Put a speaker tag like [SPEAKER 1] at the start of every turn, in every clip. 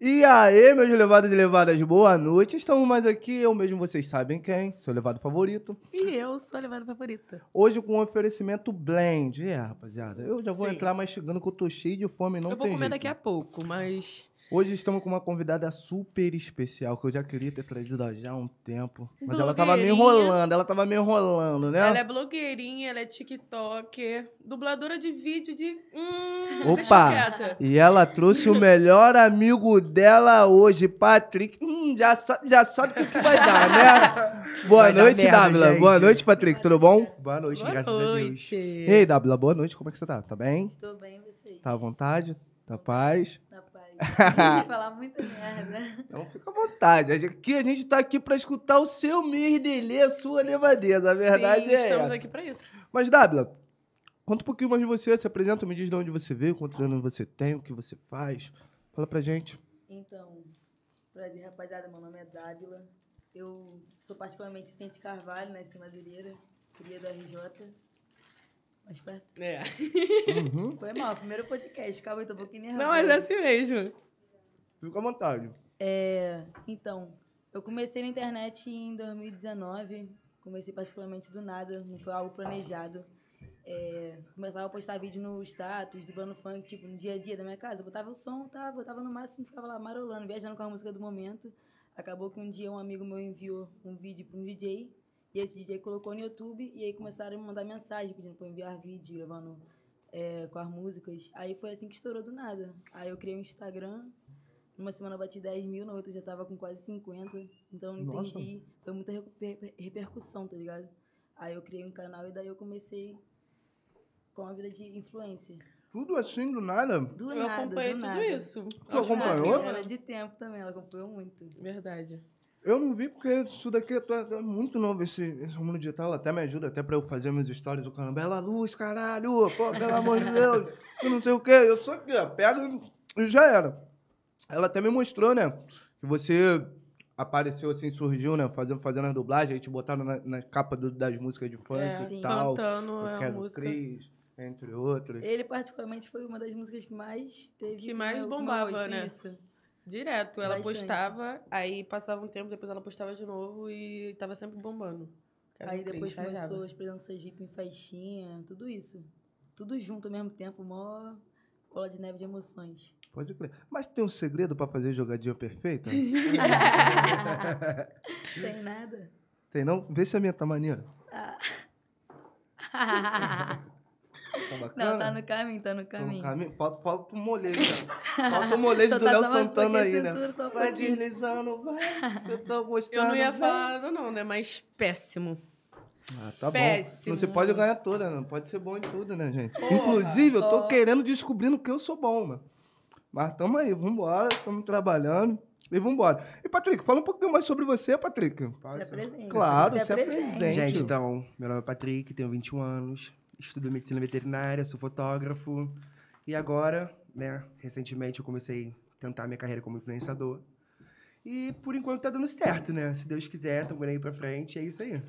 [SPEAKER 1] E aí, meus levados e levadas, boa noite. Estamos mais aqui, eu mesmo, vocês sabem quem, seu levado favorito.
[SPEAKER 2] E eu sou a levada favorita.
[SPEAKER 1] Hoje com um oferecimento blend. É, rapaziada, eu já vou
[SPEAKER 2] Sim.
[SPEAKER 1] entrar mastigando que eu tô cheio de fome, não
[SPEAKER 2] eu
[SPEAKER 1] tem
[SPEAKER 2] vou comer
[SPEAKER 1] jeito.
[SPEAKER 2] daqui a pouco, mas.
[SPEAKER 1] Hoje estamos com uma convidada super especial, que eu já queria ter trazido ela já há um tempo. Mas ela
[SPEAKER 2] Blogueirinha.
[SPEAKER 1] tava me enrolando, ela tava me enrolando, né?
[SPEAKER 2] Ela é blogueirinha, ela é TikToker, dubladora de vídeo de. Hum,
[SPEAKER 1] Opa!
[SPEAKER 2] Deixa quieta.
[SPEAKER 1] E ela trouxe o melhor amigo dela hoje, Patrick. Hum, já, sa- já sabe o que, que vai dar, né? Boa
[SPEAKER 3] Vai dar
[SPEAKER 1] noite,
[SPEAKER 3] merda,
[SPEAKER 1] Dávila.
[SPEAKER 3] gente.
[SPEAKER 1] Boa noite, Patrick. Tudo bom?
[SPEAKER 3] Boa noite,
[SPEAKER 2] Boa
[SPEAKER 3] graças
[SPEAKER 2] noite.
[SPEAKER 1] E aí, Dávila, boa noite. Como é que você tá? Tá bem?
[SPEAKER 4] Estou bem, e vocês?
[SPEAKER 1] Tá à vontade? Tá à paz?
[SPEAKER 4] Na paz. Não falar muita merda.
[SPEAKER 1] Então fica à vontade. A gente- Aqui a gente tá aqui pra escutar o seu merdelê, a sua levadeza. A verdade
[SPEAKER 2] Sim,
[SPEAKER 1] é
[SPEAKER 2] Estamos
[SPEAKER 1] essa.
[SPEAKER 2] aqui pra isso.
[SPEAKER 1] Mas, Dávila, conta um pouquinho mais de você. Se apresenta, me diz de onde você veio, quantos anos você tem, o que você faz. Fala pra gente.
[SPEAKER 4] Então, prazer, rapaziada. Meu nome é Dávila. Eu sou particularmente Vicente Carvalho, né? nasci em Madureira, cria do RJ. Mais perto.
[SPEAKER 2] É.
[SPEAKER 1] Uhum.
[SPEAKER 4] Foi mal, primeiro podcast. Calma, eu tô um pouquinho nervosa.
[SPEAKER 2] Não, mas é assim mesmo.
[SPEAKER 1] Fica à vontade.
[SPEAKER 4] É, então, eu comecei na internet em 2019. Comecei particularmente do nada, não foi algo planejado. É, começava a postar vídeo no status, dublando funk, tipo, no dia a dia da minha casa. Botava o som, tá, botava no máximo, ficava lá marolando, viajando com a música do momento. Acabou que um dia um amigo meu enviou um vídeo para um DJ, e esse DJ colocou no YouTube, e aí começaram a me mandar mensagem pedindo para enviar vídeo, gravando é, com as músicas. Aí foi assim que estourou do nada. Aí eu criei um Instagram, numa semana eu bati 10 mil, na outra eu já tava com quase 50. Então eu não
[SPEAKER 1] Nossa.
[SPEAKER 4] entendi. Foi muita recu- reper- repercussão, tá ligado? Aí eu criei um canal e daí eu comecei com a vida de influencer.
[SPEAKER 1] Tudo assim, do nada.
[SPEAKER 4] Do
[SPEAKER 2] eu
[SPEAKER 4] nada,
[SPEAKER 2] acompanhei
[SPEAKER 4] do
[SPEAKER 2] tudo
[SPEAKER 4] nada.
[SPEAKER 2] isso.
[SPEAKER 1] Tu acompanhou?
[SPEAKER 4] Ela era de tempo também, ela acompanhou muito.
[SPEAKER 2] Verdade.
[SPEAKER 1] Eu não vi porque isso daqui é, tu- é muito novo, esse, esse mundo digital até me ajuda, até pra eu fazer meus stories, o caramba, Bela Luz, caralho, pô, pelo amor de Deus, eu não sei o quê, eu sou aqui, ó, pega e e já era. Ela até me mostrou, né, que você apareceu assim, surgiu, né, fazendo, fazendo as dublagens, aí te botaram na, na capa do- das músicas de funk
[SPEAKER 2] É,
[SPEAKER 1] e
[SPEAKER 4] sim.
[SPEAKER 1] tal,
[SPEAKER 2] Cantando
[SPEAKER 1] Eu
[SPEAKER 2] é a
[SPEAKER 1] Quero
[SPEAKER 2] música.
[SPEAKER 1] Cris, entre outros.
[SPEAKER 4] Ele, particularmente, foi uma das músicas que mais teve.
[SPEAKER 2] Que mais
[SPEAKER 4] meu- meu
[SPEAKER 2] bombava,
[SPEAKER 4] gosto,
[SPEAKER 2] né?
[SPEAKER 4] Isso.
[SPEAKER 2] Direto. Ela
[SPEAKER 4] Bastante.
[SPEAKER 2] postava, aí passava um tempo, depois ela postava de novo e tava sempre bombando. Quero
[SPEAKER 4] Aí
[SPEAKER 1] um
[SPEAKER 2] Cris,
[SPEAKER 4] depois
[SPEAKER 2] rajava.
[SPEAKER 4] começou as presenças hippie em faixinha, tudo isso. Tudo junto ao mesmo tempo, mó bola de neve de emoções.
[SPEAKER 1] Pode crer. Mas tem um segredo pra fazer jogadinha perfeita?
[SPEAKER 4] Tem nada?
[SPEAKER 1] tem não? Vê se a minha tá maneira. Tá bacana?
[SPEAKER 4] Não, tá no caminho, tá
[SPEAKER 1] Tô
[SPEAKER 4] no
[SPEAKER 1] no
[SPEAKER 4] caminho. tá
[SPEAKER 1] caminho. Falta, falta um molejo. né? Falta um molejo do Léo Santana aí, né?
[SPEAKER 4] um
[SPEAKER 1] Vai deslizando, vai. que Eu tô gostando.
[SPEAKER 2] Eu Tá, não ia
[SPEAKER 1] vai.
[SPEAKER 2] falar nada, não, né? Mas péssimo.
[SPEAKER 1] Ah, tá bom.
[SPEAKER 2] Péssimo.
[SPEAKER 1] Não se pode ganhar toda, não. Pode ser bom em tudo, né, gente?
[SPEAKER 2] Porra.
[SPEAKER 1] Inclusive, eu tô
[SPEAKER 4] Ó.
[SPEAKER 1] querendo descobrir no que eu sou bom, mano. Mas tamo aí, vambora. Tamo trabalhando. E vambora. E, Patrick, fala um pouquinho mais sobre você, Patrick.
[SPEAKER 4] Se apresente.
[SPEAKER 1] Claro,
[SPEAKER 4] Se
[SPEAKER 1] se
[SPEAKER 4] apresente.
[SPEAKER 1] apresente. tá
[SPEAKER 3] Gente, então, meu nome é Patrick, tenho 21 anos, estudo medicina veterinária, sou fotógrafo. E agora, né, recentemente eu comecei a tentar minha carreira como influenciador. E por enquanto tá dando certo, né? Se Deus quiser, tamo indo aí pra frente, é isso aí.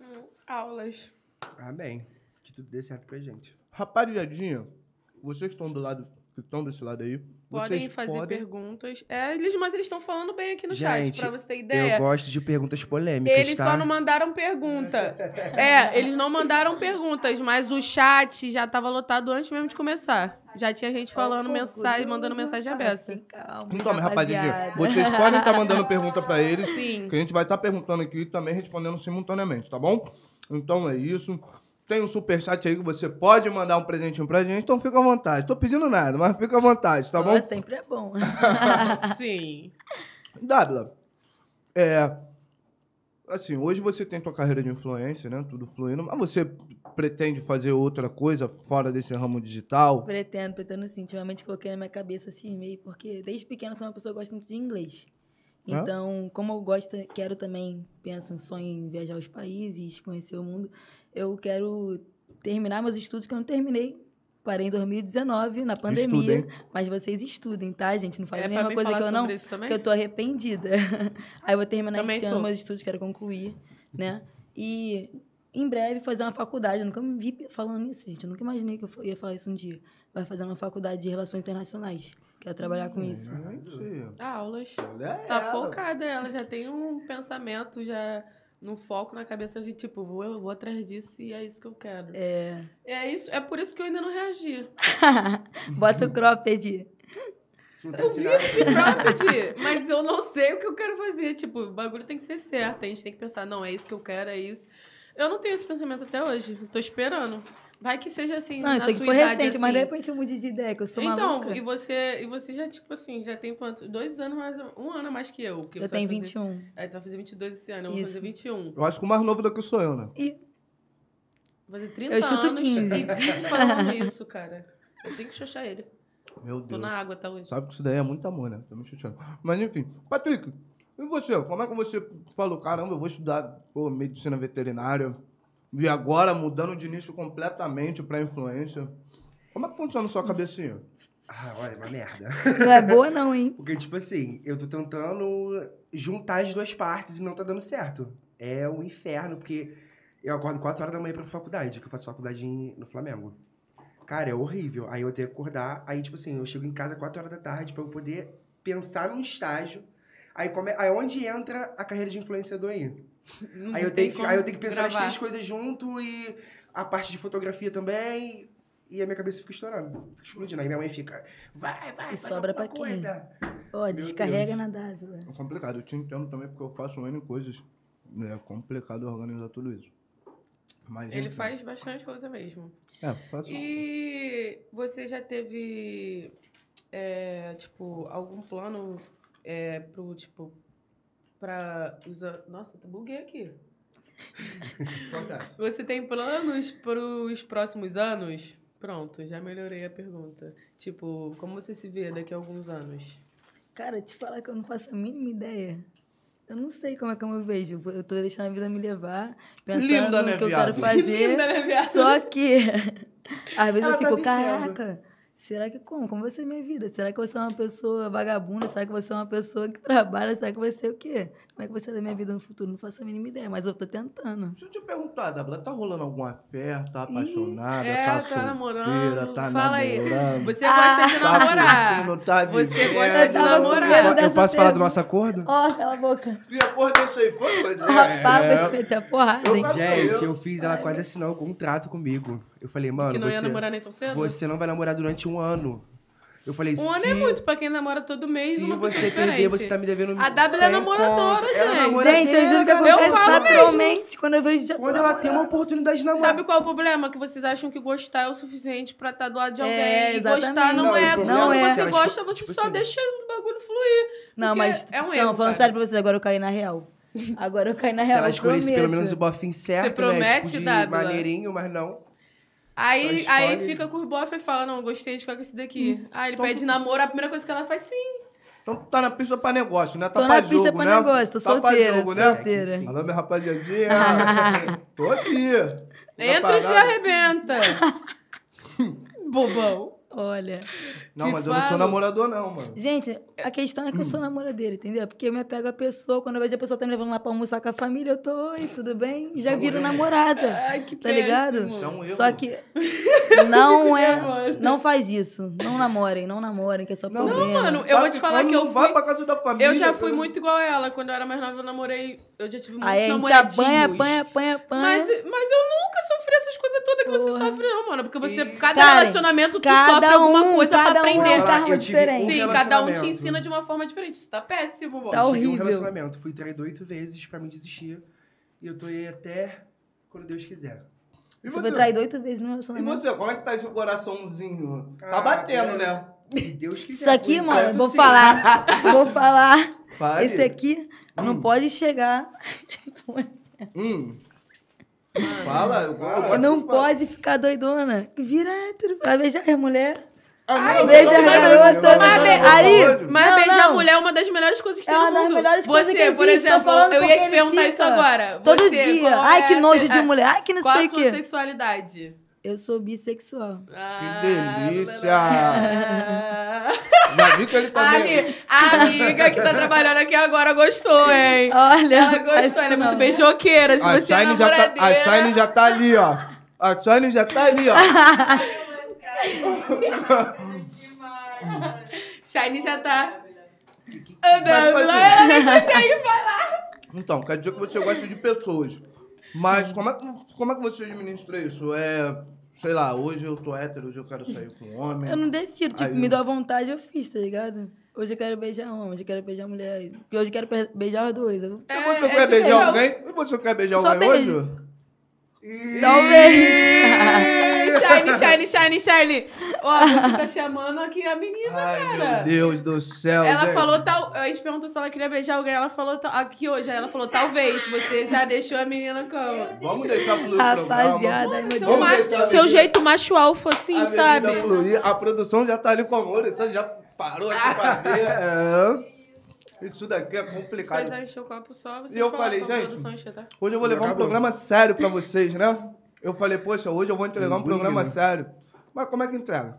[SPEAKER 2] Hum. Aulas.
[SPEAKER 3] Amém. Que tudo dê certo pra gente.
[SPEAKER 1] Rapaziadinha, vocês que estão do lado, que estão desse lado aí,
[SPEAKER 2] Podem
[SPEAKER 1] vocês
[SPEAKER 2] fazer
[SPEAKER 1] podem...
[SPEAKER 2] perguntas. É, eles, mas eles estão falando bem aqui no chat,
[SPEAKER 3] Gente,
[SPEAKER 2] pra você ter
[SPEAKER 3] Eu
[SPEAKER 2] ideia.
[SPEAKER 3] gosto de perguntas polêmicas,
[SPEAKER 2] Eles
[SPEAKER 3] tá?
[SPEAKER 2] É. só não mandaram pergunta. É, eles não mandaram perguntas, mas o chat já tava lotado antes mesmo de começar. Já tinha gente falando
[SPEAKER 4] Ô,
[SPEAKER 2] mensagem,
[SPEAKER 4] Deus,
[SPEAKER 2] mandando mensagem
[SPEAKER 4] rapaz,
[SPEAKER 2] aberta.
[SPEAKER 4] fiquem calmos,
[SPEAKER 1] Então, rapaziadinha,
[SPEAKER 4] assim, rapaziada.
[SPEAKER 1] vocês podem estar mandando pergunta pra eles,
[SPEAKER 2] Sim.
[SPEAKER 1] que a gente vai estar perguntando aqui e também respondendo simultaneamente, tá bom? Então é isso. Tem um superchat aí que você pode mandar um presentinho pra gente, então fica à vontade. Tô pedindo nada, mas fica à vontade, tá bom?
[SPEAKER 4] Ó, sempre é bom.
[SPEAKER 2] Sim.
[SPEAKER 1] Dábila, é. Assim, hoje você tem tua carreira de influência, né? Tudo fluindo, mas você pretende fazer outra coisa fora desse ramo digital?
[SPEAKER 4] Pretendo, pretendo sim. Ultimamente coloquei na minha cabeça cismei, porque desde pequena sou uma pessoa que gosta muito de inglês.
[SPEAKER 1] Hã?
[SPEAKER 4] Então, como eu gosto, quero também, penso um sonho em viajar aos países, conhecer o mundo, eu quero terminar meus estudos que eu não terminei. Parei em 2019, na pandemia.
[SPEAKER 1] Estudem.
[SPEAKER 4] mas vocês estudem, tá, gente? Não faz
[SPEAKER 2] É
[SPEAKER 4] a
[SPEAKER 2] pra
[SPEAKER 4] nenhuma
[SPEAKER 2] mim
[SPEAKER 4] coisa
[SPEAKER 2] falar
[SPEAKER 4] que eu
[SPEAKER 2] sobre
[SPEAKER 4] não
[SPEAKER 2] isso também?
[SPEAKER 4] que eu tô arrependida. Aí eu vou terminar
[SPEAKER 2] Também
[SPEAKER 4] esse ano
[SPEAKER 2] tô.
[SPEAKER 4] meus estudos, quero concluir, né? E em breve fazer uma faculdade. Eu nunca me vi falando isso, gente. Eu nunca imaginei que eu ia falar isso um dia. Vai fazer uma faculdade de relações internacionais. Quero trabalhar
[SPEAKER 2] Hum.
[SPEAKER 4] com isso.
[SPEAKER 1] É, Gente,
[SPEAKER 2] Ah, Aulas.
[SPEAKER 1] olha
[SPEAKER 2] Tá
[SPEAKER 4] É,
[SPEAKER 1] ela.
[SPEAKER 2] focada ela, já tem um pensamento, já num foco na cabeça de tipo, vou, eu vou atrás disso e é isso que eu quero. É. isso, é por isso que eu ainda não reagi.
[SPEAKER 4] Bota o
[SPEAKER 2] Uhum.
[SPEAKER 4] cropped.
[SPEAKER 3] Não tá
[SPEAKER 2] Eu vi
[SPEAKER 3] ensinado.
[SPEAKER 2] de cropped, mas eu não sei o que eu quero fazer. Tipo, o bagulho tem que ser certo. A gente tem que pensar, não, é isso que eu quero, é isso. Eu não tenho esse pensamento até hoje. eu Tô esperando. Vai que seja assim.
[SPEAKER 4] Não,
[SPEAKER 2] na
[SPEAKER 4] isso aqui
[SPEAKER 2] sua
[SPEAKER 4] foi
[SPEAKER 2] idade,
[SPEAKER 4] recente,
[SPEAKER 2] assim.
[SPEAKER 4] mas de repente eu mude de ideia, que eu sou
[SPEAKER 2] Então,
[SPEAKER 4] maluca.
[SPEAKER 2] e você, e você já, tipo assim, já tem quanto? Dois anos mais. Um ano a mais que eu. porque
[SPEAKER 4] Eu
[SPEAKER 2] você vai
[SPEAKER 4] tenho
[SPEAKER 2] fazer-
[SPEAKER 4] 21.
[SPEAKER 2] É, tu vai fazer 22 esse ano, eu vou
[SPEAKER 4] Isso.
[SPEAKER 2] fazer 21.
[SPEAKER 1] Eu acho que o mais novo daqui sou eu, né?
[SPEAKER 2] Vou fazer 30
[SPEAKER 4] Eu chuto
[SPEAKER 2] anos
[SPEAKER 4] 15.
[SPEAKER 2] e vivo falando isso, cara. Eu tenho que xoxar ele.
[SPEAKER 1] Meu
[SPEAKER 2] Tô
[SPEAKER 1] Deus.
[SPEAKER 2] na água até hoje.
[SPEAKER 1] Sabe que isso daí é muito amor, né? Tô me chuteando. Mas enfim, Patrick, e você? Como é que você falou, caramba, eu vou estudar pô, medicina veterinária e agora mudando de nicho completamente pra influência? Como é que funciona a sua cabecinha?
[SPEAKER 3] Ah, olha, uma merda.
[SPEAKER 4] Não é boa não, hein?
[SPEAKER 3] Porque, tipo assim, eu tô tentando juntar as duas partes e não tá dando certo. É um inferno, porque eu acordo 4 horas da manhã pra faculdade, que eu faço faculdade em- no Flamengo. Cara, é horrível. Aí eu tenho que acordar, aí, tipo assim, eu chego em casa 4 horas da tarde pra eu poder pensar num estágio. Aí, come... aí onde entra a carreira de influenciador aí?
[SPEAKER 2] Não
[SPEAKER 3] Aí eu,
[SPEAKER 2] tem
[SPEAKER 3] tenho que,
[SPEAKER 2] como
[SPEAKER 3] aí eu tenho que pensar nas
[SPEAKER 2] gravar.
[SPEAKER 3] três coisas junto e a parte de fotografia também. E a minha cabeça fica estourando, explodindo. Aí minha mãe fica, vai, vai,
[SPEAKER 4] E
[SPEAKER 3] faz
[SPEAKER 4] sobra pra
[SPEAKER 3] alguma
[SPEAKER 4] quem?
[SPEAKER 3] coisa.
[SPEAKER 4] Ó,
[SPEAKER 3] Meu
[SPEAKER 4] descarrega
[SPEAKER 3] Deus.
[SPEAKER 4] na Dávila.
[SPEAKER 1] É complicado, eu te entendo também porque eu faço N coisas. É complicado organizar tudo isso. Mas,
[SPEAKER 3] né?
[SPEAKER 2] Ele
[SPEAKER 1] enfim.
[SPEAKER 2] faz bastante coisa mesmo.
[SPEAKER 1] É, faço.
[SPEAKER 2] E você já teve, é, tipo, algum plano é, pro, tipo, pra usar... Nossa, eu buguei aqui.
[SPEAKER 1] Acontece.
[SPEAKER 2] Você tem planos pros próximos anos? Pronto, já melhorei a pergunta. Tipo, como você se vê daqui a alguns anos?
[SPEAKER 4] Cara, te falar que eu não faço a mínima ideia. Eu não sei como é que eu me vejo. Eu tô deixando a vida me levar, pensando
[SPEAKER 1] Linda, né,
[SPEAKER 4] no que eu
[SPEAKER 1] viado?
[SPEAKER 4] quero fazer.
[SPEAKER 2] Linda, né, viado?
[SPEAKER 4] Só que às vezes eu
[SPEAKER 3] Ela tá
[SPEAKER 4] fico,
[SPEAKER 3] vivendo.
[SPEAKER 4] caraca, será que como? Como vai ser minha vida? Será que você é uma pessoa vagabunda? Será que você é uma pessoa que trabalha? Será que você é o quê? Como é que vai ser a minha vida no futuro? Não faço a mínima ideia, mas eu tô tentando.
[SPEAKER 1] Deixa eu te perguntar, Dabla, tá rolando alguma fé? Tá apaixonada?
[SPEAKER 2] é,
[SPEAKER 1] tá
[SPEAKER 2] tá
[SPEAKER 1] solteira?
[SPEAKER 2] namorando.
[SPEAKER 1] Tá
[SPEAKER 2] Fala aí.
[SPEAKER 1] namorando?
[SPEAKER 2] Você
[SPEAKER 4] Ah.
[SPEAKER 2] gosta de
[SPEAKER 1] Tá
[SPEAKER 2] namorar.
[SPEAKER 1] curtindo, tá
[SPEAKER 2] Você
[SPEAKER 1] vivendo?
[SPEAKER 2] gosta de
[SPEAKER 4] Eu tava com
[SPEAKER 2] namorar.
[SPEAKER 4] medo.
[SPEAKER 3] Eu
[SPEAKER 4] dessa
[SPEAKER 3] posso
[SPEAKER 4] pergunta.
[SPEAKER 3] falar do nosso É. acordo?
[SPEAKER 4] Ó, cala a boca.
[SPEAKER 1] Que acordo eu sei, foi né? coisa.
[SPEAKER 4] Rapaz, vai te meter a porrada,
[SPEAKER 1] Eu
[SPEAKER 4] hein?
[SPEAKER 1] quase-
[SPEAKER 3] Gente, eu fiz, ela quase assinou um contrato comigo. Eu falei, mano,
[SPEAKER 2] Que não
[SPEAKER 3] você,
[SPEAKER 2] ia namorar nem tão cedo?
[SPEAKER 3] você não vai namorar durante um ano. Eu falei,
[SPEAKER 2] Um
[SPEAKER 3] se,
[SPEAKER 2] ano é muito pra quem namora todo mês.
[SPEAKER 3] se
[SPEAKER 2] uma pessoa
[SPEAKER 3] você
[SPEAKER 2] diferente.
[SPEAKER 3] perder, você tá me devendo
[SPEAKER 2] A W é
[SPEAKER 3] 100
[SPEAKER 2] namoradora,
[SPEAKER 3] conto. Ela é
[SPEAKER 2] gente.
[SPEAKER 3] namoradeira,
[SPEAKER 4] Gente, eu juro que
[SPEAKER 3] garoto.
[SPEAKER 4] acontece
[SPEAKER 2] falo mesmo.
[SPEAKER 4] naturalmente quando eu vejo... já tô
[SPEAKER 3] Quando ela tem uma
[SPEAKER 4] namorando.
[SPEAKER 3] oportunidade de namorar.
[SPEAKER 2] Sabe qual é o problema? Que vocês acham que gostar é o suficiente pra estar do lado de
[SPEAKER 4] É,
[SPEAKER 2] alguém. e
[SPEAKER 4] exatamente.
[SPEAKER 2] gostar não,
[SPEAKER 3] Não,
[SPEAKER 2] é.
[SPEAKER 3] o
[SPEAKER 2] Quando
[SPEAKER 4] problema é
[SPEAKER 2] você
[SPEAKER 3] se elas-
[SPEAKER 2] gosta, você
[SPEAKER 3] tipo
[SPEAKER 2] só
[SPEAKER 3] assim-
[SPEAKER 2] deixa o bagulho fluir.
[SPEAKER 4] Não,
[SPEAKER 2] Porque
[SPEAKER 4] mas...
[SPEAKER 2] é um
[SPEAKER 4] não,
[SPEAKER 2] erro,
[SPEAKER 4] falando
[SPEAKER 2] cara.
[SPEAKER 4] sério pra vocês, agora eu caí na real. Agora eu caí na
[SPEAKER 3] Se
[SPEAKER 4] real,
[SPEAKER 3] ela
[SPEAKER 4] É, eu
[SPEAKER 3] escolhesse pelo
[SPEAKER 4] prometo.
[SPEAKER 3] menos o bofinho certo, né?
[SPEAKER 2] promete,
[SPEAKER 3] Tipo, de
[SPEAKER 2] Dábila?
[SPEAKER 3] maneirinho, mas não.
[SPEAKER 2] Aí,
[SPEAKER 3] Só escolhe- Hum.
[SPEAKER 2] aí fica com o bofe e fala: Não, gostei de ficar com esse daqui. Ah, ele
[SPEAKER 1] Então-
[SPEAKER 2] pede namoro, a primeira coisa que ela faz, sim.
[SPEAKER 1] Então tu tá na pista pra negócio, né? Tá
[SPEAKER 4] Tô
[SPEAKER 1] pra
[SPEAKER 4] na pista
[SPEAKER 1] jogo,
[SPEAKER 4] pra
[SPEAKER 1] né?
[SPEAKER 4] negócio, tô
[SPEAKER 1] Tá pra
[SPEAKER 4] solteira,
[SPEAKER 1] jogo, né?
[SPEAKER 4] solteira.
[SPEAKER 1] Alô, minha rapaziadinha. tô aqui. Tá
[SPEAKER 2] Entra e se
[SPEAKER 3] né?
[SPEAKER 1] Preparado.
[SPEAKER 2] arrebenta. Bobão.
[SPEAKER 4] Olha...
[SPEAKER 1] Não,
[SPEAKER 2] Te
[SPEAKER 1] mas eu não sou
[SPEAKER 2] falo.
[SPEAKER 1] namorador, não, mano.
[SPEAKER 4] Gente, a questão é que eu sou namoradeira, entendeu? Porque eu me apego à pessoa, quando eu vejo a pessoa tá me levando lá pra almoçar com a família, eu tô, oi, tudo bem? E Já viro namorada.
[SPEAKER 2] Ai, que
[SPEAKER 4] Tá ligado?
[SPEAKER 2] péssimo.
[SPEAKER 1] Isso é um erro.
[SPEAKER 4] Só que não é.
[SPEAKER 2] nervosa.
[SPEAKER 4] Não faz isso. Não namorem, não namorem, que é só problema.
[SPEAKER 2] Não, mano,
[SPEAKER 1] tá
[SPEAKER 2] eu vou te falar
[SPEAKER 1] ficando,
[SPEAKER 2] que eu
[SPEAKER 1] não vai
[SPEAKER 2] fui-
[SPEAKER 1] pra casa da família.
[SPEAKER 2] Eu já fui
[SPEAKER 1] pelo-
[SPEAKER 2] muito igual a ela. Quando eu era mais nova, eu namorei. Eu já tive muitos
[SPEAKER 4] Aí a Ah, é, gente
[SPEAKER 2] namoradinhos.
[SPEAKER 4] apanha, apanha, apanha, apanha.
[SPEAKER 2] Mas, mas eu nunca sofri essas coisas todas que você
[SPEAKER 4] Porra.
[SPEAKER 2] sofre, não, mano. Porque você, cada
[SPEAKER 4] Karen,
[SPEAKER 2] relacionamento, tu
[SPEAKER 4] cada
[SPEAKER 2] sofre alguma
[SPEAKER 4] um-
[SPEAKER 2] coisa
[SPEAKER 4] cada
[SPEAKER 2] pra
[SPEAKER 4] um
[SPEAKER 2] aprender.
[SPEAKER 4] é um karma
[SPEAKER 3] Eu tive um
[SPEAKER 4] diferente.
[SPEAKER 2] Sim,
[SPEAKER 3] relacionamento.
[SPEAKER 2] cada um te ensina de uma forma diferente. Isso tá péssimo, mano.
[SPEAKER 4] Tá
[SPEAKER 3] Tive um
[SPEAKER 4] horrível.
[SPEAKER 3] relacionamento. Fui traído oito vezes pra me desistir. E eu tô aí até quando Deus quiser.
[SPEAKER 1] E
[SPEAKER 4] Você foi
[SPEAKER 1] você?
[SPEAKER 4] traído oito vezes no
[SPEAKER 1] E
[SPEAKER 4] relacionamento.
[SPEAKER 1] você, como é que tá esse coraçãozinho? Tá
[SPEAKER 3] Ah,
[SPEAKER 1] batendo,
[SPEAKER 3] cara.
[SPEAKER 1] né?
[SPEAKER 3] Se Deus quiser.
[SPEAKER 4] Isso aqui,
[SPEAKER 3] por
[SPEAKER 4] mano,
[SPEAKER 3] enquanto,
[SPEAKER 4] vou
[SPEAKER 3] sim.
[SPEAKER 4] falar. Vou falar.
[SPEAKER 1] Pare.
[SPEAKER 4] Esse aqui não pode chegar.
[SPEAKER 1] Hum. Fala, eu gosto de
[SPEAKER 4] Não
[SPEAKER 1] falar.
[SPEAKER 4] pode ficar doidona. Vira hétero. Vai beijar a mulher.
[SPEAKER 1] Ah,
[SPEAKER 4] Ai,
[SPEAKER 1] não,
[SPEAKER 4] beija
[SPEAKER 1] você
[SPEAKER 4] a
[SPEAKER 1] vai- vai-
[SPEAKER 4] garota, né?
[SPEAKER 1] vai-
[SPEAKER 4] Mas
[SPEAKER 1] vai-
[SPEAKER 4] aí-
[SPEAKER 1] vai-
[SPEAKER 2] Mas
[SPEAKER 4] Não,
[SPEAKER 2] beijar a
[SPEAKER 4] não.
[SPEAKER 2] mulher é uma das melhores coisas que
[SPEAKER 4] É
[SPEAKER 2] tem
[SPEAKER 4] uma
[SPEAKER 2] no
[SPEAKER 4] das
[SPEAKER 2] mundo.
[SPEAKER 4] melhores coisas
[SPEAKER 2] Você,
[SPEAKER 4] que
[SPEAKER 2] por
[SPEAKER 4] existe, tô
[SPEAKER 2] exemplo,
[SPEAKER 4] falando
[SPEAKER 2] eu
[SPEAKER 4] porque
[SPEAKER 2] ia te
[SPEAKER 4] ele
[SPEAKER 2] perguntar
[SPEAKER 4] fica
[SPEAKER 2] isso agora.
[SPEAKER 4] Todo
[SPEAKER 2] Você,
[SPEAKER 4] dia.
[SPEAKER 2] qual
[SPEAKER 4] Ai,
[SPEAKER 2] é
[SPEAKER 4] que
[SPEAKER 2] a-
[SPEAKER 4] nojo de
[SPEAKER 2] a-
[SPEAKER 4] mulher. Ai, que não
[SPEAKER 2] Qual
[SPEAKER 4] sei
[SPEAKER 2] a
[SPEAKER 4] o
[SPEAKER 2] sua
[SPEAKER 4] quê.
[SPEAKER 2] sexualidade?
[SPEAKER 4] Eu sou bissexual.
[SPEAKER 2] Ah,
[SPEAKER 1] delícia!
[SPEAKER 2] ah.
[SPEAKER 1] Já vi que ele tá meio-
[SPEAKER 2] Ali, a amiga que tá trabalhando aqui agora gostou, hein?
[SPEAKER 4] Olha,
[SPEAKER 2] Ela gostou, ela é muito beijoqueira. Se
[SPEAKER 1] A
[SPEAKER 2] você é
[SPEAKER 1] Shine, já tá, a
[SPEAKER 2] namoradeira...
[SPEAKER 1] Shine já tá ali, ó. A Shine já tá ali, ó.
[SPEAKER 2] Shine já tá...
[SPEAKER 1] Vai
[SPEAKER 2] Andando
[SPEAKER 1] fazer.
[SPEAKER 2] lá, ela nem
[SPEAKER 1] Então, quer dizer que você gosta de pessoas. Mas como é, que- como é que você administra isso? É, sei lá, hoje eu tô hétero, hoje eu quero sair com um homem.
[SPEAKER 4] Eu não decido, tipo,
[SPEAKER 1] Aí
[SPEAKER 4] me
[SPEAKER 1] eu-
[SPEAKER 4] dou à vontade, eu fiz, tá ligado? Hoje eu quero beijar homem, hoje eu quero beijar mulher. E hoje eu quero pe- beijar os dois. Eu-
[SPEAKER 1] E você
[SPEAKER 2] é
[SPEAKER 1] quer
[SPEAKER 2] tipo
[SPEAKER 1] beijar
[SPEAKER 2] eu.
[SPEAKER 1] alguém? E você quer beijar
[SPEAKER 4] Só
[SPEAKER 1] alguém
[SPEAKER 4] beijo.
[SPEAKER 1] hoje? Ih,
[SPEAKER 2] um
[SPEAKER 4] Talvez.
[SPEAKER 2] Shine, shine, shine, shine. Ó, você tá chamando aqui a menina,
[SPEAKER 1] Ai,
[SPEAKER 2] cara.
[SPEAKER 1] meu Deus do céu.
[SPEAKER 2] Ela
[SPEAKER 1] gente.
[SPEAKER 2] falou tal. A gente perguntou se ela queria beijar alguém. Ela falou tal- aqui hoje. Aí ela falou, talvez você já deixou a menina cama.
[SPEAKER 1] Vamos deixar fluir o programa.
[SPEAKER 4] Rapaziada, ai, meu
[SPEAKER 2] Seu,
[SPEAKER 1] Vamos
[SPEAKER 4] Deus.
[SPEAKER 2] macho-
[SPEAKER 1] deixar a
[SPEAKER 2] seu
[SPEAKER 1] bebida-
[SPEAKER 2] jeito macho alfa, assim,
[SPEAKER 1] a
[SPEAKER 2] sabe?
[SPEAKER 1] bebida Fluir, a produção já tá ali com amor, você já parou aqui pra ver. É. Isso daqui é
[SPEAKER 2] Se precisar
[SPEAKER 1] complicado.
[SPEAKER 2] encher o copo só, você
[SPEAKER 1] E eu
[SPEAKER 2] fala,
[SPEAKER 1] falei,
[SPEAKER 2] então,
[SPEAKER 1] gente,
[SPEAKER 2] produção encher, tá?
[SPEAKER 1] Hoje eu vou
[SPEAKER 3] Já
[SPEAKER 1] levar um
[SPEAKER 3] acabou.
[SPEAKER 1] programa sério pra vocês, né? Eu falei, poxa, hoje eu vou entregar um
[SPEAKER 3] Engolindo.
[SPEAKER 1] programa sério. Mas como é que entrega?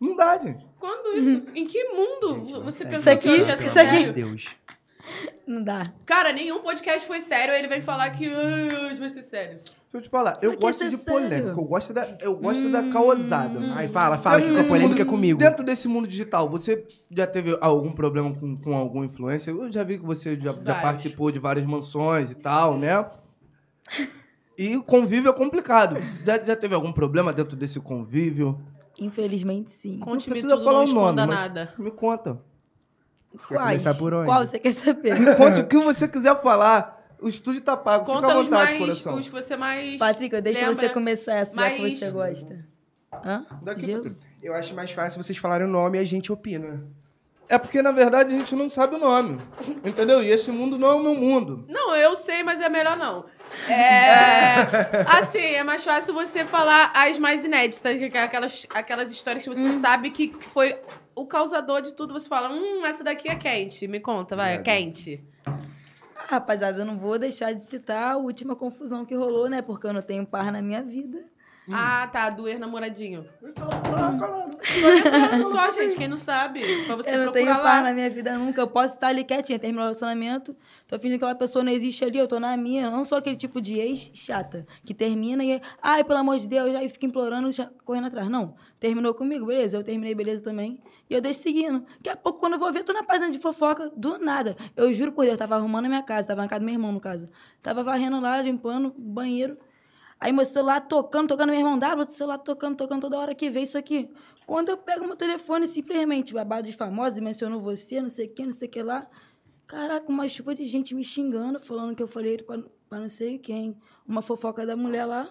[SPEAKER 1] Não dá, gente.
[SPEAKER 2] Quando isso?
[SPEAKER 1] Uhum.
[SPEAKER 2] Em que mundo você
[SPEAKER 3] Sério,
[SPEAKER 2] pensou que
[SPEAKER 4] aqui-
[SPEAKER 2] hoje ia
[SPEAKER 3] pelo
[SPEAKER 2] ser
[SPEAKER 4] isso
[SPEAKER 3] amor de
[SPEAKER 2] sério?
[SPEAKER 3] Deus.
[SPEAKER 4] Não dá.
[SPEAKER 2] Cara, nenhum podcast foi sério. Aí ele vem falar que "Ah, hoje vai ser sério.
[SPEAKER 1] Deixa eu te falar, eu
[SPEAKER 4] Mas que
[SPEAKER 1] gosto
[SPEAKER 4] isso é
[SPEAKER 1] de polêmica,
[SPEAKER 4] sério? Hum.
[SPEAKER 1] eu gosto da, eu gosto da né? caosada.
[SPEAKER 3] Ai, fala, fala, que
[SPEAKER 1] Dentro
[SPEAKER 3] com a
[SPEAKER 1] desse
[SPEAKER 3] polêmica
[SPEAKER 1] mundo-
[SPEAKER 3] comigo.
[SPEAKER 1] Dentro desse mundo digital, você já teve algum problema com, com algum influencer? Eu já vi que você já, já
[SPEAKER 2] Vários.
[SPEAKER 1] participou de várias mansões e tal, né? E convívio é complicado. Já, já teve algum problema dentro desse convívio?
[SPEAKER 4] Infelizmente, sim.
[SPEAKER 2] Conte-me
[SPEAKER 1] precisa
[SPEAKER 2] tudo,
[SPEAKER 1] falar
[SPEAKER 2] não
[SPEAKER 1] o nome,
[SPEAKER 2] esconda
[SPEAKER 1] mas-
[SPEAKER 2] nada.
[SPEAKER 1] Me conta.
[SPEAKER 3] Quer começar por onde?
[SPEAKER 4] Qual você quer saber?
[SPEAKER 1] Conte o que você quiser falar. O estúdio tá pago. Fica à
[SPEAKER 2] Conta os
[SPEAKER 1] vontade,
[SPEAKER 2] mais,
[SPEAKER 1] coração.
[SPEAKER 2] os que você mais...
[SPEAKER 4] Patrick, eu deixo
[SPEAKER 2] Lembra?
[SPEAKER 4] você começar essa, já que
[SPEAKER 2] Mas-
[SPEAKER 4] você gosta. Hã?
[SPEAKER 1] Daqui,
[SPEAKER 4] Gelo?
[SPEAKER 1] Patrick.
[SPEAKER 3] Eu acho mais fácil vocês falarem o nome e a gente opina.
[SPEAKER 1] É porque, na verdade, a gente não sabe o nome. Entendeu? E esse mundo não é o meu mundo.
[SPEAKER 2] Não, eu sei, mas é melhor não. É. assim, é mais fácil você falar as mais inéditas, que é aquelas, aquelas histórias que você
[SPEAKER 1] Hum.
[SPEAKER 2] sabe que que foi o causador de tudo. Você fala, hum, essa daqui é quente. Me conta, vai, é quente.
[SPEAKER 4] Ah, rapaziada, eu não vou deixar de citar a última confusão que rolou, né? Porque eu não tenho par na minha vida.
[SPEAKER 1] né? Hum.
[SPEAKER 2] Ah, tá, do ex-namoradinho.
[SPEAKER 1] Ah, caralho.
[SPEAKER 2] Só, gente, quem não sabe, pra você
[SPEAKER 4] eu não tenho
[SPEAKER 2] procurar
[SPEAKER 4] par né?
[SPEAKER 2] lá.
[SPEAKER 4] na minha vida nunca. Eu posso estar ali quietinha, terminar o relacionamento. Tô fingindo que aquela pessoa não existe ali, eu tô na minha. Eu não sou aquele tipo de ex chata que termina e, ai, pelo amor de Deus, aí fica implorando, já- correndo atrás. Não, terminou comigo, beleza. Eu terminei, beleza também. E eu deixo seguindo. Daqui a pouco, quando eu vou ver, eu tô na página de fofoca, do nada. Eu juro por Deus, eu tava arrumando a minha casa, tava na casa do meu irmão, no caso. Tava varrendo lá, limpando o banheiro. Aí meu celular tocando, tocando, meu irmão dava, celular tocando, tocando toda hora que vê isso aqui. Quando eu pego meu telefone, simplesmente, babado de famosos, mencionou você, não sei o que, não sei o que lá. Caraca, uma chuva de gente me xingando, falando que eu falei pra, pra não sei quem. Uma fofoca da mulher lá.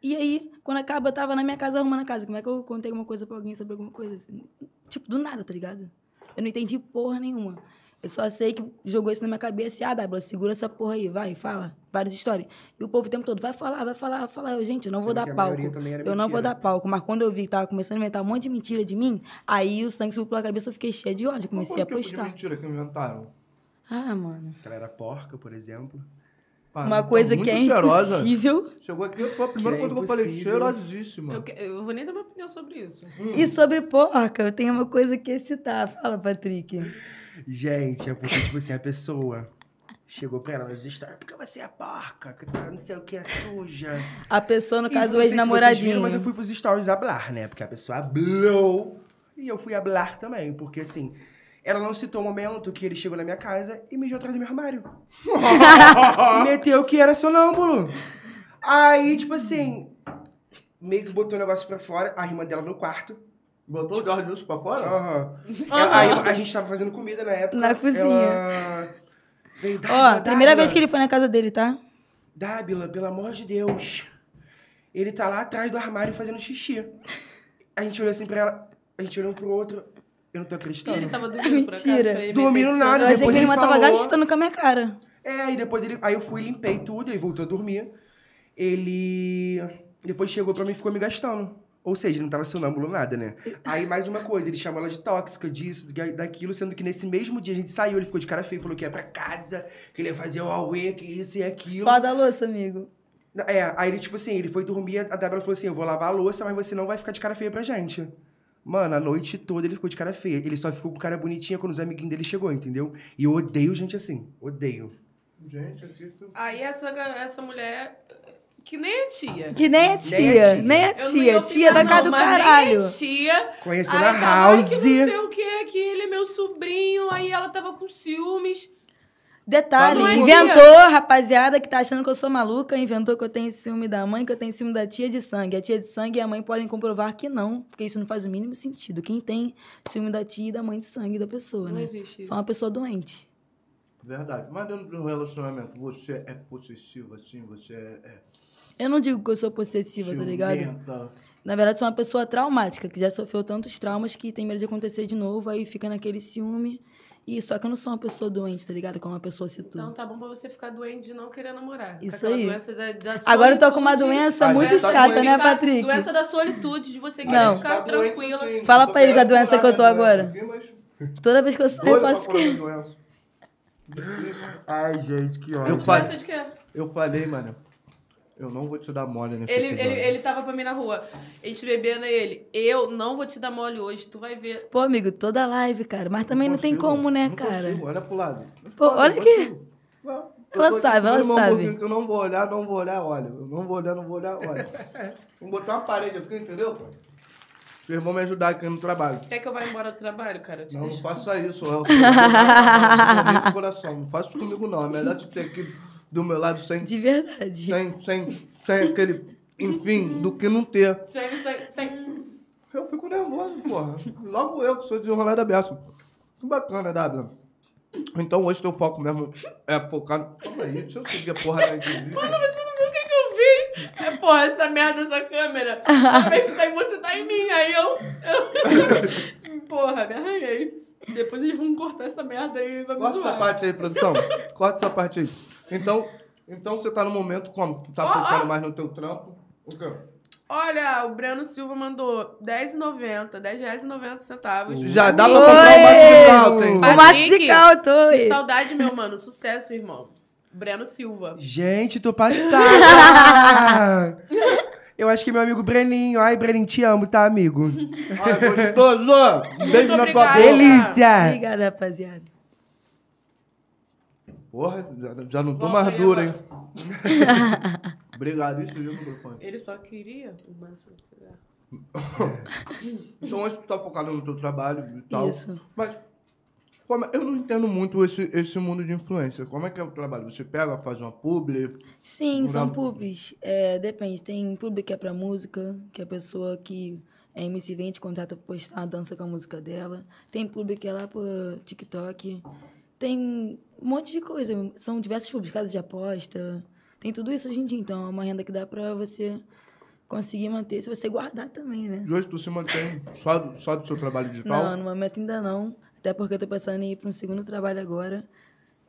[SPEAKER 4] E aí, quando acaba, eu tava na minha casa arrumando a casa. Como é que eu contei alguma coisa pra alguém sobre alguma coisa? assim? Tipo, do nada, tá ligado? Eu não entendi porra nenhuma. Eu só sei que jogou isso na minha cabeça e, ah, Dabla, segura essa porra aí, vai, fala. Várias histórias. E o povo o tempo todo, vai falar, vai falar, vai falar. Eu, gente, eu não vou
[SPEAKER 3] Sendo
[SPEAKER 4] dar
[SPEAKER 3] que a
[SPEAKER 4] palco.
[SPEAKER 3] maioria tá também era
[SPEAKER 4] Eu não vou
[SPEAKER 3] mentira.
[SPEAKER 4] dar palco. Mas quando eu vi que tava começando a inventar um monte de mentira de mim, aí o sangue subiu pela cabeça, eu fiquei cheia de
[SPEAKER 1] Mas
[SPEAKER 4] ódio, comecei
[SPEAKER 1] qual
[SPEAKER 4] a
[SPEAKER 1] tipo de
[SPEAKER 4] postar.
[SPEAKER 1] mentira que inventaram?
[SPEAKER 4] Ah, mano.
[SPEAKER 3] Que ela era porca, por exemplo. Ah,
[SPEAKER 1] Pá,
[SPEAKER 4] Uma
[SPEAKER 1] tá
[SPEAKER 4] coisa
[SPEAKER 1] muito
[SPEAKER 4] que é
[SPEAKER 1] cheirosa.
[SPEAKER 4] impossível.
[SPEAKER 1] Chegou aqui, foi a primeira
[SPEAKER 3] Que é
[SPEAKER 1] coisa que eu falei,
[SPEAKER 3] impossível.
[SPEAKER 1] cheirosíssima.
[SPEAKER 2] Eu, que- eu vou nem dar minha opinião sobre isso.
[SPEAKER 3] Hum.
[SPEAKER 4] E sobre porca, eu tenho uma coisa que citar. Fala, Patrick.
[SPEAKER 3] Gente, é porque, tipo assim, a pessoa chegou pra ela nos stories, porque você é porca, que tá não sei o que, é suja.
[SPEAKER 4] A pessoa, no
[SPEAKER 3] E
[SPEAKER 4] caso,
[SPEAKER 3] não
[SPEAKER 4] o
[SPEAKER 3] sei se vocês
[SPEAKER 4] ex-namoradinho.
[SPEAKER 3] viram, Mas eu fui pros stories hablar, né? Porque a pessoa hablou e eu fui hablar também, porque assim... Ela não citou o momento que ele chegou na minha casa e mijou atrás do meu armário. Meteu que era sonâmbulo. Aí, tipo assim, meio que botou o negócio pra fora, a irmã dela no quarto.
[SPEAKER 1] Botou o Jorge Wilson pra fora?
[SPEAKER 3] Aham. Ela- aí a gente tava fazendo comida na época.
[SPEAKER 4] Na cozinha.
[SPEAKER 3] Ela... Veio,
[SPEAKER 4] Ó, primeira
[SPEAKER 3] né?
[SPEAKER 4] vez que ele foi na casa dele, tá?
[SPEAKER 3] Dábila, pelo amor de Deus. Ele tá lá atrás do armário fazendo xixi. A gente olhou assim pra ela, a gente olhou um pro outro. Eu
[SPEAKER 2] E ele
[SPEAKER 3] não tô
[SPEAKER 2] tá-
[SPEAKER 3] acreditando.
[SPEAKER 2] tava dormindo por acaso.
[SPEAKER 4] né? Mentira.
[SPEAKER 2] pra ele
[SPEAKER 3] Dormindo
[SPEAKER 2] meter
[SPEAKER 3] nada,
[SPEAKER 4] Eu
[SPEAKER 2] esse-
[SPEAKER 4] achei
[SPEAKER 3] depois
[SPEAKER 4] que ele
[SPEAKER 3] ele
[SPEAKER 4] tava
[SPEAKER 3] falou.
[SPEAKER 4] gastando com a minha cara.
[SPEAKER 3] É, aí depois ele. Aí eu fui, limpei tudo, ele voltou a dormir. Ele. Depois chegou pra mim e ficou me gastando. Ou seja, ele não tava sonâmbulo nada, né? Aí mais uma coisa, ele chamou ela de tóxica, disso, da- daquilo, sendo que nesse mesmo dia a gente saiu, ele ficou de cara feia, falou que ia pra casa, que ele ia fazer o Huawei, que isso e aquilo.
[SPEAKER 4] Fala da louça, amigo.
[SPEAKER 3] É, aí ele, tipo assim, ele foi dormir, a Débora falou assim: eu vou lavar a louça, mas você não vai ficar de cara feia pra gente. Mano, a noite toda ele ficou de cara feia. Ele só ficou com cara bonitinha quando os amiguinhos dele chegou, entendeu? E eu odeio gente assim. Odeio.
[SPEAKER 1] Gente, aqui... tu-
[SPEAKER 2] Aí essa, gar- essa mulher, que nem a tia.
[SPEAKER 5] Que nem a tia, nem a
[SPEAKER 4] É
[SPEAKER 2] Eu não
[SPEAKER 5] tia, tia
[SPEAKER 2] ia opinar,
[SPEAKER 5] da
[SPEAKER 2] não,
[SPEAKER 5] casa do
[SPEAKER 2] mas nem
[SPEAKER 5] caralho.
[SPEAKER 2] a tia.
[SPEAKER 3] Conheci
[SPEAKER 2] Aí
[SPEAKER 3] na
[SPEAKER 2] tava, "Ai,
[SPEAKER 3] House.
[SPEAKER 2] que não sei o que, que ele é meu sobrinho. Aí ela tava com ciúmes.
[SPEAKER 5] Detalhe,
[SPEAKER 2] Não é
[SPEAKER 4] Inventou, rapaziada, que tá achando que eu sou maluca, inventou que eu tenho ciúme da mãe, que eu tenho ciúme da tia de sangue. A tia de sangue e a mãe podem comprovar que não, porque isso não faz o mínimo sentido. Quem tem ciúme da tia e da mãe de sangue da pessoa,
[SPEAKER 2] Não
[SPEAKER 4] né?
[SPEAKER 2] existe isso.
[SPEAKER 4] Só uma pessoa doente.
[SPEAKER 1] Verdade. Mas dentro do relacionamento, você é possessivo, assim, você é...
[SPEAKER 4] Eu não digo que eu sou possessiva, tá ligado?
[SPEAKER 1] ciumenta.
[SPEAKER 4] Na verdade, sou uma pessoa traumática, que já sofreu tantos traumas que tem medo de acontecer de novo, aí fica naquele ciúme. E só que eu não sou uma pessoa doente, tá ligado? Como uma pessoa se tu.
[SPEAKER 2] Então tá bom pra você ficar doente e não querer namorar. Com
[SPEAKER 4] Isso
[SPEAKER 2] aquela
[SPEAKER 4] aí.
[SPEAKER 2] doença da- da
[SPEAKER 4] Agora eu tô com uma
[SPEAKER 2] solitude.
[SPEAKER 4] doença
[SPEAKER 1] Ah,
[SPEAKER 4] muito
[SPEAKER 1] deve tá
[SPEAKER 4] chata,
[SPEAKER 1] doente.
[SPEAKER 4] né,
[SPEAKER 2] Ficar-
[SPEAKER 4] Patrick?
[SPEAKER 2] Doença da solitude, de você querer
[SPEAKER 4] Não.
[SPEAKER 2] ficar
[SPEAKER 1] Tá doente,
[SPEAKER 2] tranquila.
[SPEAKER 1] sim.
[SPEAKER 4] Fala
[SPEAKER 1] Você
[SPEAKER 4] pra eles a
[SPEAKER 1] é
[SPEAKER 4] doença
[SPEAKER 1] curada
[SPEAKER 4] que eu tô
[SPEAKER 1] da doença
[SPEAKER 4] agora.
[SPEAKER 1] aqui, mas
[SPEAKER 4] Toda vez que eu saio, eu
[SPEAKER 1] doido pra
[SPEAKER 4] faço
[SPEAKER 1] curar da
[SPEAKER 4] que.
[SPEAKER 1] doença.
[SPEAKER 3] Ai, gente, que
[SPEAKER 1] Eu fa-
[SPEAKER 2] Doença de quê?
[SPEAKER 1] Eu falei, mano, eu não vou te dar mole nesse
[SPEAKER 2] Ele,
[SPEAKER 1] episódio.
[SPEAKER 2] ele, ele tava pra mim na rua, a gente bebendo e ele. Eu não vou te dar mole hoje, tu vai ver.
[SPEAKER 4] Pô, amigo, toda live, cara. Mas também não, tem
[SPEAKER 1] consigo,
[SPEAKER 4] como, né,
[SPEAKER 1] não
[SPEAKER 4] cara?
[SPEAKER 1] Consigo. Olha pro lado.
[SPEAKER 4] Pô, olha
[SPEAKER 1] Não
[SPEAKER 4] aqui.
[SPEAKER 1] consigo. Não, eu
[SPEAKER 4] Ela
[SPEAKER 1] tô aqui
[SPEAKER 4] sabe, ela
[SPEAKER 1] comendo um
[SPEAKER 4] sabe.
[SPEAKER 1] hambúrguer que Eu não vou olhar, não vou olhar, olha. Eu não vou olhar, não vou olhar, olha. Vou botar uma parede aqui, entendeu? pai? Vocês vão me ajudar aqui no trabalho.
[SPEAKER 2] Quer que eu vá embora do trabalho, cara? Eu te
[SPEAKER 1] Não, não
[SPEAKER 2] deixo.
[SPEAKER 1] faça isso. Eu, eu, eu, morri de coração. Não faça isso comigo, não. É melhor te ter aqui do meu lado sem,
[SPEAKER 4] De verdade.
[SPEAKER 1] sem, sem, sem aquele enfim do que não ter.
[SPEAKER 2] Sem, sem, sem.
[SPEAKER 1] Eu fico nervoso, porra. Logo eu, que sou desenrolado da beça. Que bacana, W. Então hoje teu foco mesmo é focar... no- Calma aí, deixa eu seguir a porra da entrevista.
[SPEAKER 2] Você não viu o que, que eu vi? É, porra, essa merda, essa câmera. Toda vez que tá em você, tá em mim. Aí eu. eu... porra, me arranhei. Depois eles vão cortar essa merda aí e vai me
[SPEAKER 1] Corta essa
[SPEAKER 2] zoar.
[SPEAKER 1] parte aí, produção. Corta essa parte aí. Então, então você tá no momento como? Tu tá
[SPEAKER 2] Ó,
[SPEAKER 1] focando
[SPEAKER 2] ó.
[SPEAKER 1] mais no teu trampo? O quê?
[SPEAKER 2] Olha, o Breno Silva mandou R$10,90, R$10,90.
[SPEAKER 1] Já dá pra comprar um maço de caldo,
[SPEAKER 5] O
[SPEAKER 1] hein?
[SPEAKER 2] Patrick.
[SPEAKER 5] maço de caldo,
[SPEAKER 2] Que
[SPEAKER 5] oi.
[SPEAKER 2] saudade, meu mano. Sucesso, irmão. Breno Silva.
[SPEAKER 3] Gente, tô passada! eu acho que é meu amigo Breninho. Ai, Breninho, te amo, tá, amigo?
[SPEAKER 1] Ai, gostoso! Um Beijo na tua boca.
[SPEAKER 2] obrigada.
[SPEAKER 3] Delícia!
[SPEAKER 4] Obrigada, rapaziada.
[SPEAKER 1] Porra, já, já não tô
[SPEAKER 2] Volta
[SPEAKER 1] mais
[SPEAKER 2] aí
[SPEAKER 1] dura, hein?
[SPEAKER 2] agora.
[SPEAKER 1] Obrigado, isso viu, microfone.
[SPEAKER 2] Ele só queria o maço de cigarro.
[SPEAKER 1] Então hoje tu tá focado no teu trabalho e tal.
[SPEAKER 4] Isso.
[SPEAKER 1] Mas como é- eu não entendo muito esse, esse mundo de influência. Como é que é o trabalho? Você pega, faz uma publi,
[SPEAKER 4] Sim, são
[SPEAKER 1] Mudando.
[SPEAKER 4] pubs. É, depende. Tem público que é pra música, que é a pessoa que é MC vende, contrata pra postar, dança com a música dela. Tem público que é lá pro TikTok. Tem um monte de coisa. São diversos públicos, casa de aposta. Tem tudo isso hoje em dia. Então é uma renda que dá pra você conseguir manter, se você guardar também, né?
[SPEAKER 1] e hoje tu se mantém só do, só do seu trabalho digital?
[SPEAKER 4] Não, no momento ainda não. Até porque eu tô pensando em ir para um segundo trabalho agora.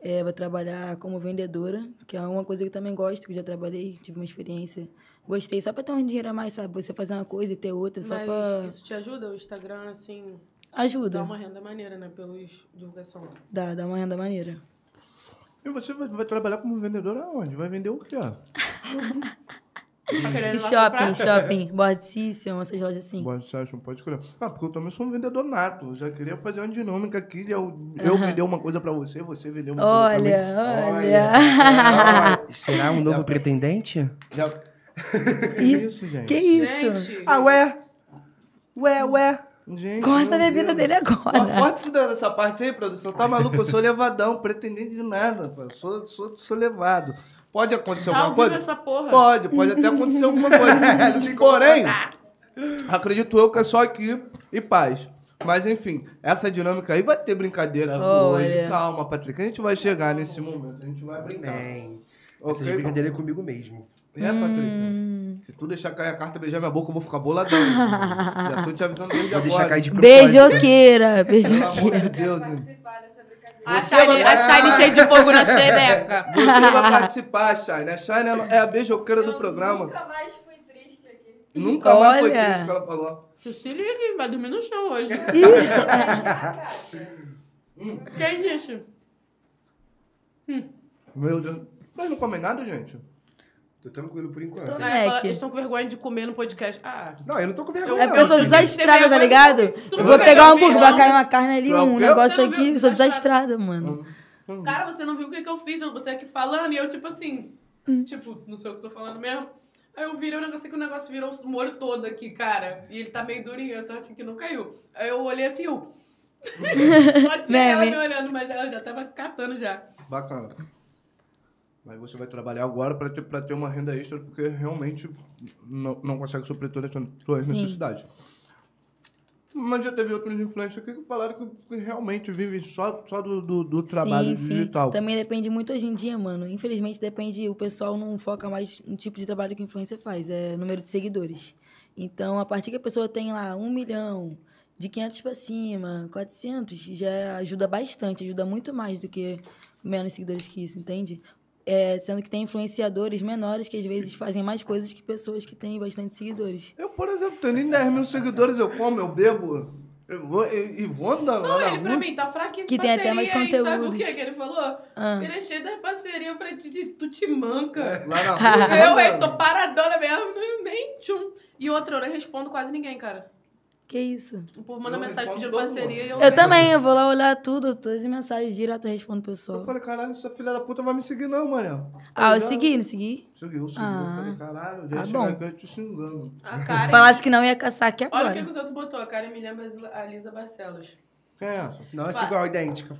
[SPEAKER 4] É, vou trabalhar como vendedora, que é uma coisa que eu também gosto, que eu já trabalhei, tive uma experiência. Gostei, só pra ter um dinheiro a mais, sabe? Você fazer uma coisa e ter outra, só
[SPEAKER 2] Mas
[SPEAKER 4] pra.
[SPEAKER 2] isso te ajuda? O Instagram, assim, dá
[SPEAKER 4] Ajuda.
[SPEAKER 2] uma renda maneira, né? Pelos divulgação.
[SPEAKER 4] Dá, dá uma renda maneira.
[SPEAKER 1] E você vai, vai trabalhar como vendedora aonde? Vai vender o quê?
[SPEAKER 2] Tá querendo
[SPEAKER 4] E
[SPEAKER 2] ir lá
[SPEAKER 4] shopping,
[SPEAKER 2] comprar?
[SPEAKER 4] shopping, Bodicision, essas lojas assim.
[SPEAKER 1] Boa sorte, não pode escolher. Ah, porque eu também sou um vendedor nato. Eu já queria fazer uma dinâmica aqui. de Eu, eu vender uma coisa pra você, você vender uma coisa
[SPEAKER 4] Olha, olha.
[SPEAKER 3] Será um novo pretendente?
[SPEAKER 1] pra mim. Já... Que isso, gente?
[SPEAKER 4] que isso?
[SPEAKER 2] Gente,
[SPEAKER 3] Ah, ué? Ué, ué?
[SPEAKER 1] Gente,
[SPEAKER 4] Corta a
[SPEAKER 1] meu
[SPEAKER 4] bebida
[SPEAKER 1] Deus.
[SPEAKER 4] dele
[SPEAKER 1] Ó,
[SPEAKER 4] agora.
[SPEAKER 1] Corta isso da- dessa parte aí, produção. Tá maluco? Eu sou levadão, pretendente de nada, pô. Eu Sou, sou, sou levado. Pode acontecer
[SPEAKER 2] tá
[SPEAKER 1] alguma
[SPEAKER 2] ouvindo
[SPEAKER 1] coisa?
[SPEAKER 2] essa porra?
[SPEAKER 1] Pode, pode até acontecer alguma coisa. Porém, acredito eu que é só aqui e paz. Mas enfim, essa dinâmica aí vai ter brincadeira
[SPEAKER 4] Olha.
[SPEAKER 1] hoje. Calma, Patrick. A gente vai chegar nesse momento. A gente vai brincar.
[SPEAKER 3] Tem. Essa
[SPEAKER 1] Ok?
[SPEAKER 3] brincadeira é comigo mesmo.
[SPEAKER 1] É, Patrick.
[SPEAKER 2] Hum.
[SPEAKER 1] Se tu deixar cair a carta e beijar minha boca, eu vou ficar boladão. né? Já tô te avisando desde
[SPEAKER 3] Vou
[SPEAKER 1] agora.
[SPEAKER 3] deixar cair de propósito.
[SPEAKER 4] Beijoqueira,
[SPEAKER 1] Pelo
[SPEAKER 4] beijoqueira.
[SPEAKER 1] amor de Deus, hein?
[SPEAKER 2] A
[SPEAKER 1] Você vai-
[SPEAKER 2] Shine, a Shine cheia de fogo na xereca.
[SPEAKER 1] Você vai participar, Shine. A Shine é a- é a beijoqueira do programa. Nunca mais foi triste aqui. Nunca mais foi
[SPEAKER 4] Olha.
[SPEAKER 1] triste que ela falou.
[SPEAKER 2] Tu se liga, vai dormir no chão hoje. Quem disse?
[SPEAKER 1] Meu Deus. Mas não comem nada, gente?
[SPEAKER 3] Tô tranquilo por enquanto.
[SPEAKER 4] Tô
[SPEAKER 2] Aí fala,
[SPEAKER 4] Moleque.
[SPEAKER 2] eles estão com vergonha de comer no podcast. Ah,
[SPEAKER 3] Não, eu não tô com
[SPEAKER 2] Eu-
[SPEAKER 3] vergonha.
[SPEAKER 4] É
[SPEAKER 3] não.
[SPEAKER 4] porque eu sou
[SPEAKER 2] Não,
[SPEAKER 3] Gente,
[SPEAKER 4] desastrada,
[SPEAKER 2] você
[SPEAKER 4] tá
[SPEAKER 2] pegou-
[SPEAKER 4] ligado?
[SPEAKER 2] Tu
[SPEAKER 4] Eu
[SPEAKER 2] não
[SPEAKER 4] vou
[SPEAKER 2] pegou
[SPEAKER 4] pegar um
[SPEAKER 2] o
[SPEAKER 4] hambúrguer,
[SPEAKER 2] vilão?
[SPEAKER 4] vai cair uma carne ali,
[SPEAKER 1] Tu é o
[SPEAKER 4] um
[SPEAKER 1] quê?
[SPEAKER 4] negócio
[SPEAKER 2] Você não viu é
[SPEAKER 4] aqui.
[SPEAKER 2] o
[SPEAKER 4] Sou
[SPEAKER 2] desastrado?
[SPEAKER 4] desastrada, mano.
[SPEAKER 2] cara, você não viu o que, que eu fiz? Eu- Você aqui falando e eu, tipo assim,
[SPEAKER 6] Hum.
[SPEAKER 2] tipo, não sei o que eu tô falando mesmo. Aí eu virei o negócio que o negócio virou o molho todo aqui, cara. E ele tá meio durinho, eu sorte que não caiu. Aí eu olhei assim, eu. Só tinha ela
[SPEAKER 4] Meme.
[SPEAKER 2] me olhando, mas ela já tava catando já.
[SPEAKER 1] Bacana. Mas você vai trabalhar agora para ter, pra ter uma renda extra, porque realmente não, não consegue suprir todas as suas
[SPEAKER 4] Sim.
[SPEAKER 1] necessidades. Mas já teve outros influencers aqui que falaram que, que realmente vivem só, só do, do, do Um trabalho digital.
[SPEAKER 6] Também depende muito hoje em dia, mano. Infelizmente depende, o pessoal não foca mais no tipo de trabalho que a influência faz, é número de seguidores. Então, a partir que a pessoa tem lá um milhão, de 500 pra cima, 400, já ajuda bastante, ajuda muito mais do que menos seguidores que isso, entende? É, sendo que tem influenciadores menores que às vezes fazem mais coisas que pessoas que têm bastante seguidores.
[SPEAKER 1] Eu, por exemplo, tenho nem 10 mil seguidores, eu como, eu bebo, eu vou, e, e vou andando
[SPEAKER 2] Não,
[SPEAKER 1] lá na
[SPEAKER 2] ele pra
[SPEAKER 1] rua.
[SPEAKER 2] mim tá fraquinho de
[SPEAKER 6] uh, Que tem até
[SPEAKER 2] parceria,
[SPEAKER 6] mais
[SPEAKER 2] hein? Sabe o
[SPEAKER 6] conteúdos.
[SPEAKER 2] que que ele falou?
[SPEAKER 6] Ah.
[SPEAKER 2] Ele é cheio das parcerias pra ti, de- tu te manca.
[SPEAKER 1] Lá na rua. né,
[SPEAKER 2] Eu, hein,
[SPEAKER 1] andando.
[SPEAKER 2] tô paradona mesmo, não- nem tchum. E outra, eu não respondo quase ninguém, cara.
[SPEAKER 6] Que isso?
[SPEAKER 2] O povo manda
[SPEAKER 1] Eu
[SPEAKER 2] mensagem
[SPEAKER 1] respondo
[SPEAKER 2] pedindo
[SPEAKER 1] todo mundo.
[SPEAKER 2] parceria e eu...
[SPEAKER 6] Eu também, eu vou lá olhar tudo, todas as mensagens direto eu respondo o
[SPEAKER 1] Eu
[SPEAKER 6] pessoal.
[SPEAKER 1] falei, caralho, essa filha da puta vai me seguir não, mané.
[SPEAKER 6] Ah, eu
[SPEAKER 1] Já-
[SPEAKER 6] segui, não segui?
[SPEAKER 1] Seguiu, seguiu.
[SPEAKER 6] Ah.
[SPEAKER 1] Eu falei, caralho,
[SPEAKER 6] Ah,
[SPEAKER 1] deixa
[SPEAKER 6] bom.
[SPEAKER 1] ah, eu te xingando.
[SPEAKER 2] A Karen...
[SPEAKER 6] Falasse que não ia caçar aqui
[SPEAKER 2] Olha o que,
[SPEAKER 6] agora.
[SPEAKER 2] que os outros botou. A Karen me lembra a Lisa Barcelos.
[SPEAKER 1] Quem é essa?
[SPEAKER 3] Nossa,
[SPEAKER 2] Vai.
[SPEAKER 3] igual, idêntica.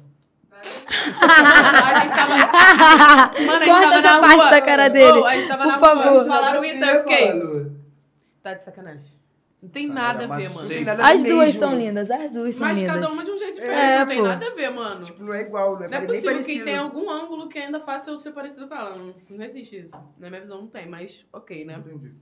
[SPEAKER 2] a gente tava... Mano, a gente
[SPEAKER 4] Corta
[SPEAKER 2] tava
[SPEAKER 4] essa
[SPEAKER 2] na
[SPEAKER 4] parte
[SPEAKER 2] rua.
[SPEAKER 4] da cara dele,
[SPEAKER 2] Oh, a gente tava
[SPEAKER 4] por
[SPEAKER 2] na rua,
[SPEAKER 4] favor.
[SPEAKER 2] eles falaram isso, aí eu fiquei...
[SPEAKER 3] é
[SPEAKER 1] Mano.
[SPEAKER 2] Tá de sacanagem. Não tem nada a ver,
[SPEAKER 1] mas
[SPEAKER 2] mano.
[SPEAKER 1] sei.
[SPEAKER 4] As
[SPEAKER 1] Mesmo.
[SPEAKER 4] duas são lindas, as duas são
[SPEAKER 2] Mas
[SPEAKER 4] lindas.
[SPEAKER 2] cada uma de um jeito diferente.
[SPEAKER 4] É,
[SPEAKER 2] não tem
[SPEAKER 4] pô.
[SPEAKER 2] nada a ver, mano.
[SPEAKER 3] Tipo, não é igual, não é,
[SPEAKER 2] Não é
[SPEAKER 3] nem
[SPEAKER 2] possível
[SPEAKER 3] parecido.
[SPEAKER 2] que tenha algum ângulo que ainda faça eu ser parecido com ela. Não, não existe isso. Na minha visão, não tem, mas ok, né?
[SPEAKER 1] Entendi.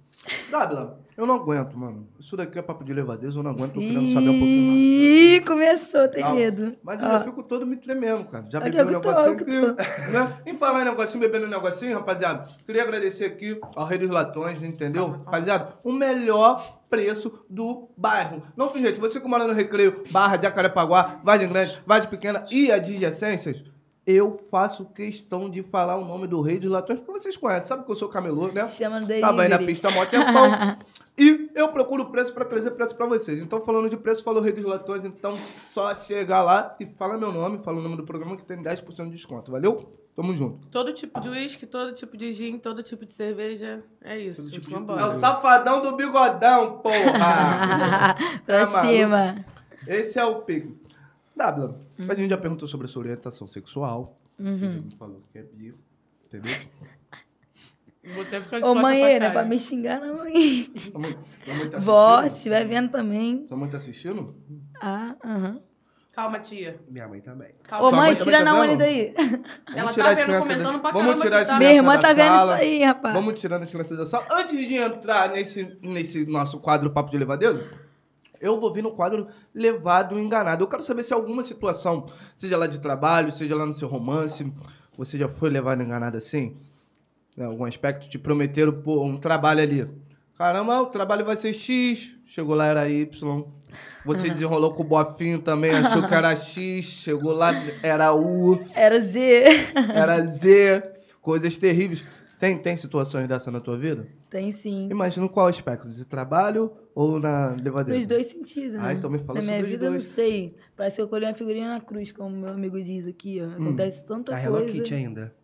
[SPEAKER 1] Dábila, eu não aguento, mano. Isso daqui é papo de levadez, eu não aguento, tô querendo saber um pouquinho mais.
[SPEAKER 4] Ih, começou, tem
[SPEAKER 1] Calma.
[SPEAKER 4] medo.
[SPEAKER 1] Mas eu
[SPEAKER 4] Ó,
[SPEAKER 1] já fico todo me tremendo, cara. Já
[SPEAKER 4] Aqui,
[SPEAKER 1] bebi um
[SPEAKER 4] eu Ah. É que tô,
[SPEAKER 1] negocinho
[SPEAKER 4] eu que tá.
[SPEAKER 1] aqui. Né? Em falar em negocinho, bebendo um negocinho, rapaziada, queria agradecer aqui ao Rei dos Latões, entendeu? Rapaziada, o melhor preço do bairro. Não tem jeito, você que mora no Recreio, Barra de Jacarepaguá, Vargem Grande, Vargem Pequena e adjacências, eu faço questão de falar o nome do Rei dos Latões, porque vocês conhecem, sabe que eu sou camelô, né?
[SPEAKER 4] Chama no
[SPEAKER 1] Tava aí na
[SPEAKER 4] delivery.
[SPEAKER 1] pista há mó tempão. e eu procuro preço pra trazer preço pra vocês. Então, falando de preço, falou Rei dos Latões. Então, só chegar lá e fala meu nome, fala o nome do programa que tem 10% de desconto. Valeu? Tamo junto.
[SPEAKER 2] Todo tipo de uísque, todo tipo de gin, todo tipo de cerveja. É isso.
[SPEAKER 3] Todo tipo de
[SPEAKER 2] Vambora.
[SPEAKER 1] É o
[SPEAKER 3] tudo.
[SPEAKER 1] safadão do bigodão, porra!
[SPEAKER 4] pra
[SPEAKER 1] Tá maluco?
[SPEAKER 4] cima.
[SPEAKER 1] Esse é o pico. W, a gente já perguntou sobre a sua orientação sexual.
[SPEAKER 4] Uhum.
[SPEAKER 1] Você já me falou que é bi. Entendeu?
[SPEAKER 2] Vou até ficar de
[SPEAKER 4] Ô,
[SPEAKER 2] costas
[SPEAKER 4] mãe, não é
[SPEAKER 2] pra
[SPEAKER 4] pra
[SPEAKER 2] mim.
[SPEAKER 4] me xingar, não, hein?
[SPEAKER 1] Tá muito, tá muito
[SPEAKER 4] Vó, se
[SPEAKER 1] assistindo?
[SPEAKER 4] estiver vendo também.
[SPEAKER 1] Tá muito assistindo?
[SPEAKER 4] Ah, aham.
[SPEAKER 2] Calma, tia.
[SPEAKER 3] Minha mãe também.
[SPEAKER 2] Calma.
[SPEAKER 4] Ô,
[SPEAKER 1] tua
[SPEAKER 4] mãe,
[SPEAKER 1] mãe tá
[SPEAKER 4] tira na
[SPEAKER 1] vendo?
[SPEAKER 4] Oni daí.
[SPEAKER 2] Ela tá
[SPEAKER 1] tirar as
[SPEAKER 2] vendo,
[SPEAKER 1] crianças
[SPEAKER 2] comentando
[SPEAKER 1] da-
[SPEAKER 2] pra
[SPEAKER 1] Vamos
[SPEAKER 2] caramba
[SPEAKER 1] tirar
[SPEAKER 2] que
[SPEAKER 1] as
[SPEAKER 2] tá.
[SPEAKER 4] Minha
[SPEAKER 1] crianças
[SPEAKER 4] irmã
[SPEAKER 1] da
[SPEAKER 4] tá vendo isso
[SPEAKER 1] sala.
[SPEAKER 4] aí, rapaz.
[SPEAKER 1] Vamos tirando as crianças da sala. Antes de entrar nesse, nesse nosso quadro Papo de Levadeiro, eu vou vir no quadro Levado e Enganado. Eu quero saber se alguma situação, seja lá de trabalho, seja lá no seu romance, você já foi levado e enganado assim? Em algum aspecto, te prometeram pô, um trabalho ali. Caramba, o trabalho vai ser X. Chegou lá, era Y. Você desenrolou com o bofinho também, achou que era X. Chegou lá, era U
[SPEAKER 4] Era Z.
[SPEAKER 1] era Z, coisas terríveis. Tem, tem situações dessa na tua vida?
[SPEAKER 4] Tem sim.
[SPEAKER 1] Imagina qual aspecto, de trabalho ou na levadeira?
[SPEAKER 4] Nos dois sentidos, né?
[SPEAKER 1] Ah, então me fala
[SPEAKER 4] Na
[SPEAKER 1] sobre
[SPEAKER 4] minha
[SPEAKER 1] os
[SPEAKER 4] vida, eu não
[SPEAKER 1] dois.
[SPEAKER 4] sei. Parece que eu colhei uma figurinha na cruz, como meu amigo diz aqui, ó. Acontece tanta
[SPEAKER 3] Tá Hum. Hello Kitty
[SPEAKER 4] coisa.
[SPEAKER 3] ainda.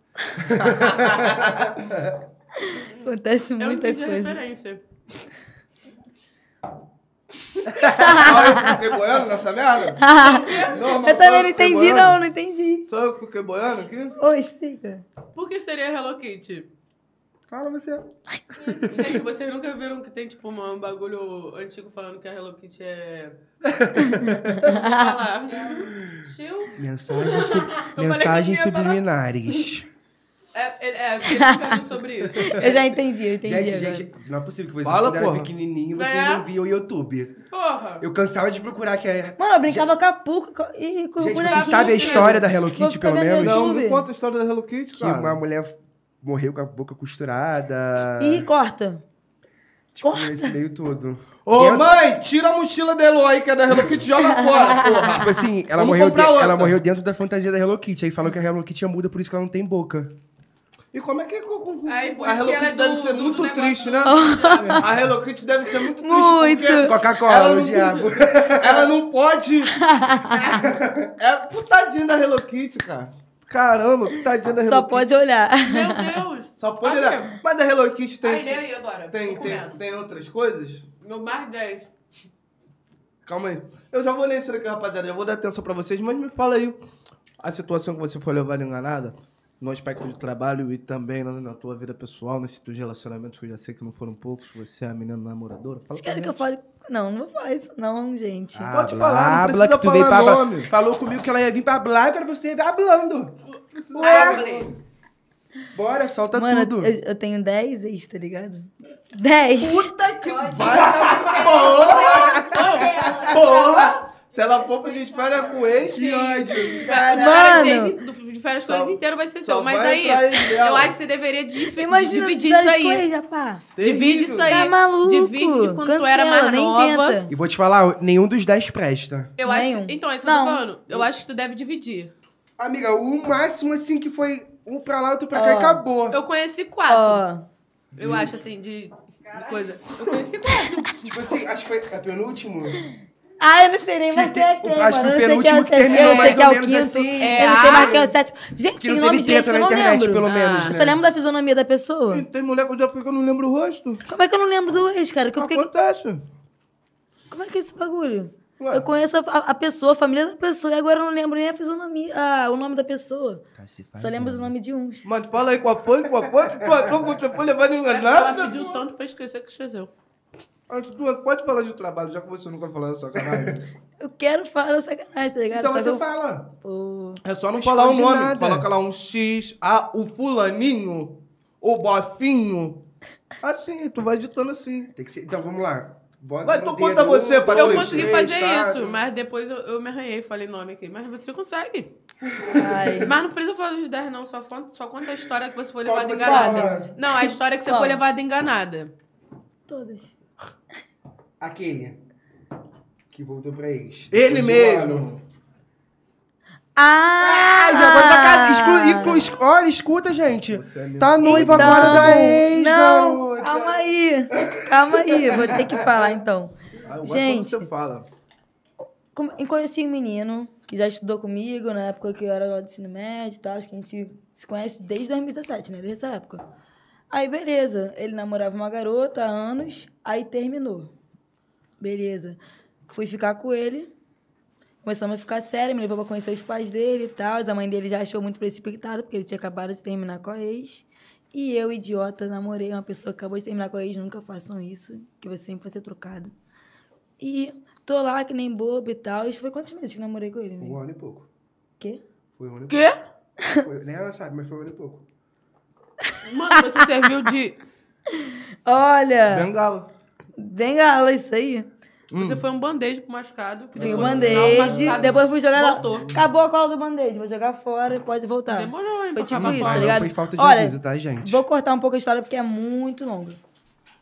[SPEAKER 4] Acontece
[SPEAKER 2] Eu não
[SPEAKER 4] muita
[SPEAKER 2] entendi a
[SPEAKER 4] coisa.
[SPEAKER 2] referência.
[SPEAKER 1] Ah, eu fiquei boiando nessa merda? Não, não,
[SPEAKER 4] eu
[SPEAKER 1] só
[SPEAKER 4] também não
[SPEAKER 1] fiquei
[SPEAKER 4] entendi,
[SPEAKER 1] boiando.
[SPEAKER 4] não, né? não entendi.
[SPEAKER 1] Só eu que fiquei boiando aqui?
[SPEAKER 4] Ô, explica.
[SPEAKER 2] Por que seria Hello Kitty?
[SPEAKER 3] Fala você.
[SPEAKER 2] Gente, vocês nunca viram que tem, tipo, um bagulho antigo falando que a Hello Kitty é... Fala. Chill.
[SPEAKER 3] Mensagens, sub-
[SPEAKER 2] que
[SPEAKER 3] Mensagens
[SPEAKER 2] eu ia falar.
[SPEAKER 3] subliminares.
[SPEAKER 2] É, ele- é, porque eles ficam sobre isso.
[SPEAKER 4] Eu já entendi, eu entendi.
[SPEAKER 3] Gente,
[SPEAKER 4] agora.
[SPEAKER 3] gente, não é possível que vocês,
[SPEAKER 1] Fala,
[SPEAKER 3] quando eram
[SPEAKER 1] porra.
[SPEAKER 3] pequenininho, vocês
[SPEAKER 2] É.
[SPEAKER 3] não viam o YouTube.
[SPEAKER 2] Porra.
[SPEAKER 3] Eu cansava de procurar que é...
[SPEAKER 4] Mano, eu brincava com a Puca co- e com o
[SPEAKER 3] Gente,
[SPEAKER 4] bonequinho.
[SPEAKER 3] vocês sabem a história da Hello
[SPEAKER 4] Vou
[SPEAKER 3] Kitty,
[SPEAKER 4] ficar
[SPEAKER 3] pelo
[SPEAKER 4] vendo
[SPEAKER 3] menos?
[SPEAKER 1] Não,
[SPEAKER 4] YouTube.
[SPEAKER 1] me conta a história da Hello Kitty,
[SPEAKER 3] Que
[SPEAKER 1] cara.
[SPEAKER 3] uma mulher morreu com a boca costurada.
[SPEAKER 4] Ih, corta.
[SPEAKER 3] tipo,
[SPEAKER 4] corta.
[SPEAKER 3] nesse meio todo.
[SPEAKER 1] Ô,
[SPEAKER 3] Dentro-
[SPEAKER 1] mãe, tira a mochila da Eloy, que é da Hello Kitty, joga fora, porra.
[SPEAKER 3] Tipo assim, ela
[SPEAKER 1] Vamos
[SPEAKER 3] morreu,
[SPEAKER 1] comprar
[SPEAKER 3] de-
[SPEAKER 1] outra.
[SPEAKER 3] ela morreu dentro da fantasia da Hello Kitty. Aí falam que a Hello Kitty é muda, por isso que ela não tem boca.
[SPEAKER 1] E como é que co- co- co-
[SPEAKER 2] Aí, por
[SPEAKER 1] a
[SPEAKER 2] isso
[SPEAKER 1] Hello
[SPEAKER 2] que
[SPEAKER 1] Kitty
[SPEAKER 2] ela é
[SPEAKER 1] deve
[SPEAKER 2] do-
[SPEAKER 1] ser
[SPEAKER 2] do
[SPEAKER 1] muito
[SPEAKER 2] negócio
[SPEAKER 1] triste,
[SPEAKER 2] do-
[SPEAKER 1] né? a Hello Kitty deve ser muito triste
[SPEAKER 4] Muito.
[SPEAKER 1] porque
[SPEAKER 3] Coca-Cola,
[SPEAKER 1] não-
[SPEAKER 3] o diabo.
[SPEAKER 1] ela não pode. é putadinha da Hello Kitty, cara. Caramba, putadinha da Hello
[SPEAKER 4] Só
[SPEAKER 1] Kitty.
[SPEAKER 4] pode Tá olhar.
[SPEAKER 2] Meu Deus!
[SPEAKER 1] Só pode
[SPEAKER 2] Olha.
[SPEAKER 1] olhar. Mas a Hello Kitty tem.
[SPEAKER 2] Aí,
[SPEAKER 4] né?
[SPEAKER 2] nem aí agora.
[SPEAKER 1] tem,
[SPEAKER 2] Tô
[SPEAKER 1] tem,
[SPEAKER 2] comendo.
[SPEAKER 1] tem outras coisas?
[SPEAKER 2] Meu mais 10.
[SPEAKER 1] Calma aí. Eu já vou ler isso aqui, rapaziada. Já vou dar atenção pra vocês, mas me fala aí a situação que você foi levada enganada no aspecto de trabalho e também na, na tua vida pessoal, nesses teus relacionamentos que eu já sei que não foram poucos. Você é a menina namoradora. Fala
[SPEAKER 4] Vocês
[SPEAKER 1] pra
[SPEAKER 4] querem que eu
[SPEAKER 1] gente.
[SPEAKER 4] fale? Não, não vou falar isso não, gente.
[SPEAKER 3] Ah,
[SPEAKER 1] Pode falar, não precisa
[SPEAKER 3] que tu veio
[SPEAKER 1] falar
[SPEAKER 3] pra-
[SPEAKER 1] nome.
[SPEAKER 3] Falou comigo que ela ia vir pra Blá, agora você ia hablando.
[SPEAKER 2] Ah, Hable.
[SPEAKER 3] Bora, solta
[SPEAKER 4] Mano,
[SPEAKER 3] tá tudo.
[SPEAKER 4] Eu, eu tenho 10 ex, tá ligado? 10!
[SPEAKER 1] Puta que tá Porra! Porra! Se ela for pro desfera com ex, que ódio.
[SPEAKER 2] Cara,
[SPEAKER 4] Mano.
[SPEAKER 2] seis in- do- de férias
[SPEAKER 1] Só-
[SPEAKER 2] todo inteiro vai ser
[SPEAKER 1] só
[SPEAKER 2] seu. Mas
[SPEAKER 1] vai
[SPEAKER 2] aí,
[SPEAKER 1] atrás dela.
[SPEAKER 2] eu acho que você deveria dif-
[SPEAKER 4] Imagina
[SPEAKER 2] dividir
[SPEAKER 4] várias
[SPEAKER 2] isso aí.
[SPEAKER 4] coisas, rapá.
[SPEAKER 2] Divide isso aí.
[SPEAKER 4] Tá maluco?
[SPEAKER 2] Divide de quando tu
[SPEAKER 4] Cancela,
[SPEAKER 2] era mais
[SPEAKER 4] nem
[SPEAKER 2] nova.
[SPEAKER 4] inventa.
[SPEAKER 3] E vou te falar, nenhum dos 10 presta.
[SPEAKER 2] Eu acho
[SPEAKER 4] Nenhum.
[SPEAKER 2] que, então, é isso que eu tô
[SPEAKER 4] Não.
[SPEAKER 2] falando. Eu acho que tu deve dividir.
[SPEAKER 3] Amiga, o máximo assim que foi um pra lá, outro pra cá,
[SPEAKER 4] Ó.
[SPEAKER 3] acabou.
[SPEAKER 2] Eu conheci quatro.
[SPEAKER 4] Ó,
[SPEAKER 2] Eu acho assim, de, de coisa. Eu conheci quatro.
[SPEAKER 3] Tipo assim, acho que foi a penúltimo.
[SPEAKER 4] Ah, eu não sei nem
[SPEAKER 3] Que
[SPEAKER 4] mais
[SPEAKER 3] te-
[SPEAKER 4] quem é quem,
[SPEAKER 3] eu acho que
[SPEAKER 4] mano. Eu não sei
[SPEAKER 3] o
[SPEAKER 4] quem é
[SPEAKER 3] penúltimo
[SPEAKER 4] o
[SPEAKER 3] que
[SPEAKER 4] terceiro,
[SPEAKER 3] terminou
[SPEAKER 4] eu não sei
[SPEAKER 3] mais
[SPEAKER 4] quem
[SPEAKER 3] ou
[SPEAKER 4] é o
[SPEAKER 3] menos
[SPEAKER 4] quinto.
[SPEAKER 3] assim.
[SPEAKER 2] É,
[SPEAKER 4] Eu não sei mais
[SPEAKER 2] ah.
[SPEAKER 4] quem é o sétimo. Gente,
[SPEAKER 3] Que
[SPEAKER 4] tem
[SPEAKER 3] não teve
[SPEAKER 4] nome de gente
[SPEAKER 3] treta
[SPEAKER 4] que
[SPEAKER 3] na
[SPEAKER 4] eu não
[SPEAKER 3] internet,
[SPEAKER 4] lembro.
[SPEAKER 3] pelo Então, menos,
[SPEAKER 2] Ah.
[SPEAKER 4] Eu
[SPEAKER 3] né?
[SPEAKER 4] só lembro da fisionomia da pessoa.
[SPEAKER 1] Tem mulher que eu já fui que eu não lembro o rosto.
[SPEAKER 4] Como é que eu não lembro do ex, cara? Que eu fiquei...
[SPEAKER 1] Acontece.
[SPEAKER 4] Como é que é esse bagulho?
[SPEAKER 1] Ué.
[SPEAKER 4] Eu conheço a, a pessoa, a família da pessoa, e agora eu não lembro nem a fisionomia, ah, o nome da pessoa. Só lembro do nome de uns.
[SPEAKER 1] Mas fala aí qual foi, qual foi, qual foi, qual foi levando
[SPEAKER 2] Ela
[SPEAKER 1] enganada.
[SPEAKER 2] pediu tanto pra esquecer que esqueceu.
[SPEAKER 1] Antes tu pode falar de trabalho, já que você nunca falou dessa sacanagem.
[SPEAKER 4] Eu quero falar sacanagem, tá ligado?
[SPEAKER 3] Então
[SPEAKER 4] Só que
[SPEAKER 3] você
[SPEAKER 4] eu-
[SPEAKER 3] fala.
[SPEAKER 4] Pô,
[SPEAKER 1] É só não
[SPEAKER 3] Esconde
[SPEAKER 1] falar o nome.
[SPEAKER 3] nada.
[SPEAKER 1] Coloca lá um X, a, o fulaninho, o bofinho. Assim, tu vai ditando assim.
[SPEAKER 3] Tem que ser. Então vamos lá. Bota
[SPEAKER 1] Vai,
[SPEAKER 3] no
[SPEAKER 1] tu
[SPEAKER 3] dedo,
[SPEAKER 1] conta você,
[SPEAKER 3] um,
[SPEAKER 1] pra
[SPEAKER 2] Eu
[SPEAKER 1] dois,
[SPEAKER 2] consegui
[SPEAKER 1] três,
[SPEAKER 2] fazer
[SPEAKER 3] tá.
[SPEAKER 1] quatro.
[SPEAKER 2] isso, mas depois eu, eu me arranhei, falei nome aqui. Mas você consegue.
[SPEAKER 4] ai.
[SPEAKER 2] Mas não precisa falar os 10, não. Só conta, só conta a história que você foi
[SPEAKER 3] Qual
[SPEAKER 2] levada
[SPEAKER 3] que você
[SPEAKER 2] enganada.
[SPEAKER 3] fala?
[SPEAKER 2] Não, a história é que você
[SPEAKER 4] Qual?
[SPEAKER 2] foi levada enganada.
[SPEAKER 4] Todas.
[SPEAKER 3] Aquele. Que voltou pra ex.
[SPEAKER 1] Ele
[SPEAKER 3] Depois de um
[SPEAKER 1] mesmo.
[SPEAKER 3] ano.
[SPEAKER 4] Ah!
[SPEAKER 3] Ah, agora tá casa. Exclu, inclu, esc- olha, escuta, gente.
[SPEAKER 1] é
[SPEAKER 3] Tá noiva
[SPEAKER 4] Então,
[SPEAKER 3] agora da ex,
[SPEAKER 4] não,
[SPEAKER 3] garota.
[SPEAKER 4] Calma aí. Calma aí, vou ter que falar então.
[SPEAKER 1] Ah, eu gosto
[SPEAKER 4] Gente.
[SPEAKER 1] quando você fala.
[SPEAKER 4] Como- eu Conheci um menino que já estudou comigo na época que eu era lá do ensino médio e tal. Acho que a gente se conhece desde 2017, né? Desde essa época. Aí, beleza. Ele namorava uma garota há anos, aí terminou. Beleza. Fui ficar com ele. Começamos a ficar sério, me levou pra conhecer os pais dele e tal. A mãe dele já achou muito precipitado, porque ele tinha acabado de terminar com a ex. E eu, idiota, namorei uma pessoa que acabou de terminar com a ex. Nunca façam isso, que você sempre vai ser trocado. E tô lá que nem bobo e tal. Isso foi quantos meses que eu namorei com ele,
[SPEAKER 3] Um
[SPEAKER 4] amigo?
[SPEAKER 3] ano e pouco.
[SPEAKER 4] Quê?
[SPEAKER 3] Foi um ano e
[SPEAKER 2] Quê?
[SPEAKER 3] pouco. Foi- nem ela sabe, mas foi um ano e pouco.
[SPEAKER 2] Mano, você serviu de.
[SPEAKER 4] Olha!
[SPEAKER 1] Bengala.
[SPEAKER 4] Bengala, isso aí.
[SPEAKER 2] Você foi um band-aid pro machucado. que
[SPEAKER 4] Fui o
[SPEAKER 2] depois, no final, o
[SPEAKER 4] um band-aid,
[SPEAKER 2] machucado
[SPEAKER 4] depois fui jogar... na-
[SPEAKER 2] Voltou.
[SPEAKER 4] Acabou a cola do band-aid, vou jogar fora e pode voltar.
[SPEAKER 2] Demorou, hein?
[SPEAKER 4] Foi
[SPEAKER 2] pra
[SPEAKER 4] tipo
[SPEAKER 2] acabar
[SPEAKER 4] isso,
[SPEAKER 2] com
[SPEAKER 4] tá
[SPEAKER 2] ela.
[SPEAKER 4] ligado?
[SPEAKER 3] Foi falta de
[SPEAKER 4] Olha,
[SPEAKER 3] aviso, tá, gente?
[SPEAKER 4] Vou cortar um pouco a história porque é muito longa.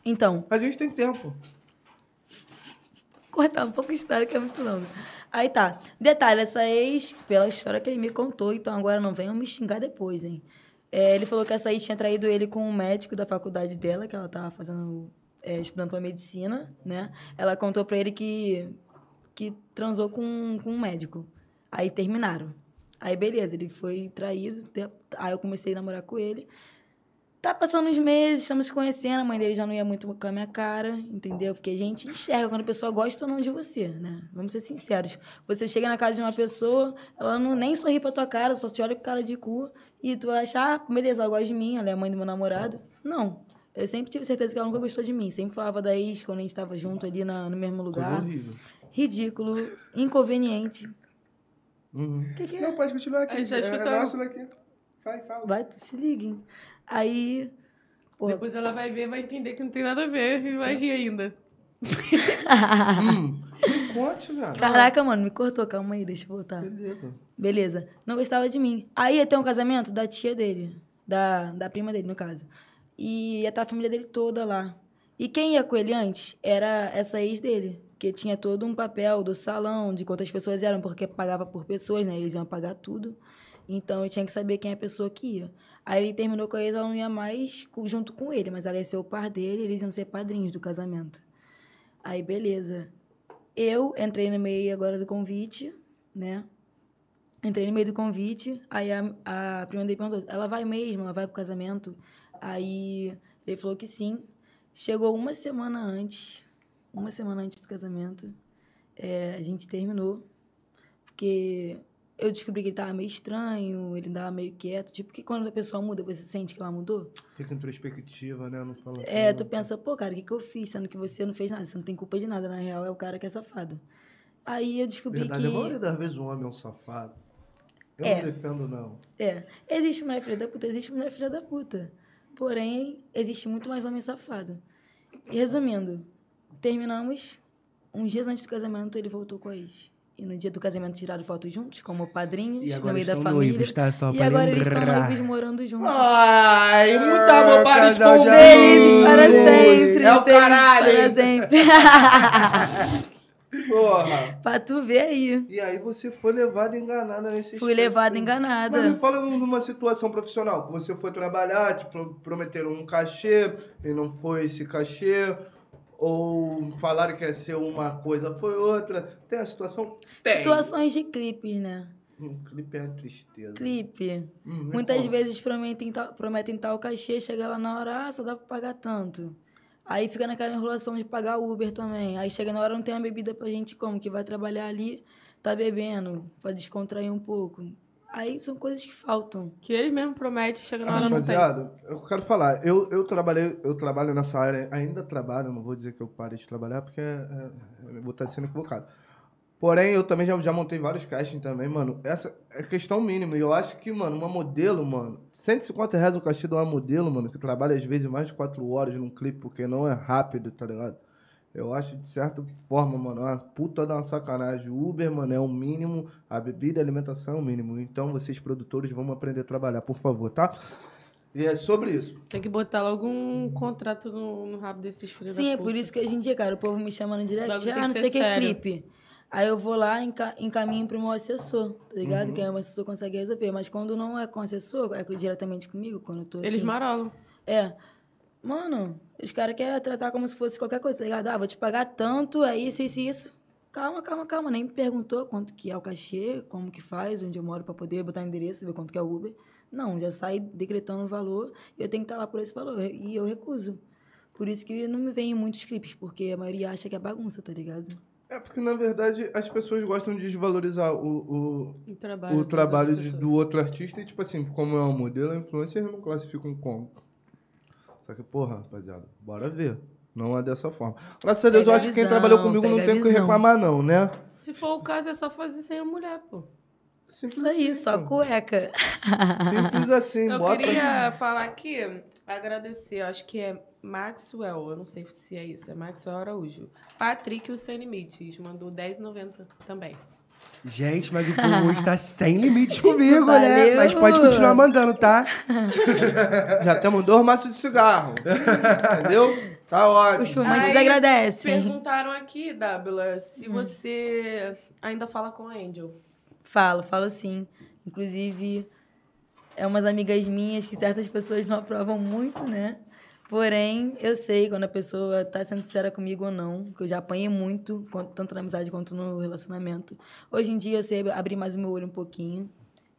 [SPEAKER 4] Então,
[SPEAKER 1] A gente tem tempo.
[SPEAKER 4] cortar um pouco a história que é muito longa. Aí tá. Detalhe, essa ex, pela história que ele me contou, então agora não venham me xingar depois, hein? É, ele falou que essa ex tinha traído ele com um médico da faculdade dela, que ela tava fazendo, é, estudando pra medicina, né? Ela contou pra ele que, que transou com, com um médico. Aí terminaram. Aí beleza, ele foi traído, te- aí eu comecei a namorar com ele. Tá passando uns meses, estamos se conhecendo, a mãe dele já não ia muito com a minha cara, entendeu? Porque a gente enxerga quando a pessoa gosta ou não de você, né? Vamos ser sinceros. Você chega na casa de uma pessoa, ela não nem sorri pra tua cara, só te olha com cara de cu, e tu vai achar, ah, beleza, ela gosta de mim, ela é a mãe do meu namorado. Não. Eu sempre tive certeza que ela nunca gostou de mim. Sempre falava da ex quando a gente tava junto ali na- no mesmo
[SPEAKER 1] Coisa
[SPEAKER 4] lugar.
[SPEAKER 1] horrível.
[SPEAKER 4] Ridículo, inconveniente.
[SPEAKER 1] Uhum.
[SPEAKER 4] O que, que é?
[SPEAKER 3] Não, pode continuar aqui.
[SPEAKER 2] A gente tá
[SPEAKER 3] é
[SPEAKER 2] escutando.
[SPEAKER 3] nosso daqui. Vai, fala.
[SPEAKER 4] Vai, se liguem. Aí. Porra.
[SPEAKER 2] Depois ela vai ver, vai entender que não tem nada a ver e vai rir ainda.
[SPEAKER 1] Hum. Me conte, velho.
[SPEAKER 4] Caraca, mano, me cortou, calma aí, deixa eu voltar.
[SPEAKER 1] Beleza.
[SPEAKER 4] Beleza. Não gostava de mim. Aí ia ter um casamento da tia dele, da, da prima dele, no caso. E ia estar a família dele toda lá. E quem ia com ele antes era essa ex dele, que tinha todo um papel do salão, de quantas pessoas eram, porque pagava por pessoas, né? Eles iam pagar tudo. Então eu tinha que saber quem é a pessoa que ia. Aí ele terminou com a ex, ela não ia mais co- junto com ele, mas ela ia ser o par dele, eles iam ser padrinhos do casamento. Aí beleza. Eu entrei no meio agora do convite, né? Entrei no meio do convite, aí a, a prima dele perguntou, ela vai mesmo? Ela vai pro casamento? Aí ele falou que sim. Chegou uma semana antes, uma semana antes do casamento, é, a gente terminou, porque eu descobri que ele tava meio estranho, ele tava meio quieto, tipo que quando a pessoa muda, você sente que ela mudou?
[SPEAKER 1] Fica introspectiva, né? Não fala.
[SPEAKER 4] É, tu
[SPEAKER 1] tudo.
[SPEAKER 4] pensa, pô, cara, o que, que eu fiz? Sendo que você não fez nada, você não tem culpa de nada, na real, é o cara que é safado. Aí eu descobri
[SPEAKER 1] Verdade, a
[SPEAKER 4] que...
[SPEAKER 1] maioria das vezes o homem é um safado. Eu
[SPEAKER 4] É.
[SPEAKER 1] não defendo, não.
[SPEAKER 4] É, existe mulher filha da puta, existe mulher filha da puta. Porém, existe muito mais homem safado. E resumindo, terminamos. Uns dias antes do casamento, ele voltou com a ex. E no dia do casamento tiraram foto juntos, como padrinhos,
[SPEAKER 3] E
[SPEAKER 4] no
[SPEAKER 3] agora
[SPEAKER 4] meio da
[SPEAKER 3] estão
[SPEAKER 4] família.
[SPEAKER 3] noivos, tá? Só
[SPEAKER 4] e
[SPEAKER 3] pra
[SPEAKER 4] agora eles estão
[SPEAKER 3] lembrar. Ah,
[SPEAKER 4] noivos morando juntos.
[SPEAKER 1] Ai, muito amor para os
[SPEAKER 3] casal de
[SPEAKER 4] Felizes para
[SPEAKER 3] Ui.
[SPEAKER 4] sempre!
[SPEAKER 1] É o
[SPEAKER 4] felizes
[SPEAKER 1] caralho!
[SPEAKER 4] Para
[SPEAKER 1] hein?
[SPEAKER 4] sempre!
[SPEAKER 1] Porra.
[SPEAKER 4] pra tu ver aí.
[SPEAKER 1] E aí você foi levada enganada nesse
[SPEAKER 4] Fui levada enganada.
[SPEAKER 1] Mas me fala um, numa situação profissional, que você foi trabalhar, te pro- prometeram um cachê e não foi esse cachê, ou falaram que ia ser uma coisa, foi outra. Tem a situação?
[SPEAKER 4] Situações de clipes, né?
[SPEAKER 1] Hum, clipe é uma tristeza.
[SPEAKER 4] Clipe.
[SPEAKER 1] Hum, me
[SPEAKER 4] Muitas
[SPEAKER 1] conta.
[SPEAKER 4] vezes prometem tal, prometem tal cachê, chega lá na hora, ah, só dá pra pagar tanto. Aí fica naquela enrolação de pagar Uber também. Aí chega na hora, não tem uma bebida pra gente como, que vai trabalhar ali, tá bebendo, pra descontrair um pouco. Aí são coisas que faltam.
[SPEAKER 2] Que ele mesmo promete, chega na hora não tem.
[SPEAKER 1] Rapaziada, eu quero falar, eu, eu trabalhei, eu trabalho nessa área, ainda trabalho, não vou dizer que eu parei de trabalhar, porque é, é, eu vou estar sendo equivocado. Porém, eu também já, já montei vários castings também, mano. Essa é questão mínima. E eu acho que, mano, uma modelo, mano, 150 reais o cachê de uma modelo, mano, que trabalha às vezes mais de 4 horas num clipe, porque não é rápido, tá ligado? Eu acho, de certa forma, mano, uma puta da sacanagem. O Uber, mano, é o mínimo. A bebida, a alimentação é o mínimo. Então, vocês produtores, vamos aprender a trabalhar, por favor, tá? E é sobre isso.
[SPEAKER 2] Tem que botar logo um contrato no, no rabo desses filhos
[SPEAKER 4] Sim,
[SPEAKER 2] da
[SPEAKER 4] é
[SPEAKER 2] puta.
[SPEAKER 4] por isso que hoje em dia, cara, o povo me chama no direct,
[SPEAKER 2] Bagulho tem
[SPEAKER 4] ah,
[SPEAKER 2] que
[SPEAKER 4] não
[SPEAKER 2] ser
[SPEAKER 4] sei o que é
[SPEAKER 2] sério.
[SPEAKER 4] clipe. Aí eu vou lá, enca encaminho pro meu assessor, tá ligado?
[SPEAKER 2] Uhum.
[SPEAKER 4] Que aí o meu assessor consegue resolver. Mas quando não é com o assessor, é diretamente comigo, quando eu tô
[SPEAKER 2] Eles
[SPEAKER 4] assim,
[SPEAKER 2] marolam.
[SPEAKER 4] É. Mano, os caras querem tratar como se fosse qualquer coisa, tá ligado? Ah, vou te pagar tanto, é isso, isso e isso. Calma, calma, calma. Nem me perguntou quanto que é o cachê, como que faz, onde eu moro pra poder botar endereço, ver quanto que é o Uber. Não, já sai decretando o valor e eu tenho que estar lá por esse valor. E eu recuso. Por isso que não me vem muitos clipes, porque a maioria acha que é bagunça, tá ligado?
[SPEAKER 1] É porque, na verdade, as pessoas gostam de desvalorizar o,
[SPEAKER 2] O
[SPEAKER 1] o,
[SPEAKER 2] trabalho,
[SPEAKER 1] o trabalho de-
[SPEAKER 2] pessoa.
[SPEAKER 1] do outro artista. E, tipo assim, como é um modelo, a influencer eles não classificam como. Só que, porra, rapaziada, bora ver. Não é dessa forma. Graças a Deus,
[SPEAKER 4] Pega
[SPEAKER 1] eu
[SPEAKER 4] a
[SPEAKER 1] acho que quem
[SPEAKER 4] visão,
[SPEAKER 1] trabalhou comigo
[SPEAKER 4] pega
[SPEAKER 1] não
[SPEAKER 4] a
[SPEAKER 1] tem o que
[SPEAKER 4] visão.
[SPEAKER 1] reclamar, não, né?
[SPEAKER 2] Se for o caso, é só fazer sem a mulher, pô.
[SPEAKER 1] Simples
[SPEAKER 4] Isso aí,
[SPEAKER 1] assim,
[SPEAKER 4] só
[SPEAKER 1] pô.
[SPEAKER 4] cueca.
[SPEAKER 1] Simples assim,
[SPEAKER 2] Eu
[SPEAKER 1] bota.
[SPEAKER 2] queria falar aqui, agradecer, eu acho que é Maxwell, eu não sei se é isso, é Maxwell Araújo. Patrick, o Sem Limites, mandou 10,90 também.
[SPEAKER 3] Gente, mas o povo está sem limites comigo, né?
[SPEAKER 4] Valeu.
[SPEAKER 3] Mas pode continuar mandando, tá?
[SPEAKER 1] Já temos dois maços de cigarro. entendeu? Tá ótimo.
[SPEAKER 4] Os fumantes
[SPEAKER 2] Aí,
[SPEAKER 4] agradecem.
[SPEAKER 2] Perguntaram aqui, Dábila, se você ainda fala com a Angel.
[SPEAKER 4] Falo, falo sim. Inclusive, é umas amigas minhas que certas pessoas não aprovam muito, né? Porém, eu sei quando a pessoa tá sendo sincera comigo ou não, que eu já apanhei muito, quan- tanto na amizade quanto no relacionamento. Hoje em dia eu sei abrir mais o meu olho um pouquinho,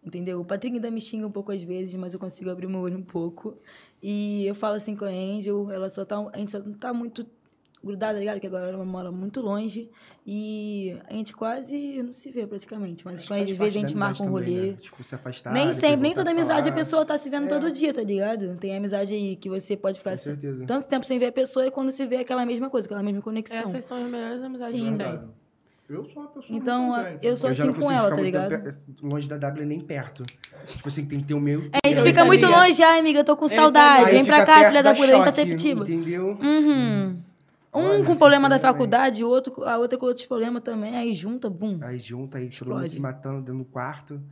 [SPEAKER 4] entendeu? O Patrick ainda me xinga um pouco às vezes, mas eu consigo abrir meu olho um pouco. E eu falo assim com a Angel, ela só tá, a gente só não tá muito grudada, ligado? Que agora ela mora muito longe e a gente quase não se vê praticamente, mas às
[SPEAKER 3] Faz
[SPEAKER 4] vezes a
[SPEAKER 3] parte
[SPEAKER 4] gente
[SPEAKER 3] da
[SPEAKER 4] marca um
[SPEAKER 3] amizade
[SPEAKER 4] rolê.
[SPEAKER 3] também, né? Tipo, se afastar.
[SPEAKER 4] Nem
[SPEAKER 3] depois
[SPEAKER 4] sempre, nem
[SPEAKER 3] voltar
[SPEAKER 4] toda
[SPEAKER 3] se
[SPEAKER 4] amizade a
[SPEAKER 3] falar. É.
[SPEAKER 4] pessoa tá se vendo todo dia, tá ligado? Tem amizade aí que você pode ficar
[SPEAKER 3] Com
[SPEAKER 4] assim,
[SPEAKER 3] certeza.
[SPEAKER 4] tanto tempo sem ver a pessoa e quando se vê é aquela mesma coisa, aquela mesma conexão.
[SPEAKER 2] Essas são as melhores amizades
[SPEAKER 4] Sim.
[SPEAKER 2] que tem.
[SPEAKER 1] Verdade. Tá Eu sou uma pessoa
[SPEAKER 4] Então,
[SPEAKER 1] muito
[SPEAKER 4] a-
[SPEAKER 1] bem.
[SPEAKER 4] eu sou
[SPEAKER 3] Eu já
[SPEAKER 4] assim
[SPEAKER 3] não
[SPEAKER 4] com
[SPEAKER 3] consigo
[SPEAKER 4] ela,
[SPEAKER 3] ficar
[SPEAKER 4] tá
[SPEAKER 3] muito
[SPEAKER 4] ligado? É,
[SPEAKER 3] pe- Longe da W nem perto. Tipo assim, tem que ter o meu.
[SPEAKER 4] A gente
[SPEAKER 2] Eu
[SPEAKER 4] fica
[SPEAKER 2] também.
[SPEAKER 4] muito longe, ai amiga, eu tô com
[SPEAKER 2] Eu
[SPEAKER 4] saudade,
[SPEAKER 3] tá
[SPEAKER 2] também.
[SPEAKER 4] vem pra cá, filha da puta, vem pra
[SPEAKER 3] perceptiva.
[SPEAKER 4] Septiba.
[SPEAKER 3] Entendeu?
[SPEAKER 4] Uhum.
[SPEAKER 3] né? Hum. Olha,
[SPEAKER 4] Um com problema da
[SPEAKER 3] sinceramente.
[SPEAKER 4] faculdade, o outro, com- a outra com outros problemas também, aí junta, bum.
[SPEAKER 3] Aí junta, aí todo mundo
[SPEAKER 4] Explode.
[SPEAKER 3] se matando dentro do quarto.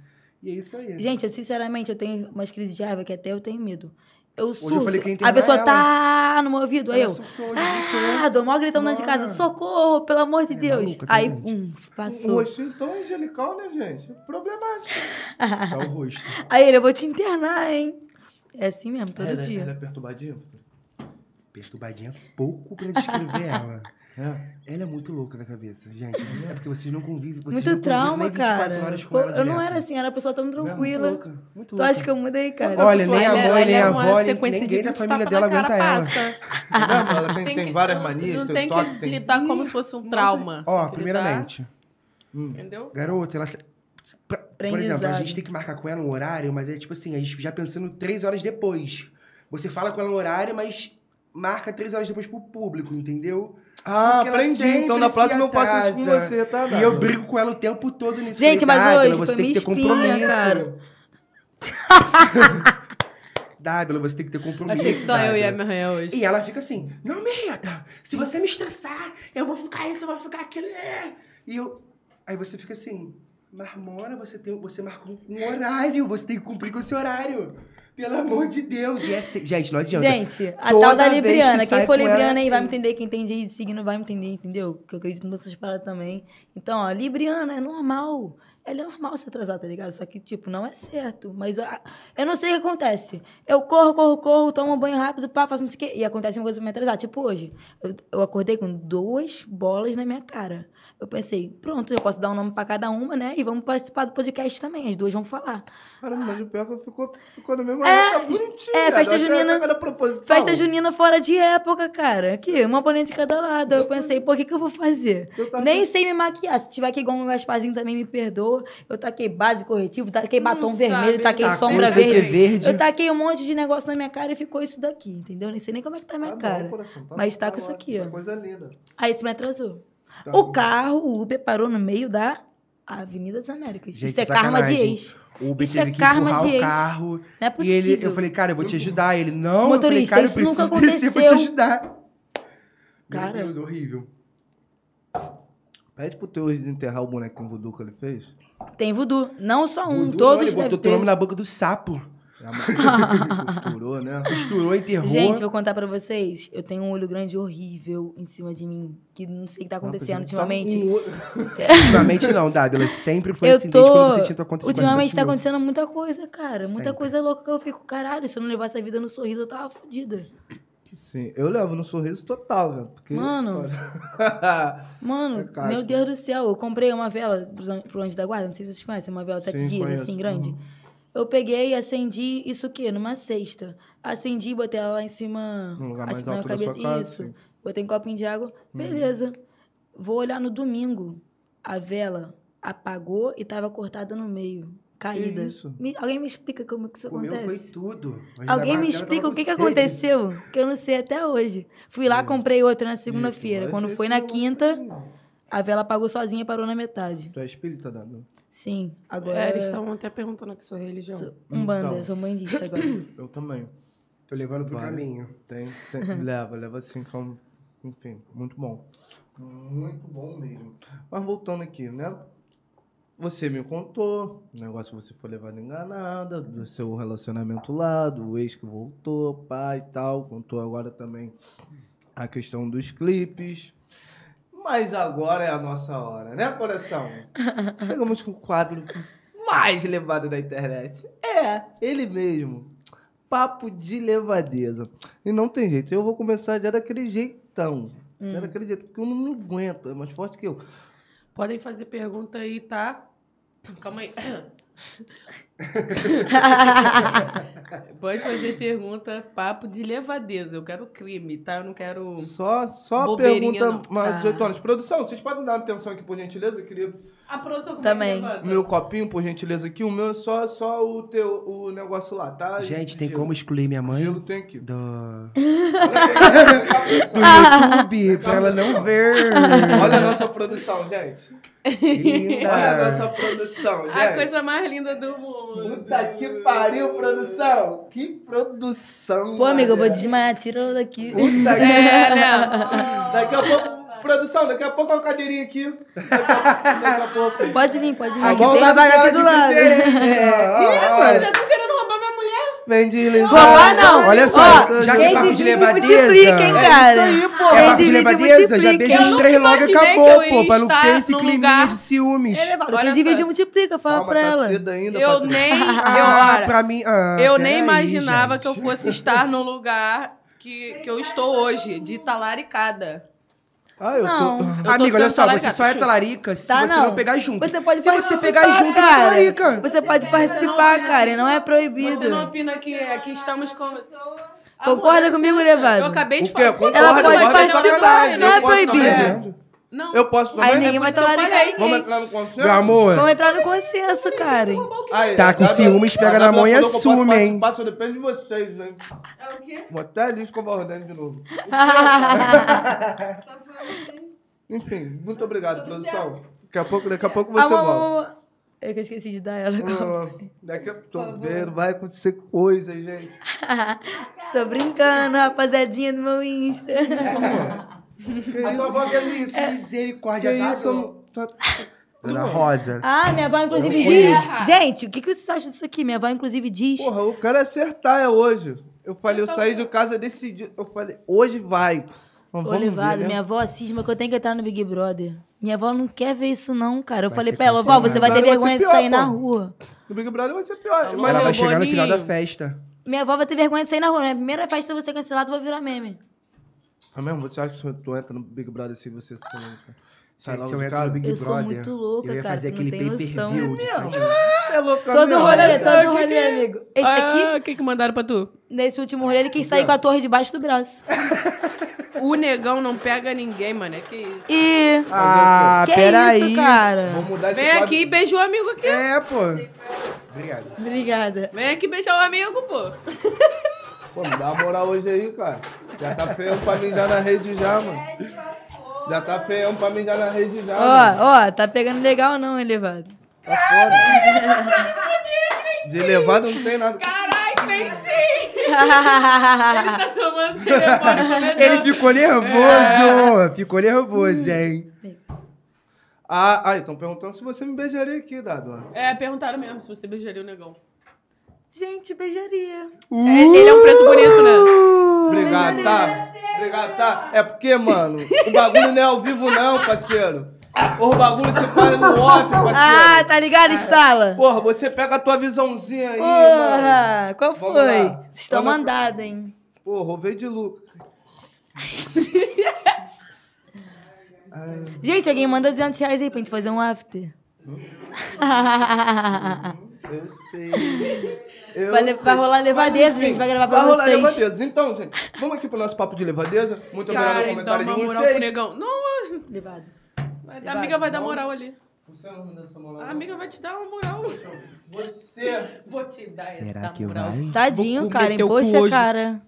[SPEAKER 3] E é isso aí.
[SPEAKER 4] Gente, eu sinceramente, eu tenho umas crises de raiva que até eu tenho medo. Eu surto.
[SPEAKER 3] falei que ia
[SPEAKER 4] a
[SPEAKER 3] internar
[SPEAKER 4] pessoa
[SPEAKER 3] ela.
[SPEAKER 4] tá no meu ouvido. Aí
[SPEAKER 3] é Ela
[SPEAKER 4] eu.
[SPEAKER 3] surtou, hoje é
[SPEAKER 4] Ah,
[SPEAKER 3] gritou.
[SPEAKER 4] dou maior gritão dentro de casa.
[SPEAKER 3] Bora.
[SPEAKER 4] Socorro, pelo amor de
[SPEAKER 3] É
[SPEAKER 4] Deus.
[SPEAKER 3] maluca, tá,
[SPEAKER 4] aí,
[SPEAKER 3] gente?
[SPEAKER 4] pum,
[SPEAKER 1] Um
[SPEAKER 4] passou.
[SPEAKER 1] rostinho tão angelical, né, gente? é Problemático.
[SPEAKER 3] Só o rosto.
[SPEAKER 4] Aí ele, eu vou te internar, hein? É assim mesmo, todo
[SPEAKER 1] ela, é-
[SPEAKER 4] dia.
[SPEAKER 1] Ela é perturbadinha?
[SPEAKER 3] Perturbadinha é pouco pra descrever ela.
[SPEAKER 1] É.
[SPEAKER 3] Ela é muito louca da cabeça, gente. Você- É porque vocês não convivem. Vocês não
[SPEAKER 4] Muito
[SPEAKER 3] convivem
[SPEAKER 4] trauma,
[SPEAKER 3] nem 24
[SPEAKER 4] cara.
[SPEAKER 3] Horas com
[SPEAKER 4] Pô,
[SPEAKER 3] ela
[SPEAKER 4] eu não
[SPEAKER 3] direto.
[SPEAKER 4] era assim, era uma pessoa tão
[SPEAKER 3] Ela é muito
[SPEAKER 4] tranquila.
[SPEAKER 3] louca, muito
[SPEAKER 4] Tu
[SPEAKER 3] louca.
[SPEAKER 4] acha que eu mudei, cara?
[SPEAKER 3] Olha, nem a
[SPEAKER 2] Ela-
[SPEAKER 3] mãe, nem a
[SPEAKER 2] ela é
[SPEAKER 3] avó,
[SPEAKER 2] uma
[SPEAKER 3] nem-
[SPEAKER 2] sequência de
[SPEAKER 3] ninguém da
[SPEAKER 2] 20
[SPEAKER 3] família
[SPEAKER 2] tapas
[SPEAKER 3] dela
[SPEAKER 2] na
[SPEAKER 3] aguenta
[SPEAKER 2] cara,
[SPEAKER 3] ela.
[SPEAKER 2] passa.
[SPEAKER 1] Tá vendo? Ela tem, tem,
[SPEAKER 2] que-
[SPEAKER 1] várias
[SPEAKER 2] não-
[SPEAKER 1] manias,
[SPEAKER 2] Não
[SPEAKER 1] tem, assim.
[SPEAKER 2] tem
[SPEAKER 1] toque,
[SPEAKER 2] que lidar como se fosse um trauma.
[SPEAKER 3] Ó,
[SPEAKER 2] Tem que
[SPEAKER 3] primeiramente,
[SPEAKER 2] lidar,
[SPEAKER 1] Hum.
[SPEAKER 2] Entendeu?
[SPEAKER 3] garota, ela. se- pra- Por exemplo, a
[SPEAKER 4] Aprendizado.
[SPEAKER 3] gente tem que marcar com ela um horário, mas é tipo assim, a gente já pensando três horas depois. Você fala com ela um horário, mas marca três horas depois pro público, entendeu?
[SPEAKER 1] Ah,
[SPEAKER 3] Porque ela
[SPEAKER 1] aprendi. Então
[SPEAKER 3] sempre
[SPEAKER 1] na
[SPEAKER 3] se
[SPEAKER 1] próxima eu faço isso com
[SPEAKER 3] atrasa.
[SPEAKER 1] você, tá?
[SPEAKER 3] E eu
[SPEAKER 1] Dada?
[SPEAKER 3] brigo com ela o tempo todo nisso.
[SPEAKER 4] Gente, mas
[SPEAKER 3] Falei, "Dábila,
[SPEAKER 4] hoje
[SPEAKER 3] você
[SPEAKER 4] foi
[SPEAKER 3] tem que
[SPEAKER 4] minha
[SPEAKER 3] ter compromisso.
[SPEAKER 4] espinha, cara.
[SPEAKER 3] Dábila, você tem que ter compromisso.
[SPEAKER 2] Achei que só eu ia
[SPEAKER 3] Dábila."
[SPEAKER 2] me arranhar hoje.
[SPEAKER 3] E ela fica assim, não, Merreta, se você me estressar, eu vou ficar isso, eu vou ficar aquilo. é." E eu. Aí você fica assim, Marmona, você, tem, você marcou um horário, você tem que cumprir com esse horário. Pelo amor de Deus. E é se- gente, não adianta.
[SPEAKER 4] Gente, a
[SPEAKER 3] Toda
[SPEAKER 4] tal da
[SPEAKER 3] vez que
[SPEAKER 4] Libriana.
[SPEAKER 3] sai
[SPEAKER 4] Quem for
[SPEAKER 3] com ela,
[SPEAKER 4] Libriana aí vai
[SPEAKER 3] assim.
[SPEAKER 4] me entender. Quem tem jeito de signo vai me entender, entendeu? Porque eu acredito nessas paradas também. Então, ó, Libriana é normal. Ela é normal se atrasar, tá ligado? Só que, tipo, não é certo. Mas ah, eu não sei o que acontece. Eu corro, corro, corro, tomo um banho rápido, pá, faço não sei o quê. E acontece uma coisa pra me atrasar. Tipo, hoje, eu, eu acordei com duas bolas na minha cara. Eu pensei, pronto, eu posso dar um nome pra cada uma, né? E vamos participar do podcast também. As duas vão falar.
[SPEAKER 1] Caramba, mas o pior é que ficou, ficou no mesmo é, bonitinho.
[SPEAKER 4] é, festa
[SPEAKER 1] Ela- ela-
[SPEAKER 4] junina.
[SPEAKER 1] ela proposital.
[SPEAKER 4] Festa junina fora de época, cara. Aqui, uma bolinha de cada lado. Eu pensei, pô, o que, que eu vou fazer?
[SPEAKER 1] Eu
[SPEAKER 3] Tá
[SPEAKER 1] tava-
[SPEAKER 4] Nem sei me maquiar. Se tiver aqui igual um Gasparzinho também, me perdoa. Eu taquei base, corretivo, taquei
[SPEAKER 2] Não
[SPEAKER 4] batom
[SPEAKER 2] sabe,
[SPEAKER 4] vermelho,
[SPEAKER 2] né?
[SPEAKER 4] taquei
[SPEAKER 2] Tacou
[SPEAKER 4] sombra
[SPEAKER 2] isso aqui
[SPEAKER 4] verde.
[SPEAKER 3] verde.
[SPEAKER 4] Eu taquei um monte de negócio na minha cara e ficou isso daqui, entendeu? Nem sei nem como é que tá a
[SPEAKER 1] Tá
[SPEAKER 4] minha
[SPEAKER 1] bom,
[SPEAKER 4] cara.
[SPEAKER 1] coração, tá
[SPEAKER 4] Mas
[SPEAKER 1] bom,
[SPEAKER 4] tá com isso
[SPEAKER 1] ótimo,
[SPEAKER 4] aqui, ó.
[SPEAKER 1] tá Coisa linda.
[SPEAKER 4] Aí isso me atrasou.
[SPEAKER 1] Tá
[SPEAKER 4] o
[SPEAKER 1] bom.
[SPEAKER 4] carro, o Uber parou no meio da Avenida das Américas.
[SPEAKER 3] Gente,
[SPEAKER 4] isso é
[SPEAKER 3] sacanagem.
[SPEAKER 4] karma de ex.
[SPEAKER 3] O Uber
[SPEAKER 4] Isso
[SPEAKER 3] teve
[SPEAKER 4] é
[SPEAKER 3] que
[SPEAKER 4] karma
[SPEAKER 3] empurrar
[SPEAKER 4] de
[SPEAKER 3] o
[SPEAKER 4] ex.
[SPEAKER 3] carro.
[SPEAKER 4] Não é
[SPEAKER 3] E
[SPEAKER 4] possível.
[SPEAKER 3] ele, eu falei, cara, eu vou te ajudar. Ele, não,
[SPEAKER 4] Motorista,
[SPEAKER 3] eu
[SPEAKER 4] isso
[SPEAKER 3] falei, cara, eu preciso
[SPEAKER 4] nunca
[SPEAKER 3] descer pra te
[SPEAKER 4] aconteceu.
[SPEAKER 3] ajudar.
[SPEAKER 4] Cara.
[SPEAKER 3] Meu Deus, horrível.
[SPEAKER 1] Pede pro teu desenterrar o bonequinho voodoo que ele fez.
[SPEAKER 4] Tem voodoo. Não só um,
[SPEAKER 3] Mudou,
[SPEAKER 4] todos
[SPEAKER 3] ele
[SPEAKER 4] devem
[SPEAKER 3] botou
[SPEAKER 4] ter.
[SPEAKER 3] teu nome na boca do sapo.
[SPEAKER 1] É a maquiagem que Costurou,
[SPEAKER 4] Tá
[SPEAKER 1] né?
[SPEAKER 3] Costurou, enterrou.
[SPEAKER 4] Gente, vou contar pra vocês. Eu tenho um olho grande horrível em cima de mim. Que não sei o que tá
[SPEAKER 1] é.
[SPEAKER 4] acontecendo ultimamente.
[SPEAKER 1] Então, um
[SPEAKER 3] Ultimamente não, Dábila. Sempre foi
[SPEAKER 4] eu
[SPEAKER 3] assim, desde quando
[SPEAKER 4] tô.
[SPEAKER 3] você tinha tua conta de
[SPEAKER 4] Ultimamente
[SPEAKER 3] 400
[SPEAKER 4] tá
[SPEAKER 3] mil.
[SPEAKER 4] acontecendo muita coisa, cara. Muita
[SPEAKER 3] Sempre.
[SPEAKER 4] coisa louca que eu fico, caralho, se eu não levasse a vida no sorriso, eu tava fodida.
[SPEAKER 1] Sim, eu levo no sorriso total, velho. Porque...
[SPEAKER 4] Mano. Mano,
[SPEAKER 1] É casca.
[SPEAKER 4] meu Deus do céu, eu comprei uma vela pros an- pro Anjo da Guarda, não sei se vocês conhecem, uma vela de sete
[SPEAKER 1] Sim,
[SPEAKER 4] dias,
[SPEAKER 1] conheço.
[SPEAKER 4] assim, grande.
[SPEAKER 1] Uhum.
[SPEAKER 4] Eu peguei, acendi, isso o quê? Numa cesta. Acendi, e botei ela lá em cima.
[SPEAKER 1] Num lugar mais
[SPEAKER 4] assim, na
[SPEAKER 1] alto da sua casa,
[SPEAKER 4] Isso.
[SPEAKER 1] sim.
[SPEAKER 4] Botei um copinho de
[SPEAKER 3] Uhum.
[SPEAKER 4] água, beleza. Vou olhar no domingo. A vela apagou e tava cortada no meio, caída.
[SPEAKER 1] isso?
[SPEAKER 4] Me- alguém me explica como que isso
[SPEAKER 3] O meu foi
[SPEAKER 4] acontece?
[SPEAKER 3] tudo. Mas
[SPEAKER 4] Alguém
[SPEAKER 3] ainda
[SPEAKER 4] me
[SPEAKER 3] mais ela
[SPEAKER 4] explica
[SPEAKER 3] tava
[SPEAKER 4] o que, que
[SPEAKER 3] com sede. Hum.
[SPEAKER 4] aconteceu, que eu não sei até hoje. Fui lá, comprei outra na segunda-feira.
[SPEAKER 1] Mas
[SPEAKER 4] Quando
[SPEAKER 1] esse
[SPEAKER 4] foi na
[SPEAKER 1] negócio
[SPEAKER 4] quinta,
[SPEAKER 1] aí-
[SPEAKER 4] a vela apagou sozinha e parou na metade.
[SPEAKER 1] Tu é espírita, Dado?
[SPEAKER 4] Sim, agora.
[SPEAKER 2] É, eles estavam até perguntando que sou religião.
[SPEAKER 4] Sou um banda,
[SPEAKER 1] Então.
[SPEAKER 4] eu sou bandista agora.
[SPEAKER 1] Eu também.
[SPEAKER 3] Tô levando pro
[SPEAKER 1] Vai.
[SPEAKER 3] caminho.
[SPEAKER 1] Tem, tem- leva, leva assim, como, enfim, muito bom. Muito bom mesmo. Mas voltando aqui, né? Você me contou, o negócio que você foi levada enganada, do seu relacionamento lá, do ex que voltou, pai e tal. Contou agora também a questão dos clipes. Mas agora é a nossa hora, né, coração? Chegamos com o quadro mais levado da internet. É, ele mesmo. Papo de levadeza. E não tem jeito. Eu vou começar já daquele jeitão. Já
[SPEAKER 2] Hum.
[SPEAKER 1] daquele jeito, porque eu não me aguento. É mais forte que eu.
[SPEAKER 2] Podem fazer pergunta aí, tá? Calma aí. Pode fazer pergunta, papo de levadeza. Eu quero crime, tá? Eu não quero.
[SPEAKER 1] Só, só a
[SPEAKER 2] Bobeirinha,
[SPEAKER 1] pergunta
[SPEAKER 2] não.
[SPEAKER 1] mais
[SPEAKER 4] Ah.
[SPEAKER 1] 18 horas. Produção, vocês podem dar atenção aqui, por gentileza? Eu queria
[SPEAKER 2] A produção como
[SPEAKER 4] Também.
[SPEAKER 2] é que levanta?
[SPEAKER 1] o meu copinho, por gentileza, aqui. O meu é só, só o teu o negócio lá, tá?
[SPEAKER 3] Gente, tem
[SPEAKER 1] Gelo.
[SPEAKER 3] como excluir minha mãe
[SPEAKER 1] Gelo tem aqui.
[SPEAKER 3] do, do
[SPEAKER 1] Olha
[SPEAKER 3] YouTube pra ela não ver.
[SPEAKER 1] a nossa produção, gente. Olha a nossa produção, gente.
[SPEAKER 2] A coisa mais linda do mundo.
[SPEAKER 1] Puta que pariu, produção! Que produção!
[SPEAKER 4] Pô, amigo, eu vou
[SPEAKER 1] mané.
[SPEAKER 4] desmaiar, tira ela daqui.
[SPEAKER 1] Puta que
[SPEAKER 2] É, né?
[SPEAKER 1] Daqui a pouco, produção, daqui a pouco é uma cadeirinha aqui. Daqui a pouco.
[SPEAKER 4] Pode vir, pode vir.
[SPEAKER 1] A
[SPEAKER 4] Aqui
[SPEAKER 1] mão
[SPEAKER 4] tem
[SPEAKER 1] da
[SPEAKER 4] a vaga
[SPEAKER 1] Daniela
[SPEAKER 4] aqui do
[SPEAKER 1] de
[SPEAKER 4] lado.
[SPEAKER 1] preferência. Ih,
[SPEAKER 2] Eu
[SPEAKER 1] É, mano.
[SPEAKER 2] já tô tá querendo roubar minha mulher.
[SPEAKER 1] Vem deslizar.
[SPEAKER 4] Roubar não.
[SPEAKER 3] Olha só,
[SPEAKER 4] Ó,
[SPEAKER 1] tá
[SPEAKER 3] já que
[SPEAKER 4] quem
[SPEAKER 3] é papo de
[SPEAKER 4] divide,
[SPEAKER 3] levadeza.
[SPEAKER 4] multiplica, hein,
[SPEAKER 3] É
[SPEAKER 4] cara.
[SPEAKER 1] isso aí, pô.
[SPEAKER 4] Quem
[SPEAKER 3] É papo de
[SPEAKER 4] divide,
[SPEAKER 3] levadeza, já
[SPEAKER 4] multiplica.
[SPEAKER 3] beija
[SPEAKER 2] Eu
[SPEAKER 3] os
[SPEAKER 2] nunca
[SPEAKER 3] três logo e
[SPEAKER 2] imaginei
[SPEAKER 3] acabou,
[SPEAKER 2] que eu
[SPEAKER 3] pô. Pra não
[SPEAKER 2] iria
[SPEAKER 3] ter
[SPEAKER 2] estar
[SPEAKER 3] esse
[SPEAKER 2] num
[SPEAKER 3] climinha
[SPEAKER 2] lugar
[SPEAKER 3] de ciúmes.
[SPEAKER 4] Elevado.
[SPEAKER 2] Olha
[SPEAKER 4] Quem
[SPEAKER 2] só.
[SPEAKER 4] divide, multiplica. Fala
[SPEAKER 1] Calma,
[SPEAKER 4] pra
[SPEAKER 1] tá
[SPEAKER 4] ela.
[SPEAKER 1] cedo ainda,
[SPEAKER 2] Eu
[SPEAKER 1] Patrícia.
[SPEAKER 2] nem.
[SPEAKER 3] Ah,
[SPEAKER 2] eu,
[SPEAKER 3] pra mim. ah,
[SPEAKER 2] eu nem
[SPEAKER 3] peraí,
[SPEAKER 2] imaginava
[SPEAKER 3] gente.
[SPEAKER 2] que eu fosse estar no lugar que, que eu estou hoje, de talaricada.
[SPEAKER 1] Ah, eu
[SPEAKER 4] Não.
[SPEAKER 1] tô...
[SPEAKER 2] Eu tô
[SPEAKER 3] Amiga,
[SPEAKER 2] sendo
[SPEAKER 3] olha só, você só é
[SPEAKER 2] talaricada.
[SPEAKER 3] talarica se
[SPEAKER 4] Tá,
[SPEAKER 3] você não. pegar junto.
[SPEAKER 4] Você pode
[SPEAKER 3] se você
[SPEAKER 4] participar,
[SPEAKER 3] pegar junto, é
[SPEAKER 4] cara.
[SPEAKER 3] talarica.
[SPEAKER 4] Você pode participar, cara. e Não é proibido.
[SPEAKER 2] Você não opina que aqui estamos com.
[SPEAKER 4] Concorda
[SPEAKER 2] Amor,
[SPEAKER 4] comigo,
[SPEAKER 2] eu
[SPEAKER 4] Levado?
[SPEAKER 2] acabei de
[SPEAKER 1] O quê?
[SPEAKER 2] falar.
[SPEAKER 1] Concordo,
[SPEAKER 4] Ela pode
[SPEAKER 1] concordo,
[SPEAKER 4] participar,
[SPEAKER 1] sacanagem.
[SPEAKER 4] não
[SPEAKER 1] Eu
[SPEAKER 4] é
[SPEAKER 1] posso também?
[SPEAKER 4] proibido.
[SPEAKER 2] Não.
[SPEAKER 1] Eu posso também?
[SPEAKER 4] Aí ninguém vai
[SPEAKER 2] Por isso que eu
[SPEAKER 4] talaricar
[SPEAKER 2] falei.
[SPEAKER 1] Vamos
[SPEAKER 4] ninguém.
[SPEAKER 1] entrar no consenso?
[SPEAKER 3] Meu amor.
[SPEAKER 4] Vamos entrar no consenso, Karen.
[SPEAKER 1] Aí,
[SPEAKER 3] Tá com
[SPEAKER 1] a W-
[SPEAKER 3] ciúmes, pega
[SPEAKER 1] a
[SPEAKER 3] na
[SPEAKER 1] W
[SPEAKER 3] mão e
[SPEAKER 1] falou que eu posso
[SPEAKER 3] assume, hein.
[SPEAKER 1] participar, Só depende de vocês, hein?
[SPEAKER 2] É o quê?
[SPEAKER 1] Vou até ali escovar o dente de novo. Enfim, muito obrigado, produção. Daqui a pouco, daqui a pouco você volta.
[SPEAKER 4] É que eu esqueci de dar ela.
[SPEAKER 1] Ah, Daqui a pouco, vendo, vai acontecer coisa, gente.
[SPEAKER 4] Tô brincando, rapaziadinha do meu Insta.
[SPEAKER 3] A tua voz é isso, misericórdia.
[SPEAKER 1] Que
[SPEAKER 3] tá,
[SPEAKER 1] isso,
[SPEAKER 3] amor?
[SPEAKER 1] amor? Tá-
[SPEAKER 3] Dona Rosa.
[SPEAKER 4] Ah, minha avó, inclusive, diz. Gente, o que, que vocês acham disso aqui? Minha avó, inclusive, diz.
[SPEAKER 1] Porra, eu quero acertar, é hoje. Eu falei, eu saí de casa decidido. Eu falei, hoje vai. Mas
[SPEAKER 4] Ô,
[SPEAKER 1] vamos ver,
[SPEAKER 4] levado,
[SPEAKER 1] né?
[SPEAKER 4] minha avó cisma que eu tenho que entrar no Big Brother. Minha avó não quer ver isso, não, cara. Eu
[SPEAKER 3] Vai
[SPEAKER 4] falei
[SPEAKER 3] ser
[SPEAKER 4] pra ela, vó, você vai ter
[SPEAKER 1] cancelada. Vai ser
[SPEAKER 4] vergonha de
[SPEAKER 1] pior,
[SPEAKER 4] sair na
[SPEAKER 1] pô.
[SPEAKER 4] rua.
[SPEAKER 1] O Big Brother vai ser pior.
[SPEAKER 2] Alô,
[SPEAKER 1] Mas
[SPEAKER 3] Ela vai
[SPEAKER 2] Boninho.
[SPEAKER 3] chegar no final da festa.
[SPEAKER 4] Minha avó vai ter vergonha de sair na rua. Minha primeira festa eu vou ser cancelada, eu vou virar meme.
[SPEAKER 1] É mesmo? Você acha que tu entra no Big Brother se você se sai
[SPEAKER 3] Gente,
[SPEAKER 1] logo
[SPEAKER 3] se eu
[SPEAKER 1] de
[SPEAKER 3] entro
[SPEAKER 1] cara?
[SPEAKER 3] no um Big
[SPEAKER 4] Eu sou
[SPEAKER 3] Brother,
[SPEAKER 4] muito louca,
[SPEAKER 3] eu ia
[SPEAKER 4] cara,
[SPEAKER 3] fazer
[SPEAKER 4] tu não
[SPEAKER 3] aquele
[SPEAKER 4] tem noção.
[SPEAKER 3] pay-per-view de sete
[SPEAKER 1] É louco,
[SPEAKER 4] Todo
[SPEAKER 1] mesmo.
[SPEAKER 4] rolê, tá-
[SPEAKER 2] Sabe
[SPEAKER 4] todo
[SPEAKER 2] o que que
[SPEAKER 4] rolê,
[SPEAKER 2] é?
[SPEAKER 4] amigo. Esse aqui,
[SPEAKER 2] Ah, o que, que mandaram pra tu?
[SPEAKER 4] nesse último rolê, ele quis sair com a torre debaixo do braço.
[SPEAKER 2] O negão não pega ninguém, mano. É que isso.
[SPEAKER 4] E.
[SPEAKER 3] Ah,
[SPEAKER 4] que é
[SPEAKER 3] peraí.
[SPEAKER 4] isso, cara?
[SPEAKER 1] Vamos mudar esse
[SPEAKER 2] Vem
[SPEAKER 1] quadro.
[SPEAKER 2] aqui e beija o amigo aqui.
[SPEAKER 3] É, pô. Obrigado.
[SPEAKER 4] Obrigada.
[SPEAKER 2] Vem aqui beijar o amigo, pô.
[SPEAKER 1] Pô, me dá uma moral hoje aí, cara. Já tá feião pra mim já na rede já, mano. Já tá feião pra mim já na rede já, mano.
[SPEAKER 4] Ó, ó, tá pegando legal não, elevado.
[SPEAKER 1] Tá foda. De levado não tem nada.
[SPEAKER 2] Caralho, Cleitinho! Ele tá tomando telefone comedor.
[SPEAKER 3] Ele ficou nervoso. Ficou nervoso, hein?
[SPEAKER 1] Ah, ah, estão perguntando se você me beijaria aqui, Dado.
[SPEAKER 2] É, perguntaram mesmo se você beijaria o negão.
[SPEAKER 4] Gente, beijaria.
[SPEAKER 2] É, ele é um preto bonito, né?
[SPEAKER 1] Obrigado, tá? Obrigado, tá? É porque, mano, o bagulho não é ao vivo não, parceiro. Ou o bagulho se para no off, parceiro.
[SPEAKER 4] Ah, tá ligado, Stala?
[SPEAKER 1] Porra, você pega a tua visãozinha aí, mano.
[SPEAKER 4] Porra, qual
[SPEAKER 1] Vamos
[SPEAKER 4] foi?
[SPEAKER 1] lá.
[SPEAKER 4] Vocês estão
[SPEAKER 1] Vamos-
[SPEAKER 4] mandados, hein?
[SPEAKER 1] Porra, roubei de lucro.
[SPEAKER 4] Gente, alguém manda 200 reais aí pra gente fazer um after.
[SPEAKER 1] Eu sei. Eu
[SPEAKER 4] Vai, le- vai rolar levadeza, gente. Vai gravar pra
[SPEAKER 1] Vai rolar
[SPEAKER 4] vocês.
[SPEAKER 1] levadeza. Então, gente, vamos aqui pro nosso papo de levadeza. Muito obrigado pelo
[SPEAKER 2] Cara, então
[SPEAKER 1] comentário
[SPEAKER 2] uma
[SPEAKER 1] de
[SPEAKER 2] moral pro
[SPEAKER 1] vocês.
[SPEAKER 2] negão. Não,
[SPEAKER 4] Levado.
[SPEAKER 2] a amiga vai dar moral ali.
[SPEAKER 1] Você não me dá essa moral,
[SPEAKER 2] A
[SPEAKER 1] não.
[SPEAKER 2] amiga vai te dar uma moral.
[SPEAKER 1] Você.
[SPEAKER 2] Vou te dar
[SPEAKER 3] Será
[SPEAKER 2] essa
[SPEAKER 3] que
[SPEAKER 2] moral.
[SPEAKER 3] vai?
[SPEAKER 4] Tadinho,
[SPEAKER 2] Vou comer
[SPEAKER 4] Karen.
[SPEAKER 2] teu cu
[SPEAKER 4] Poxa,
[SPEAKER 2] hoje.
[SPEAKER 4] cara.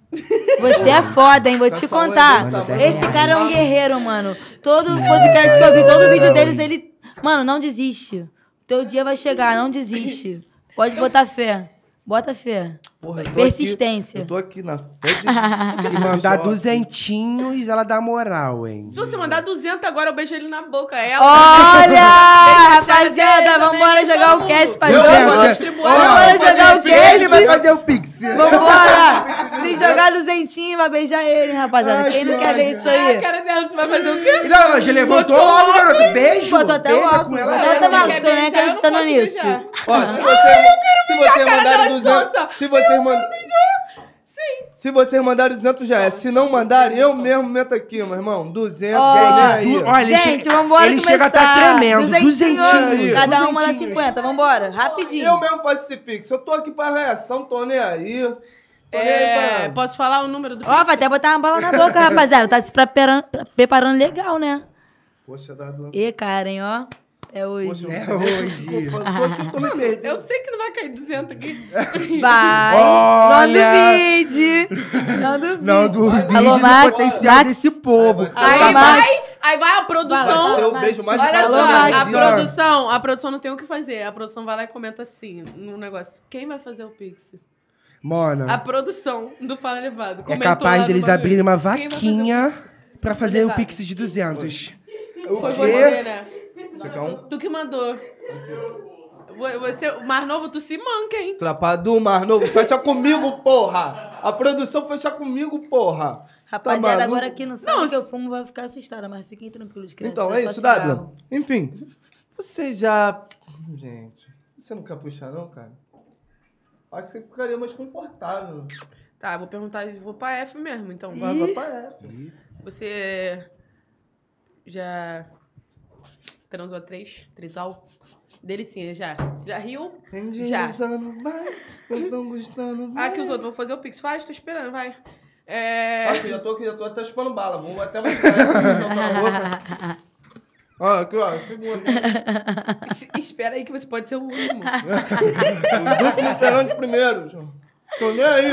[SPEAKER 4] Você é foda, hein? Vou
[SPEAKER 1] Tá
[SPEAKER 4] te
[SPEAKER 1] falando
[SPEAKER 4] contar.
[SPEAKER 1] desse tamanho.
[SPEAKER 4] Esse cara é um guerreiro, mano. Todo podcast que eu vi, todo vídeo deles, ele. Mano, não desiste. Teu dia vai chegar, não desiste. Pode botar fé. Bota fé.
[SPEAKER 1] Porra, eu tô aqui-
[SPEAKER 4] Persistência.
[SPEAKER 1] eu tô aqui na frente.
[SPEAKER 3] Se mandar duzentinhos, ela dá moral, hein?
[SPEAKER 2] Se você mandar 200 agora, eu beijo ele na boca. É Ela.
[SPEAKER 4] Olha!
[SPEAKER 2] Deixa a chave dele
[SPEAKER 4] Rapaziada,
[SPEAKER 2] também,
[SPEAKER 4] vambora
[SPEAKER 2] deixa
[SPEAKER 4] jogar
[SPEAKER 2] todo
[SPEAKER 4] o cast
[SPEAKER 2] mundo.
[SPEAKER 4] pra
[SPEAKER 3] Meu
[SPEAKER 4] jogo.
[SPEAKER 3] Deus,
[SPEAKER 2] distribuir.
[SPEAKER 4] Vambora
[SPEAKER 2] Vamos fazer
[SPEAKER 4] jogar o
[SPEAKER 1] o cast.
[SPEAKER 4] cast.
[SPEAKER 3] Ele vai fazer o pix.
[SPEAKER 4] Vambora! Se jogar duzentinho, vai beijar ele, hein, rapaziada.
[SPEAKER 3] Ai,
[SPEAKER 4] Quem não
[SPEAKER 3] que
[SPEAKER 4] quer ver isso
[SPEAKER 2] Ah, a
[SPEAKER 4] aí?
[SPEAKER 2] cara dela, tu vai fazer o quê?
[SPEAKER 3] E Não, ela já levantou logo, garoto. Beijo.
[SPEAKER 4] Botou até o
[SPEAKER 3] Beija
[SPEAKER 4] óculos, né?
[SPEAKER 3] com ela.
[SPEAKER 4] botou até
[SPEAKER 2] Ela
[SPEAKER 4] o óculos.
[SPEAKER 2] quer
[SPEAKER 4] tô nem
[SPEAKER 2] beijar, eu não
[SPEAKER 4] acreditando
[SPEAKER 2] posso
[SPEAKER 4] nisso.
[SPEAKER 2] beijar.
[SPEAKER 1] Ó, se você, se vocês mandarem 200, se vocês mandarem, se vocês mandarem 200 já é, se não mandarem eu mesmo meto aqui, meu irmão, 200
[SPEAKER 4] Ó,
[SPEAKER 1] já é aí.
[SPEAKER 3] Du- Olha, ele
[SPEAKER 4] Gente,
[SPEAKER 3] chega-
[SPEAKER 4] vambora
[SPEAKER 3] Ele
[SPEAKER 4] começar.
[SPEAKER 3] chega a tá tremendo. Duzentinhos.
[SPEAKER 1] Duzentinho.
[SPEAKER 4] Cada uma dá
[SPEAKER 3] Duzentinhos.
[SPEAKER 4] 50, vambora.
[SPEAKER 1] Eu
[SPEAKER 4] Rapidinho.
[SPEAKER 1] mesmo faço esse pix. Eu tô aqui pra reação, tô nem aí. Tô nem
[SPEAKER 2] É,
[SPEAKER 1] aí pra...
[SPEAKER 2] posso falar o número do.
[SPEAKER 4] Ó, vai até botar uma bala na boca, rapaziada. Tá se preparando, preparando legal, né?
[SPEAKER 1] Poxa,
[SPEAKER 3] tá
[SPEAKER 1] dá
[SPEAKER 4] E, Karen, ó. É hoje.
[SPEAKER 1] Poxa,
[SPEAKER 3] É hoje.
[SPEAKER 1] eu tô aqui, tô me perdendo.
[SPEAKER 2] Eu sei que não vai cair 200 aqui.
[SPEAKER 4] Vai.
[SPEAKER 3] Olha.
[SPEAKER 4] Não duvide. Não duvide.
[SPEAKER 3] Não duvide
[SPEAKER 4] Alô,
[SPEAKER 3] do
[SPEAKER 4] Max?
[SPEAKER 3] potencial
[SPEAKER 4] Max?
[SPEAKER 3] desse povo.
[SPEAKER 1] Ai,
[SPEAKER 2] Aí
[SPEAKER 4] Tá, Max.
[SPEAKER 2] vai, aí vai a
[SPEAKER 1] Vai
[SPEAKER 2] produção.
[SPEAKER 1] ser o beijo mais
[SPEAKER 4] Olha
[SPEAKER 1] caro
[SPEAKER 4] só,
[SPEAKER 1] da minha
[SPEAKER 4] a
[SPEAKER 1] vida.
[SPEAKER 2] A
[SPEAKER 3] Mas, ó.
[SPEAKER 2] produção, a produção não tem o que fazer. A produção vai lá e comenta assim no negócio. Quem vai fazer o Pix?
[SPEAKER 3] Mano,
[SPEAKER 2] A produção do Fala Elevado.
[SPEAKER 3] é
[SPEAKER 2] Comentou lá
[SPEAKER 3] capaz
[SPEAKER 2] no
[SPEAKER 3] deles
[SPEAKER 2] bagulho.
[SPEAKER 3] abrirem uma
[SPEAKER 2] Quem vai fazer o
[SPEAKER 3] vaquinha pra fazer o
[SPEAKER 2] Elevado.
[SPEAKER 3] Pix de 200.
[SPEAKER 2] Pix? Foi
[SPEAKER 3] quê?
[SPEAKER 2] você, né?
[SPEAKER 1] Você quer um?
[SPEAKER 2] Tu que mandou. Vo- Você, o mais novo, tu se manca, hein?
[SPEAKER 1] Trapado Mar Novo, fecha comigo, porra! A produção fecha comigo, porra! Tá
[SPEAKER 4] Rapaziada,
[SPEAKER 1] maluco?
[SPEAKER 4] agora que não sabe
[SPEAKER 2] Não,
[SPEAKER 4] que eu
[SPEAKER 2] se-
[SPEAKER 4] fumo vai ficar assustada, mas fiquem tranquilos, crianças.
[SPEAKER 1] Então, é
[SPEAKER 4] só
[SPEAKER 1] isso,
[SPEAKER 4] cigarro.
[SPEAKER 1] Dávila. Enfim, você já... Gente, você não quer puxar não, cara? Acho que você ficaria mais confortável.
[SPEAKER 2] Tá, vou perguntar, vou pra F mesmo, então.
[SPEAKER 1] Vai, vai pra F.
[SPEAKER 2] Você já transou três? Trisal? Delicinha, já. Já riu?
[SPEAKER 1] Tem
[SPEAKER 2] Já.
[SPEAKER 1] deslizando, vai. Eu tô gostando, vai.
[SPEAKER 2] Ah, que os outros, vou fazer o pix. Faz, tô esperando, vai. É...
[SPEAKER 1] Aqui, já tô aqui, já tô até chupando bala. Vou até mais perto, assim, na boca. Ó, aqui, ó. Segura.
[SPEAKER 2] es- Espera aí que você pode ser o último.
[SPEAKER 1] Duplo pênalti primeiro, João. Tô nem aí.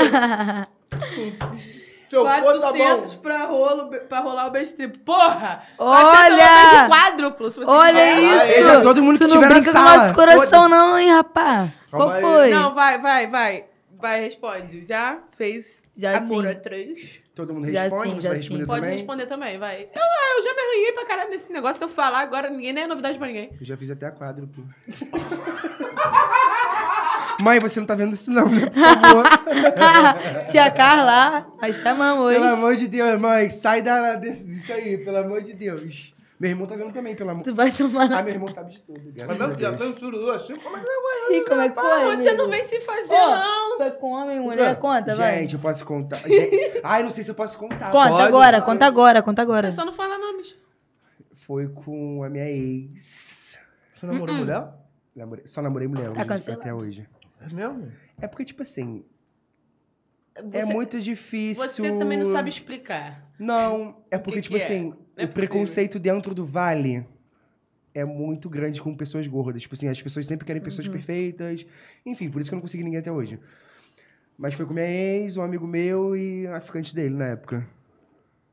[SPEAKER 1] Seu pô tá bom.
[SPEAKER 2] 400 pra, rolo, pra rolar o beijo triplo. Porra!
[SPEAKER 4] Olha!
[SPEAKER 2] Beijo um quádruplo, se você
[SPEAKER 4] Olha
[SPEAKER 2] quiser.
[SPEAKER 1] Aí,
[SPEAKER 4] isso!
[SPEAKER 1] já
[SPEAKER 3] todo mundo que
[SPEAKER 4] tu não
[SPEAKER 3] tiver na
[SPEAKER 4] brinca
[SPEAKER 3] sala,
[SPEAKER 4] com o nosso coração
[SPEAKER 3] foda-se.
[SPEAKER 4] não, hein, rapá?
[SPEAKER 1] Calma
[SPEAKER 4] Qual
[SPEAKER 1] aí.
[SPEAKER 4] foi?
[SPEAKER 2] Não, vai, vai, vai. Vai, responde. Já fez
[SPEAKER 4] Já
[SPEAKER 2] amor é
[SPEAKER 4] sim.
[SPEAKER 2] a três?
[SPEAKER 3] Todo mundo
[SPEAKER 4] Já
[SPEAKER 3] responde,
[SPEAKER 4] sim,
[SPEAKER 3] você vai
[SPEAKER 4] já
[SPEAKER 3] responder
[SPEAKER 4] sim.
[SPEAKER 2] Pode
[SPEAKER 3] também.
[SPEAKER 2] responder também, vai. Eu, ah, eu já me arranhei pra caralho nesse negócio. Se eu falar agora, ninguém nem é novidade pra ninguém.
[SPEAKER 3] Eu já fiz até a quádrupla. Mãe, você não tá vendo isso não, né? Por favor.
[SPEAKER 4] Tia Carla, nós chamamos
[SPEAKER 3] pelo
[SPEAKER 4] hoje.
[SPEAKER 3] amor de Deus, mãe. Sai da, desse, disso aí, pelo amor de Deus. Meu irmão tá vendo também, pelo amor...
[SPEAKER 4] Tu vai tomar no
[SPEAKER 3] Ah, meu irmão sabe de tudo, graças
[SPEAKER 1] Mas
[SPEAKER 3] a
[SPEAKER 1] mesmo que já
[SPEAKER 3] Deus.
[SPEAKER 1] fez um sururu assim, como é que não é?
[SPEAKER 4] cu, como é que foi?
[SPEAKER 2] você não
[SPEAKER 4] amigo?
[SPEAKER 2] vem se fazer,
[SPEAKER 4] Ó,
[SPEAKER 2] não.
[SPEAKER 4] Foi com homem, mulher,
[SPEAKER 2] Tá
[SPEAKER 4] conta, vai.
[SPEAKER 3] Gente, eu posso contar. Gente, Ai, não sei se eu posso contar.
[SPEAKER 4] Conta
[SPEAKER 1] pode,
[SPEAKER 4] agora,
[SPEAKER 1] pode.
[SPEAKER 4] conta agora, conta agora.
[SPEAKER 2] Só não fala nomes.
[SPEAKER 3] Foi com a minha ex.
[SPEAKER 1] Você
[SPEAKER 2] Hum.
[SPEAKER 1] namorou mulher?
[SPEAKER 3] Namorei- só namorei mulher
[SPEAKER 2] Tá
[SPEAKER 3] hoje,
[SPEAKER 4] cancelado.
[SPEAKER 3] até hoje.
[SPEAKER 1] É mesmo?
[SPEAKER 3] É porque, tipo assim, é
[SPEAKER 2] Você-
[SPEAKER 3] muito difícil.
[SPEAKER 2] Você também não sabe explicar.
[SPEAKER 3] Não, é porque,
[SPEAKER 2] que
[SPEAKER 3] tipo
[SPEAKER 2] é?
[SPEAKER 3] assim,
[SPEAKER 2] é
[SPEAKER 3] o
[SPEAKER 2] possível.
[SPEAKER 3] preconceito dentro do vale é muito grande com pessoas gordas. Tipo assim, as pessoas sempre querem pessoas
[SPEAKER 2] Uhum.
[SPEAKER 3] perfeitas. Enfim, por isso que eu não consegui ninguém até hoje. Mas foi com minha ex, um amigo meu e a ficante dele na época.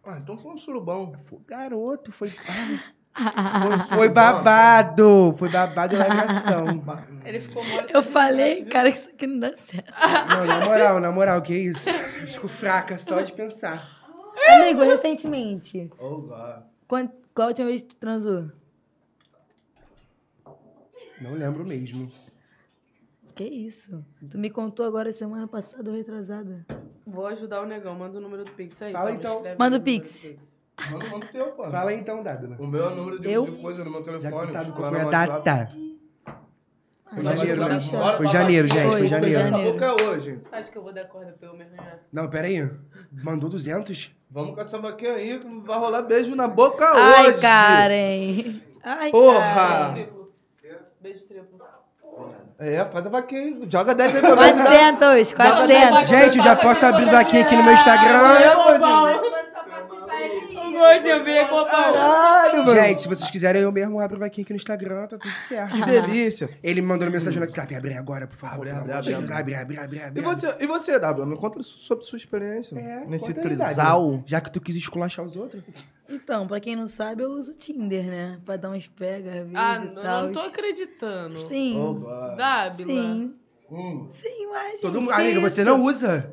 [SPEAKER 1] Ah, então foi um surubão.
[SPEAKER 3] Pô, garoto, foi. Ai,
[SPEAKER 2] Ah,
[SPEAKER 3] foi, foi babado! Foi babado e lagação.
[SPEAKER 2] Ele ficou morto.
[SPEAKER 4] Eu falei, cara, que isso aqui não dá certo.
[SPEAKER 3] Não, na moral, na moral, que isso? Eu Fico fraca só de pensar.
[SPEAKER 4] Amigo, recentemente,
[SPEAKER 1] Oh, God.
[SPEAKER 4] quant- qual a última vez que tu transou?
[SPEAKER 3] Não lembro mesmo.
[SPEAKER 4] Que isso? Tu me contou agora semana passada ou retrasada.
[SPEAKER 2] Vou ajudar o negão. Manda o número do Pix aí.
[SPEAKER 3] Fala,
[SPEAKER 2] Toma,
[SPEAKER 3] então.
[SPEAKER 2] escreve
[SPEAKER 4] Manda
[SPEAKER 2] aí
[SPEAKER 4] o
[SPEAKER 2] número
[SPEAKER 4] Pix.
[SPEAKER 2] do
[SPEAKER 1] Manda o nome teu, pô.
[SPEAKER 3] Fala aí então, Dávila.
[SPEAKER 1] O meu é o número de,
[SPEAKER 4] Eu?
[SPEAKER 1] de coisa no meu
[SPEAKER 3] Já que
[SPEAKER 1] telefone.
[SPEAKER 3] tu sabe
[SPEAKER 1] lá
[SPEAKER 3] qual
[SPEAKER 1] no
[SPEAKER 3] foi a
[SPEAKER 1] WhatsApp.
[SPEAKER 3] data. Foi
[SPEAKER 4] Agora
[SPEAKER 3] janeiro,
[SPEAKER 4] vai ficar
[SPEAKER 3] né?
[SPEAKER 4] chorando.
[SPEAKER 3] Foi janeiro,
[SPEAKER 1] É,
[SPEAKER 3] gente. Foi
[SPEAKER 4] Foi, foi
[SPEAKER 3] janeiro.
[SPEAKER 4] janeiro.
[SPEAKER 1] Essa tipo, boca é hoje.
[SPEAKER 2] Acho que eu vou dar corda pra eu me arranhar.
[SPEAKER 3] Não, pera aí. Mandou 200?
[SPEAKER 1] Vamos com essa boquinha aí, que vai rolar beijo na boca hoje.
[SPEAKER 4] Ai, Karen. Ai,
[SPEAKER 1] Porra!
[SPEAKER 2] Triplo. Beijo triplo.
[SPEAKER 1] É, faz a vaquinha aí. Joga 10 aí pra nós, né?
[SPEAKER 4] 400,
[SPEAKER 1] Não, não,
[SPEAKER 4] 400.
[SPEAKER 3] Gente, já posso abrir o daqui aqui no meu Instagram.
[SPEAKER 2] O Gordinho virei popão.
[SPEAKER 1] Caralho, mano.
[SPEAKER 3] Gente, se vocês quiserem, eu mesmo abro o vaquinha aqui no Instagram, tá tudo certo.
[SPEAKER 1] que delícia.
[SPEAKER 3] Ele me mandou uma mensagem no WhatsApp, abre agora, por favor.
[SPEAKER 1] Abre, abre,
[SPEAKER 3] pelo amor de
[SPEAKER 1] abre,
[SPEAKER 3] Deus. Abre, abre, abre, abre.
[SPEAKER 1] E você, e você, W, me conta su- sobre sua experiência
[SPEAKER 3] É,
[SPEAKER 1] nesse
[SPEAKER 3] conta aí, Dávila.
[SPEAKER 1] trisal.
[SPEAKER 3] Já que tu quis esculachar os outros.
[SPEAKER 4] Então, pra quem não sabe, eu uso o Tinder, né? Pra dar uns pega, às vezes
[SPEAKER 2] Ah,
[SPEAKER 4] e
[SPEAKER 2] eu
[SPEAKER 4] tal.
[SPEAKER 2] não tô acreditando.
[SPEAKER 4] Sim.
[SPEAKER 3] né?
[SPEAKER 2] Dávila.
[SPEAKER 4] Sim.
[SPEAKER 1] Hum.
[SPEAKER 4] Sim, mas.
[SPEAKER 3] Todo
[SPEAKER 4] gente,
[SPEAKER 3] mundo.
[SPEAKER 4] que
[SPEAKER 3] Amiga,
[SPEAKER 4] isso?
[SPEAKER 3] você não usa.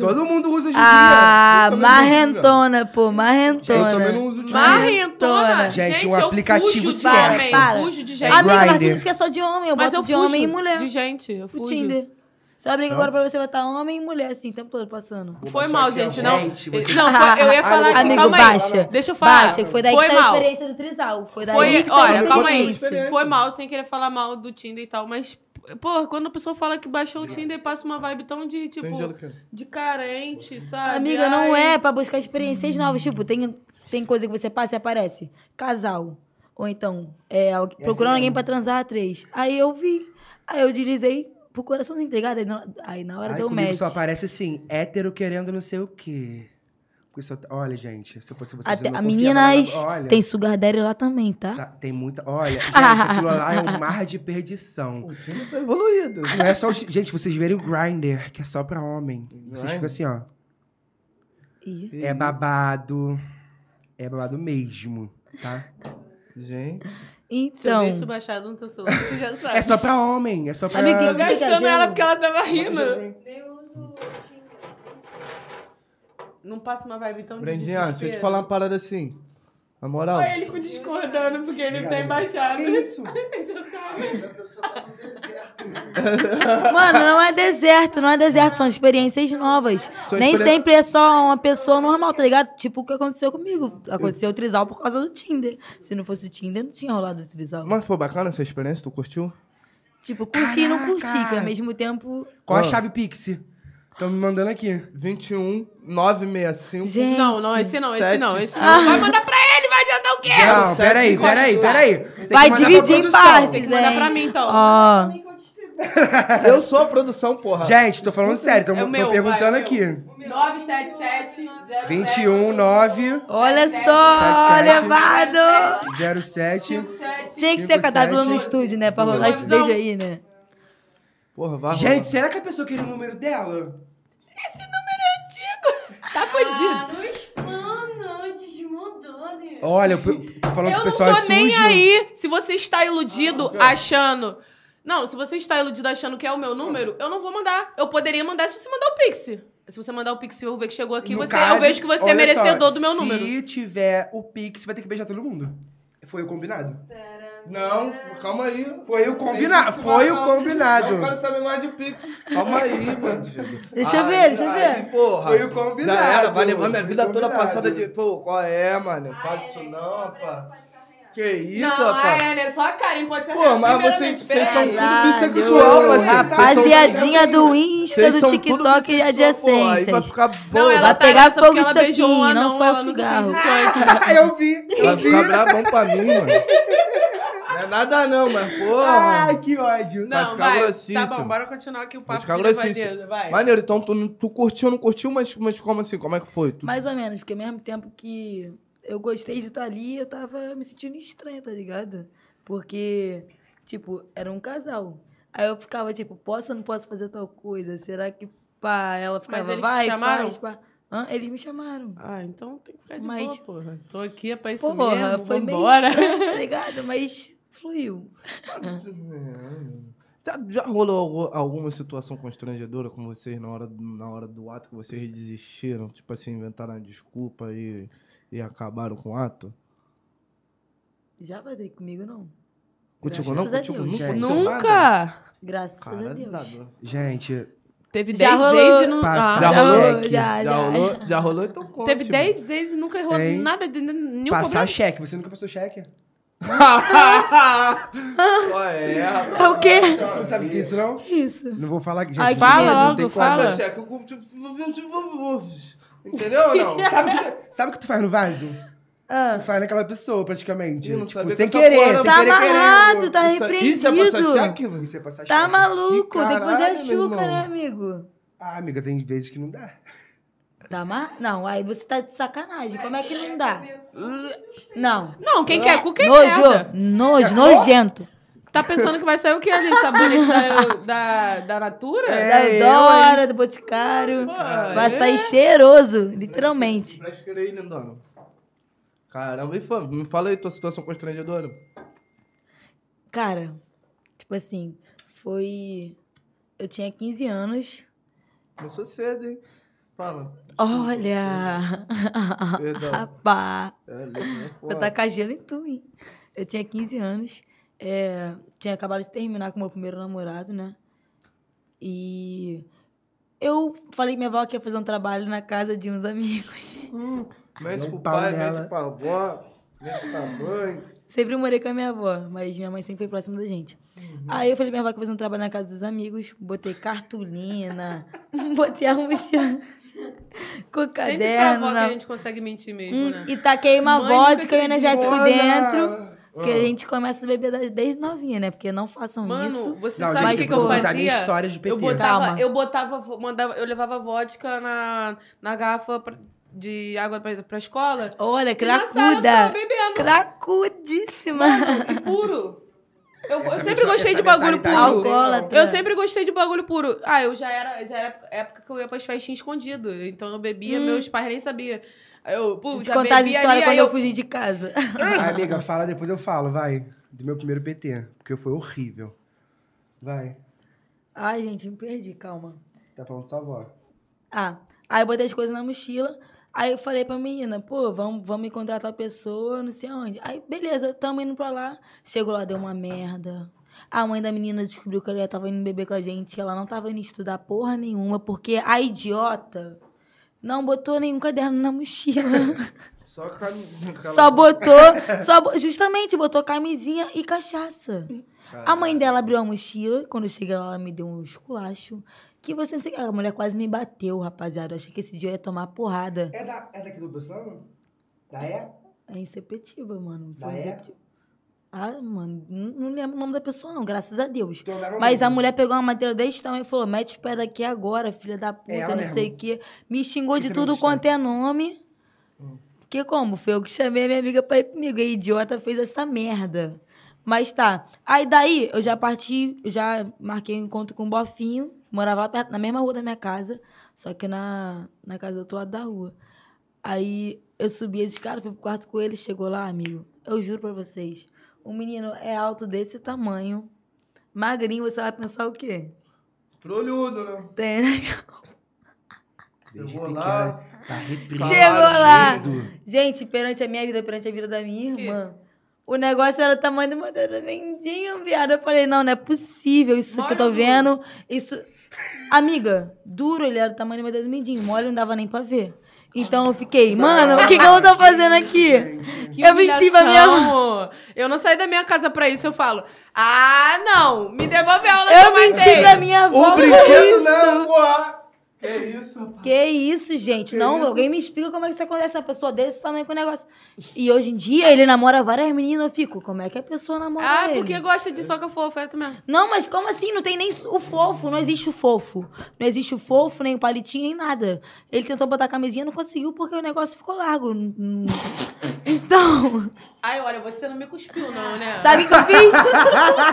[SPEAKER 3] Todo mundo usa hoje em
[SPEAKER 4] Ah,
[SPEAKER 1] Eu também não uso,
[SPEAKER 4] marrentona, pô,
[SPEAKER 3] dia. Eu também
[SPEAKER 4] marrentona.
[SPEAKER 3] não uso Tinder.
[SPEAKER 2] Marrentona.
[SPEAKER 3] Gente, um
[SPEAKER 2] eu
[SPEAKER 3] aplicativo
[SPEAKER 2] fujo de
[SPEAKER 3] sério.
[SPEAKER 2] homem,
[SPEAKER 4] Para.
[SPEAKER 2] fujo de gente.
[SPEAKER 3] Ah,
[SPEAKER 4] Amiga, mas tu
[SPEAKER 3] Grindr.
[SPEAKER 4] disse que é só de homem, eu
[SPEAKER 2] mas
[SPEAKER 4] boto
[SPEAKER 2] eu
[SPEAKER 4] de
[SPEAKER 2] fujo
[SPEAKER 4] homem e mulher.
[SPEAKER 2] De gente, eu
[SPEAKER 4] O
[SPEAKER 2] fujo.
[SPEAKER 4] Tinder. Só abre agora pra você botar homem e mulher, assim, o tempo todo passando.
[SPEAKER 2] Foi mal, gente. Não,
[SPEAKER 3] Gente, você-
[SPEAKER 2] não foi- eu ia falar aqui,
[SPEAKER 4] Amigo,
[SPEAKER 2] calma aí.
[SPEAKER 4] baixa.
[SPEAKER 2] Deixa eu falar.
[SPEAKER 4] Baixa, que foi daí que saiu
[SPEAKER 2] mal.
[SPEAKER 4] a experiência do Trisal. Foi daí
[SPEAKER 2] Foi,
[SPEAKER 4] que saiu a
[SPEAKER 2] olha, calma aí.
[SPEAKER 4] experiência.
[SPEAKER 2] Foi mal, sem querer falar mal do Tinder e tal, mas, pô, quando a pessoa fala que baixou o Tinder, passa uma vibe tão de, tipo,
[SPEAKER 1] Entendi, Luquinha.
[SPEAKER 2] de carente, sabe?
[SPEAKER 4] Amiga, não
[SPEAKER 2] Ai,
[SPEAKER 4] é pra buscar experiências novas. Tipo, tem, tem coisa que você passa e aparece. Casal. Ou então, é, al-
[SPEAKER 3] assim,
[SPEAKER 4] procurando
[SPEAKER 3] né?
[SPEAKER 4] alguém pra transar a três. Aí eu vi. Aí eu deslizei pro coração entregado. Aí na, aí na hora
[SPEAKER 3] Ai,
[SPEAKER 4] deu
[SPEAKER 3] comigo
[SPEAKER 4] match.
[SPEAKER 3] só aparece assim, hétero querendo não sei o quê. Porque só- olha, gente, se eu fosse vocês,
[SPEAKER 4] Até,
[SPEAKER 3] eu não
[SPEAKER 4] a
[SPEAKER 3] confiava na-
[SPEAKER 4] meninas,
[SPEAKER 3] olha,
[SPEAKER 4] tem sugar daddy lá também, tá?
[SPEAKER 3] tá- tem muita... Olha, gente, aquilo lá é um mar de perdição.
[SPEAKER 1] O time tá evoluído.
[SPEAKER 3] Não é só... os- Gente, vocês verem o Grindr, que é só pra homem. Vocês ficam assim, ó.
[SPEAKER 4] Ih.
[SPEAKER 3] É babado. É babado mesmo, tá?
[SPEAKER 1] Gente.
[SPEAKER 2] Se eu
[SPEAKER 4] Então,
[SPEAKER 2] ver isso baixado no teu celular, você já sabe.
[SPEAKER 3] É só pra homem, é só pra...
[SPEAKER 4] Amiga,
[SPEAKER 2] Tô gastando
[SPEAKER 4] Você
[SPEAKER 2] ela
[SPEAKER 4] já-
[SPEAKER 2] porque ela tava rindo. Não passa uma vibe tão de
[SPEAKER 1] Brendinha, deixa eu te
[SPEAKER 2] desespero.
[SPEAKER 1] falar uma parada assim. Na moral.
[SPEAKER 2] Olha ele com discordando porque ele tá embaixado.
[SPEAKER 3] isso?
[SPEAKER 7] A pessoa tá no deserto.
[SPEAKER 4] Mano, não é deserto, não é deserto, são experiências novas.
[SPEAKER 1] São
[SPEAKER 4] Nem
[SPEAKER 1] experiências-
[SPEAKER 4] sempre é só uma pessoa normal, tá ligado? Tipo o que aconteceu comigo. Aconteceu o trisal por causa do Tinder. Se não fosse o Tinder, não tinha rolado o trisal.
[SPEAKER 1] Mas foi bacana essa experiência? Tu curtiu?
[SPEAKER 4] Tipo, curti e não curti, que
[SPEAKER 3] Caraca!
[SPEAKER 4] ao mesmo tempo.
[SPEAKER 3] Qual a
[SPEAKER 1] Ah.
[SPEAKER 3] chave Pix? Estão me mandando aqui.
[SPEAKER 1] 21 965.
[SPEAKER 4] Gente.
[SPEAKER 2] Não, não, esse não, esse
[SPEAKER 1] sete,
[SPEAKER 2] não, esse não. Vai mandar pra ele, vai adiantar É, o quê?
[SPEAKER 3] Não, peraí,
[SPEAKER 1] gosto.
[SPEAKER 3] peraí, peraí. Tem que
[SPEAKER 4] Vai
[SPEAKER 3] mandar pra
[SPEAKER 4] dividir em
[SPEAKER 3] produção.
[SPEAKER 4] partes.
[SPEAKER 2] Tem que mandar
[SPEAKER 4] hein?
[SPEAKER 2] pra mim, então.
[SPEAKER 4] Ó.
[SPEAKER 1] Eu sou a produção, porra.
[SPEAKER 3] Gente, tô falando sério, tô,
[SPEAKER 2] É o
[SPEAKER 3] tô
[SPEAKER 2] meu,
[SPEAKER 3] perguntando
[SPEAKER 2] vai, é o
[SPEAKER 3] aqui.
[SPEAKER 2] meu. 977
[SPEAKER 3] 21, 9,
[SPEAKER 4] Olha
[SPEAKER 2] Sete,
[SPEAKER 4] só,
[SPEAKER 3] sete, sete.
[SPEAKER 4] levado!
[SPEAKER 3] 07.
[SPEAKER 2] 57.
[SPEAKER 4] Tinha que
[SPEAKER 3] Cinco,
[SPEAKER 4] ser cadabro no
[SPEAKER 3] sete.
[SPEAKER 4] estúdio, né? Pra rolar esse
[SPEAKER 2] Visão.
[SPEAKER 4] beijo aí, né?
[SPEAKER 1] Porra, vai. rolar.
[SPEAKER 3] Gente, será que a pessoa queria o número dela?
[SPEAKER 2] Tá
[SPEAKER 1] um.
[SPEAKER 2] fudido.
[SPEAKER 8] no plano, antes mudou, né?
[SPEAKER 1] Oh,
[SPEAKER 3] Olha, eu tô falando que o
[SPEAKER 2] Eu não
[SPEAKER 3] pessoal é
[SPEAKER 2] tô
[SPEAKER 3] sujo. Ah,
[SPEAKER 2] nem aí se você está iludido achando. Não, se você está iludido achando que é o meu número, eu não vou mandar. Eu poderia mandar se você mandar o Pix. Se você mandar o Pix e eu ver que chegou aqui,
[SPEAKER 3] No
[SPEAKER 2] você,
[SPEAKER 3] caso,
[SPEAKER 2] eu vejo que você
[SPEAKER 3] olha
[SPEAKER 2] é merecedor do meu
[SPEAKER 3] só,
[SPEAKER 2] número.
[SPEAKER 3] Se tiver o Pix, vai ter que beijar todo mundo. Foi o combinado?
[SPEAKER 1] Não, calma aí.
[SPEAKER 3] Foi o combinado. Foi o combinado.
[SPEAKER 1] Eu quero saber mais de Pix. Calma aí, bandido.
[SPEAKER 4] Deixa eu
[SPEAKER 1] Aí,
[SPEAKER 4] ver, deixa eu ver.
[SPEAKER 1] aí, porra.
[SPEAKER 3] Foi o combinado.
[SPEAKER 1] Já era, vai levando a vida
[SPEAKER 3] Foi o
[SPEAKER 1] toda
[SPEAKER 3] combinado.
[SPEAKER 1] passada de. Pô, qual é, mano? Faz isso não, rapaz. Que isso,
[SPEAKER 2] não,
[SPEAKER 1] rapaz.
[SPEAKER 2] ah, é, né? Só a Karen pode ser a
[SPEAKER 1] Pô,
[SPEAKER 2] Karen.
[SPEAKER 1] mas vocês,
[SPEAKER 2] Primeiramente,
[SPEAKER 1] vocês são
[SPEAKER 2] peraí.
[SPEAKER 1] tudo
[SPEAKER 4] Caralho.
[SPEAKER 1] bissexual, parceiro. Vocês são-
[SPEAKER 4] Rapaziadinha do Insta,
[SPEAKER 1] vocês
[SPEAKER 4] do
[SPEAKER 1] são tudo
[SPEAKER 4] TikTok e
[SPEAKER 1] bissexual, porra. Aí vai
[SPEAKER 4] adjacências.
[SPEAKER 1] ficar
[SPEAKER 2] Não,
[SPEAKER 1] boa.
[SPEAKER 2] ela
[SPEAKER 4] Vai
[SPEAKER 2] tá
[SPEAKER 4] pegar
[SPEAKER 2] nessa porque
[SPEAKER 4] fogo
[SPEAKER 2] ela
[SPEAKER 4] isso
[SPEAKER 2] beijou um
[SPEAKER 4] aqui, não
[SPEAKER 2] anão,
[SPEAKER 4] só o
[SPEAKER 2] ela nunca fez um
[SPEAKER 4] cigarro.
[SPEAKER 2] isso antes.
[SPEAKER 3] Ah, eu vi.
[SPEAKER 1] Vai
[SPEAKER 2] tá
[SPEAKER 3] Eu vi.
[SPEAKER 1] ficar bravão pra mim, mano. Não é nada não, mas porra.
[SPEAKER 3] Ai, que ódio.
[SPEAKER 1] Vai
[SPEAKER 2] Não,
[SPEAKER 1] ficar
[SPEAKER 2] vai.
[SPEAKER 1] grossíssimo.
[SPEAKER 2] Tá bom, bora continuar aqui o
[SPEAKER 1] Vai
[SPEAKER 2] papo
[SPEAKER 1] ficar
[SPEAKER 2] de
[SPEAKER 1] grossíssimo.
[SPEAKER 2] levadeira. Vai.
[SPEAKER 1] Maneiro, então tu, tu curtiu ou não curtiu, mas, mas como assim? Como é que foi? Tu-
[SPEAKER 4] Mais ou menos, porque ao mesmo tempo que eu gostei de estar ali, eu tava me sentindo estranha, tá ligado? Porque, tipo, era um casal. Aí eu ficava, tipo, posso ou não posso fazer tal coisa? Será que pá? Ela ficava,
[SPEAKER 2] eles te
[SPEAKER 4] vai,
[SPEAKER 2] chamaram?
[SPEAKER 4] faz, pá. Hã? Eles me chamaram.
[SPEAKER 2] Ah, então tem que ficar de
[SPEAKER 4] Mas-
[SPEAKER 2] boa, porra. Tô aqui é pra isso
[SPEAKER 4] Porra,
[SPEAKER 2] mesmo,
[SPEAKER 4] foi meio
[SPEAKER 2] vambora.
[SPEAKER 4] estranho, tá ligado? Mas fluiu.
[SPEAKER 1] Já, já rolou algu- alguma situação constrangedora com vocês na hora, do- na hora do ato que vocês desistiram? Tipo assim, inventaram a desculpa e, e acabaram com o ato?
[SPEAKER 4] Já bateu comigo, não.
[SPEAKER 1] Contigo
[SPEAKER 4] Graças
[SPEAKER 1] não?
[SPEAKER 4] a
[SPEAKER 1] Contigo
[SPEAKER 4] Deus,
[SPEAKER 1] nunca?
[SPEAKER 3] gente.
[SPEAKER 1] aconteceu nada?
[SPEAKER 2] Nunca.
[SPEAKER 4] Graças a
[SPEAKER 1] Cara,
[SPEAKER 4] Deus.
[SPEAKER 1] tá doido.
[SPEAKER 3] Gente,
[SPEAKER 2] Teve
[SPEAKER 4] Já
[SPEAKER 2] 10
[SPEAKER 4] rolou.
[SPEAKER 2] ex e Ah, não...
[SPEAKER 3] Passa.
[SPEAKER 1] Já
[SPEAKER 3] Já
[SPEAKER 1] rolou?
[SPEAKER 4] Tá
[SPEAKER 3] cheque.
[SPEAKER 1] Já
[SPEAKER 4] já, já.
[SPEAKER 1] rolou? Já rolou? Então conte.
[SPEAKER 2] Teve
[SPEAKER 1] mano.
[SPEAKER 2] 10 ex e nunca errou
[SPEAKER 3] Hein?
[SPEAKER 2] nada de nenhum
[SPEAKER 3] passar
[SPEAKER 2] problema.
[SPEAKER 3] cheque. Você nunca passou cheque?
[SPEAKER 1] Qual é, rapaz?
[SPEAKER 4] É o quê?
[SPEAKER 3] Tu não sabe o que é isso, não?
[SPEAKER 4] Isso.
[SPEAKER 3] Não vou falar. Gente,
[SPEAKER 4] Ai, que
[SPEAKER 2] Fala
[SPEAKER 4] medo.
[SPEAKER 2] logo,
[SPEAKER 3] tem como.
[SPEAKER 2] fala.
[SPEAKER 1] Essa checa, eu curto- tipo, Entendeu ou não?
[SPEAKER 3] Sabe o que, sabe o que tu faz no vaso?
[SPEAKER 4] Ah,
[SPEAKER 3] Tu faz naquela pessoa, praticamente.
[SPEAKER 1] Eu não
[SPEAKER 3] Tipo,
[SPEAKER 1] sabia
[SPEAKER 3] sem
[SPEAKER 1] que essa porra
[SPEAKER 3] querer,
[SPEAKER 1] era-
[SPEAKER 3] sem
[SPEAKER 4] Tá
[SPEAKER 3] querer,
[SPEAKER 4] amarrado,
[SPEAKER 3] querendo.
[SPEAKER 4] tá
[SPEAKER 1] Isso- Isso é
[SPEAKER 4] repreendido.
[SPEAKER 1] passar cheque, mano?
[SPEAKER 3] Isso é passar
[SPEAKER 4] Tá
[SPEAKER 3] cheque.
[SPEAKER 4] maluco, tem que fazer a
[SPEAKER 1] caralho, meu
[SPEAKER 4] chuca,
[SPEAKER 1] irmão.
[SPEAKER 4] né, amigo?
[SPEAKER 3] Ah, amiga, tem vezes que não dá.
[SPEAKER 4] Tá ma... Não, aí você tá de sacanagem. Como é que não dá? Não.
[SPEAKER 2] Não, quem quer é cu, quem
[SPEAKER 4] nojo,
[SPEAKER 2] merda.
[SPEAKER 4] nojo, nojento.
[SPEAKER 2] Tá pensando que vai sair o que ali? Sabonete da, da, da Natura?
[SPEAKER 3] É,
[SPEAKER 4] da
[SPEAKER 3] eu,
[SPEAKER 4] Eudora, do Boticário.
[SPEAKER 2] Pô,
[SPEAKER 4] Vai
[SPEAKER 2] é.
[SPEAKER 4] sair cheiroso, literalmente.
[SPEAKER 1] Pra escrever aí, lindona. Caramba, e fala, me fala aí tua situação constrangedora.
[SPEAKER 4] Cara, tipo assim, foi... Eu tinha 15 anos.
[SPEAKER 1] Começou cedo, hein? Fala.
[SPEAKER 4] Olha!
[SPEAKER 1] Perdão.
[SPEAKER 4] Rapaz!
[SPEAKER 1] É, lembra, né?
[SPEAKER 4] Vou tacar gelo em tu, hein? Eu tinha 15 anos. é, tinha acabado de terminar com o meu primeiro namorado, né? E eu falei que minha avó que ia fazer um trabalho na casa de uns amigos.
[SPEAKER 1] Mete
[SPEAKER 3] Dá um
[SPEAKER 1] pro
[SPEAKER 3] pau
[SPEAKER 1] pai,
[SPEAKER 3] nela.
[SPEAKER 1] mete pra avó, mete pra mãe.
[SPEAKER 4] Sempre morei com a minha avó, mas minha mãe sempre foi próxima da gente.
[SPEAKER 2] Uhum.
[SPEAKER 4] Aí eu falei pra minha avó que ia fazer um trabalho na casa dos amigos. Botei cartolina, botei a mochila com
[SPEAKER 2] Sempre pra avó
[SPEAKER 4] caderno.
[SPEAKER 2] que a
[SPEAKER 4] na-
[SPEAKER 2] gente consegue mentir mesmo,
[SPEAKER 4] Hum,
[SPEAKER 2] né?
[SPEAKER 4] E taquei uma
[SPEAKER 2] Mãe, nunca
[SPEAKER 4] vodka e um energético
[SPEAKER 3] Olha!
[SPEAKER 2] né?
[SPEAKER 4] dentro. Porque
[SPEAKER 1] Ah.
[SPEAKER 4] a gente começa a beber das- desde novinha, né? Porque não façam
[SPEAKER 2] Mano,
[SPEAKER 4] isso.
[SPEAKER 2] você
[SPEAKER 3] Não,
[SPEAKER 2] sabe o
[SPEAKER 3] gente,
[SPEAKER 2] que, que
[SPEAKER 3] não
[SPEAKER 2] eu
[SPEAKER 3] vou contar nem
[SPEAKER 2] fazia?
[SPEAKER 3] histórias de PT.
[SPEAKER 2] Eu botava,
[SPEAKER 4] Calma.
[SPEAKER 2] eu botava, vo- mandava, eu levava vodka na, na garrafa pra- de água pra, pra escola.
[SPEAKER 4] Olha,
[SPEAKER 2] E na sala eu ficava
[SPEAKER 4] cracuda.
[SPEAKER 2] tá bebendo,
[SPEAKER 4] Cracudíssima.
[SPEAKER 2] e puro. Eu, eu
[SPEAKER 3] Essa é
[SPEAKER 2] sempre
[SPEAKER 3] mensa-
[SPEAKER 2] gostei
[SPEAKER 3] essa
[SPEAKER 2] de bagulho puro.
[SPEAKER 3] mentalidade é
[SPEAKER 4] tem, Alcoólatra.
[SPEAKER 2] Eu sempre gostei de bagulho puro. Ah, eu já era, já era época que eu ia pras festinhas escondido. Então eu bebia, meus pais nem sabiam. Aí Eu, pô,
[SPEAKER 4] Vou te
[SPEAKER 2] já
[SPEAKER 4] Hum. contar as
[SPEAKER 2] bebia
[SPEAKER 4] histórias
[SPEAKER 2] ali,
[SPEAKER 4] quando
[SPEAKER 2] aí
[SPEAKER 4] eu
[SPEAKER 2] eu...
[SPEAKER 4] fugi de casa.
[SPEAKER 3] Ai, Ah, amiga, fala, depois eu falo, vai. Do meu primeiro PT. Porque foi horrível. Vai.
[SPEAKER 4] Ai, gente, me perdi, calma.
[SPEAKER 3] Tá falando só avó.
[SPEAKER 4] Ah, aí eu botei as coisas na mochila. Aí eu falei pra menina, pô, vamos, vamos encontrar tal pessoa, não sei onde. Aí, beleza, tamo indo pra lá. Chegou lá, deu uma merda. A mãe da menina descobriu que ela tava indo beber com a gente, que ela não tava indo estudar porra nenhuma, porque a idiota não botou nenhum caderno na mochila.
[SPEAKER 1] Só camisa.
[SPEAKER 4] Só botou, só bo- justamente botou camisinha e cachaça. A mãe dela abriu a mochila, quando eu cheguei lá, ela me deu um esculacho. Que você não sei o que. A mulher quase me bateu, rapaziada. Eu achei que esse dia eu ia tomar porrada.
[SPEAKER 3] É, da, é daqui do Bolsonaro? Da é?
[SPEAKER 4] É inceptiva, mano.
[SPEAKER 3] Ah,
[SPEAKER 4] Foi
[SPEAKER 3] é?
[SPEAKER 4] Insepetiba. Ah, mano, não não lembro o nome da pessoa, não, graças a Deus.
[SPEAKER 3] Então, dava
[SPEAKER 4] Mas
[SPEAKER 3] muito.
[SPEAKER 4] a mulher pegou uma madeira desse tamanho e falou: mete o pé daqui agora, filha da puta,
[SPEAKER 3] ela
[SPEAKER 4] não
[SPEAKER 3] mesmo.
[SPEAKER 4] sei o quê. Me xingou
[SPEAKER 3] Isso
[SPEAKER 4] de
[SPEAKER 3] é muito
[SPEAKER 4] tudo quanto é nome. Porque como? Foi eu que chamei a minha amiga pra ir comigo. E a idiota fez essa merda. Mas tá. Aí daí eu já parti, eu já marquei um encontro com o Bofinho. Morava lá perto, na mesma rua da minha casa, só que na, na casa do outro lado da rua. Aí eu subi esses caras, fui pro quarto com ele, chegou lá, amigo. Eu juro pra vocês. O menino é alto desse tamanho, magrinho, você vai pensar o quê?
[SPEAKER 1] Trolhudo, né?
[SPEAKER 4] Tem, né?
[SPEAKER 3] Desde
[SPEAKER 1] Eu vou
[SPEAKER 3] pequena,
[SPEAKER 1] lá.
[SPEAKER 3] tá reprimido.
[SPEAKER 4] Chegou lá.
[SPEAKER 3] Agido.
[SPEAKER 4] Gente, perante a minha vida, perante a vida da minha
[SPEAKER 2] Que?
[SPEAKER 4] irmã, o negócio era o tamanho do modelo da mendinha, viado. Eu falei, não, não é possível isso que eu tô
[SPEAKER 2] Mole ou
[SPEAKER 4] vendo. Isso. Amiga, duro ele era o tamanho do modelo do mendinho. Mole não dava nem pra ver. Então eu fiquei, mano, o que, que eu tô fazendo aqui?
[SPEAKER 2] Que
[SPEAKER 4] eu menti pra minha mãe.
[SPEAKER 2] humilhação. Eu não saí da minha casa pra isso, eu falo. Ah, não! Me devolve a aula que
[SPEAKER 4] Eu
[SPEAKER 2] eu
[SPEAKER 4] menti
[SPEAKER 2] matei.
[SPEAKER 4] pra minha avó.
[SPEAKER 1] O
[SPEAKER 4] que
[SPEAKER 1] brinquedo
[SPEAKER 4] isso?
[SPEAKER 1] não, porra! Que isso, rapaz?
[SPEAKER 4] Que isso, gente? não, alguém me explica como é que isso acontece. Uma pessoa desse tamanho com o negócio. E hoje em dia ele namora várias meninas. Eu fico, como é que a pessoa namora
[SPEAKER 2] Ah,
[SPEAKER 4] ele?
[SPEAKER 2] porque gosta de soca fofa, é isso mesmo.
[SPEAKER 4] Não, mas como assim? Não tem nem o fofo. Não existe o fofo. Não existe o fofo, nem o palitinho, nem nada. Ele tentou botar a camisinha, não conseguiu porque o negócio ficou largo. Hum, hum. Então,
[SPEAKER 2] Ai, olha, você não me cuspiu, não, né?
[SPEAKER 4] sabe o que eu fiz?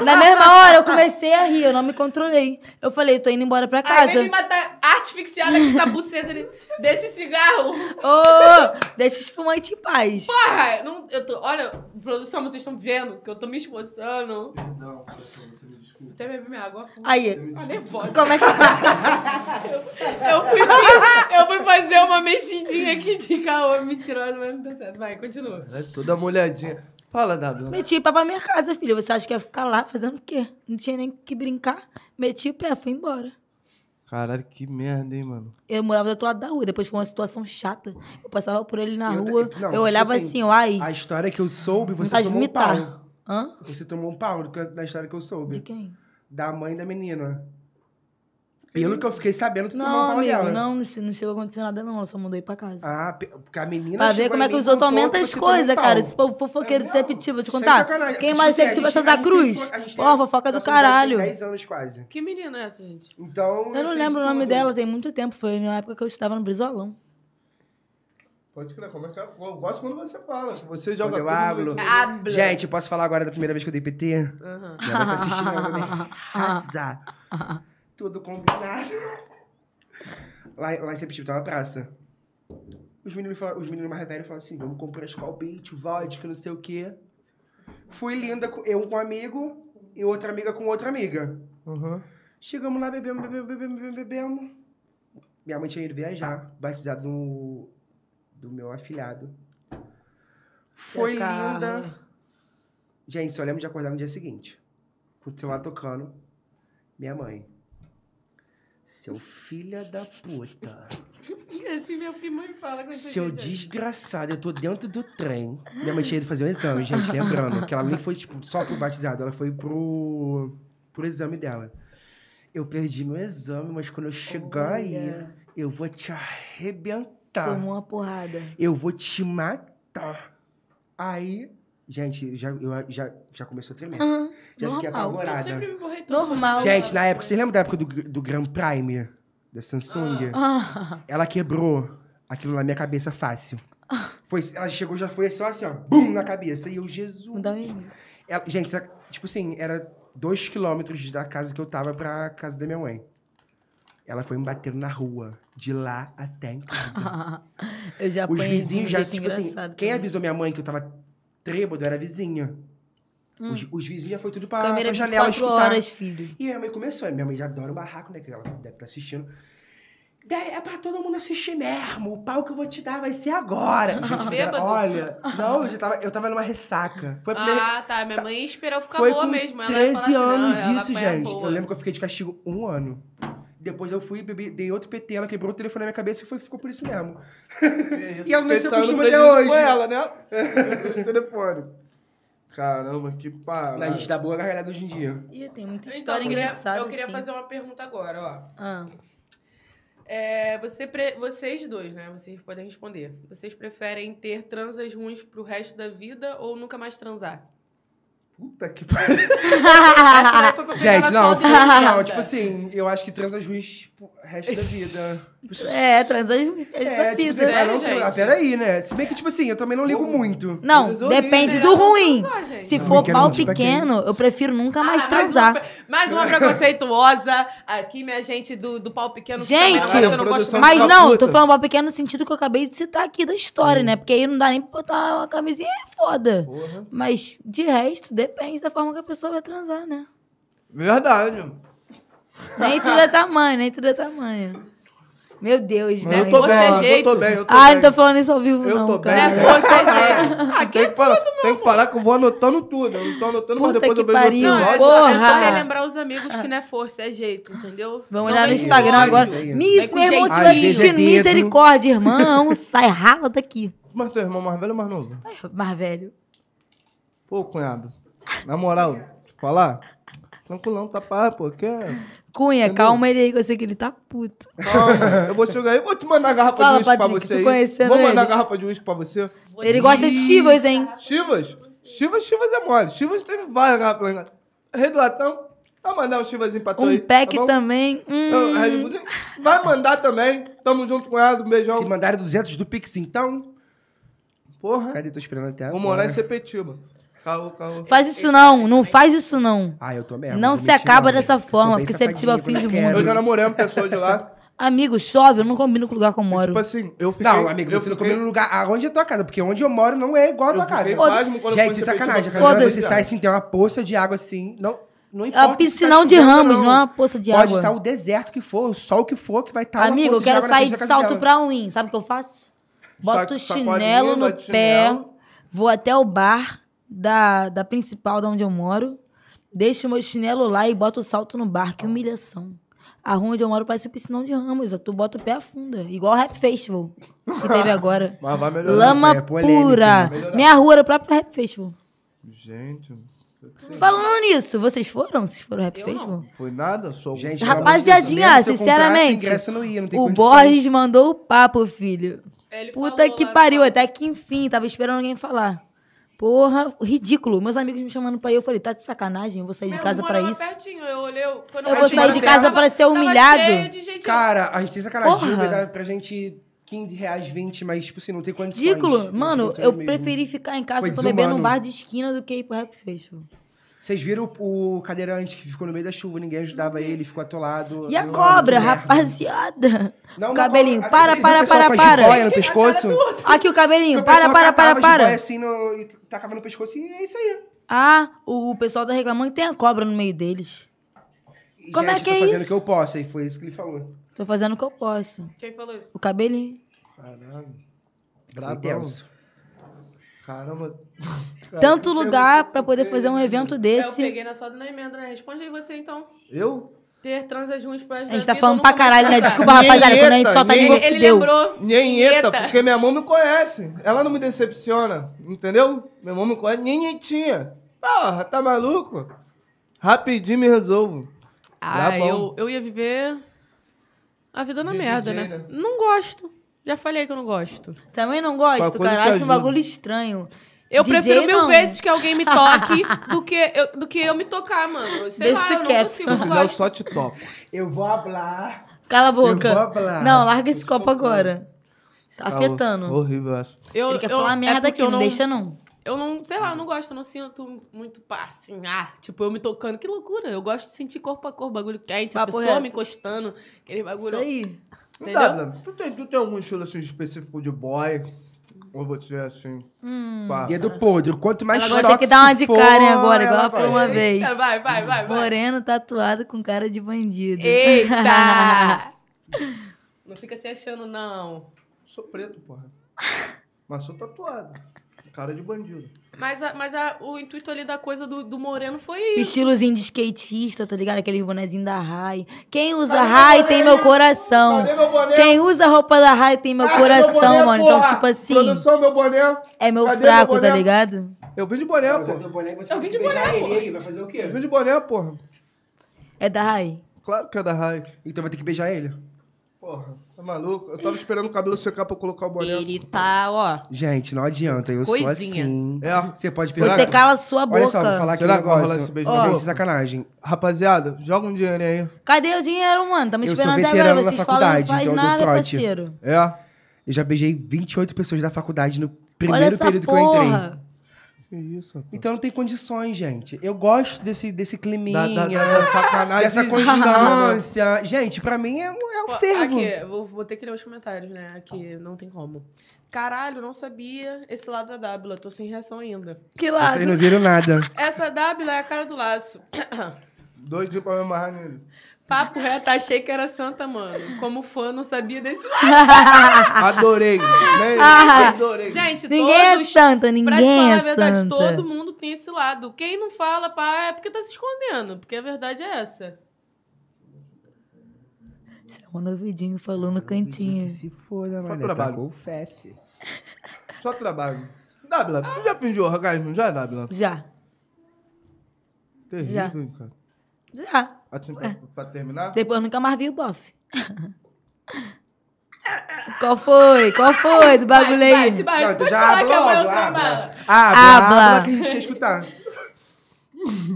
[SPEAKER 4] Na mesma hora eu comecei a rir, eu não me controlei. Eu falei, tô indo embora pra
[SPEAKER 2] Aí vem
[SPEAKER 4] casa.
[SPEAKER 2] me matar asfixiada com essa buceta de- desse cigarro.
[SPEAKER 4] Ô, ô, deixa o espumante em paz.
[SPEAKER 2] Porra, não, eu tô. Olha, produção, vocês estão vendo que eu tô me esforçando.
[SPEAKER 1] Perdão, pessoal, você me desculpa.
[SPEAKER 2] Até bebi minha água. Tá
[SPEAKER 4] Aí,
[SPEAKER 2] nervosa.
[SPEAKER 4] como é que.
[SPEAKER 2] Eu fui, eu fui fazer uma mexidinha aqui de caô mentirosa, mas não deu certo. Vai, continua.
[SPEAKER 1] Ela é toda molhadinha. Fala, W.
[SPEAKER 4] Meti o pé pra minha casa, filha. Você acha que ia ficar lá fazendo o quê? Não tinha nem que brincar. Meti o pé, fui embora.
[SPEAKER 1] Caralho, que merda, hein, mano.
[SPEAKER 4] Eu morava do outro lado da rua, depois ficou uma situação chata. Eu passava por ele na
[SPEAKER 3] E outra-
[SPEAKER 4] rua,
[SPEAKER 3] e- não,
[SPEAKER 4] eu olhava
[SPEAKER 3] tipo
[SPEAKER 4] assim,
[SPEAKER 3] assim,
[SPEAKER 4] ó, ai,
[SPEAKER 3] A história que eu soube, você
[SPEAKER 4] vontade de
[SPEAKER 3] tomou um pau.
[SPEAKER 4] vomitar. Hã?
[SPEAKER 3] Você tomou um pau do que- da história que eu soube.
[SPEAKER 4] De quem?
[SPEAKER 3] Da mãe da menina. Pelo que eu fiquei sabendo, tu tomou um
[SPEAKER 4] Não,
[SPEAKER 3] pau
[SPEAKER 4] amigo,
[SPEAKER 3] dela.
[SPEAKER 4] não, não che- não chegou a acontecer nada, não. Ela só mandou ir pra casa.
[SPEAKER 3] Ah, pe- porque a menina
[SPEAKER 4] pra
[SPEAKER 3] chegou
[SPEAKER 4] ver como
[SPEAKER 3] em
[SPEAKER 4] é que
[SPEAKER 3] mim e
[SPEAKER 4] os outros
[SPEAKER 3] contou
[SPEAKER 4] aumentam
[SPEAKER 3] que
[SPEAKER 4] as
[SPEAKER 3] você tomou um
[SPEAKER 4] coisas,
[SPEAKER 3] pau.
[SPEAKER 4] cara. Esse povo fofoqueiro
[SPEAKER 3] É mesmo?
[SPEAKER 4] deceptivo, vou te
[SPEAKER 3] Sem
[SPEAKER 4] contar.
[SPEAKER 3] sacanagem.
[SPEAKER 4] Quem
[SPEAKER 3] Tipo
[SPEAKER 4] mais
[SPEAKER 3] assim, a
[SPEAKER 4] deceptivo é
[SPEAKER 3] gente- a
[SPEAKER 4] Santa
[SPEAKER 3] gente
[SPEAKER 4] Cruz.
[SPEAKER 3] tem- a gente tem-
[SPEAKER 4] Ó, fofoca do
[SPEAKER 3] nós somos dez-
[SPEAKER 4] caralho.
[SPEAKER 3] 10 anos quase.
[SPEAKER 2] Que menina é essa, gente?
[SPEAKER 3] Então.
[SPEAKER 4] Eu não
[SPEAKER 3] sei
[SPEAKER 4] lembro o
[SPEAKER 3] de
[SPEAKER 4] nome
[SPEAKER 3] tudo.
[SPEAKER 4] dela, tem muito tempo. Foi na época que eu estudava no Brisolão.
[SPEAKER 1] Pode crer, como é que é? Eu gosto quando você fala. Se você joga
[SPEAKER 3] Quando eu
[SPEAKER 1] tudo
[SPEAKER 3] hablo.
[SPEAKER 1] no-
[SPEAKER 3] Gente, posso falar agora da primeira vez que eu dei PT? Minha mãe tá assistindo, ela vai me arrasar. Tudo combinado. Lá, lá em Sepetiba tem uma praça. Os meninos, falaram, os meninos mais velhos falaram assim, vamos comprar Scalpite, vodka, não sei o quê. Fui linda, com- eu com um amigo e outra amiga com outra amiga.
[SPEAKER 1] Uhum.
[SPEAKER 3] Chegamos lá, bebemos, bebemos, bebemos, bebemos, bebemos. Minha mãe tinha ido viajar, batizado no, do meu afilhado. Foi
[SPEAKER 4] Cara.
[SPEAKER 3] linda. Gente, só lembro de acordar no dia seguinte. Com o celular tocando. Minha mãe. Seu filha da puta.
[SPEAKER 2] Esse meu filho mãe fala com
[SPEAKER 4] é
[SPEAKER 2] essa
[SPEAKER 3] Seu
[SPEAKER 2] gente.
[SPEAKER 3] desgraçado, eu tô dentro do trem. Minha mãe tinha ido fazer um exame, gente, lembrando. Que ela nem foi, tipo, só pro batizado, ela foi pro, pro exame dela. Eu perdi meu exame, mas quando eu chegar aí,
[SPEAKER 4] Olha,
[SPEAKER 3] eu vou te arrebentar.
[SPEAKER 4] Tomou uma porrada.
[SPEAKER 3] Eu vou te matar. Aí, gente, já, eu, já, já começou a tremer.
[SPEAKER 4] Aham,
[SPEAKER 3] Já fiquei
[SPEAKER 4] normal.
[SPEAKER 2] Eu
[SPEAKER 3] apavorada.
[SPEAKER 2] sempre me borrei tudo.
[SPEAKER 4] Normal.
[SPEAKER 3] Gente, na época, vocês lembram da época do, do Grand Prime? Da Samsung?
[SPEAKER 4] Ah,
[SPEAKER 3] Ela quebrou aquilo na minha cabeça fácil. Foi, ela chegou, já foi só assim, ó, bum, na cabeça. E eu, Jesus.
[SPEAKER 4] não dá mesmo.
[SPEAKER 3] Ela- gente, essa- tipo assim, era dois quilômetros da casa que eu tava pra casa da minha mãe. Ela foi me bater na rua, de lá até em casa.
[SPEAKER 4] Eu já
[SPEAKER 3] Os
[SPEAKER 4] apanhei de um
[SPEAKER 3] vizinhos já,
[SPEAKER 4] jeito
[SPEAKER 3] tipo assim,
[SPEAKER 4] engraçado
[SPEAKER 3] quem
[SPEAKER 4] também.
[SPEAKER 3] avisou minha mãe que eu tava trêbado era a vizinha. Os, os vizinhos já foi tudo ah, pra,
[SPEAKER 4] Hum. Câmera
[SPEAKER 3] pra janela
[SPEAKER 4] 24
[SPEAKER 3] escutar.
[SPEAKER 4] horas, filho.
[SPEAKER 3] E minha mãe começou, minha mãe já adora o barraco, né? Que ela deve estar tá assistindo. Daí é pra todo mundo assistir mesmo. O pau que eu vou te dar vai ser agora. Gente,
[SPEAKER 2] Bêbado?
[SPEAKER 3] olha. Não, eu já tava, eu tava numa ressaca. Foi a primeira,
[SPEAKER 2] Ah, tá. Minha mãe esperou ficar
[SPEAKER 3] foi
[SPEAKER 2] boa
[SPEAKER 3] com
[SPEAKER 2] mesmo. Ela
[SPEAKER 3] 13
[SPEAKER 2] fala assim, não,
[SPEAKER 3] anos
[SPEAKER 2] ela
[SPEAKER 3] isso,
[SPEAKER 2] foi a
[SPEAKER 3] gente.
[SPEAKER 2] boa.
[SPEAKER 3] Eu lembro que eu fiquei de castigo um ano. Depois eu fui e bebi, dei outro PT, ela quebrou o telefone na minha cabeça e foi, ficou por isso mesmo. E ela não se
[SPEAKER 1] Pensando no
[SPEAKER 3] acostuma até
[SPEAKER 1] prejuízo
[SPEAKER 3] hoje.
[SPEAKER 1] Com ela, né? telefone. Caramba, que parada.
[SPEAKER 3] Mas a gente tá- dá boa gargalhada hoje em dia.
[SPEAKER 4] Ih, tem muita
[SPEAKER 2] Então,
[SPEAKER 4] história
[SPEAKER 2] eu queria-
[SPEAKER 4] engraçada.
[SPEAKER 2] Eu queria
[SPEAKER 4] assim.
[SPEAKER 2] fazer uma pergunta agora, ó.
[SPEAKER 4] Ah,
[SPEAKER 2] É, você pre- Vocês dois, né? Vocês podem responder. Vocês preferem ter transas ruins pro resto da vida ou nunca mais transar?
[SPEAKER 1] Puta que pariu.
[SPEAKER 2] Essa daí foi porque
[SPEAKER 3] Gente,
[SPEAKER 2] ela
[SPEAKER 3] não,
[SPEAKER 2] só deu uma
[SPEAKER 3] não,
[SPEAKER 2] merda.
[SPEAKER 3] tipo assim, eu acho que transas ruins pro resto da vida.
[SPEAKER 4] é, transar é,
[SPEAKER 3] É, tipo,
[SPEAKER 4] precisa.
[SPEAKER 3] você vai
[SPEAKER 2] Sério,
[SPEAKER 3] não ter- ah,
[SPEAKER 2] gente?
[SPEAKER 3] peraí, né? Se bem que, tipo assim, eu também não ligo muito.
[SPEAKER 4] Não,
[SPEAKER 1] Mas eu
[SPEAKER 3] né?
[SPEAKER 4] depende
[SPEAKER 1] odeio,
[SPEAKER 4] do
[SPEAKER 2] Melhor não
[SPEAKER 4] ruim.
[SPEAKER 2] transar, gente.
[SPEAKER 4] Se
[SPEAKER 3] Não, tipo
[SPEAKER 4] for
[SPEAKER 3] quero
[SPEAKER 4] pau
[SPEAKER 3] mentir pra quem.
[SPEAKER 4] pequeno, eu prefiro nunca
[SPEAKER 2] Ah,
[SPEAKER 4] mais transar.
[SPEAKER 2] Mais uma, mais uma preconceituosa. Aqui, minha gente do, do pau pequeno. que
[SPEAKER 4] Gente,
[SPEAKER 2] tá melhor, eu não gosto
[SPEAKER 1] produção
[SPEAKER 2] mais.
[SPEAKER 4] Mas
[SPEAKER 1] da
[SPEAKER 4] não,
[SPEAKER 1] puta.
[SPEAKER 4] tô falando pau pequeno no sentido que eu acabei de citar aqui da história, né? Porque aí não dá nem pra botar uma camisinha, é foda.
[SPEAKER 1] Porra.
[SPEAKER 4] Mas, de resto, depende da forma que a pessoa vai transar, né?
[SPEAKER 1] Verdade.
[SPEAKER 4] Nem tudo é tamanho, nem tudo é tamanho. Meu Deus,
[SPEAKER 1] Mas eu
[SPEAKER 4] velho.
[SPEAKER 1] tô
[SPEAKER 2] Você
[SPEAKER 4] é
[SPEAKER 3] é
[SPEAKER 1] bem, eu
[SPEAKER 2] jeito.
[SPEAKER 1] tô bem, eu tô bem.
[SPEAKER 4] Ai, não Ah, tô falando isso ao vivo,
[SPEAKER 1] Eu
[SPEAKER 4] não,
[SPEAKER 1] tô bem.
[SPEAKER 4] cara.
[SPEAKER 2] É força, gente.
[SPEAKER 1] Ah, tem, que falar, tem que falar que eu vou anotando tudo. Eu não tô anotando,
[SPEAKER 4] é Puta
[SPEAKER 1] mas depois
[SPEAKER 4] que
[SPEAKER 1] eu vejo
[SPEAKER 4] pariu.
[SPEAKER 1] o
[SPEAKER 2] Não, é
[SPEAKER 1] episódio.
[SPEAKER 2] só, é só
[SPEAKER 4] Porra!
[SPEAKER 2] relembrar os amigos que não é força, é jeito, entendeu? Não
[SPEAKER 4] Vamos olhar no
[SPEAKER 2] vem
[SPEAKER 3] de
[SPEAKER 4] Instagram
[SPEAKER 3] olho,
[SPEAKER 4] agora.
[SPEAKER 3] isso aí.
[SPEAKER 2] É
[SPEAKER 4] Miss,
[SPEAKER 2] com
[SPEAKER 4] meu irmão,
[SPEAKER 2] jeitinho.
[SPEAKER 4] te
[SPEAKER 3] Às vezes é
[SPEAKER 4] ensino,
[SPEAKER 3] dedo.
[SPEAKER 4] misericórdia, irmão. Sai rala daqui.
[SPEAKER 1] Mas teu irmão mais velho ou mais novo?
[SPEAKER 4] Ai, Mais velho.
[SPEAKER 1] Pô, cunhado. Na moral, te falar? Tranquilão, tá pá, pô. Que...
[SPEAKER 4] Cunha,
[SPEAKER 1] Entendeu?
[SPEAKER 4] calma ele aí, que eu sei que ele tá puto.
[SPEAKER 1] Calma, eu vou chegar aí, vou te mandar a garrafa
[SPEAKER 4] Fala,
[SPEAKER 1] de uísque pra
[SPEAKER 4] Patrick,
[SPEAKER 1] você.
[SPEAKER 4] tô
[SPEAKER 1] aí.
[SPEAKER 4] conhecendo
[SPEAKER 1] Vou mandar
[SPEAKER 4] ele.
[SPEAKER 1] a garrafa de uísque pra você.
[SPEAKER 4] Ele gosta de Chivas, hein?
[SPEAKER 1] Chivas? Chivas, Chivas é mole. Chivas tem várias garrafas. lá em casa. Rei do Latão, vai mandar um chivazinho pra tu aí,
[SPEAKER 4] Um pack
[SPEAKER 1] tá bom?
[SPEAKER 4] também.
[SPEAKER 1] Eu- Red
[SPEAKER 4] Hum,
[SPEAKER 1] Bullzinho. Vai mandar também. Tamo junto, cunhado. Um beijão.
[SPEAKER 3] Se mandarem 200 do Pix, então...
[SPEAKER 1] Porra.
[SPEAKER 3] Cadê? Tô esperando até
[SPEAKER 1] Vou morar em
[SPEAKER 3] agora.
[SPEAKER 1] Sepetiba. Caô, caô.
[SPEAKER 4] faz isso não, não faz isso não.
[SPEAKER 3] Ah, eu tô mesmo.
[SPEAKER 4] Não
[SPEAKER 3] vou
[SPEAKER 4] se
[SPEAKER 3] mentir,
[SPEAKER 4] acaba
[SPEAKER 3] não.
[SPEAKER 4] dessa
[SPEAKER 3] Eu sou
[SPEAKER 4] forma,
[SPEAKER 3] bem
[SPEAKER 4] porque Sepetiba é o
[SPEAKER 3] safadinho,
[SPEAKER 4] fim do
[SPEAKER 3] quando eu
[SPEAKER 4] mundo.
[SPEAKER 1] Eu já
[SPEAKER 3] quero.
[SPEAKER 1] namorei uma pessoa de lá.
[SPEAKER 4] Amigo, chove, eu não combino com o lugar que eu
[SPEAKER 1] e,
[SPEAKER 4] moro.
[SPEAKER 1] tipo assim, eu fiquei...
[SPEAKER 3] Não, amigo,
[SPEAKER 1] eu
[SPEAKER 3] você não
[SPEAKER 1] fiquei-
[SPEAKER 3] comeu no lugar aonde é a tua casa, porque onde eu moro não é igual a
[SPEAKER 1] eu
[SPEAKER 3] tua
[SPEAKER 1] fiquei
[SPEAKER 3] casa.
[SPEAKER 1] pasmo quando eu fui
[SPEAKER 3] Gente,
[SPEAKER 1] em
[SPEAKER 3] sem
[SPEAKER 1] Sepetiba.
[SPEAKER 3] sacanagem. A
[SPEAKER 1] Foda-se.
[SPEAKER 3] casa você sai assim, tem uma poça de água assim. Não, não
[SPEAKER 4] É
[SPEAKER 3] importa.
[SPEAKER 4] um
[SPEAKER 3] se tá
[SPEAKER 4] piscinão de
[SPEAKER 3] chovendo ou
[SPEAKER 4] ramos, não é uma poça de
[SPEAKER 3] Pode
[SPEAKER 4] água.
[SPEAKER 3] estar o deserto que for, o sol que for, que vai estar.
[SPEAKER 4] Amigo, eu quero sair de salto pra ruim. Sabe o que eu faço? Boto o
[SPEAKER 1] sacode
[SPEAKER 4] chinelo no
[SPEAKER 1] bate
[SPEAKER 4] pé,
[SPEAKER 1] chinelo.
[SPEAKER 4] vou até o bar da, da principal de onde eu moro, deixo meu chinelo lá e boto o salto no bar. Que humilhação. A rua onde eu moro parece o piscinão de ramos. Tu bota o pé afunda. Igual o Rap Festival que teve agora.
[SPEAKER 1] Mas vai melhorar.
[SPEAKER 4] Lama
[SPEAKER 3] isso aí é polêmica,
[SPEAKER 4] pura. Minha rua era o próprio Rap Festival.
[SPEAKER 1] Gente,
[SPEAKER 4] Falando nisso, vocês foram? Vocês foram ao Rap
[SPEAKER 2] Eu não.
[SPEAKER 4] Festival?
[SPEAKER 1] foi nada? Só assim,
[SPEAKER 3] Gente,
[SPEAKER 4] Rapaziadinha,
[SPEAKER 3] mesmo se eu comprasse,
[SPEAKER 4] sinceramente,
[SPEAKER 3] ingresso eu não ia, não tem
[SPEAKER 4] O
[SPEAKER 3] condição.
[SPEAKER 4] Borges mandou o papo, filho.
[SPEAKER 2] Ele
[SPEAKER 4] Puta
[SPEAKER 2] falou
[SPEAKER 4] que
[SPEAKER 2] lá,
[SPEAKER 4] pariu,
[SPEAKER 2] ele
[SPEAKER 4] até que enfim, tava esperando alguém falar. Porra, ridículo. Meus amigos me chamando pra ir, eu falei, tá de sacanagem, eu vou sair de
[SPEAKER 2] Meu,
[SPEAKER 4] casa
[SPEAKER 2] eu
[SPEAKER 4] pra
[SPEAKER 2] morava
[SPEAKER 4] isso.
[SPEAKER 2] pertinho, eu olhei, eu- quando
[SPEAKER 4] Eu
[SPEAKER 3] vou
[SPEAKER 2] olhei,
[SPEAKER 3] sair de
[SPEAKER 2] tava-
[SPEAKER 4] casa pra ser
[SPEAKER 2] tava
[SPEAKER 4] humilhado?
[SPEAKER 2] cheio de gente-
[SPEAKER 3] Cara, a gente sem sacanagem.
[SPEAKER 4] Porra.
[SPEAKER 3] O Uber dá pra gente 15 reais, 20, mas tipo assim, não tem condições.
[SPEAKER 4] Ridículo.
[SPEAKER 3] Não
[SPEAKER 4] Mano,
[SPEAKER 3] tem condições
[SPEAKER 4] eu
[SPEAKER 3] mesmo.
[SPEAKER 4] preferi ficar em casa,
[SPEAKER 3] Foi
[SPEAKER 4] eu tô bebendo num
[SPEAKER 3] desumano.
[SPEAKER 4] bar de esquina do que ir pro Rap Festival.
[SPEAKER 3] Vocês viram o o cadeirante que ficou no meio da chuva, ninguém ajudava ele, ficou atolado.
[SPEAKER 4] Uhum. E a
[SPEAKER 3] Meu,
[SPEAKER 4] cobra,
[SPEAKER 3] que merda.
[SPEAKER 4] rapaziada?
[SPEAKER 3] Não,
[SPEAKER 4] o
[SPEAKER 3] uma
[SPEAKER 4] cabelinho,
[SPEAKER 3] cobra-
[SPEAKER 4] para,
[SPEAKER 3] Vocês viram o
[SPEAKER 4] para,
[SPEAKER 3] pessoal
[SPEAKER 4] para,
[SPEAKER 3] com a jiboia
[SPEAKER 4] para.
[SPEAKER 3] no pescoço?
[SPEAKER 4] Aqui o cabelinho,
[SPEAKER 3] O
[SPEAKER 4] para,
[SPEAKER 3] pessoal
[SPEAKER 4] para, para,
[SPEAKER 3] catava a jiboia
[SPEAKER 4] para.
[SPEAKER 3] assim no, e tacava no pescoço e é isso aí.
[SPEAKER 4] Ah, o pessoal tá reclamando que tem a cobra no meio deles.
[SPEAKER 3] E,
[SPEAKER 4] Como é
[SPEAKER 3] gente,
[SPEAKER 4] que
[SPEAKER 3] tô
[SPEAKER 4] é
[SPEAKER 3] fazendo
[SPEAKER 4] isso?
[SPEAKER 3] o que eu posso, aí foi isso que ele falou.
[SPEAKER 4] Tô fazendo o que eu posso.
[SPEAKER 2] Quem falou isso?
[SPEAKER 4] O cabelinho. assim.
[SPEAKER 1] Caralho.
[SPEAKER 3] Foi tenso.
[SPEAKER 1] Caramba.
[SPEAKER 4] Tanto lugar pra poder fazer um
[SPEAKER 3] né?
[SPEAKER 4] evento
[SPEAKER 2] É, Eu
[SPEAKER 4] desse.
[SPEAKER 2] peguei na sua na emenda, né? Responde aí você, então.
[SPEAKER 1] Eu?
[SPEAKER 2] Ter transas ruins pra
[SPEAKER 4] A gente tá falando pra caralho, né? Desculpa, rapaziada, quando a gente solta a
[SPEAKER 1] Ele-
[SPEAKER 4] língua,
[SPEAKER 2] Ele, ele
[SPEAKER 4] fudeu.
[SPEAKER 2] lembrou.
[SPEAKER 1] Tá Nhenheta,
[SPEAKER 2] Nhenheta.
[SPEAKER 1] porque minha mão me conhece. Ela não me decepciona, entendeu? Minha mão me conhece. Nhenhetinha. Porra, tá maluco? Rapidinho me resolvo.
[SPEAKER 2] Ah,
[SPEAKER 1] Tá bom.
[SPEAKER 2] eu, eu ia viver a vida na
[SPEAKER 1] De
[SPEAKER 2] merda,
[SPEAKER 1] DJ,
[SPEAKER 2] né?
[SPEAKER 1] né?
[SPEAKER 2] Não gosto. Já falei que eu não gosto.
[SPEAKER 4] Também não
[SPEAKER 1] Qual
[SPEAKER 4] gosto,
[SPEAKER 1] coisa
[SPEAKER 4] cara.
[SPEAKER 1] que
[SPEAKER 4] Acho um
[SPEAKER 1] ajuda?
[SPEAKER 4] bagulho estranho.
[SPEAKER 2] Eu
[SPEAKER 4] DJ
[SPEAKER 2] prefiro mil
[SPEAKER 4] não.
[SPEAKER 2] vezes que alguém me toque do que eu, do que eu me tocar, mano. Sei lá,
[SPEAKER 4] Desse
[SPEAKER 2] eu não
[SPEAKER 4] quieto.
[SPEAKER 2] consigo,
[SPEAKER 1] Se
[SPEAKER 2] não
[SPEAKER 1] quiser, eu
[SPEAKER 2] gosto.
[SPEAKER 1] só te topo.
[SPEAKER 3] Eu vou hablar.
[SPEAKER 4] Cala a
[SPEAKER 3] Eu vou
[SPEAKER 4] boca.
[SPEAKER 3] hablar.
[SPEAKER 4] Não, larga esse copo agora. Tá afetando.
[SPEAKER 1] Horrível essa.
[SPEAKER 2] Eu,
[SPEAKER 4] Ele quer
[SPEAKER 2] eu-
[SPEAKER 4] falar
[SPEAKER 2] é
[SPEAKER 4] merda
[SPEAKER 2] porque
[SPEAKER 4] aqui,
[SPEAKER 2] eu
[SPEAKER 4] não deixa não.
[SPEAKER 2] Eu não, sei lá, eu não gosto, eu não sinto muito pá, assim, ah, tipo, eu me tocando. Que loucura, eu gosto de sentir corpo a corpo, bagulho quente, a
[SPEAKER 4] Papo
[SPEAKER 2] pessoa
[SPEAKER 4] reto.
[SPEAKER 2] me encostando, aquele
[SPEAKER 4] Isso
[SPEAKER 2] bagulho.
[SPEAKER 4] aí.
[SPEAKER 2] Entendeu?
[SPEAKER 1] Dada, tu tem, tu tem algum estilo assim específico de boy? Ou você assim.
[SPEAKER 4] Hum.
[SPEAKER 1] pá?
[SPEAKER 3] Dedo podre. Quanto mais
[SPEAKER 4] Ela agora tem que
[SPEAKER 3] tóxico
[SPEAKER 4] dar uma de
[SPEAKER 3] for,
[SPEAKER 4] cara, hein, agora, igual
[SPEAKER 3] ela
[SPEAKER 4] ela falou uma
[SPEAKER 3] vai.
[SPEAKER 4] vez.
[SPEAKER 2] Eita, É, vai, vai, vai, vai.
[SPEAKER 4] Moreno tatuado com cara de bandido.
[SPEAKER 2] Eita! Não fica se achando, não.
[SPEAKER 1] Sou preto, porra. Mas sou tatuado. Cara de bandido.
[SPEAKER 2] Mas, a- mas a- o intuito ali da coisa do, do moreno foi isso.
[SPEAKER 4] Estilozinho de skatista, tá ligado? Aqueles bonezinhos da Rai. Quem usa
[SPEAKER 1] Cadê
[SPEAKER 4] Rai
[SPEAKER 1] meu
[SPEAKER 4] tem
[SPEAKER 1] boné?
[SPEAKER 4] meu coração.
[SPEAKER 1] Cadê meu boné?
[SPEAKER 4] Quem usa roupa da Rai tem meu
[SPEAKER 1] Ah,
[SPEAKER 4] coração,
[SPEAKER 1] boné,
[SPEAKER 4] mano. Então,
[SPEAKER 1] porra!
[SPEAKER 4] tipo assim,
[SPEAKER 1] Produção, meu boné.
[SPEAKER 4] é meu
[SPEAKER 1] Cadê meu
[SPEAKER 4] fraco, tá
[SPEAKER 1] boné?
[SPEAKER 4] ligado?
[SPEAKER 1] Eu vim de boné,
[SPEAKER 3] Você tem
[SPEAKER 1] porra.
[SPEAKER 3] um boné, você
[SPEAKER 2] Eu
[SPEAKER 3] tem
[SPEAKER 2] vim
[SPEAKER 3] que
[SPEAKER 2] de
[SPEAKER 3] beijar
[SPEAKER 2] boné,
[SPEAKER 3] ele
[SPEAKER 2] pô.
[SPEAKER 3] aí, vai fazer o quê?
[SPEAKER 1] Eu vim de boné, porra.
[SPEAKER 4] É da Rai.
[SPEAKER 1] Claro que é da raio.
[SPEAKER 3] Então vai ter que beijar ele.
[SPEAKER 1] Porra, tá maluco? Eu tava esperando o cabelo secar pra eu colocar o boné.
[SPEAKER 2] Ele tá, ó.
[SPEAKER 3] Gente, não adianta, eu
[SPEAKER 2] Coisinha.
[SPEAKER 3] sou assim.
[SPEAKER 1] É.
[SPEAKER 3] Você pode
[SPEAKER 1] Será
[SPEAKER 3] pegar.
[SPEAKER 4] Você cala sua boca.
[SPEAKER 3] Olha só, vou falar aqui
[SPEAKER 1] Será
[SPEAKER 3] um
[SPEAKER 1] que vai rolar
[SPEAKER 3] negócio.
[SPEAKER 1] esse beijo
[SPEAKER 4] na
[SPEAKER 3] Gente,
[SPEAKER 1] boca?
[SPEAKER 3] sacanagem.
[SPEAKER 1] Rapaziada, joga um dinheirinho aí.
[SPEAKER 4] Cadê o dinheiro, mano? Tamo
[SPEAKER 3] Eu sou
[SPEAKER 4] esperando até
[SPEAKER 3] veterano
[SPEAKER 4] agora.
[SPEAKER 3] da
[SPEAKER 4] Vocês falam, não
[SPEAKER 3] faculdade,
[SPEAKER 4] faz
[SPEAKER 3] então eu dou
[SPEAKER 4] nada,
[SPEAKER 3] trote.
[SPEAKER 4] parceiro.
[SPEAKER 1] É.
[SPEAKER 3] Eu já beijei 28 pessoas da faculdade no
[SPEAKER 4] Olha
[SPEAKER 3] primeiro
[SPEAKER 4] essa
[SPEAKER 3] período que eu entrei.
[SPEAKER 4] porra.
[SPEAKER 1] Que isso, rapaz.
[SPEAKER 3] Então não tem condições, gente. Eu gosto desse, desse
[SPEAKER 1] Da,
[SPEAKER 3] climinha,
[SPEAKER 1] da, da, da sacanagem.
[SPEAKER 3] dessa constância. gente, pra mim é, um- é um fervo.
[SPEAKER 2] Aqui, vou, vou ter que ler os comentários, né? Aqui, não tem como. Caralho, não sabia esse lado da Dábila. Tô sem reação ainda.
[SPEAKER 4] Que
[SPEAKER 3] Vocês não
[SPEAKER 4] lado.
[SPEAKER 3] viram nada.
[SPEAKER 2] Essa Dábila é a cara do laço.
[SPEAKER 1] Dois dias pra me amarrar nele.
[SPEAKER 2] Papo reto, achei que era santa, mano. Como fã, não sabia desse lado.
[SPEAKER 1] Adorei. né?
[SPEAKER 4] Ah,
[SPEAKER 1] Adorei.
[SPEAKER 2] Gente,
[SPEAKER 4] Ninguém é
[SPEAKER 2] todos...
[SPEAKER 4] santa,
[SPEAKER 2] Pra te
[SPEAKER 4] ninguém
[SPEAKER 2] falar
[SPEAKER 4] é
[SPEAKER 2] a verdade, todo
[SPEAKER 4] santa.
[SPEAKER 2] mundo tem esse lado. Quem não fala, pá, é porque tá se escondendo. Porque a verdade é essa.
[SPEAKER 4] O novidinho falou um no cantinho.
[SPEAKER 3] Se foda,
[SPEAKER 1] mano,
[SPEAKER 3] mano.
[SPEAKER 1] trabalho.
[SPEAKER 3] Tá fete.
[SPEAKER 1] Só trabalho. Dábila, tu já fingiu orgasmo? Já, Dábila?
[SPEAKER 4] Já.
[SPEAKER 1] Terrível,
[SPEAKER 4] Já.
[SPEAKER 1] cara.
[SPEAKER 4] Já.
[SPEAKER 1] Assim, pra, pra terminar?
[SPEAKER 4] Depois eu nunca mais vi o bofe. Qual foi? Qual foi do bagulho aí?
[SPEAKER 2] Bate, bate, bate.
[SPEAKER 3] Não, então
[SPEAKER 2] Pode
[SPEAKER 3] já
[SPEAKER 2] falar
[SPEAKER 3] abre
[SPEAKER 2] Ah, que é a mãe não tem
[SPEAKER 3] logo, abre.
[SPEAKER 2] bala.
[SPEAKER 4] Habla.
[SPEAKER 3] Habla, habla que a gente quer escutar.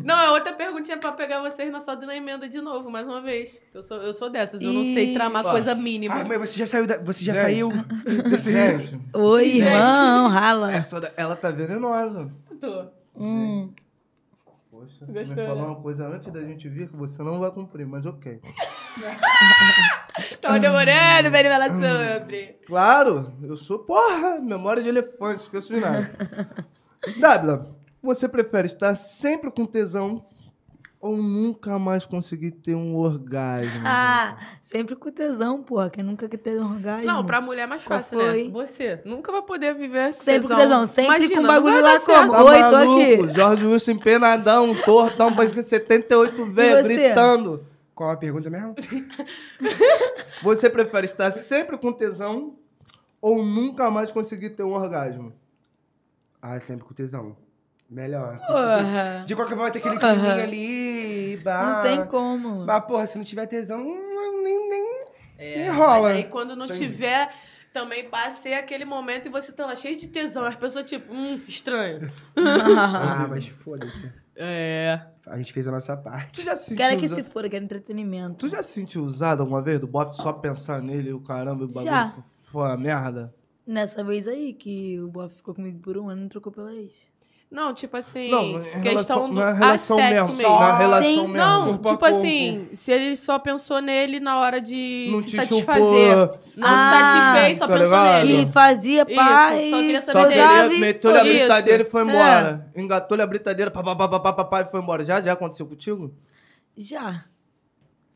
[SPEAKER 2] Não, é outra perguntinha pra pegar vocês na só na emenda de novo, mais uma vez. Eu sou, eu sou dessas, eu não sei tramar
[SPEAKER 1] Ih,
[SPEAKER 2] coisa mínima.
[SPEAKER 3] Ah, mas você já saiu da- Você já
[SPEAKER 1] Gente.
[SPEAKER 3] saiu desse...
[SPEAKER 1] Gente,
[SPEAKER 4] Oi, irmão, rala.
[SPEAKER 1] essa, da- ela tá venenosa.
[SPEAKER 2] Tô.
[SPEAKER 4] Hum.
[SPEAKER 1] Poxa,
[SPEAKER 2] Gostou,
[SPEAKER 1] me falar
[SPEAKER 2] né?
[SPEAKER 1] uma coisa antes da gente vir que você não vai cumprir, mas ok.
[SPEAKER 2] Tava demorando pra ele falar sobre.
[SPEAKER 1] Claro, eu sou, porra, memória de elefante, esqueço de nada. Dábila, você prefere estar sempre com tesão ou nunca mais conseguir ter um orgasmo?
[SPEAKER 4] Ah, sempre com tesão, porra. Quem nunca quer ter um orgasmo?
[SPEAKER 2] Não, pra mulher é mais
[SPEAKER 4] Qual
[SPEAKER 2] fácil,
[SPEAKER 4] foi?
[SPEAKER 2] né? Você nunca vai poder viver com
[SPEAKER 4] Sempre com tesão, sempre com bagulho
[SPEAKER 2] não vai
[SPEAKER 4] lá
[SPEAKER 2] dar certo.
[SPEAKER 4] como? Oi, tô
[SPEAKER 1] Tá maluco?
[SPEAKER 4] aqui.
[SPEAKER 1] Jorge Wilson empenadão, tortão, parece que é 78 vezes,
[SPEAKER 4] você?
[SPEAKER 1] gritando.
[SPEAKER 3] Qual a pergunta mesmo?
[SPEAKER 1] Você prefere estar sempre com tesão ou nunca mais conseguir ter um orgasmo?
[SPEAKER 3] Ah, sempre com tesão. Melhor.
[SPEAKER 4] Porra.
[SPEAKER 3] De qualquer forma, vai ter aquele
[SPEAKER 4] Aham.
[SPEAKER 3] climinha ali, bah.
[SPEAKER 4] Não
[SPEAKER 2] Ah.
[SPEAKER 4] tem como.
[SPEAKER 3] Mas, porra, se não tiver tesão, não- nem, nem...
[SPEAKER 2] É,
[SPEAKER 3] Nem rola.
[SPEAKER 2] Mas aí quando não
[SPEAKER 3] Chanzinho.
[SPEAKER 2] tiver, também passei aquele momento e você tá lá cheio de tesão. As pessoas, tipo, hum, estranho.
[SPEAKER 3] Ah, mas foda-se.
[SPEAKER 2] É.
[SPEAKER 3] A gente fez a nossa parte.
[SPEAKER 1] Tu já sentiu
[SPEAKER 4] Quero é
[SPEAKER 3] Ah.
[SPEAKER 4] que
[SPEAKER 1] usa-
[SPEAKER 4] se for, quero entretenimento.
[SPEAKER 1] Tu já se sentiu usado alguma vez do bofe só pensar nele e o caramba, o bagulho
[SPEAKER 4] Já.
[SPEAKER 1] f- foi uma merda?
[SPEAKER 4] Nessa vez aí que o bofe ficou comigo por um ano e não trocou pela ex.
[SPEAKER 2] Não, tipo assim,
[SPEAKER 1] Não, em
[SPEAKER 2] questão
[SPEAKER 1] relação-
[SPEAKER 2] do
[SPEAKER 1] na relação
[SPEAKER 2] assédio
[SPEAKER 1] mesmo,
[SPEAKER 2] mesmo.
[SPEAKER 1] na relação
[SPEAKER 4] Sim,
[SPEAKER 1] mesmo.
[SPEAKER 2] Não,
[SPEAKER 1] corpo a
[SPEAKER 2] tipo
[SPEAKER 1] corpo.
[SPEAKER 2] assim, se ele só pensou nele na hora de
[SPEAKER 1] Não
[SPEAKER 2] se
[SPEAKER 1] te
[SPEAKER 2] satisfazer.
[SPEAKER 1] chupou.
[SPEAKER 2] Não
[SPEAKER 4] Ah,
[SPEAKER 2] se satisfez, só
[SPEAKER 1] tá
[SPEAKER 2] pensou
[SPEAKER 1] ligado?
[SPEAKER 2] nele.
[SPEAKER 4] Que fazia
[SPEAKER 2] Isso,
[SPEAKER 4] pá
[SPEAKER 2] só
[SPEAKER 4] e
[SPEAKER 2] queria saber
[SPEAKER 1] Só
[SPEAKER 2] dele.
[SPEAKER 4] gozava
[SPEAKER 1] queria,
[SPEAKER 4] e
[SPEAKER 1] meteu-lhe a
[SPEAKER 4] foi.
[SPEAKER 2] Isso.
[SPEAKER 1] britadeira e foi
[SPEAKER 4] É.
[SPEAKER 1] embora. Engatou-lhe a britadeira, papapá, e foi embora. Já, já aconteceu contigo?
[SPEAKER 4] Já.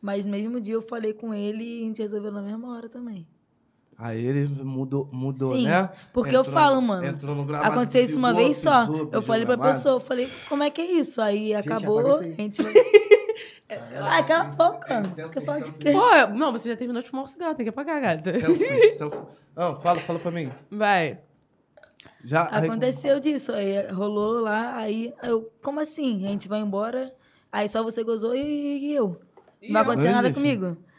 [SPEAKER 4] Mas no mesmo dia eu falei com ele e a gente resolveu na mesma hora também.
[SPEAKER 1] Aí ele mudou, mudou
[SPEAKER 4] Sim,
[SPEAKER 1] né?
[SPEAKER 4] porque eu falo, mano,
[SPEAKER 1] Entrou no gramado,
[SPEAKER 4] Aconteceu isso uma
[SPEAKER 1] pegou,
[SPEAKER 4] vez só.
[SPEAKER 1] pisou, pisou
[SPEAKER 4] Eu falei pra
[SPEAKER 1] gramado.
[SPEAKER 4] pessoa, eu falei, como é que é isso? Aí acabou, a
[SPEAKER 3] apaga isso aí.
[SPEAKER 4] gente.
[SPEAKER 2] É,
[SPEAKER 4] Ah, cala a boca. Quer falar de quê?
[SPEAKER 2] Pô, não, você já terminou de fumar um cigarro, tem que apagar, gata.
[SPEAKER 1] Celso, Celso. Não, fala, fala pra mim.
[SPEAKER 2] Vai.
[SPEAKER 1] Já
[SPEAKER 4] Aconteceu disso, aí rolou lá, aí eu, como assim? A gente vai embora, aí só você gozou e, e eu. Não vai acontecer
[SPEAKER 1] Não
[SPEAKER 4] nada
[SPEAKER 1] existe.
[SPEAKER 4] comigo.
[SPEAKER 2] É,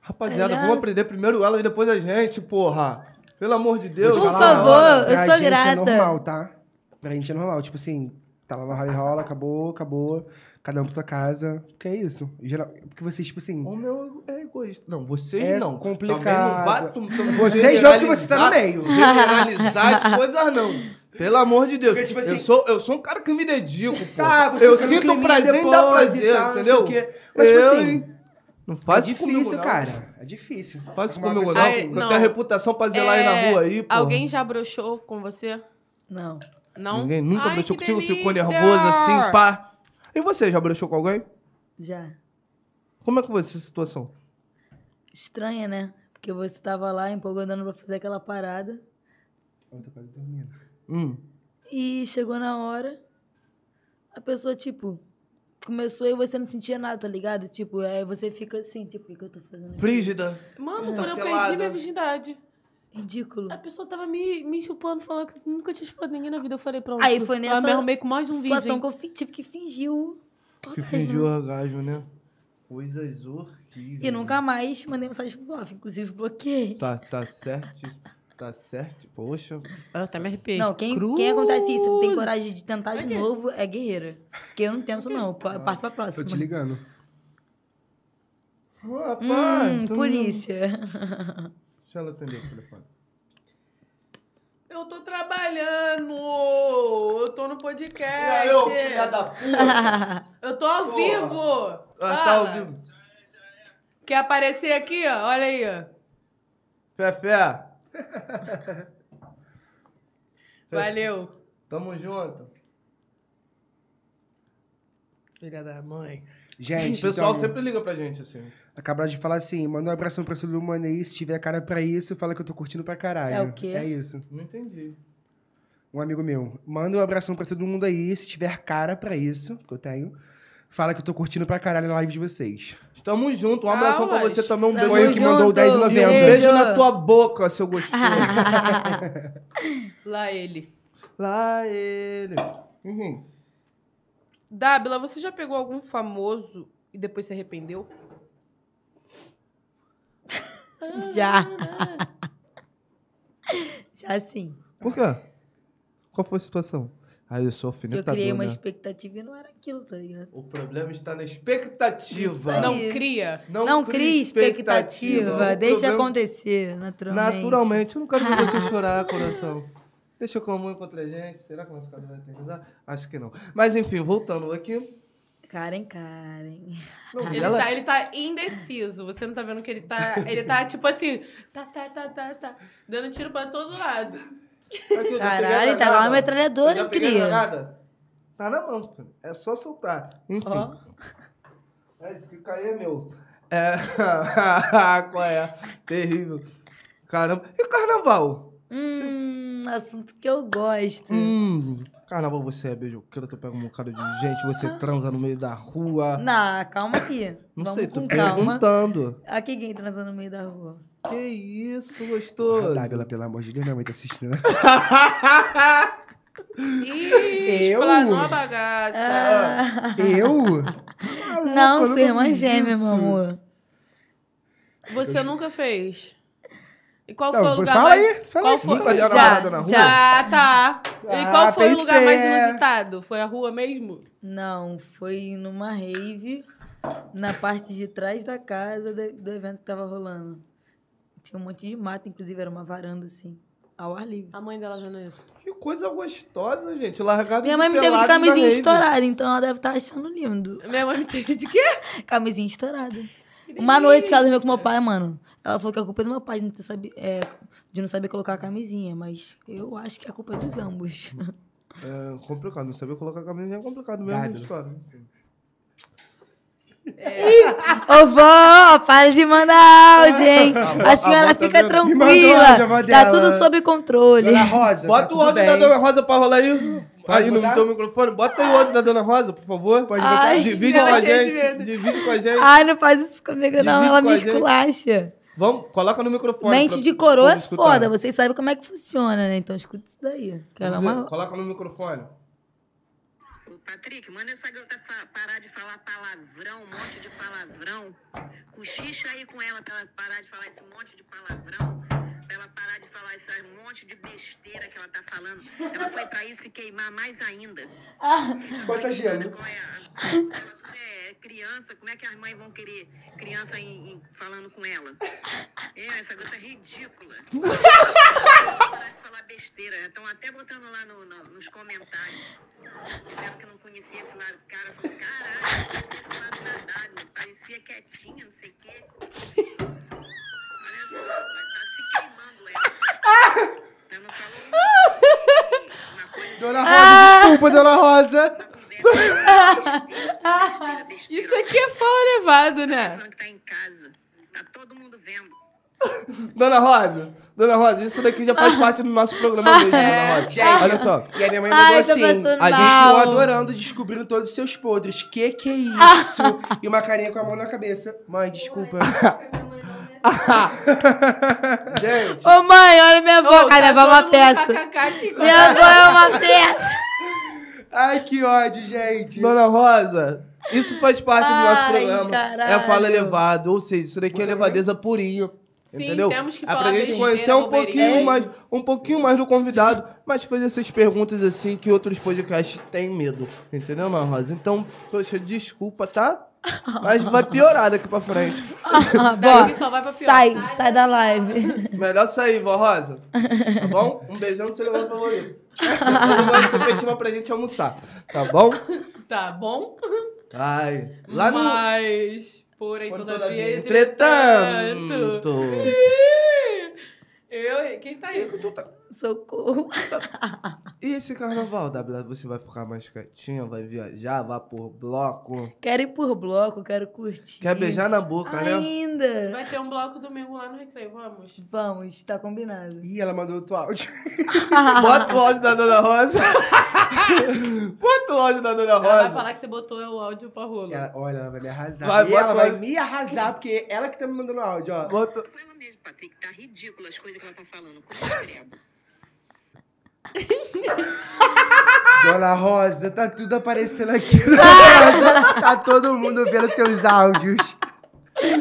[SPEAKER 1] Rapaziada,
[SPEAKER 4] Aliás-
[SPEAKER 2] né?
[SPEAKER 1] vamos aprender primeiro ela e depois a gente, porra. Pelo amor de Deus.
[SPEAKER 4] Por
[SPEAKER 3] Vou te
[SPEAKER 1] cara.
[SPEAKER 3] falar
[SPEAKER 4] favor,
[SPEAKER 3] agora,
[SPEAKER 4] eu
[SPEAKER 3] pra
[SPEAKER 4] sou
[SPEAKER 3] gente é
[SPEAKER 4] grata.
[SPEAKER 3] normal, tá? Pra gente é normal. Tipo assim, tá lá no rola e rola, acabou, acabou. Cada um pra sua casa. Porque é isso. Geral, porque vocês, tipo assim...
[SPEAKER 1] O meu é egoísta. Não, vocês
[SPEAKER 3] É
[SPEAKER 1] não.
[SPEAKER 3] complicado.
[SPEAKER 1] Também não vá tum- tum-
[SPEAKER 3] Vocês não, que você tá no meio.
[SPEAKER 1] Generalizar as coisas, não. Pelo amor de Deus.
[SPEAKER 3] Porque, tipo
[SPEAKER 1] eu,
[SPEAKER 3] assim-
[SPEAKER 1] sou, eu sou um cara que me dedico, pô.
[SPEAKER 3] Tá, você
[SPEAKER 1] eu
[SPEAKER 3] fica no
[SPEAKER 1] sinto
[SPEAKER 3] climinha
[SPEAKER 1] prazer em
[SPEAKER 3] depois é,
[SPEAKER 1] dar
[SPEAKER 3] e
[SPEAKER 1] prazer,
[SPEAKER 3] tal, tá, não sei
[SPEAKER 1] entendeu?
[SPEAKER 3] o quê. Mas, tipo
[SPEAKER 1] Eu,
[SPEAKER 3] assim,
[SPEAKER 1] hein? Não faz
[SPEAKER 3] é
[SPEAKER 1] isso
[SPEAKER 3] difícil,
[SPEAKER 1] comigo, não.
[SPEAKER 3] cara. É difícil.
[SPEAKER 1] Não Faz isso
[SPEAKER 3] Uma
[SPEAKER 1] comigo, não.
[SPEAKER 3] pessoa-
[SPEAKER 2] Ai,
[SPEAKER 1] Eu
[SPEAKER 2] não.
[SPEAKER 1] tenho a reputação pra zelar aí na
[SPEAKER 2] É,
[SPEAKER 1] rua aí, pô.
[SPEAKER 2] Alguém já broxou com você?
[SPEAKER 4] Não.
[SPEAKER 2] Não?
[SPEAKER 1] Ninguém nunca
[SPEAKER 2] Ai,
[SPEAKER 1] broxou
[SPEAKER 2] que
[SPEAKER 1] contigo, ficou
[SPEAKER 2] delícia!
[SPEAKER 1] nervoso assim, pá. E você, já broxou com alguém?
[SPEAKER 4] Já.
[SPEAKER 1] Como é que foi essa situação?
[SPEAKER 4] Estranha, né? Porque você tava lá empolgando pra fazer aquela parada.
[SPEAKER 3] Eu tô quase dormindo.
[SPEAKER 1] Hum.
[SPEAKER 4] E chegou na hora, a pessoa, tipo, começou e você não sentia nada, tá ligado? Tipo, aí você fica assim, tipo, o que, que eu tô fazendo? aqui?
[SPEAKER 1] Frígida.
[SPEAKER 2] Mano,
[SPEAKER 1] Hum.
[SPEAKER 2] quando eu
[SPEAKER 1] Martelada.
[SPEAKER 2] perdi minha virgindade,
[SPEAKER 4] Ridículo.
[SPEAKER 2] a pessoa tava me, me chupando, falando que nunca tinha chupado ninguém na vida. Eu falei, pronto.
[SPEAKER 4] Aí foi nessa
[SPEAKER 2] Eu me arrumei com mais de um vídeo.
[SPEAKER 4] situação
[SPEAKER 2] hein?
[SPEAKER 4] que eu fi- tive que fingir o.
[SPEAKER 1] Que fingiu orgasmo, né? Coisas horríveis.
[SPEAKER 4] E nunca mais mandei mensagem pro Boff, inclusive bloqueei.
[SPEAKER 1] Tá, tá certo. Tá certo. Poxa.
[SPEAKER 2] Eu até me arrepiei.
[SPEAKER 4] Não, quem, quem acontece isso, não tem coragem de tentar de novo, é guerreira. Porque eu não tento, não. Eu passo pra
[SPEAKER 3] Tô
[SPEAKER 4] próxima.
[SPEAKER 3] te ligando.
[SPEAKER 1] Rapaz.
[SPEAKER 4] Hum,
[SPEAKER 1] tu não-
[SPEAKER 4] polícia.
[SPEAKER 1] Deixa ela atender o telefone.
[SPEAKER 2] Eu tô trabalhando! Eu tô no podcast!
[SPEAKER 7] Ué, ô, filha da puta.
[SPEAKER 2] Eu tô ao
[SPEAKER 7] Porra.
[SPEAKER 2] vivo!
[SPEAKER 1] Ah,
[SPEAKER 2] Fala.
[SPEAKER 1] tá ouvindo?
[SPEAKER 2] Quer aparecer aqui, ó? Olha aí, ó.
[SPEAKER 1] Fefé.
[SPEAKER 2] Valeu.
[SPEAKER 1] Tamo junto.
[SPEAKER 2] Filha da mãe.
[SPEAKER 3] Gente,
[SPEAKER 1] o pessoal
[SPEAKER 3] então,
[SPEAKER 1] sempre liga pra gente assim.
[SPEAKER 3] acabaram de falar assim, manda um abração pra todo mundo aí, se tiver cara pra isso, fala que eu tô curtindo pra caralho.
[SPEAKER 4] É o quê?
[SPEAKER 3] É isso.
[SPEAKER 1] Não entendi.
[SPEAKER 3] Um amigo meu, manda um abração pra todo mundo aí, se tiver cara pra isso, que eu tenho, fala que eu tô curtindo pra caralho a live de vocês.
[SPEAKER 1] Estamos junto. Um abração pra
[SPEAKER 2] Aulas.
[SPEAKER 1] você também. Um
[SPEAKER 4] Tamo
[SPEAKER 1] beijo.
[SPEAKER 3] Foi o que mandou o
[SPEAKER 4] junto,
[SPEAKER 3] 10,90.
[SPEAKER 1] E um
[SPEAKER 4] beijo.
[SPEAKER 1] beijo na tua boca, seu gostoso.
[SPEAKER 2] Lá ele.
[SPEAKER 1] Lá ele. Enfim.
[SPEAKER 2] Dábila, você já pegou algum famoso e depois se arrependeu?
[SPEAKER 4] Já. Já sim.
[SPEAKER 1] Por quê? Qual foi a situação? Aí eu sou
[SPEAKER 4] Porque eu
[SPEAKER 1] alfinetador,
[SPEAKER 4] criei uma
[SPEAKER 1] né?
[SPEAKER 4] expectativa e não era aquilo, tá ligado?
[SPEAKER 1] O problema está na expectativa.
[SPEAKER 2] Não
[SPEAKER 4] Sim.
[SPEAKER 2] cria.
[SPEAKER 4] Não, crie expectativa, deixa acontecer, naturalmente.
[SPEAKER 1] Naturalmente, eu nunca vi você chorar, coração. Deixa eu comum contra a gente. Será que o nosso cabelo vai eternizar? Acho que não. Mas enfim, voltando aqui.
[SPEAKER 4] Karen, Karen.
[SPEAKER 1] Não,
[SPEAKER 2] Ele,
[SPEAKER 1] ela-
[SPEAKER 2] tá, ele tá indeciso. Você não tá vendo que ele tá. Ele tá tipo assim. Tá, tá, tá, tá, tá. Dando tiro pra todo lado.
[SPEAKER 1] Aqui, eu já peguei a
[SPEAKER 4] Caralho, tá lá uma
[SPEAKER 1] granada.
[SPEAKER 4] metralhadora,
[SPEAKER 1] Eu já
[SPEAKER 4] hein,
[SPEAKER 1] peguei a
[SPEAKER 4] cria?
[SPEAKER 1] granada. Tá na mão, filho. É só soltar. Enfim.
[SPEAKER 4] Ó.
[SPEAKER 1] É, isso que cair é meu. É. Qual é? Terrível. Caramba. E o carnaval?
[SPEAKER 4] Hum, assunto que eu gosto.
[SPEAKER 1] Hum. Carnaval, você é beijoqueira, tu pega um bocado de gente, você transa no meio da rua.
[SPEAKER 4] Não, calma aí.
[SPEAKER 1] Não
[SPEAKER 4] Ah. Vamos
[SPEAKER 1] sei, tô
[SPEAKER 4] com calma.
[SPEAKER 1] perguntando.
[SPEAKER 4] Aqui quem transa no meio da rua.
[SPEAKER 1] Que isso,
[SPEAKER 3] Porra,
[SPEAKER 1] gostoso.
[SPEAKER 3] Dábila, pelo amor de Deus, minha mãe tá assistindo. né?
[SPEAKER 2] Ih,
[SPEAKER 3] Eu? Ah.
[SPEAKER 2] explanou a bagaça.
[SPEAKER 3] Eu?
[SPEAKER 4] Ah,
[SPEAKER 3] Tá
[SPEAKER 4] não, sua irmã
[SPEAKER 3] fiz
[SPEAKER 4] gêmea,
[SPEAKER 3] isso.
[SPEAKER 4] meu amor.
[SPEAKER 2] Você nunca fez. E qual
[SPEAKER 3] Não,
[SPEAKER 2] foi o
[SPEAKER 3] foi-
[SPEAKER 2] lugar
[SPEAKER 3] fala
[SPEAKER 2] mais.
[SPEAKER 3] aí, Tá fala
[SPEAKER 2] qual
[SPEAKER 3] aí.
[SPEAKER 2] foi?
[SPEAKER 1] Nunca deu
[SPEAKER 4] Já,
[SPEAKER 1] namorada na rua?
[SPEAKER 2] Já, tá. E
[SPEAKER 3] Ah,
[SPEAKER 2] qual foi o lugar mais
[SPEAKER 3] pensei, é.
[SPEAKER 2] inusitado? Foi a rua mesmo?
[SPEAKER 4] Não, foi numa rave, na parte de trás da casa do, do evento que tava rolando. Tinha um monte de mato, inclusive, era uma varanda, assim, ao ar livre.
[SPEAKER 2] A mãe dela já não é isso.
[SPEAKER 1] Que coisa gostosa, gente. Largado
[SPEAKER 4] Minha
[SPEAKER 1] de
[SPEAKER 4] mãe me teve de
[SPEAKER 1] pelado na
[SPEAKER 4] camisinha
[SPEAKER 1] rave.
[SPEAKER 4] estourada, então ela deve estar achando lindo.
[SPEAKER 2] Minha mãe me teve de quê?
[SPEAKER 4] Camisinha estourada. Uma noite que ela dormiu com meu pai, mano, ela falou que a culpa é do meu pai de não, ter sabi- é, de não saber colocar a camisinha, mas eu acho que a culpa é dos ambos.
[SPEAKER 1] É complicado, não saber colocar camisinha é complicado mesmo.
[SPEAKER 3] Dábila.
[SPEAKER 1] história.
[SPEAKER 4] Ô, vó, para de mandar áudio, hein?
[SPEAKER 1] a
[SPEAKER 4] A senhora
[SPEAKER 1] avó tá
[SPEAKER 4] fica
[SPEAKER 1] vendo?
[SPEAKER 3] Me mandou
[SPEAKER 4] tranquila.
[SPEAKER 3] áudio, a avó
[SPEAKER 4] Tá
[SPEAKER 3] dela.
[SPEAKER 4] tudo sob controle.
[SPEAKER 3] Dona Rosa,
[SPEAKER 1] Bota
[SPEAKER 3] tá
[SPEAKER 1] o
[SPEAKER 3] tudo
[SPEAKER 1] áudio
[SPEAKER 3] bem?
[SPEAKER 1] da Dona Rosa pra rolar aí.
[SPEAKER 3] Pode
[SPEAKER 1] aí no
[SPEAKER 3] botar?
[SPEAKER 1] teu microfone. Bota aí o áudio da Dona Rosa, por favor. Pode
[SPEAKER 4] botar? Ai,
[SPEAKER 1] Divide
[SPEAKER 2] ela
[SPEAKER 1] com a
[SPEAKER 2] cheia de
[SPEAKER 1] gente.
[SPEAKER 2] medo.
[SPEAKER 1] Divide com a gente.
[SPEAKER 4] Ai, não faz isso comigo, não.
[SPEAKER 1] Divide
[SPEAKER 4] Ela
[SPEAKER 1] com
[SPEAKER 4] me
[SPEAKER 1] a gente.
[SPEAKER 4] esculacha.
[SPEAKER 1] Vamos, coloca no microfone.
[SPEAKER 4] Mente
[SPEAKER 1] pra-
[SPEAKER 4] de coroa
[SPEAKER 1] pra
[SPEAKER 4] é
[SPEAKER 1] escutar.
[SPEAKER 4] foda. Vocês sabem como é que funciona, né? Então escuta isso daí. Que ela é uma...
[SPEAKER 1] Coloca no microfone.
[SPEAKER 9] Ô, Patrick, manda essa garota fa- parar de falar palavrão, um monte de palavrão. Cochicha aí com ela pra ela parar de falar esse monte de palavrão. Pra ela parar de falar esse monte de besteira que ela tá falando. Ela foi pra ir se queimar mais ainda.
[SPEAKER 3] Bota gelo.
[SPEAKER 9] Qual é a- Ela tudo é criança, como é que as mães vão querer criança em- em- falando com ela? É, essa garota é ridícula. Parar de falar besteira. Estão até botando lá no- no- nos comentários. Disseram que não conhecia esse lado. Cara, falou, caralho, não conhecia esse lado da Dália. Parecia quietinha, não sei o quê. Olha só, vai tá se queimando ela. Ela não falou uma, uma coisa
[SPEAKER 3] Dona
[SPEAKER 4] Ah!
[SPEAKER 3] Rosa, desculpa, Dona Rosa.
[SPEAKER 9] uma conversa. besteira, besteira, besteira.
[SPEAKER 2] Isso aqui é fala levado, né?
[SPEAKER 9] Pensando que tá em casa. Tá todo mundo vendo.
[SPEAKER 1] Dona Rosa, Dona Rosa, isso daqui já faz parte do nosso programa mesmo, Dona Rosa.
[SPEAKER 3] Gente,
[SPEAKER 1] Olha só.
[SPEAKER 3] E a minha mãe mandou
[SPEAKER 4] Ai, tô
[SPEAKER 3] assim:
[SPEAKER 4] passando
[SPEAKER 3] a gente
[SPEAKER 4] mal.
[SPEAKER 3] ficou adorando, descobrindo todos os seus podres. Que que é isso? e uma carinha com a mão na cabeça. Mãe, desculpa.
[SPEAKER 1] Gente,
[SPEAKER 4] Ô mãe, olha minha avó.
[SPEAKER 2] Ô,
[SPEAKER 4] cara, minha
[SPEAKER 2] tá
[SPEAKER 4] avó é uma
[SPEAKER 2] todo mundo
[SPEAKER 4] peça.
[SPEAKER 2] kkk aqui.
[SPEAKER 4] Minha avó é uma peça.
[SPEAKER 3] Ai, que ódio, gente.
[SPEAKER 1] Dona Rosa, isso faz parte do nosso
[SPEAKER 4] Ai,
[SPEAKER 1] programa. É fala
[SPEAKER 4] caralho.
[SPEAKER 1] elevado, ou seja, isso daqui é levadeza purinho.
[SPEAKER 2] Sim,
[SPEAKER 1] entendeu?
[SPEAKER 2] temos que
[SPEAKER 1] é
[SPEAKER 2] falar
[SPEAKER 1] pra gente
[SPEAKER 2] besteira,
[SPEAKER 1] conhecer um
[SPEAKER 2] bobeirinha.
[SPEAKER 1] pouquinho,
[SPEAKER 2] É.
[SPEAKER 1] mais, um pouquinho mais do convidado, mas fazer essas perguntas assim que outros podcasts têm medo. Entendeu, Dona Rosa? Então, poxa, desculpa, tá? Mas vai piorar daqui pra frente.
[SPEAKER 2] Daqui só vai pra pior.
[SPEAKER 4] Sai, sai da live.
[SPEAKER 1] Melhor sair, vó Rosa. Tá bom? Um beijão no seu levado favorito. Agora você petiva pra gente almoçar. Tá bom?
[SPEAKER 2] Tá bom?
[SPEAKER 1] Ai. Lá no.
[SPEAKER 2] Mas, porém,
[SPEAKER 1] Quando
[SPEAKER 2] todavia, entretanto...
[SPEAKER 1] Entretanto.
[SPEAKER 2] Eu, quem tá aí?
[SPEAKER 4] Socorro.
[SPEAKER 1] E esse carnaval, W? Você vai ficar mais quietinha, vai viajar, vai por bloco.
[SPEAKER 4] Quero ir por bloco, quero curtir.
[SPEAKER 1] Quer beijar na boca, né?
[SPEAKER 4] Ainda.
[SPEAKER 2] Vai ter um bloco domingo lá no Recreio, vamos.
[SPEAKER 4] Vamos, tá combinado.
[SPEAKER 3] Ih, ela mandou outro áudio.
[SPEAKER 1] Bota o áudio da Dona Rosa. Bota o áudio da Dona
[SPEAKER 2] Ela vai
[SPEAKER 1] Rosa.
[SPEAKER 2] falar que você botou o áudio pra rolo.
[SPEAKER 3] Ela- olha, ela vai me arrasar.
[SPEAKER 1] Vai,
[SPEAKER 3] E ela
[SPEAKER 1] bota lá.
[SPEAKER 3] vai me arrasar, porque ela que tá me mandando áudio, ó.
[SPEAKER 1] Bota...
[SPEAKER 9] Com ela mesmo, Patrick. Tá ridícula as coisas que ela tá falando. Como escreve?
[SPEAKER 3] Dona Rosa, tá tudo aparecendo aqui. Dona Rosa, tá todo mundo vendo teus áudios.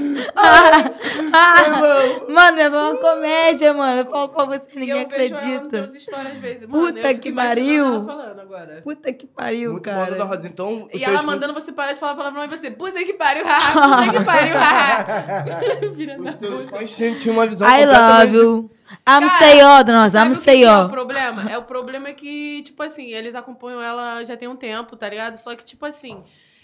[SPEAKER 4] Mano, minha avó é uma comédia, mano. Eu falo pra você,
[SPEAKER 2] E
[SPEAKER 4] ninguém
[SPEAKER 2] eu vejo ela nos
[SPEAKER 4] acredita.
[SPEAKER 2] teus stories às vezes. Mano,
[SPEAKER 4] Puta
[SPEAKER 2] eu fico
[SPEAKER 4] que
[SPEAKER 2] imaginando
[SPEAKER 4] pariu.
[SPEAKER 2] ela falando agora.
[SPEAKER 4] Puta que pariu,
[SPEAKER 1] Muito bom,
[SPEAKER 4] cara.
[SPEAKER 1] Dona Rosa. Então, o
[SPEAKER 2] E
[SPEAKER 1] teu
[SPEAKER 2] ela
[SPEAKER 1] escuta-
[SPEAKER 2] mandando você parar de falar palavrão e você, puta que pariu, haha, puta que pariu, haha. Virando a
[SPEAKER 1] Os
[SPEAKER 2] puta.
[SPEAKER 1] teus pais tinham uma visão
[SPEAKER 4] I
[SPEAKER 1] completamente
[SPEAKER 4] love you. I'm
[SPEAKER 2] Cara,
[SPEAKER 4] say ó, Dona Rosa.
[SPEAKER 2] Sabe
[SPEAKER 4] I'm
[SPEAKER 2] o que que
[SPEAKER 4] say oh.
[SPEAKER 2] é o
[SPEAKER 4] ó.
[SPEAKER 2] problema? É o problema é que, tipo assim, eles acompanham ela já tem um tempo, tá ligado? Só que, tipo assim,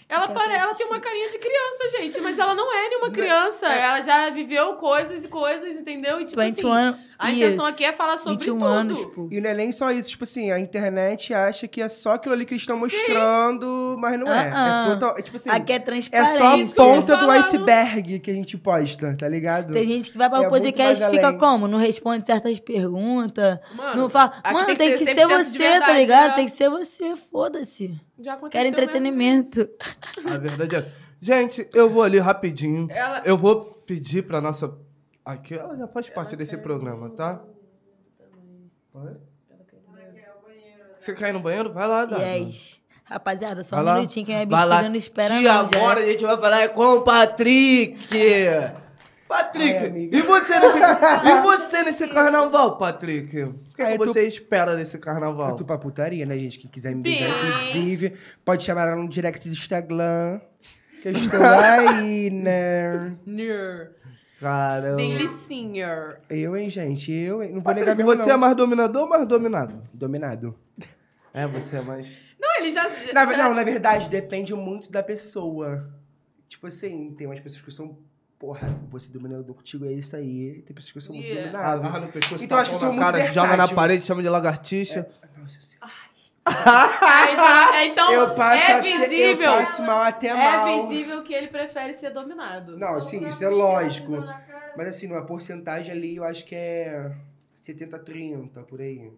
[SPEAKER 3] Tá
[SPEAKER 2] ela, pare... ela tem uma carinha de criança, gente, mas ela não é
[SPEAKER 3] Né?
[SPEAKER 2] nenhuma criança. Ela já viveu coisas e coisas, entendeu? E, tipo
[SPEAKER 4] 21
[SPEAKER 2] assim,
[SPEAKER 4] anos.
[SPEAKER 2] a
[SPEAKER 4] years.
[SPEAKER 2] intenção aqui é falar sobre
[SPEAKER 4] 21
[SPEAKER 2] tudo.
[SPEAKER 4] anos, pô.
[SPEAKER 3] E não é nem só isso, tipo assim, a internet acha que é só aquilo ali que eles estão mostrando, mas não é.
[SPEAKER 4] Ah, ah.
[SPEAKER 3] É total. é tipo assim,
[SPEAKER 4] Aqui é
[SPEAKER 3] é
[SPEAKER 4] transparente.
[SPEAKER 3] só a
[SPEAKER 2] Isso que eu ia
[SPEAKER 3] ponta do
[SPEAKER 2] falar,
[SPEAKER 3] iceberg que a gente posta, tá ligado?
[SPEAKER 4] Tem gente que vai pra
[SPEAKER 3] É
[SPEAKER 4] um podcast
[SPEAKER 3] muito
[SPEAKER 4] e
[SPEAKER 3] mais
[SPEAKER 4] fica
[SPEAKER 3] além.
[SPEAKER 4] como? Não responde certas perguntas.
[SPEAKER 2] Mano,
[SPEAKER 4] Não fala.
[SPEAKER 2] aqui
[SPEAKER 4] Mano, tem que
[SPEAKER 2] 100%
[SPEAKER 4] ser,
[SPEAKER 2] de
[SPEAKER 4] você, tá
[SPEAKER 2] verdade,
[SPEAKER 4] ligado?
[SPEAKER 2] né?
[SPEAKER 4] Tem que ser você, foda-se.
[SPEAKER 2] já aconteceu
[SPEAKER 4] Quero
[SPEAKER 3] né?
[SPEAKER 2] mesmo.
[SPEAKER 4] entretenimento.
[SPEAKER 1] A verdade é. Gente, eu vou ali rapidinho.
[SPEAKER 2] Ela-
[SPEAKER 1] Eu vou pedir pra nossa. Aqui ela já faz parte desse programa, tá? Oi? Você quer ir no banheiro? Vai lá, Dada.
[SPEAKER 4] Yes. é Rapaziada, só
[SPEAKER 1] Vai
[SPEAKER 4] um
[SPEAKER 1] lá.
[SPEAKER 4] minutinho que minha
[SPEAKER 1] Vai lá.
[SPEAKER 4] bexiga não espera
[SPEAKER 1] Que
[SPEAKER 4] não, já. é.
[SPEAKER 1] agora a gente vai falar com o Patrick. Patrick,
[SPEAKER 3] Ai, amiga.
[SPEAKER 1] e, você nesse, e você nesse carnaval, Patrick? O que,
[SPEAKER 3] Ai,
[SPEAKER 1] que
[SPEAKER 3] eu tô-
[SPEAKER 1] você espera desse carnaval?
[SPEAKER 3] Eu tô pra putaria, né, gente? Quem quiser me beijar,
[SPEAKER 2] Bem.
[SPEAKER 3] inclusive, pode chamar ela no direct do Instagram. Que eu estou aí, né?
[SPEAKER 2] Ner.
[SPEAKER 1] Caramba.
[SPEAKER 2] Daily Senior.
[SPEAKER 3] Eu, hein, gente? Eu, hein? Não vou
[SPEAKER 1] Patrick,
[SPEAKER 3] negar mesmo,
[SPEAKER 1] você é
[SPEAKER 3] não.
[SPEAKER 1] mais dominador ou mais dominado?
[SPEAKER 3] Dominado.
[SPEAKER 1] É, você é mais.
[SPEAKER 2] Não, ele já... já
[SPEAKER 3] Na, ve- não, na verdade, depende muito da pessoa. Tipo assim, tem umas pessoas que são... Porra, você dominador contigo é isso aí. Tem pessoas que são muito
[SPEAKER 1] Ah,
[SPEAKER 2] Yeah.
[SPEAKER 3] dominadas.
[SPEAKER 1] agarra no pescoço,
[SPEAKER 3] Então,
[SPEAKER 1] tapa
[SPEAKER 3] acho que
[SPEAKER 1] na
[SPEAKER 3] sou muito
[SPEAKER 1] cara, joga na
[SPEAKER 3] versátil.
[SPEAKER 1] parede, chama de lagartixa.
[SPEAKER 3] Nossa senhora.
[SPEAKER 2] Ah, então,
[SPEAKER 3] eu passo
[SPEAKER 2] é
[SPEAKER 3] até-
[SPEAKER 2] visível.
[SPEAKER 3] eu passo mal até mal.
[SPEAKER 2] É visível que ele prefere ser dominado.
[SPEAKER 1] Ah,
[SPEAKER 3] Não, assim, isso é lógico. Mas assim, numa porcentagem ali, eu acho que é 70 a 30, por aí.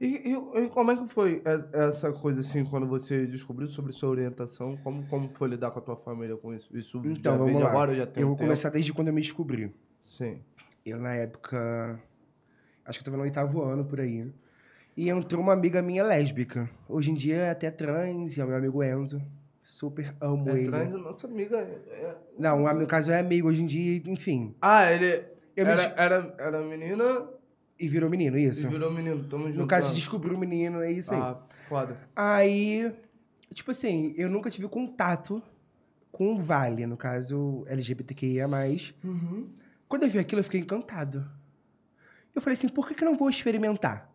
[SPEAKER 1] E, e- e como é que foi e- essa coisa assim, quando você descobriu sobre sua orientação? Como, como foi lidar com a tua família com isso? Isso
[SPEAKER 3] Então,
[SPEAKER 1] já
[SPEAKER 3] vamos
[SPEAKER 1] vem de
[SPEAKER 3] lá.
[SPEAKER 1] agora, já tem
[SPEAKER 3] Eu
[SPEAKER 1] um
[SPEAKER 3] vou
[SPEAKER 1] tempo?
[SPEAKER 3] começar desde quando eu me descobri.
[SPEAKER 1] Sim.
[SPEAKER 3] Eu, na época. Acho que eu tava no oitavo ano por aí. E entrou uma amiga minha lésbica. Hoje em dia é até trans, e é o meu amigo Enzo. Super amo
[SPEAKER 1] É
[SPEAKER 3] ele.
[SPEAKER 1] trans, a nossa amiga. é- é-
[SPEAKER 3] Não, no caso é amigo hoje em dia, enfim.
[SPEAKER 1] Ah, ele
[SPEAKER 3] Eu me
[SPEAKER 1] era,
[SPEAKER 3] des-
[SPEAKER 1] era, era menina
[SPEAKER 3] E virou menino, isso?
[SPEAKER 1] e virou menino. Tamo junto.
[SPEAKER 3] No caso, se descobriu o menino, é isso aí.
[SPEAKER 1] Ah, foda.
[SPEAKER 3] Aí, tipo assim, eu nunca tive contato com o Vale, no caso LGBTQIA.
[SPEAKER 1] Uhum.
[SPEAKER 3] Quando eu vi aquilo, eu fiquei encantado. Eu falei assim, por que, que eu não vou experimentar?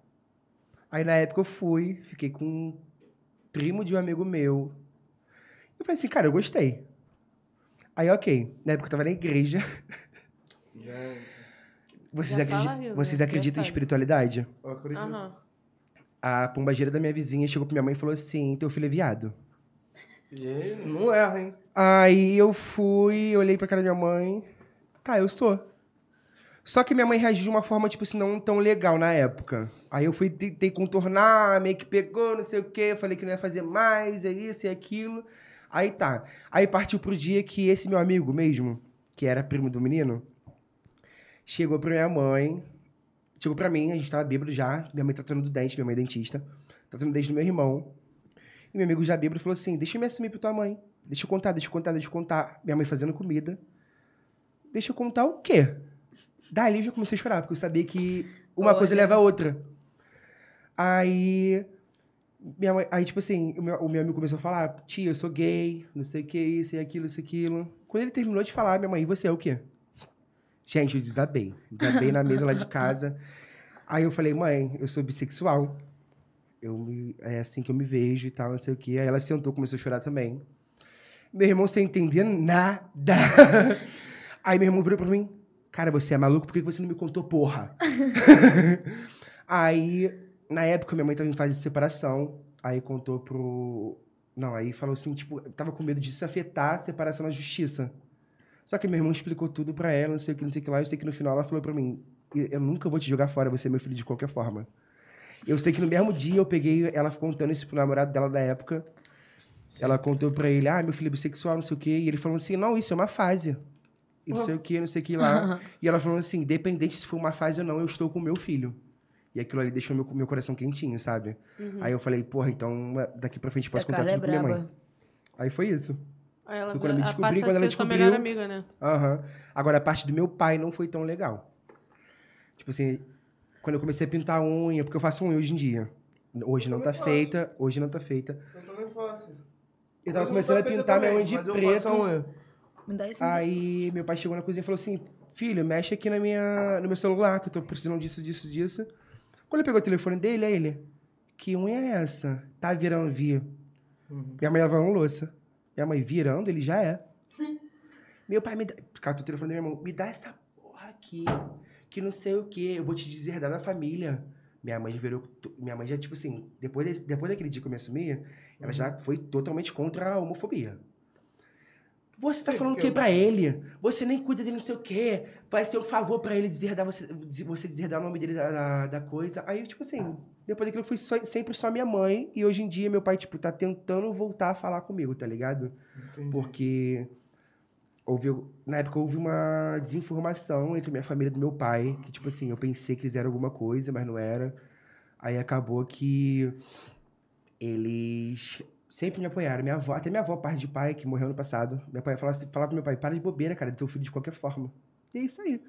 [SPEAKER 3] Aí na época eu fui, fiquei com um primo de um amigo meu. Eu falei assim, cara, eu gostei. Aí, ok. Na época eu tava na igreja. Vocês,
[SPEAKER 2] Já
[SPEAKER 3] acredi-
[SPEAKER 2] fala, Hilda,
[SPEAKER 3] vocês
[SPEAKER 2] já
[SPEAKER 3] acreditam em
[SPEAKER 2] sabe.
[SPEAKER 3] espiritualidade?
[SPEAKER 1] Eu acredito.
[SPEAKER 2] Aham.
[SPEAKER 3] A pombageira da minha vizinha chegou pra minha mãe e falou assim: teu filho é viado.
[SPEAKER 1] E ele não erra, hein?
[SPEAKER 3] Aí eu fui, olhei pra cara da minha mãe. Tá, eu sou. Só que minha mãe reagiu de uma forma, tipo assim, não tão legal na época. Aí eu fui, tentei contornar, meio que pegou, não sei o quê. Eu falei que não ia fazer mais, é isso, é aquilo. Aí tá. Aí partiu pro dia que esse meu amigo mesmo, que era primo do menino, chegou pra minha mãe, chegou pra mim, a gente tava bêbado já. Minha mãe tratando do dente, minha mãe é dentista. Tratando do dente do meu irmão. E meu amigo já bêbado falou assim: Deixa eu me assumir pra tua mãe. Deixa eu contar, deixa eu contar, deixa eu contar. Minha mãe fazendo comida. Deixa eu contar o quê? Daí eu já comecei a chorar, porque eu sabia que uma
[SPEAKER 4] Olha.
[SPEAKER 3] coisa leva a outra. Aí. Minha mãe, aí, tipo assim, o meu, o meu amigo começou a falar: Tia, eu sou gay, não sei o que, isso e aquilo, isso e aquilo. Quando ele terminou de falar, minha mãe, e você é o quê? Gente, eu desabei. Desabei na mesa lá de casa. Aí eu falei, mãe, eu sou bissexual. Eu me- é assim que eu me vejo e tal, não sei o quê. Aí ela sentou, começou a chorar também. Meu irmão sem entender nada. Aí meu irmão virou pra mim, cara, você é maluco? Por que você não me contou, porra? aí, na época, minha mãe tava em fase de separação. Aí contou pro... Não, aí falou assim, tipo, eu tava com medo disso afetar a separação na justiça. Só que meu irmão explicou tudo pra ela, não sei o que, não sei o que lá. Eu sei que no final ela falou pra mim: "E- Eu nunca vou te jogar fora, você é meu filho de qualquer forma. Eu sei que no mesmo dia eu peguei ela contando isso pro namorado dela da época. Ela contou pra ele: Ah, meu filho é bissexual, não sei o que. E ele falou assim: Não, isso é uma fase. E não sei o que, não sei o que lá. e ela falou assim: Independente se for uma fase ou não, eu estou com meu filho. E aquilo ali deixou meu, meu coração quentinho, sabe? Aí eu falei: Porra, então daqui pra frente eu posso
[SPEAKER 4] Essa
[SPEAKER 3] contar
[SPEAKER 4] Carla é
[SPEAKER 3] tudo pra minha mãe.
[SPEAKER 4] braba.
[SPEAKER 3] Aí foi isso.
[SPEAKER 2] Aí ela,
[SPEAKER 3] Foi quando
[SPEAKER 2] ela
[SPEAKER 3] eu me
[SPEAKER 2] passa
[SPEAKER 3] descobri,
[SPEAKER 2] a
[SPEAKER 3] quando ela
[SPEAKER 2] ser sua
[SPEAKER 3] descobriu-
[SPEAKER 2] melhor amiga, né?
[SPEAKER 3] Aham. Agora, a parte do meu pai não foi tão legal. Tipo assim, quando eu comecei a pintar unha, porque eu faço unha hoje em dia. Hoje não tá feita, hoje não tá feita.
[SPEAKER 1] Eu também faço.
[SPEAKER 3] Eu tava começando a pintar minha unha de preto.
[SPEAKER 4] Me dá isso.
[SPEAKER 3] Aí meu pai chegou na cozinha e falou assim: Filho, mexe aqui na minha, no meu celular, que eu tô precisando disso, disso, disso. Quando ele pegou o telefone dele, aí ele: Que unha é essa? Tá virando via. Minha mãe lavando louça. Minha mãe virando, ele já é. meu pai me dá. Cara, o telefone da minha mão: Me dá essa porra aqui. Que não sei o quê, eu vou te deserdar da família. Minha mãe já virou. to- Minha mãe já, tipo assim, depois, desse- depois daquele dia que eu me assumi, ela
[SPEAKER 1] Uhum.
[SPEAKER 3] já foi totalmente contra a homofobia. Você tá
[SPEAKER 1] Sim,
[SPEAKER 3] falando o
[SPEAKER 1] porque
[SPEAKER 3] que
[SPEAKER 1] eu-
[SPEAKER 3] pra ele? Você nem cuida dele, não sei o quê. Vai ser um favor pra ele deserdar você, de- você deserdar o nome dele da, da, da coisa. Aí, tipo assim, depois daquilo foi só- sempre só minha mãe. E hoje em dia, meu pai, tipo, tá tentando voltar a falar comigo, tá ligado? Porque houve, na época houve uma desinformação entre minha família e do meu pai, que tipo assim, eu pensei que eles eram alguma coisa, mas não era. Aí acabou que eles sempre me apoiaram. Minha avó, até minha avó, parte de pai, que morreu ano passado, minha pai falava assim, falava pro meu pai, para de bobeira, cara, do teu filho de qualquer forma. E é isso aí.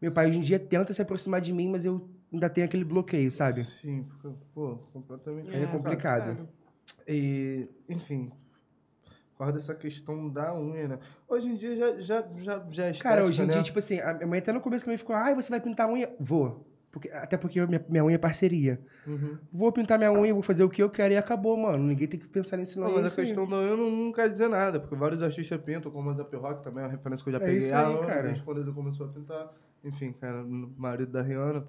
[SPEAKER 3] Meu pai hoje em dia tenta se aproximar de mim, mas eu ainda tenho aquele bloqueio, sabe?
[SPEAKER 1] Sim, porque, pô, completamente.
[SPEAKER 3] É complicado.
[SPEAKER 1] E, enfim, por causa dessa questão da unha, né? Hoje em dia já, já, já, já é
[SPEAKER 3] Cara,
[SPEAKER 1] estética,
[SPEAKER 3] hoje em
[SPEAKER 1] né?
[SPEAKER 3] dia, tipo assim, a minha mãe até no começo também ficou, ai, você vai pintar a unha? Vou. Porque, até porque eu- minha, minha unha é parceria.
[SPEAKER 1] Uhum.
[SPEAKER 3] Vou pintar minha unha, vou fazer o que eu quero e acabou, mano. Ninguém tem que pensar nisso, não.
[SPEAKER 1] Não,
[SPEAKER 3] é
[SPEAKER 1] mas a
[SPEAKER 3] isso aí.
[SPEAKER 1] questão da unha não, não quer dizer nada, porque vários artistas pintam, como a Zap Rock também, é uma referência que eu já
[SPEAKER 3] É
[SPEAKER 1] peguei.
[SPEAKER 3] isso
[SPEAKER 1] a
[SPEAKER 3] aí,
[SPEAKER 1] Ana,
[SPEAKER 3] cara.
[SPEAKER 1] desde quando ele começou a pintar. Enfim, cara, o marido da Rihanna.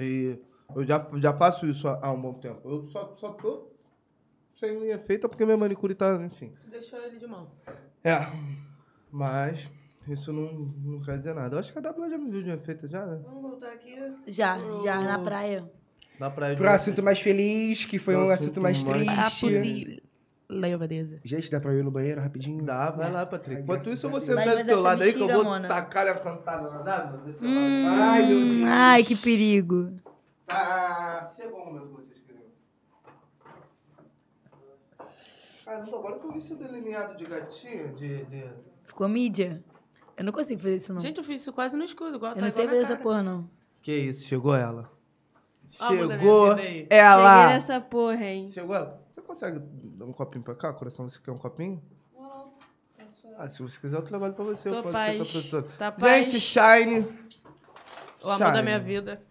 [SPEAKER 1] E eu já, já faço isso há, há um bom tempo. Eu só, só tô sem unha feita porque minha manicure tá, enfim.
[SPEAKER 2] Deixou ele de mão.
[SPEAKER 1] É, mas isso não, não quer dizer nada. Eu acho que a W já me viu de unha feita já, né?
[SPEAKER 2] Vamos voltar aqui.
[SPEAKER 4] Já, já, na praia.
[SPEAKER 1] Na praia de
[SPEAKER 3] Pro assunto mais feliz, que foi
[SPEAKER 1] Pro
[SPEAKER 3] um
[SPEAKER 1] assunto
[SPEAKER 3] assunto mais
[SPEAKER 1] mais-
[SPEAKER 8] Ah,
[SPEAKER 3] triste.
[SPEAKER 2] levadeza.
[SPEAKER 3] Gente, dá pra eu ir no banheiro rapidinho?
[SPEAKER 1] Dá, vai lá, Patrick.
[SPEAKER 3] Ai,
[SPEAKER 1] Enquanto
[SPEAKER 3] graças
[SPEAKER 1] isso,
[SPEAKER 3] a
[SPEAKER 1] você
[SPEAKER 4] Deus.
[SPEAKER 1] tá
[SPEAKER 4] Mas
[SPEAKER 1] do teu
[SPEAKER 4] essa
[SPEAKER 1] lado aí que eu
[SPEAKER 4] bexiga,
[SPEAKER 1] vou
[SPEAKER 4] Mona.
[SPEAKER 1] tacar a cantada na W. vê se ela
[SPEAKER 4] Hum,
[SPEAKER 1] vai. Ai, meu Deus.
[SPEAKER 4] ai, que perigo.
[SPEAKER 1] Tá, chegou o momento que vocês queriam. Caramba, agora que eu vi seu delineado de gatinha, de. de...
[SPEAKER 4] Ficou mídia. Eu não consigo fazer isso, não.
[SPEAKER 2] Gente, eu fiz isso quase no escudo. Igual,
[SPEAKER 4] eu não sei fazer essa porra, não.
[SPEAKER 1] Que isso, chegou ela.
[SPEAKER 2] Ó, a bunda
[SPEAKER 1] chegou É,
[SPEAKER 2] da minha vida
[SPEAKER 8] Cheguei
[SPEAKER 1] ela!
[SPEAKER 8] nessa porra, hein?
[SPEAKER 1] Chegou ela. Você consegue dar um copinho pra cá, coração? Você quer um copinho? Ah, se você quiser, eu trabalho pra você. eu
[SPEAKER 2] Tô
[SPEAKER 1] posso
[SPEAKER 2] paz.
[SPEAKER 1] ser sua produtora.
[SPEAKER 2] Tá paz.
[SPEAKER 1] Gente, Shine!
[SPEAKER 2] O amor da
[SPEAKER 1] Shine.
[SPEAKER 2] minha vida.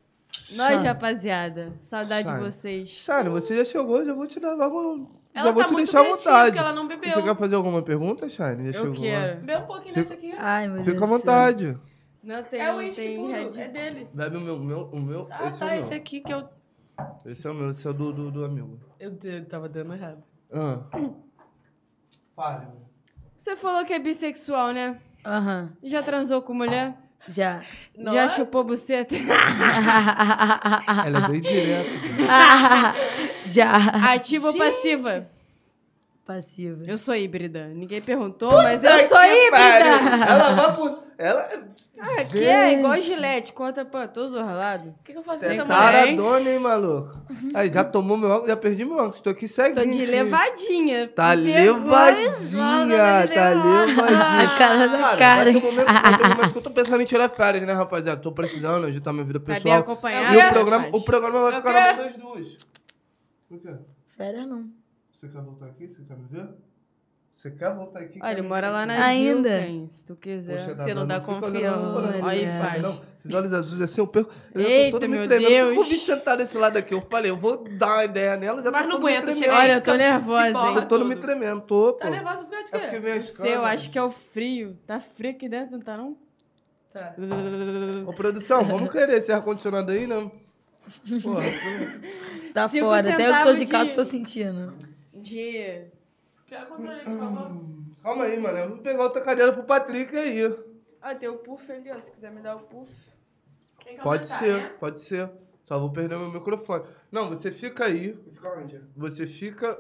[SPEAKER 8] Nós,
[SPEAKER 1] Shine.
[SPEAKER 8] rapaziada. Saudade
[SPEAKER 1] Sai.
[SPEAKER 8] de vocês.
[SPEAKER 1] Shine, você já chegou, já vou te dar logo. já
[SPEAKER 2] Ela
[SPEAKER 1] vou
[SPEAKER 2] tá
[SPEAKER 1] te
[SPEAKER 2] muito
[SPEAKER 1] deixar à
[SPEAKER 2] quietinha,
[SPEAKER 1] vontade.
[SPEAKER 2] porque ela não bebeu.
[SPEAKER 1] Você quer fazer alguma pergunta, Shine? Já
[SPEAKER 2] Eu
[SPEAKER 1] chegou.
[SPEAKER 2] quero. Bebe um pouquinho
[SPEAKER 1] Fica-
[SPEAKER 2] desse aqui.
[SPEAKER 4] Ai, meu Deus.
[SPEAKER 1] Fica à
[SPEAKER 4] do céu.
[SPEAKER 1] vontade.
[SPEAKER 8] Não tem,
[SPEAKER 2] É o
[SPEAKER 8] não
[SPEAKER 2] uísque
[SPEAKER 8] tem
[SPEAKER 2] puro,
[SPEAKER 8] Red
[SPEAKER 2] é dele.
[SPEAKER 1] Bebe o meu, o meu, o meu.
[SPEAKER 2] Ah,
[SPEAKER 1] esse é o
[SPEAKER 2] tá,
[SPEAKER 1] meu.
[SPEAKER 2] esse aqui que eu...
[SPEAKER 1] Esse é o meu, esse é o do, do, do amigo.
[SPEAKER 2] eu... eu tava dando errado.
[SPEAKER 1] Ah. Fale.
[SPEAKER 8] Você falou que é bissexual, né?
[SPEAKER 4] Aham.
[SPEAKER 8] Já transou com mulher?
[SPEAKER 4] Já.
[SPEAKER 8] Já
[SPEAKER 2] Nossa.
[SPEAKER 8] chupou buceta?
[SPEAKER 1] Ela é bem direta.
[SPEAKER 4] Já.
[SPEAKER 8] Ativa ou Ah, tipo passiva?
[SPEAKER 4] Passiva.
[SPEAKER 8] Eu sou híbrida. Ninguém perguntou, mas eu sou híbrida.
[SPEAKER 1] Ela vai por. Ela.
[SPEAKER 8] Aqui é igual gilete, conta pra todos orlados.
[SPEAKER 2] O que, que eu faço com
[SPEAKER 1] Você
[SPEAKER 2] essa
[SPEAKER 1] é
[SPEAKER 2] mulher, hein?
[SPEAKER 1] taradona, hein, maluco? Aí já tomou meu óculos, já perdi meu óculos. Tô aqui
[SPEAKER 8] Tô
[SPEAKER 1] ceguinho.
[SPEAKER 8] de
[SPEAKER 1] aqui.
[SPEAKER 8] levadinha.
[SPEAKER 1] Tá
[SPEAKER 8] Me
[SPEAKER 1] levadinha, tá levadinha.
[SPEAKER 4] A cara da
[SPEAKER 1] vai ter
[SPEAKER 4] Karen.
[SPEAKER 1] um momento, vai ter um momento que eu tô pensando em tirar férias, né, rapaziada? Tô precisando ajudar minha vida
[SPEAKER 8] Tá bem
[SPEAKER 1] pessoal.
[SPEAKER 8] acompanhada.
[SPEAKER 1] E o programa,
[SPEAKER 8] rapaz?
[SPEAKER 1] o programa vai
[SPEAKER 2] Eu
[SPEAKER 1] ficar na mão das duas. Por quê?
[SPEAKER 4] Fera não.
[SPEAKER 1] Você quer voltar aqui? Você quer me ver? Você quer voltar aqui?
[SPEAKER 8] Olha, ele mora lá na
[SPEAKER 4] Ainda.
[SPEAKER 8] Gilken, se tu quiser.
[SPEAKER 2] Você não dá Tá
[SPEAKER 8] confiança. Aí faz.
[SPEAKER 1] Os olhos azuis assim, eu perco. Eu já tô
[SPEAKER 8] Eita,
[SPEAKER 1] todo me
[SPEAKER 8] meu
[SPEAKER 1] tremendo.
[SPEAKER 8] Deus.
[SPEAKER 1] Eu vou vir sentar desse lado aqui. Eu falei, eu vou dar uma ideia nela. Já
[SPEAKER 2] Mas
[SPEAKER 1] tô
[SPEAKER 2] não
[SPEAKER 1] todo me
[SPEAKER 2] aguenta,
[SPEAKER 1] tremendo.
[SPEAKER 2] chega
[SPEAKER 8] Olha,
[SPEAKER 2] aí,
[SPEAKER 8] eu tô
[SPEAKER 2] fica-
[SPEAKER 8] nervosa,
[SPEAKER 2] se borra
[SPEAKER 8] hein?
[SPEAKER 1] Eu tô todo
[SPEAKER 2] tudo.
[SPEAKER 1] me tremendo, tô, pô.
[SPEAKER 2] Tá nervosa por causa de
[SPEAKER 1] É porque
[SPEAKER 2] quê?
[SPEAKER 1] vem a
[SPEAKER 8] Não
[SPEAKER 1] escada.
[SPEAKER 8] sei, eu acho que é o frio. Tá frio aqui dentro, não tá não?
[SPEAKER 2] Tá.
[SPEAKER 1] Ô, produção, vamos querer esse ar-condicionado aí, né? Pô,
[SPEAKER 4] Tá
[SPEAKER 8] Cinco
[SPEAKER 4] foda. Até eu que tô
[SPEAKER 8] centavos
[SPEAKER 4] de
[SPEAKER 8] de-
[SPEAKER 4] casa tô sentindo.
[SPEAKER 8] De...
[SPEAKER 2] Pega o controle, por favor.
[SPEAKER 1] calma aí, mano. Vamos pegar outra cadeira pro Patrick aí.
[SPEAKER 8] Ah, tem o puff ali, ó. Se quiser me dar o puff.
[SPEAKER 2] Tem que
[SPEAKER 1] Pode
[SPEAKER 2] aumentar,
[SPEAKER 1] ser,
[SPEAKER 2] né?
[SPEAKER 1] pode ser. Só vou perder meu microfone. Não, você fica aí. Você fica.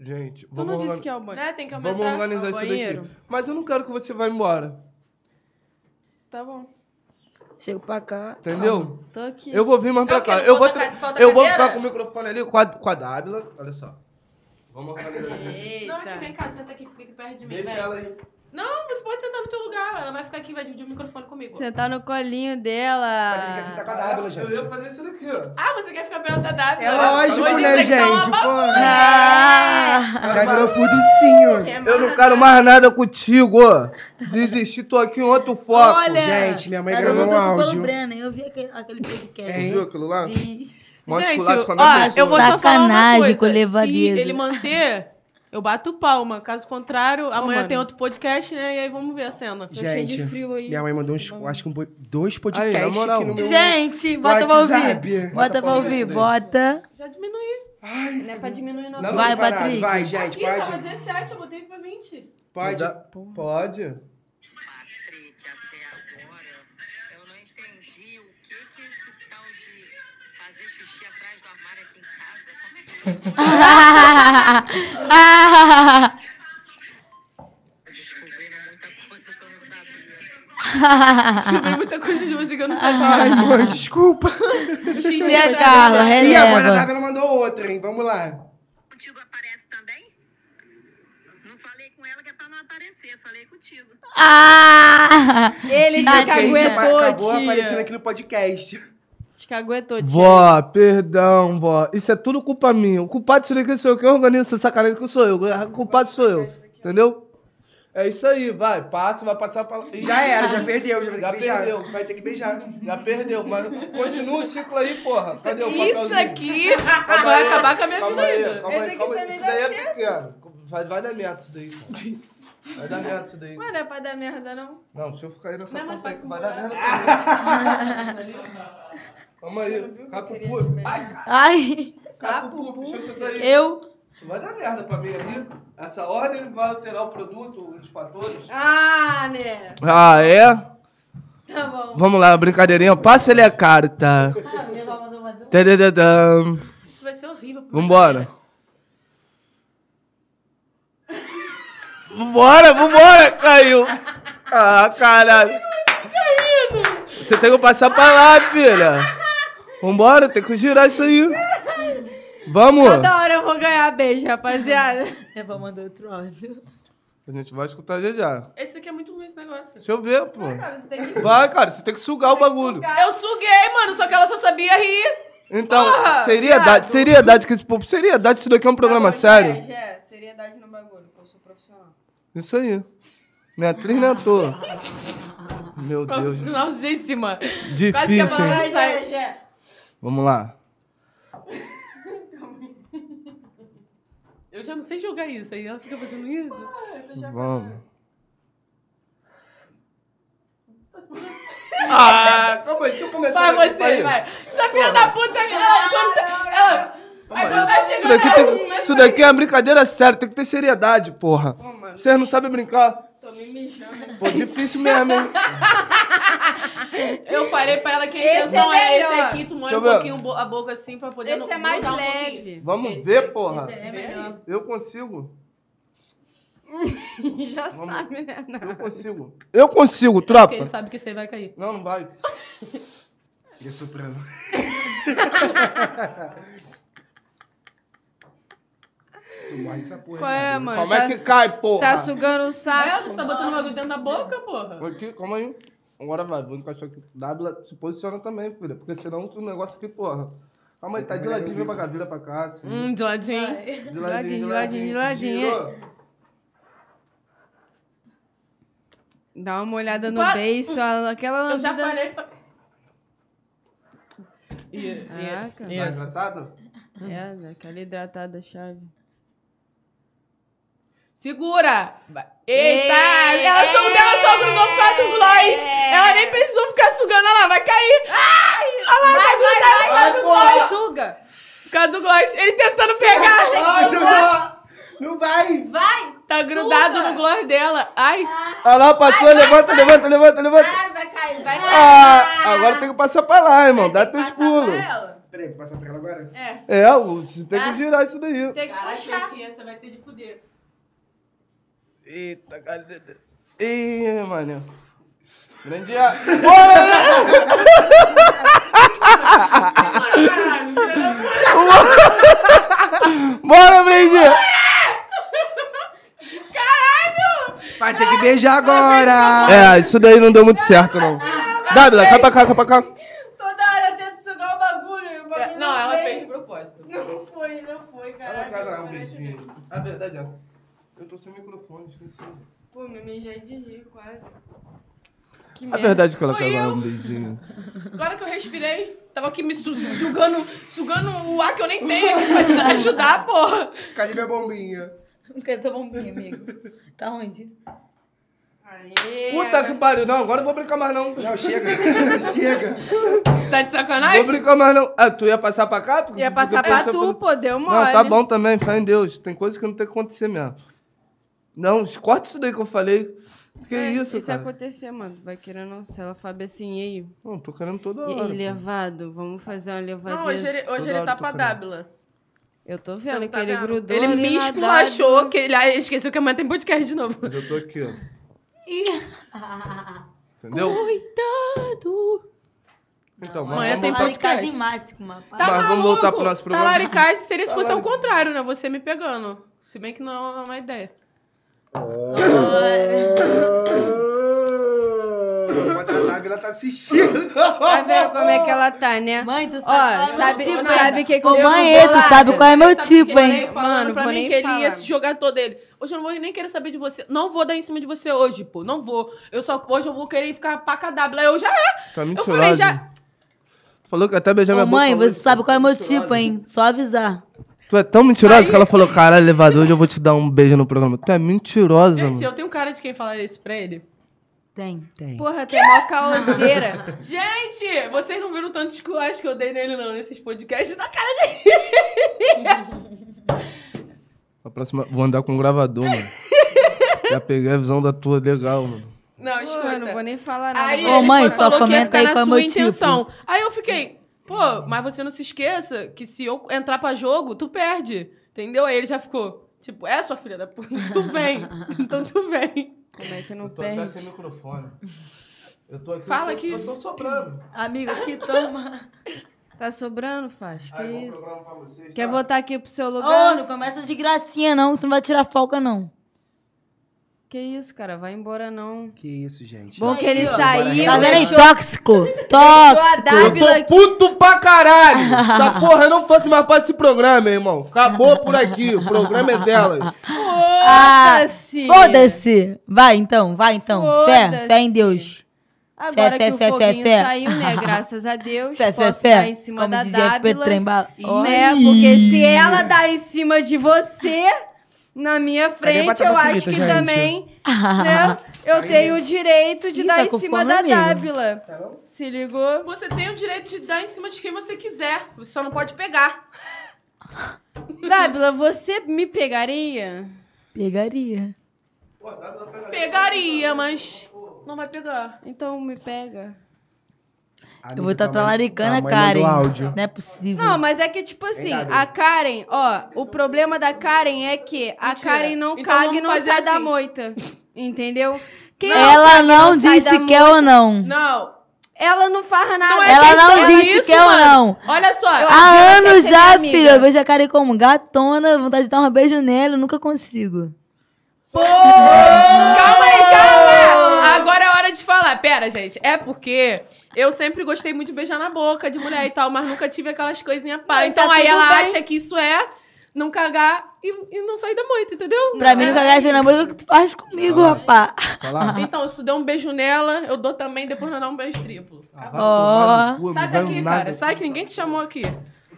[SPEAKER 1] Gente,
[SPEAKER 8] Tu
[SPEAKER 1] vamos
[SPEAKER 8] não disse
[SPEAKER 1] organizar.
[SPEAKER 8] que é o banheiro.
[SPEAKER 2] Né? Tem que aumentar.
[SPEAKER 1] Vamos organizar
[SPEAKER 8] Ao
[SPEAKER 1] isso
[SPEAKER 8] banheiro.
[SPEAKER 1] daqui. Mas eu não quero que você vá embora.
[SPEAKER 8] Tá bom.
[SPEAKER 4] Chego pra cá.
[SPEAKER 1] Entendeu?
[SPEAKER 8] Tô aqui.
[SPEAKER 1] Eu vou vir mais pra
[SPEAKER 2] É Não,
[SPEAKER 1] cá.
[SPEAKER 2] porque
[SPEAKER 1] Eu vou,
[SPEAKER 2] falta
[SPEAKER 1] tra-
[SPEAKER 2] ca- falta
[SPEAKER 1] eu vou
[SPEAKER 2] cadeira?
[SPEAKER 1] ficar com o microfone ali com a, com a Dávila. Olha só. Vamos assim. organizar isso daqui.
[SPEAKER 2] Não,
[SPEAKER 8] Eita.
[SPEAKER 2] aqui, é vem cá, senta aqui, fica aqui perto de mim.
[SPEAKER 1] Deixa
[SPEAKER 2] vem.
[SPEAKER 1] ela aí.
[SPEAKER 2] Não, você pode sentar no teu lugar. Ela vai ficar aqui, vai dividir o microfone comigo.
[SPEAKER 8] Sentar tá no colinho dela.
[SPEAKER 3] Mas ele quer sentar com a Dávila,
[SPEAKER 1] Ah, Eu ia
[SPEAKER 3] gente.
[SPEAKER 1] fazer isso daqui, ó.
[SPEAKER 2] Ah, você quer ficar perto da Dada?
[SPEAKER 3] É lógico,
[SPEAKER 2] Hoje
[SPEAKER 3] né,
[SPEAKER 2] vocês estão
[SPEAKER 3] gente?
[SPEAKER 2] uma-
[SPEAKER 3] Pô,
[SPEAKER 4] Ah!
[SPEAKER 3] já virou fuducinho.
[SPEAKER 2] É
[SPEAKER 1] Eu não quero mais nada contigo. Desisti, tô aqui em outro foco.
[SPEAKER 4] Olha!
[SPEAKER 3] Gente, minha mãe
[SPEAKER 4] tá
[SPEAKER 3] gravou
[SPEAKER 4] dando
[SPEAKER 3] um
[SPEAKER 4] tudo
[SPEAKER 3] áudio.
[SPEAKER 4] Pelo Brenner. Eu vi aquele, aquele podcast.
[SPEAKER 1] Viu aquilo lá?
[SPEAKER 4] Vi.
[SPEAKER 1] Mostra
[SPEAKER 2] Ah, Gente,
[SPEAKER 1] culacho com a minha
[SPEAKER 2] ó,
[SPEAKER 1] pessoa.
[SPEAKER 2] eu vou só falar uma
[SPEAKER 4] Sacanagem
[SPEAKER 2] coisa.
[SPEAKER 4] com o levadeza.
[SPEAKER 2] Se ele manter, eu bato palma. Caso contrário, amanhã
[SPEAKER 8] mano.
[SPEAKER 2] tem outro podcast, né? E aí vamos ver a cena.
[SPEAKER 8] Tô cheio de
[SPEAKER 3] Gente,
[SPEAKER 8] frio aí.
[SPEAKER 3] Minha mãe mandou uns,
[SPEAKER 8] Esse bagulho.
[SPEAKER 3] acho que um, po- dois podcasts
[SPEAKER 1] Aí, na moral.
[SPEAKER 3] aqui no meu
[SPEAKER 4] Gente, bota pra ouvir.
[SPEAKER 3] WhatsApp.
[SPEAKER 4] Bota pra ouvir. Bota.
[SPEAKER 2] Já diminui.
[SPEAKER 8] Não é pra diminuir, não.
[SPEAKER 3] Não,
[SPEAKER 4] Vai,
[SPEAKER 3] tô parado.
[SPEAKER 4] Patrick.
[SPEAKER 3] Vai, gente,
[SPEAKER 2] Ih, tava
[SPEAKER 3] pode.
[SPEAKER 2] 17, eu botei pra 20.
[SPEAKER 3] Pode.
[SPEAKER 1] Pode.
[SPEAKER 9] Patrick, até agora eu não entendi o que que esse tal de fazer xixi atrás do armário aqui em casa, como é que funciona? Descobrindo muita coisa que eu não sabia.
[SPEAKER 1] Ah,
[SPEAKER 2] Descobri muita coisa de você que eu não
[SPEAKER 3] Ai,
[SPEAKER 2] sabia.
[SPEAKER 3] mãe, desculpa.
[SPEAKER 2] Xixi,
[SPEAKER 4] E a
[SPEAKER 2] né?
[SPEAKER 4] Carla,
[SPEAKER 3] E agora a
[SPEAKER 4] releva.
[SPEAKER 3] Tabela mandou outra, hein? Vamos lá.
[SPEAKER 9] Contigo aparece também? Não falei com ela que é pra não aparecer, falei contigo.
[SPEAKER 4] Ah!
[SPEAKER 8] Ele
[SPEAKER 4] Tia,
[SPEAKER 8] te
[SPEAKER 4] que a gente
[SPEAKER 8] caguetou,
[SPEAKER 3] acabou aparecendo
[SPEAKER 8] tia.
[SPEAKER 3] aqui no podcast.
[SPEAKER 8] Te caguetou, tia.
[SPEAKER 1] Vó, perdão, vó. Isso é tudo culpa minha. O culpado disso daqui sou eu. Quem organiza essa sacanagem que sou eu. O culpado sou eu. Entendeu? É isso aí, vai. Passa, vai passar pra. Ih,
[SPEAKER 3] Já era, já perdeu. Já, vai ter
[SPEAKER 1] Já
[SPEAKER 3] que beijar.
[SPEAKER 1] perdeu.
[SPEAKER 3] Vai ter que beijar.
[SPEAKER 1] Já perdeu, mas continua o ciclo aí, porra. Cadê o
[SPEAKER 8] Isso
[SPEAKER 1] papelzinho?
[SPEAKER 8] aqui
[SPEAKER 1] Calma
[SPEAKER 8] vai
[SPEAKER 1] aí,
[SPEAKER 8] acabar com a minha
[SPEAKER 1] calma
[SPEAKER 8] vida
[SPEAKER 1] aí,
[SPEAKER 8] ainda.
[SPEAKER 1] Calma
[SPEAKER 8] Esse
[SPEAKER 1] aí,
[SPEAKER 8] aqui
[SPEAKER 1] calma aí.
[SPEAKER 8] também
[SPEAKER 1] Isso
[SPEAKER 8] dá
[SPEAKER 1] daí é
[SPEAKER 8] certo.
[SPEAKER 1] pequeno. Vai, vai dar merda isso daí. Vai dar merda isso daí.
[SPEAKER 8] Mas não é pra dar merda, não.
[SPEAKER 1] Não, se eu ficar aí nessa
[SPEAKER 2] Não, mas
[SPEAKER 1] porta aí,
[SPEAKER 2] faz
[SPEAKER 1] vai dar
[SPEAKER 2] um
[SPEAKER 1] merda. Calma aí. Capo puro. Ai,
[SPEAKER 4] Ai,
[SPEAKER 1] capo puro. Deixa eu sentar aí.
[SPEAKER 4] eu.
[SPEAKER 1] Isso vai dar merda pra mim ali. Essa ordem vai alterar o produto, os fatores.
[SPEAKER 8] Ah, né.
[SPEAKER 1] Ah, é?
[SPEAKER 8] Tá bom.
[SPEAKER 1] Vamos lá, brincadeirinha. Passa ele a carta.
[SPEAKER 8] Ah,
[SPEAKER 1] Tadadadam.
[SPEAKER 2] Isso vai ser horrível.
[SPEAKER 1] Vambora. Vambora, vambora, caiu. Ah, caralho. Você tem que passar pra lá, filha. Vambora, tem que girar isso aí. Vamos.
[SPEAKER 8] Toda hora eu vou ganhar beijo, rapaziada.
[SPEAKER 4] Eu vou mandar outro áudio.
[SPEAKER 1] A gente vai escutar já já.
[SPEAKER 2] Esse aqui é muito ruim, esse negócio.
[SPEAKER 1] Deixa eu ver, pô.
[SPEAKER 8] Cara, você tem que
[SPEAKER 1] Vai, cara, você tem que sugar o bagulho.
[SPEAKER 2] Eu suguei, mano, só que ela só sabia rir.
[SPEAKER 1] Então,
[SPEAKER 2] Porra,
[SPEAKER 1] seriedade,
[SPEAKER 2] viado. Tá né?
[SPEAKER 1] seriedade que esse povo. Seriedade, isso daqui é um programa sério.
[SPEAKER 8] É, é, seriedade no bagulho, que eu sou profissional.
[SPEAKER 1] Isso aí. Nem atriz nem ator. Meu Deus.
[SPEAKER 2] Profissionalzíssima. Quase que a
[SPEAKER 1] Difícil,
[SPEAKER 2] palavra
[SPEAKER 1] hein?
[SPEAKER 2] não
[SPEAKER 8] é,
[SPEAKER 2] sai.
[SPEAKER 1] Vamos lá.
[SPEAKER 2] Eu já não sei jogar isso, aí ela fica fazendo isso.
[SPEAKER 1] Vamos. Ah, calma aí, deixa eu começar.
[SPEAKER 2] Vai
[SPEAKER 1] daqui,
[SPEAKER 2] você, vai. Essa filha da puta, ela... quando tá- ela-
[SPEAKER 8] Ah!
[SPEAKER 2] Mas
[SPEAKER 1] Calma aí.
[SPEAKER 2] quando tá
[SPEAKER 1] Isso
[SPEAKER 2] chegando...
[SPEAKER 1] daqui,
[SPEAKER 2] ela-
[SPEAKER 1] tem- isso daqui é uma brincadeira séria, tem que ter seriedade, porra.
[SPEAKER 8] Pô, mano,
[SPEAKER 1] Vocês não sabem brincar?
[SPEAKER 8] tô me mijando.
[SPEAKER 1] Pô, difícil mesmo, hein?
[SPEAKER 2] Eu falei pra ela que a
[SPEAKER 8] Esse
[SPEAKER 2] intenção
[SPEAKER 8] é
[SPEAKER 2] é, esse
[SPEAKER 8] melhor.
[SPEAKER 2] aqui, tu molha
[SPEAKER 1] Deixa eu
[SPEAKER 2] um
[SPEAKER 1] ver.
[SPEAKER 2] pouquinho bo- a boca assim pra poder
[SPEAKER 8] Esse
[SPEAKER 2] não-
[SPEAKER 8] é mais
[SPEAKER 2] botar um
[SPEAKER 8] leve.
[SPEAKER 1] Vamos
[SPEAKER 2] Esse
[SPEAKER 1] ver,
[SPEAKER 2] aí.
[SPEAKER 1] porra.
[SPEAKER 2] pouquinho.
[SPEAKER 4] É
[SPEAKER 2] Vê aí.
[SPEAKER 4] melhor.
[SPEAKER 1] Eu consigo.
[SPEAKER 8] Já
[SPEAKER 1] Vamos.
[SPEAKER 8] sabe, né?
[SPEAKER 1] Eu consigo. Eu consigo, tropa.
[SPEAKER 2] Porque ele sabe que você vai cair.
[SPEAKER 1] Não, não vai.
[SPEAKER 3] E soprano. tu morre essa porra.
[SPEAKER 8] Qual é,
[SPEAKER 3] errado, né?
[SPEAKER 8] mano?
[SPEAKER 1] Como
[SPEAKER 8] tá,
[SPEAKER 1] é que cai, porra?
[SPEAKER 8] tá sugando o
[SPEAKER 2] Tá,
[SPEAKER 8] saco.
[SPEAKER 2] você tá botando o bagulho dentro da boca, porra.
[SPEAKER 1] Aqui, calma aí. Agora vai, vou encaixar aqui. W se posiciona também, filha. Porque senão o negócio aqui, porra. Calma aí, tá de ladinho, vem pra cá, vira pra cá. Assim.
[SPEAKER 2] Hum, de ladinho.
[SPEAKER 1] De
[SPEAKER 8] ladinho, de ladinho, de ladinho.
[SPEAKER 1] Girou.
[SPEAKER 8] Dá uma olhada no
[SPEAKER 2] Para.
[SPEAKER 8] beijo, aquela
[SPEAKER 2] Eu
[SPEAKER 8] lambida.
[SPEAKER 2] já falei pra... E-
[SPEAKER 8] Caraca.
[SPEAKER 2] e-
[SPEAKER 1] Tá
[SPEAKER 2] isso.
[SPEAKER 1] hidratado?
[SPEAKER 8] É, aquela hidratada chave.
[SPEAKER 2] Segura! Eita!
[SPEAKER 8] É.
[SPEAKER 2] Ela, só, ela só grudou quatro glóis! Ela nem precisou ficar sugando, olha lá, vai cair! Olha lá, vai, grudar em quatro glóis!
[SPEAKER 8] Suga!
[SPEAKER 2] Por causa do gloss. Ele tentando pegar.
[SPEAKER 1] Ai, não vai! Não vai!
[SPEAKER 2] Tá grudado no gloss dela. Ai.
[SPEAKER 1] Olha lá, passou, levanta, levanta, levanta, levanta.
[SPEAKER 8] Caralho, vai cair, vai
[SPEAKER 1] Ah, agora tem que passar pra lá, irmão. Dá teus pulos.
[SPEAKER 3] Peraí, vou passar pra ela agora?
[SPEAKER 1] É, você tem que girar isso daí.
[SPEAKER 8] Tem que puxar.
[SPEAKER 2] essa vai ser de fuder.
[SPEAKER 1] Eita, cara. Ih, mano. Grande a. Bora, né? Bora, Brinde!
[SPEAKER 3] Vai ter que beijar agora!
[SPEAKER 1] É, isso daí não deu muito certo, não. Dávila, cá pra cá, cá pra cá.
[SPEAKER 8] Toda hora eu tento sugar o bagulho e o bagulho
[SPEAKER 2] Não, ela
[SPEAKER 8] vem.
[SPEAKER 2] fez de propósito.
[SPEAKER 8] Não foi, não foi,
[SPEAKER 1] um
[SPEAKER 8] caralho.
[SPEAKER 1] A verdade é Eu tô sem microfone, esqueci.
[SPEAKER 8] Pô, me mijei de rir, quase. Que
[SPEAKER 1] A
[SPEAKER 8] merda.
[SPEAKER 1] verdade é que ela
[SPEAKER 2] Fui
[SPEAKER 1] quer dar
[SPEAKER 2] eu.
[SPEAKER 1] um beijinho.
[SPEAKER 2] Agora que eu respirei, tava aqui me su- sugando, sugando o ar que eu nem tenho aqui pra te ajudar, porra.
[SPEAKER 3] Cadê minha bombinha?
[SPEAKER 4] Nunca tô bombinha, um amigo. Tá onde?
[SPEAKER 8] Aê,
[SPEAKER 1] Puta que pariu, não, agora eu vou brincar mais não.
[SPEAKER 3] Não, chega. chega.
[SPEAKER 2] Tá de
[SPEAKER 1] Vou
[SPEAKER 2] sacanagem?
[SPEAKER 1] brincar mais não. Ah, tu ia passar pra cá? Porque
[SPEAKER 8] Ia passar
[SPEAKER 1] porque
[SPEAKER 8] pra
[SPEAKER 1] eu
[SPEAKER 8] tu,
[SPEAKER 1] pensei-
[SPEAKER 8] pô, deu mole.
[SPEAKER 1] Não,
[SPEAKER 2] né?
[SPEAKER 1] tá bom também, fé em Deus. Tem coisa que não tem que acontecer mesmo. Não, corta isso daí que eu falei. Que
[SPEAKER 8] É,
[SPEAKER 1] isso,
[SPEAKER 8] Isso
[SPEAKER 1] cara?
[SPEAKER 8] acontecer, mano. Vai querendo, ou não, se ela Fábio assim, e aí?
[SPEAKER 1] Não, tô querendo toda
[SPEAKER 8] E
[SPEAKER 1] hora.
[SPEAKER 8] aí,
[SPEAKER 1] pô.
[SPEAKER 8] levado? Vamos fazer uma levadinha. assim."
[SPEAKER 2] Não, hoje ele, hoje
[SPEAKER 1] Toda
[SPEAKER 2] ele
[SPEAKER 1] hora
[SPEAKER 2] tá
[SPEAKER 1] eu tô
[SPEAKER 2] pra
[SPEAKER 1] querendo.
[SPEAKER 2] Dábila.
[SPEAKER 8] Eu tô
[SPEAKER 2] Você
[SPEAKER 8] vendo
[SPEAKER 2] não
[SPEAKER 8] que
[SPEAKER 2] tá
[SPEAKER 8] ele
[SPEAKER 2] vendo?
[SPEAKER 8] grudou
[SPEAKER 2] Ele
[SPEAKER 8] ali
[SPEAKER 2] me
[SPEAKER 8] na
[SPEAKER 2] esculachou,
[SPEAKER 8] dádiva.
[SPEAKER 2] que ele ah, ele esqueceu que amanhã tem podcast de novo.
[SPEAKER 1] Mas eu tô aqui, ó. Entendeu?
[SPEAKER 8] Cuidado!
[SPEAKER 1] Então, mas
[SPEAKER 2] Amanhã
[SPEAKER 1] vamos
[SPEAKER 2] tem
[SPEAKER 1] voltar-
[SPEAKER 2] podcast.
[SPEAKER 4] Laricagem máxima.
[SPEAKER 2] Tá
[SPEAKER 1] Mas vamos
[SPEAKER 2] maluco?
[SPEAKER 1] voltar pro nosso programa?
[SPEAKER 2] Talaricagem seria se fosse ao
[SPEAKER 1] Talaricagem.
[SPEAKER 2] contrário, né? Você me pegando. Se bem que não é uma ideia.
[SPEAKER 3] Oh, mas a Dávila tá assistindo.
[SPEAKER 8] Tá vendo como é que ela tá, né?
[SPEAKER 4] Mãe, tu
[SPEAKER 8] Ó,
[SPEAKER 4] sabe.
[SPEAKER 8] sabe,
[SPEAKER 4] qual é o meu tipo,
[SPEAKER 8] sabe
[SPEAKER 4] né?
[SPEAKER 8] o que que eu
[SPEAKER 4] Ô,
[SPEAKER 8] fico
[SPEAKER 4] mãe, tu
[SPEAKER 8] bolada?
[SPEAKER 4] sabe qual é meu
[SPEAKER 2] Sabe que
[SPEAKER 4] tipo,
[SPEAKER 2] ele
[SPEAKER 4] hein?
[SPEAKER 2] veio falando
[SPEAKER 8] Mano,
[SPEAKER 2] pra
[SPEAKER 8] vou
[SPEAKER 2] mim
[SPEAKER 8] nem
[SPEAKER 2] que ele ia
[SPEAKER 8] falar.
[SPEAKER 2] se jogar todo ele. Hoje eu não vou nem querer saber de você. Não vou dar em cima de você hoje, pô. Não vou. Eu só hoje eu vou querer ficar paca W. Aí Eu já é.
[SPEAKER 1] Tá
[SPEAKER 2] Eu
[SPEAKER 1] mentirosa.
[SPEAKER 2] falei já.
[SPEAKER 1] Falou que até beijar
[SPEAKER 4] Ô,
[SPEAKER 1] minha boca.
[SPEAKER 4] mãe,
[SPEAKER 1] falou
[SPEAKER 4] você
[SPEAKER 1] isso.
[SPEAKER 4] sabe qual é meu tipo, hein? Só avisar.
[SPEAKER 1] Tu é tão mentirosa que ela falou, caralho, elevador, hoje eu vou te dar um beijo no programa. Tu é mentirosa,
[SPEAKER 2] Gente,
[SPEAKER 1] mano.
[SPEAKER 2] eu tenho cara de quem falar isso pra ele.
[SPEAKER 4] Tem.
[SPEAKER 8] Porra, tem mó caoseira.
[SPEAKER 2] Gente, vocês não viram tanto esculacho que eu dei nele, não, nesses podcasts da cara
[SPEAKER 1] A próxima, vou andar com um gravador, mano. Já peguei a visão da tua legal, mano.
[SPEAKER 2] dele. Não,
[SPEAKER 8] Pô, eu não vou nem falar nada.
[SPEAKER 2] Aí
[SPEAKER 4] Ô,
[SPEAKER 2] ele
[SPEAKER 4] mãe,
[SPEAKER 2] foi-
[SPEAKER 4] só
[SPEAKER 2] falou que ia
[SPEAKER 4] comenta
[SPEAKER 2] ficar
[SPEAKER 4] aí
[SPEAKER 2] na
[SPEAKER 4] qual é
[SPEAKER 2] sua
[SPEAKER 4] meu tipo.
[SPEAKER 2] intenção. Aí eu fiquei, pô, mas você não se esqueça que se eu entrar pra jogo, tu perde. Entendeu? Aí ele já ficou, tipo, é sua filha da puta, tu vem. Então tu vem.
[SPEAKER 8] Como é que não perde?
[SPEAKER 1] microfone. Eu tô aqui.
[SPEAKER 2] Fala eu tô- aqui. eu
[SPEAKER 1] tô sobrando.
[SPEAKER 4] Amigo, aqui toma.
[SPEAKER 8] Tá sobrando, faz? Que isso? Quer
[SPEAKER 1] tá?
[SPEAKER 8] voltar aqui pro seu
[SPEAKER 4] Ô,
[SPEAKER 8] lugar?
[SPEAKER 4] não começa de gracinha, não. Tu não vai tirar folga, não.
[SPEAKER 8] Que isso, cara? Vai embora não.
[SPEAKER 3] Que isso, gente.
[SPEAKER 8] Bom que ele
[SPEAKER 4] ó.
[SPEAKER 8] saiu,
[SPEAKER 4] Tá vendo aí?
[SPEAKER 8] deixou
[SPEAKER 4] Tóxico.
[SPEAKER 8] a
[SPEAKER 4] Tóxico.
[SPEAKER 8] Dávila
[SPEAKER 1] Eu tô
[SPEAKER 8] aqui.
[SPEAKER 1] puto pra caralho! Essa porra não fosse mais parte desse programa, irmão. Acabou por aqui, o programa é delas.
[SPEAKER 4] Ah,
[SPEAKER 8] Foda-se!
[SPEAKER 4] Foda-se. Vai, então. Vai, então. Fé.
[SPEAKER 8] Foda-se.
[SPEAKER 4] Fé em Deus.
[SPEAKER 8] Agora
[SPEAKER 4] Fé,
[SPEAKER 8] que
[SPEAKER 4] fé, fé,
[SPEAKER 8] o
[SPEAKER 4] fé,
[SPEAKER 8] foguinho
[SPEAKER 4] fé.
[SPEAKER 8] saiu, né? Graças a Deus.
[SPEAKER 4] Fé, fé,
[SPEAKER 8] posso dar
[SPEAKER 4] fé.
[SPEAKER 8] em cima
[SPEAKER 4] Como
[SPEAKER 8] da
[SPEAKER 4] dizia Pedro
[SPEAKER 8] Dávila.
[SPEAKER 4] Trembala.
[SPEAKER 8] Né? Porque se ela dá em cima de você, na minha frente,
[SPEAKER 3] batata
[SPEAKER 8] eu acho
[SPEAKER 3] frita,
[SPEAKER 8] que
[SPEAKER 3] gente?
[SPEAKER 8] também, né? Eu tenho o direito de
[SPEAKER 4] Ih,
[SPEAKER 8] dar
[SPEAKER 4] tá
[SPEAKER 8] em
[SPEAKER 4] com
[SPEAKER 8] cima
[SPEAKER 4] fome
[SPEAKER 8] da
[SPEAKER 4] mesmo.
[SPEAKER 8] Dávila.
[SPEAKER 3] Tá
[SPEAKER 8] Se ligou?
[SPEAKER 2] Você tem o direito de dar em cima de quem você quiser, você só não pode pegar.
[SPEAKER 8] Dávila, você me pegaria?
[SPEAKER 4] Pegaria.
[SPEAKER 2] Pegaria, mas não vai pegar.
[SPEAKER 8] Então me pega.
[SPEAKER 4] Eu
[SPEAKER 3] tá
[SPEAKER 4] vou estar talaricando a
[SPEAKER 3] Do
[SPEAKER 4] Karen.
[SPEAKER 3] áudio.
[SPEAKER 4] Não é possível.
[SPEAKER 8] Não, mas é que, tipo assim,
[SPEAKER 3] Vem cá,
[SPEAKER 8] a Karen, ó, o problema da Karen é que a
[SPEAKER 2] Mentira.
[SPEAKER 8] Karen não
[SPEAKER 2] Então
[SPEAKER 8] caga
[SPEAKER 2] vamos
[SPEAKER 8] e não
[SPEAKER 2] fazer
[SPEAKER 8] sai da
[SPEAKER 2] assim.
[SPEAKER 8] moita. Entendeu? Quem é
[SPEAKER 4] ela
[SPEAKER 8] caga e
[SPEAKER 4] não,
[SPEAKER 8] sai
[SPEAKER 4] disse
[SPEAKER 8] da
[SPEAKER 4] que é
[SPEAKER 8] moita-
[SPEAKER 4] ou não.
[SPEAKER 2] Não,
[SPEAKER 8] Ela não farra nada.
[SPEAKER 2] Não é
[SPEAKER 4] ela
[SPEAKER 2] questão
[SPEAKER 4] não disse
[SPEAKER 2] disso,
[SPEAKER 4] que é ou
[SPEAKER 2] mano.
[SPEAKER 4] não.
[SPEAKER 2] olha só. Ah,
[SPEAKER 4] Há
[SPEAKER 8] ela quer
[SPEAKER 4] anos
[SPEAKER 8] ser
[SPEAKER 4] já,
[SPEAKER 8] minha amiga.
[SPEAKER 4] filho. Eu vejo a Karen como gatona, vontade de dar um beijo nela, eu nunca consigo.
[SPEAKER 2] Calma aí,
[SPEAKER 4] Ah.
[SPEAKER 2] calma! Agora é hora de falar. Pera, gente. É porque eu sempre gostei muito de beijar na boca de mulher e tal, mas nunca tive aquelas coisinhas pá.
[SPEAKER 8] Não,
[SPEAKER 2] Então
[SPEAKER 8] tá
[SPEAKER 2] aí
[SPEAKER 8] tudo
[SPEAKER 2] ela
[SPEAKER 8] bem.
[SPEAKER 2] acha que isso é não cagar e, e não sair da moita, entendeu? É.
[SPEAKER 4] Pra mim, não cagar esse namoro que tu faz comigo, rapá.
[SPEAKER 3] Fala.
[SPEAKER 2] Então, se tu der um beijo nela, eu dou também, depois nós damos um beijo triplo.
[SPEAKER 4] Ó.
[SPEAKER 2] Sai daqui, cara. Sai que ninguém te chamou aqui.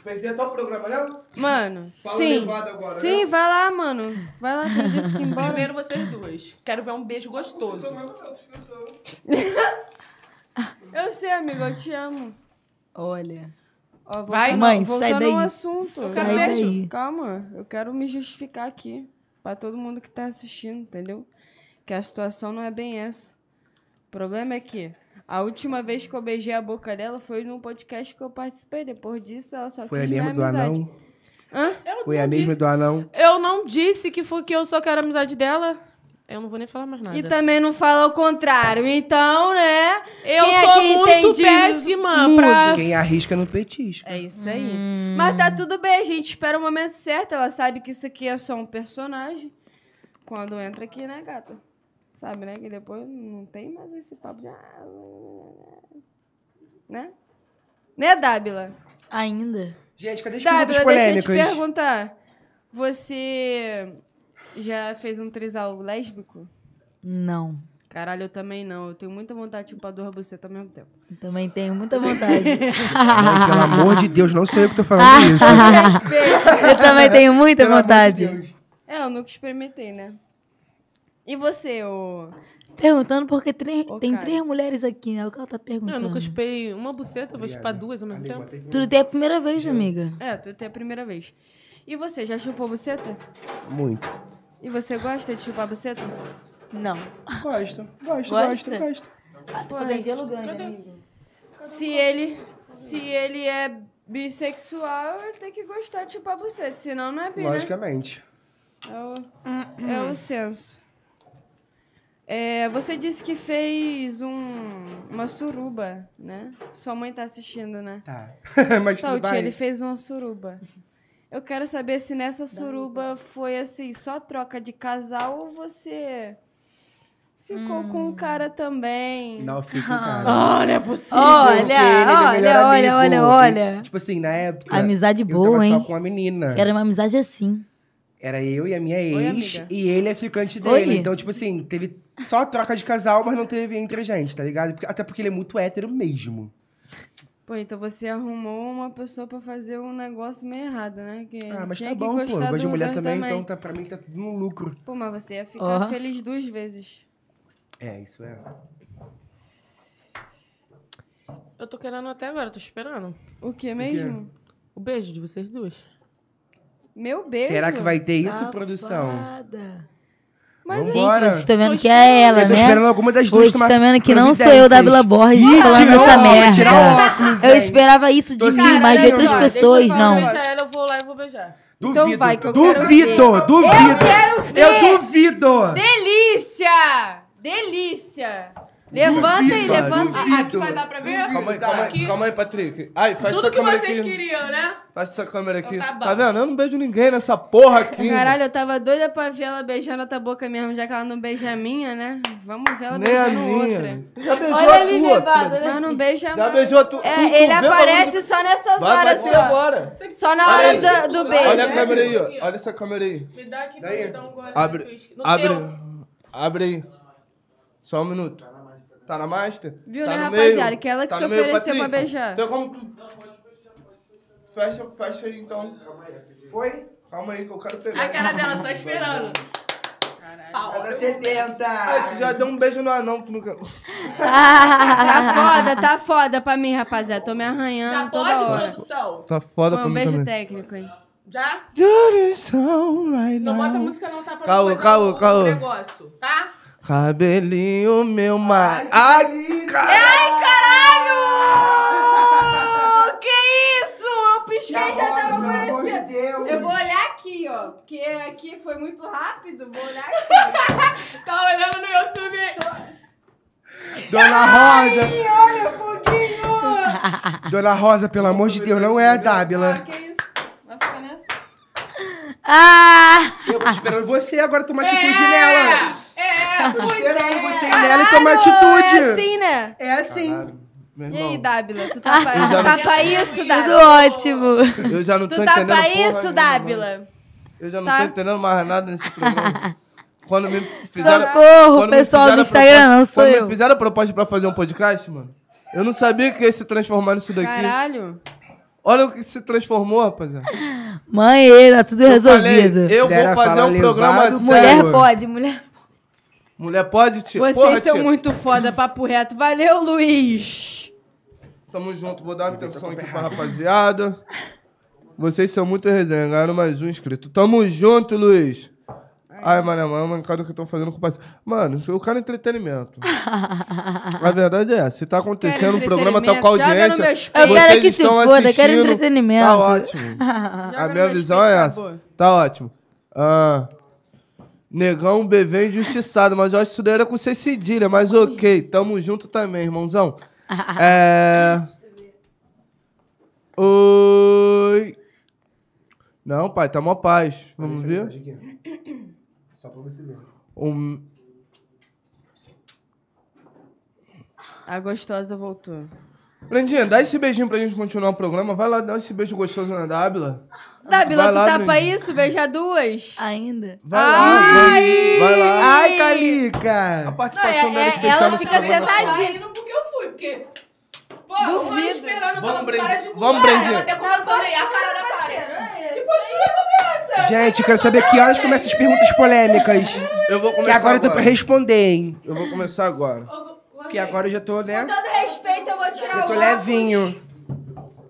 [SPEAKER 1] Perdi até o programa, né?
[SPEAKER 8] Mano,
[SPEAKER 1] Fala
[SPEAKER 8] sim.
[SPEAKER 1] levado agora, né?
[SPEAKER 8] Sim, vai lá, mano. Vai lá, quem disse que ia embora.
[SPEAKER 2] Primeiro vocês duas. Quero ver um beijo gostoso.
[SPEAKER 8] Eu sei, amigo, eu te amo.
[SPEAKER 4] Olha.
[SPEAKER 8] Ó, voltando-
[SPEAKER 2] Vai,
[SPEAKER 4] mãe,
[SPEAKER 8] voltando
[SPEAKER 4] sai
[SPEAKER 8] ao
[SPEAKER 4] daí.
[SPEAKER 8] assunto.
[SPEAKER 4] Sai
[SPEAKER 8] Calma,
[SPEAKER 4] daí.
[SPEAKER 8] Calma, eu quero me justificar aqui pra todo mundo que tá assistindo, entendeu? Que a situação não é bem essa. O problema é que a última vez que eu beijei a boca dela foi num podcast que eu participei. Depois disso, ela só
[SPEAKER 3] Foi a
[SPEAKER 8] quis
[SPEAKER 3] mesma
[SPEAKER 8] minha
[SPEAKER 3] do
[SPEAKER 8] amizade.
[SPEAKER 3] anão?
[SPEAKER 8] Hã?
[SPEAKER 2] Eu
[SPEAKER 3] Foi a
[SPEAKER 2] não
[SPEAKER 3] mesma
[SPEAKER 2] disse-
[SPEAKER 3] do anão?
[SPEAKER 2] Eu não disse que foi que eu só quero a amizade dela. Eu não vou nem falar mais nada.
[SPEAKER 8] E também não fala o contrário. Então, né?
[SPEAKER 2] Eu
[SPEAKER 8] Quem
[SPEAKER 2] sou
[SPEAKER 8] aqui
[SPEAKER 2] muito
[SPEAKER 8] entende
[SPEAKER 2] péssima
[SPEAKER 8] mudo.
[SPEAKER 4] Ah.
[SPEAKER 2] pra.
[SPEAKER 3] Quem arrisca no petisco.
[SPEAKER 8] É isso aí. Mas tá tudo bem, a gente espera o momento certo. Ela sabe que isso aqui é só um personagem. Quando entra aqui, né, gata? Sabe, né? Que depois não tem mais esse papo de. ah, Né? Né, Dábila?
[SPEAKER 4] Ainda.
[SPEAKER 3] Gente, cadê as perguntas
[SPEAKER 8] Dábila, deixa eu te
[SPEAKER 3] polêmicas?
[SPEAKER 8] perguntar. Você já fez um trisal lésbico?
[SPEAKER 4] Não.
[SPEAKER 8] Caralho, eu também não. Eu tenho muita vontade de chupar duas bucetas ao mesmo tempo.
[SPEAKER 4] Também tenho muita vontade.
[SPEAKER 3] Mãe, pelo amor de Deus, não sei eu que tô falando isso.
[SPEAKER 4] eu também tenho Ah, muita
[SPEAKER 3] Pelo amor de
[SPEAKER 4] vontade.
[SPEAKER 3] Deus.
[SPEAKER 8] É, eu nunca experimentei, né? E você, ô.
[SPEAKER 4] Perguntando porque tre-
[SPEAKER 8] Ô,
[SPEAKER 4] tem
[SPEAKER 8] cara.
[SPEAKER 4] três mulheres aqui, né? O que ela tá perguntando?
[SPEAKER 2] Eu nunca chupei uma buceta, vou
[SPEAKER 3] Obrigado.
[SPEAKER 2] chupar duas ao mesmo tempo.
[SPEAKER 4] Tudo tem a primeira vez, amiga.
[SPEAKER 8] É, tu tem a primeira vez. E você, já chupou buceta?
[SPEAKER 3] Muito.
[SPEAKER 8] E você gosta de chupar buceta?
[SPEAKER 4] Não.
[SPEAKER 3] Gosto, gosto,
[SPEAKER 4] Gosta?
[SPEAKER 3] gosto, gosto.
[SPEAKER 4] Só tem Tá gelo grande, né? amiga.
[SPEAKER 8] Se ele. Se ele é bissexual, ele tem que gostar de chupar buceta. Senão não é bi, né?
[SPEAKER 3] Logicamente.
[SPEAKER 8] É o, é o senso. É, você disse que fez um, uma suruba, né? Sua mãe tá assistindo, né?
[SPEAKER 3] Tá. Mas tudo
[SPEAKER 8] Saúde, ele
[SPEAKER 3] bem.
[SPEAKER 8] fez uma suruba. Eu quero saber se nessa suruba foi assim, só troca de casal ou você ficou com o cara também?
[SPEAKER 3] Não, fica, cara.
[SPEAKER 8] Ah, não é possível.
[SPEAKER 4] Olha,
[SPEAKER 3] Porque ele é meu melhor
[SPEAKER 4] olha, olha,
[SPEAKER 3] amigo,
[SPEAKER 4] olha,
[SPEAKER 3] que-
[SPEAKER 4] olha.
[SPEAKER 3] Tipo assim, na época.
[SPEAKER 4] Amizade
[SPEAKER 3] eu
[SPEAKER 4] boa,
[SPEAKER 3] tava
[SPEAKER 4] hein?
[SPEAKER 3] só com uma menina.
[SPEAKER 4] Era uma amizade assim.
[SPEAKER 3] Era eu e a minha
[SPEAKER 2] Oi,
[SPEAKER 3] ex,
[SPEAKER 2] amiga.
[SPEAKER 3] e ele é ficante dele.
[SPEAKER 4] Oi.
[SPEAKER 3] Então, tipo assim, teve só troca de casal, mas não teve entre a gente, tá ligado? Porque- Até porque ele é muito hétero mesmo.
[SPEAKER 8] Pô, então você arrumou uma pessoa pra fazer um negócio meio errado, né? Que
[SPEAKER 3] Ah, mas
[SPEAKER 8] tinha
[SPEAKER 3] tá
[SPEAKER 8] que
[SPEAKER 3] bom, pô. Eu
[SPEAKER 8] gostar
[SPEAKER 3] gosto de
[SPEAKER 8] dos
[SPEAKER 3] mulher
[SPEAKER 8] dois
[SPEAKER 3] também, então tá, pra mim tá tudo no lucro.
[SPEAKER 8] Pô, mas você ia ficar
[SPEAKER 4] Ó.
[SPEAKER 8] feliz duas vezes.
[SPEAKER 3] É, isso é.
[SPEAKER 2] Eu tô querendo até agora, tô esperando.
[SPEAKER 8] O que mesmo?
[SPEAKER 2] O beijo de vocês duas.
[SPEAKER 8] Meu beijo.
[SPEAKER 3] Será que vai ter isso, produção?
[SPEAKER 4] Safada.
[SPEAKER 8] Mas
[SPEAKER 4] Gente,
[SPEAKER 3] Bora.
[SPEAKER 4] vocês estão vendo que é ela,
[SPEAKER 3] eu tô
[SPEAKER 4] né?
[SPEAKER 3] esperando alguma das duas
[SPEAKER 4] Vocês
[SPEAKER 3] tomar
[SPEAKER 4] estão vendo que não sou eu, da Vila
[SPEAKER 3] providências.
[SPEAKER 4] Borges,
[SPEAKER 3] Ih,
[SPEAKER 4] falando
[SPEAKER 3] tirou,
[SPEAKER 4] essa
[SPEAKER 3] tirou o
[SPEAKER 4] merda.
[SPEAKER 3] óculos,
[SPEAKER 4] Eu
[SPEAKER 3] hein?
[SPEAKER 4] esperava isso de
[SPEAKER 3] Tô
[SPEAKER 4] mim, mas de
[SPEAKER 3] sentindo,
[SPEAKER 4] outras
[SPEAKER 2] deixa
[SPEAKER 3] ó,
[SPEAKER 2] eu
[SPEAKER 4] pessoas,
[SPEAKER 2] falar um
[SPEAKER 4] não.
[SPEAKER 2] beijo a ela, eu vou lá e vou beijar.
[SPEAKER 3] Duvido.
[SPEAKER 8] Então vai, que eu quero
[SPEAKER 3] duvido, duvido. Eu quero ver. Eu duvido.
[SPEAKER 8] Delícia! Delícia! Levanta aí,
[SPEAKER 1] Duvido,
[SPEAKER 8] levanta.
[SPEAKER 1] duvido.
[SPEAKER 2] Ah, Aqui vai dar pra ver?
[SPEAKER 1] Calma aí,
[SPEAKER 2] Aqui.
[SPEAKER 1] calma aí, calma aí, Patrick. Ai, faz
[SPEAKER 2] Tudo
[SPEAKER 1] essa
[SPEAKER 2] que
[SPEAKER 1] câmera
[SPEAKER 2] vocês
[SPEAKER 1] aqui.
[SPEAKER 2] queriam, né?
[SPEAKER 1] Faz essa câmera aqui.
[SPEAKER 2] Então tá bom.
[SPEAKER 1] Tá vendo? Eu não beijo ninguém nessa porra aqui.
[SPEAKER 8] Caralho, eu tava doida pra ver ela beijando outra boca mesmo, já que ela não beija a minha, né? Vamos ver ela
[SPEAKER 1] Nem a
[SPEAKER 8] beijando
[SPEAKER 1] minha.
[SPEAKER 8] outra.
[SPEAKER 1] Já beijou
[SPEAKER 4] Olha
[SPEAKER 1] a
[SPEAKER 4] ali,
[SPEAKER 1] tua,
[SPEAKER 4] Nevada,
[SPEAKER 1] filha.
[SPEAKER 4] olha
[SPEAKER 8] Mas não beija
[SPEAKER 1] Já
[SPEAKER 8] mais.
[SPEAKER 1] beijou a tua.
[SPEAKER 8] É,
[SPEAKER 1] tu- tu
[SPEAKER 8] ele
[SPEAKER 1] vê,
[SPEAKER 8] aparece
[SPEAKER 1] maluco?
[SPEAKER 8] só nessas
[SPEAKER 1] Vai
[SPEAKER 8] horas,
[SPEAKER 1] aparecer
[SPEAKER 8] só.
[SPEAKER 1] agora.
[SPEAKER 8] Só na
[SPEAKER 1] Olha
[SPEAKER 8] hora
[SPEAKER 1] aí.
[SPEAKER 8] da- do beijo.
[SPEAKER 1] Olha a câmera aí, ó. Olha essa câmera aí.
[SPEAKER 2] Me dá aqui pra
[SPEAKER 1] Daí.
[SPEAKER 2] eu dar um gole nesse
[SPEAKER 1] Abre,
[SPEAKER 2] uísque. No
[SPEAKER 1] abre,
[SPEAKER 2] teu.
[SPEAKER 8] um.
[SPEAKER 1] abre aí. Só um minuto. Tá na master?
[SPEAKER 8] Viu,
[SPEAKER 1] tá
[SPEAKER 8] né,
[SPEAKER 1] no
[SPEAKER 8] rapaziada?
[SPEAKER 1] meio?
[SPEAKER 8] Que ela que
[SPEAKER 1] Tá
[SPEAKER 8] se
[SPEAKER 1] no meio,
[SPEAKER 8] ofereceu pra
[SPEAKER 1] Patrick?
[SPEAKER 8] beijar.
[SPEAKER 1] Tem como tu- Fecha, fecha aí então. Foi? Calma aí que eu quero pegar.
[SPEAKER 2] A cara dela só esperando.
[SPEAKER 3] É da 70.
[SPEAKER 1] Ai, tu já deu um beijo no anão, tu nunca.
[SPEAKER 8] Tá foda, tá foda pra mim, rapaziada. Tô me arranhando
[SPEAKER 2] Já
[SPEAKER 8] toda
[SPEAKER 2] pode,
[SPEAKER 8] hora.
[SPEAKER 2] produção?
[SPEAKER 1] Tá foda
[SPEAKER 8] Foi um beijo técnico, hein?
[SPEAKER 2] Já?
[SPEAKER 1] Right
[SPEAKER 2] Não
[SPEAKER 1] now.
[SPEAKER 2] bota música não, tá? Pra
[SPEAKER 1] Caô,
[SPEAKER 2] não fazer
[SPEAKER 1] caô,
[SPEAKER 2] o
[SPEAKER 1] caô.
[SPEAKER 2] negócio, tá?
[SPEAKER 1] Cabelinho, meu mar. Ai, cara.
[SPEAKER 2] Ai, caralho!
[SPEAKER 8] Não, porque aqui foi muito rápido, vou olhar aqui. tá olhando no YouTube.
[SPEAKER 3] Dona Rosa!
[SPEAKER 8] Olha um pouquinho!
[SPEAKER 3] Dona Rosa, pelo amor de Deus, não é a Dábila.
[SPEAKER 8] Ah, que isso? Vai ficar nessa.
[SPEAKER 4] Ah!
[SPEAKER 3] Eu tô esperando você agora tomar atitude nela.
[SPEAKER 8] É! É!
[SPEAKER 3] Tô
[SPEAKER 8] pois
[SPEAKER 3] esperando
[SPEAKER 8] é.
[SPEAKER 3] você ir nela e tomar atitude.
[SPEAKER 8] É assim, né?
[SPEAKER 3] É assim.
[SPEAKER 1] Meu
[SPEAKER 8] E aí,
[SPEAKER 1] irmão,
[SPEAKER 8] Dábila? Tu tá pra,
[SPEAKER 1] Ah, Eu já
[SPEAKER 8] tu tá
[SPEAKER 1] não-
[SPEAKER 8] pra isso,
[SPEAKER 4] Tudo
[SPEAKER 8] Dábila?
[SPEAKER 3] Tá.
[SPEAKER 4] ótimo.
[SPEAKER 1] eu já não tô
[SPEAKER 8] Tu tá
[SPEAKER 1] entendendo
[SPEAKER 8] pra
[SPEAKER 1] porra
[SPEAKER 8] isso,
[SPEAKER 1] nenhuma, mano.
[SPEAKER 8] Dábila?
[SPEAKER 1] Eu já não
[SPEAKER 8] Tá.
[SPEAKER 1] tô entendendo mais nada nesse programa. Quando me fizeram.
[SPEAKER 4] Socorro,
[SPEAKER 1] quando me
[SPEAKER 4] pessoal
[SPEAKER 1] fizeram
[SPEAKER 4] do
[SPEAKER 1] a
[SPEAKER 4] Instagram,
[SPEAKER 1] proposta-
[SPEAKER 4] não sou
[SPEAKER 1] quando
[SPEAKER 4] eu.
[SPEAKER 1] me fizeram a proposta pra fazer um podcast, mano. Eu não sabia que ia se transformar nisso daqui.
[SPEAKER 8] Caralho.
[SPEAKER 1] Olha o que se transformou, rapaziada.
[SPEAKER 4] Mãe, tá tudo resolvido.
[SPEAKER 1] Falei, eu
[SPEAKER 3] Dera
[SPEAKER 1] vou fazer
[SPEAKER 3] fala
[SPEAKER 1] um programa
[SPEAKER 3] levado,
[SPEAKER 1] sério.
[SPEAKER 4] Mulher
[SPEAKER 3] Sério?
[SPEAKER 4] pode, mulher.
[SPEAKER 1] Mulher pode, tia?
[SPEAKER 8] Vocês
[SPEAKER 1] Porra,
[SPEAKER 8] são
[SPEAKER 1] tia.
[SPEAKER 8] muito foda, papo reto. Valeu, Luiz!
[SPEAKER 1] Tamo junto, vou dar uma atenção aqui pra rapaziada. Vocês são muito resenha, ganharam mais um inscrito. Tamo junto, Luiz. Ai, mano, mano, mancada que estão fazendo com o parceiro. Mano, isso- o cara é entretenimento. A verdade é, essa, se tá acontecendo,
[SPEAKER 8] Quero
[SPEAKER 1] o programa tá com
[SPEAKER 8] entretenimento, joga no
[SPEAKER 1] audiência. vocês
[SPEAKER 8] meu espelho.
[SPEAKER 4] Eu quero é que se
[SPEAKER 1] estão
[SPEAKER 4] foda, eu quero
[SPEAKER 1] assistindo,
[SPEAKER 4] entretenimento.
[SPEAKER 1] Tá ótimo.
[SPEAKER 8] Joga
[SPEAKER 1] A
[SPEAKER 8] no
[SPEAKER 1] minha
[SPEAKER 8] meu
[SPEAKER 1] visão
[SPEAKER 8] espelho,
[SPEAKER 1] é
[SPEAKER 8] acabou.
[SPEAKER 1] essa. Tá ótimo. Ah, negão, bebê injustiçado, mas eu acho que isso daí era com C
[SPEAKER 8] Tá
[SPEAKER 1] cedilha, mas ok. Tamo junto também, irmãozão. É. Oi. Não, pai, tá mó paz. Vamos ver?
[SPEAKER 3] Só pra você ver.
[SPEAKER 1] Um...
[SPEAKER 8] A gostosa voltou.
[SPEAKER 1] Brandinha, dá esse beijinho pra gente continuar o programa. Vai lá, dá esse beijo gostoso na Dábila.
[SPEAKER 8] Dábila,
[SPEAKER 1] Vai
[SPEAKER 8] tu
[SPEAKER 1] lá,
[SPEAKER 8] tá
[SPEAKER 1] menina.
[SPEAKER 8] pra isso? Beija duas.
[SPEAKER 4] Ainda.
[SPEAKER 1] Vai lá, vai- vai lá.
[SPEAKER 3] Ai, Calica!
[SPEAKER 1] A
[SPEAKER 8] Não, é-
[SPEAKER 1] participação dela
[SPEAKER 8] é-
[SPEAKER 1] especial
[SPEAKER 8] ela
[SPEAKER 1] nesse
[SPEAKER 8] fica
[SPEAKER 1] programa.
[SPEAKER 8] sentadinha.
[SPEAKER 2] Tá indo porque eu fui, porque... Pô, eu
[SPEAKER 8] Duvido.
[SPEAKER 2] tô esperando
[SPEAKER 1] Vamos,
[SPEAKER 2] falando cara de
[SPEAKER 1] Brandinha.
[SPEAKER 2] cu.
[SPEAKER 1] Vamos,
[SPEAKER 2] Cara,
[SPEAKER 1] Brandinha.
[SPEAKER 2] Até quando
[SPEAKER 8] Ah,
[SPEAKER 2] eu falei, a cara da cara. Que postura como essa?
[SPEAKER 3] Gente, eu quero saber que horas começam as perguntas polêmicas.
[SPEAKER 1] Eu vou
[SPEAKER 3] Que
[SPEAKER 1] começar
[SPEAKER 3] agora
[SPEAKER 1] agora.
[SPEAKER 3] eu tô pra responder, hein?
[SPEAKER 1] Eu vou começar agora.
[SPEAKER 3] Que agora eu já tô, né?
[SPEAKER 2] todo respeito, eu vou tirar
[SPEAKER 3] Eu tô levinho.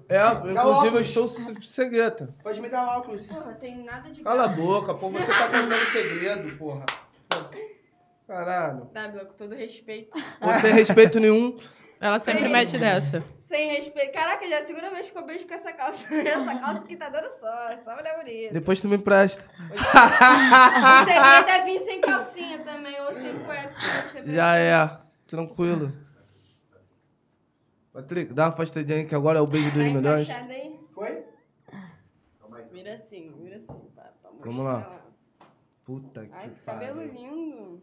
[SPEAKER 1] É, inclusive eu
[SPEAKER 3] óculos.
[SPEAKER 1] estou se- cegueta.
[SPEAKER 3] Pode me dar óculos.
[SPEAKER 8] tem nada de
[SPEAKER 1] Cala a boca, pô, você tá contando segredo, porra. Caralho.
[SPEAKER 8] Dábila, com todo respeito.
[SPEAKER 1] Você é respeito nenhum.
[SPEAKER 2] Ela sempre mete dessa.
[SPEAKER 8] Sem respeito. Caraca, já é a segunda vez que eu beijo com essa calça. Essa calça que tá dando sorte. Só mulher bonita.
[SPEAKER 1] Depois tu me empresta.
[SPEAKER 8] Você ia até vir sem calcinha também, ou sem cueca, se você
[SPEAKER 1] Já é. Tranquilo. Patrick, dá uma afastadinha aí que agora é o beijo dos
[SPEAKER 8] Tá
[SPEAKER 1] milhões.
[SPEAKER 8] encaixada, hein?
[SPEAKER 3] Foi?
[SPEAKER 8] Mira assim, mira assim. Pra, pra mostrar
[SPEAKER 1] Vamos lá. Puta
[SPEAKER 8] Ai, que
[SPEAKER 1] que
[SPEAKER 8] cabelo
[SPEAKER 1] pariu.
[SPEAKER 8] lindo.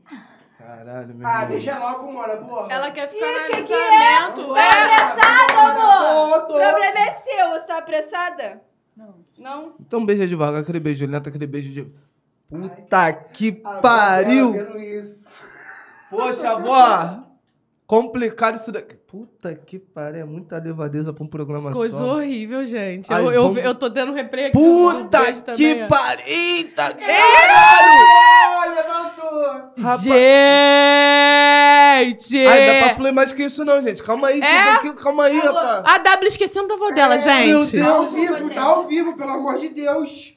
[SPEAKER 1] Caralho, meu
[SPEAKER 3] Ah,
[SPEAKER 1] irmão.
[SPEAKER 3] beija logo, mora, porra.
[SPEAKER 2] Ela quer ficar no casamento.
[SPEAKER 3] apressado, amor!
[SPEAKER 8] é? O problema é seu, você tá apressada? Não. Não?
[SPEAKER 1] Então beija devagar, aquele beijo lento, aquele beijo de... Puta que pariu!
[SPEAKER 3] isso.
[SPEAKER 1] Poxa, vó! Complicado isso daqui. Puta que pariu, é muita levadeza pra um programa
[SPEAKER 2] Coisa
[SPEAKER 1] só.
[SPEAKER 2] horrível, gente.
[SPEAKER 1] Ai,
[SPEAKER 2] eu, eu,
[SPEAKER 1] vamos-
[SPEAKER 2] eu tô dando replay aqui. eu dou um beijo
[SPEAKER 1] Puta
[SPEAKER 2] também,
[SPEAKER 1] que
[SPEAKER 2] ó.
[SPEAKER 1] pariu! Eita, caralho!
[SPEAKER 3] Levantou!
[SPEAKER 2] Gente!
[SPEAKER 1] Ai, dá pra fluir mais que isso não, gente. Calma aí, é? calma aí, rapaz.
[SPEAKER 2] A W esquecendo da avó dela,
[SPEAKER 1] É, Meu
[SPEAKER 2] gente.
[SPEAKER 3] Tá ao
[SPEAKER 1] Deus.
[SPEAKER 3] vivo, tá ao vivo, pelo amor de Deus.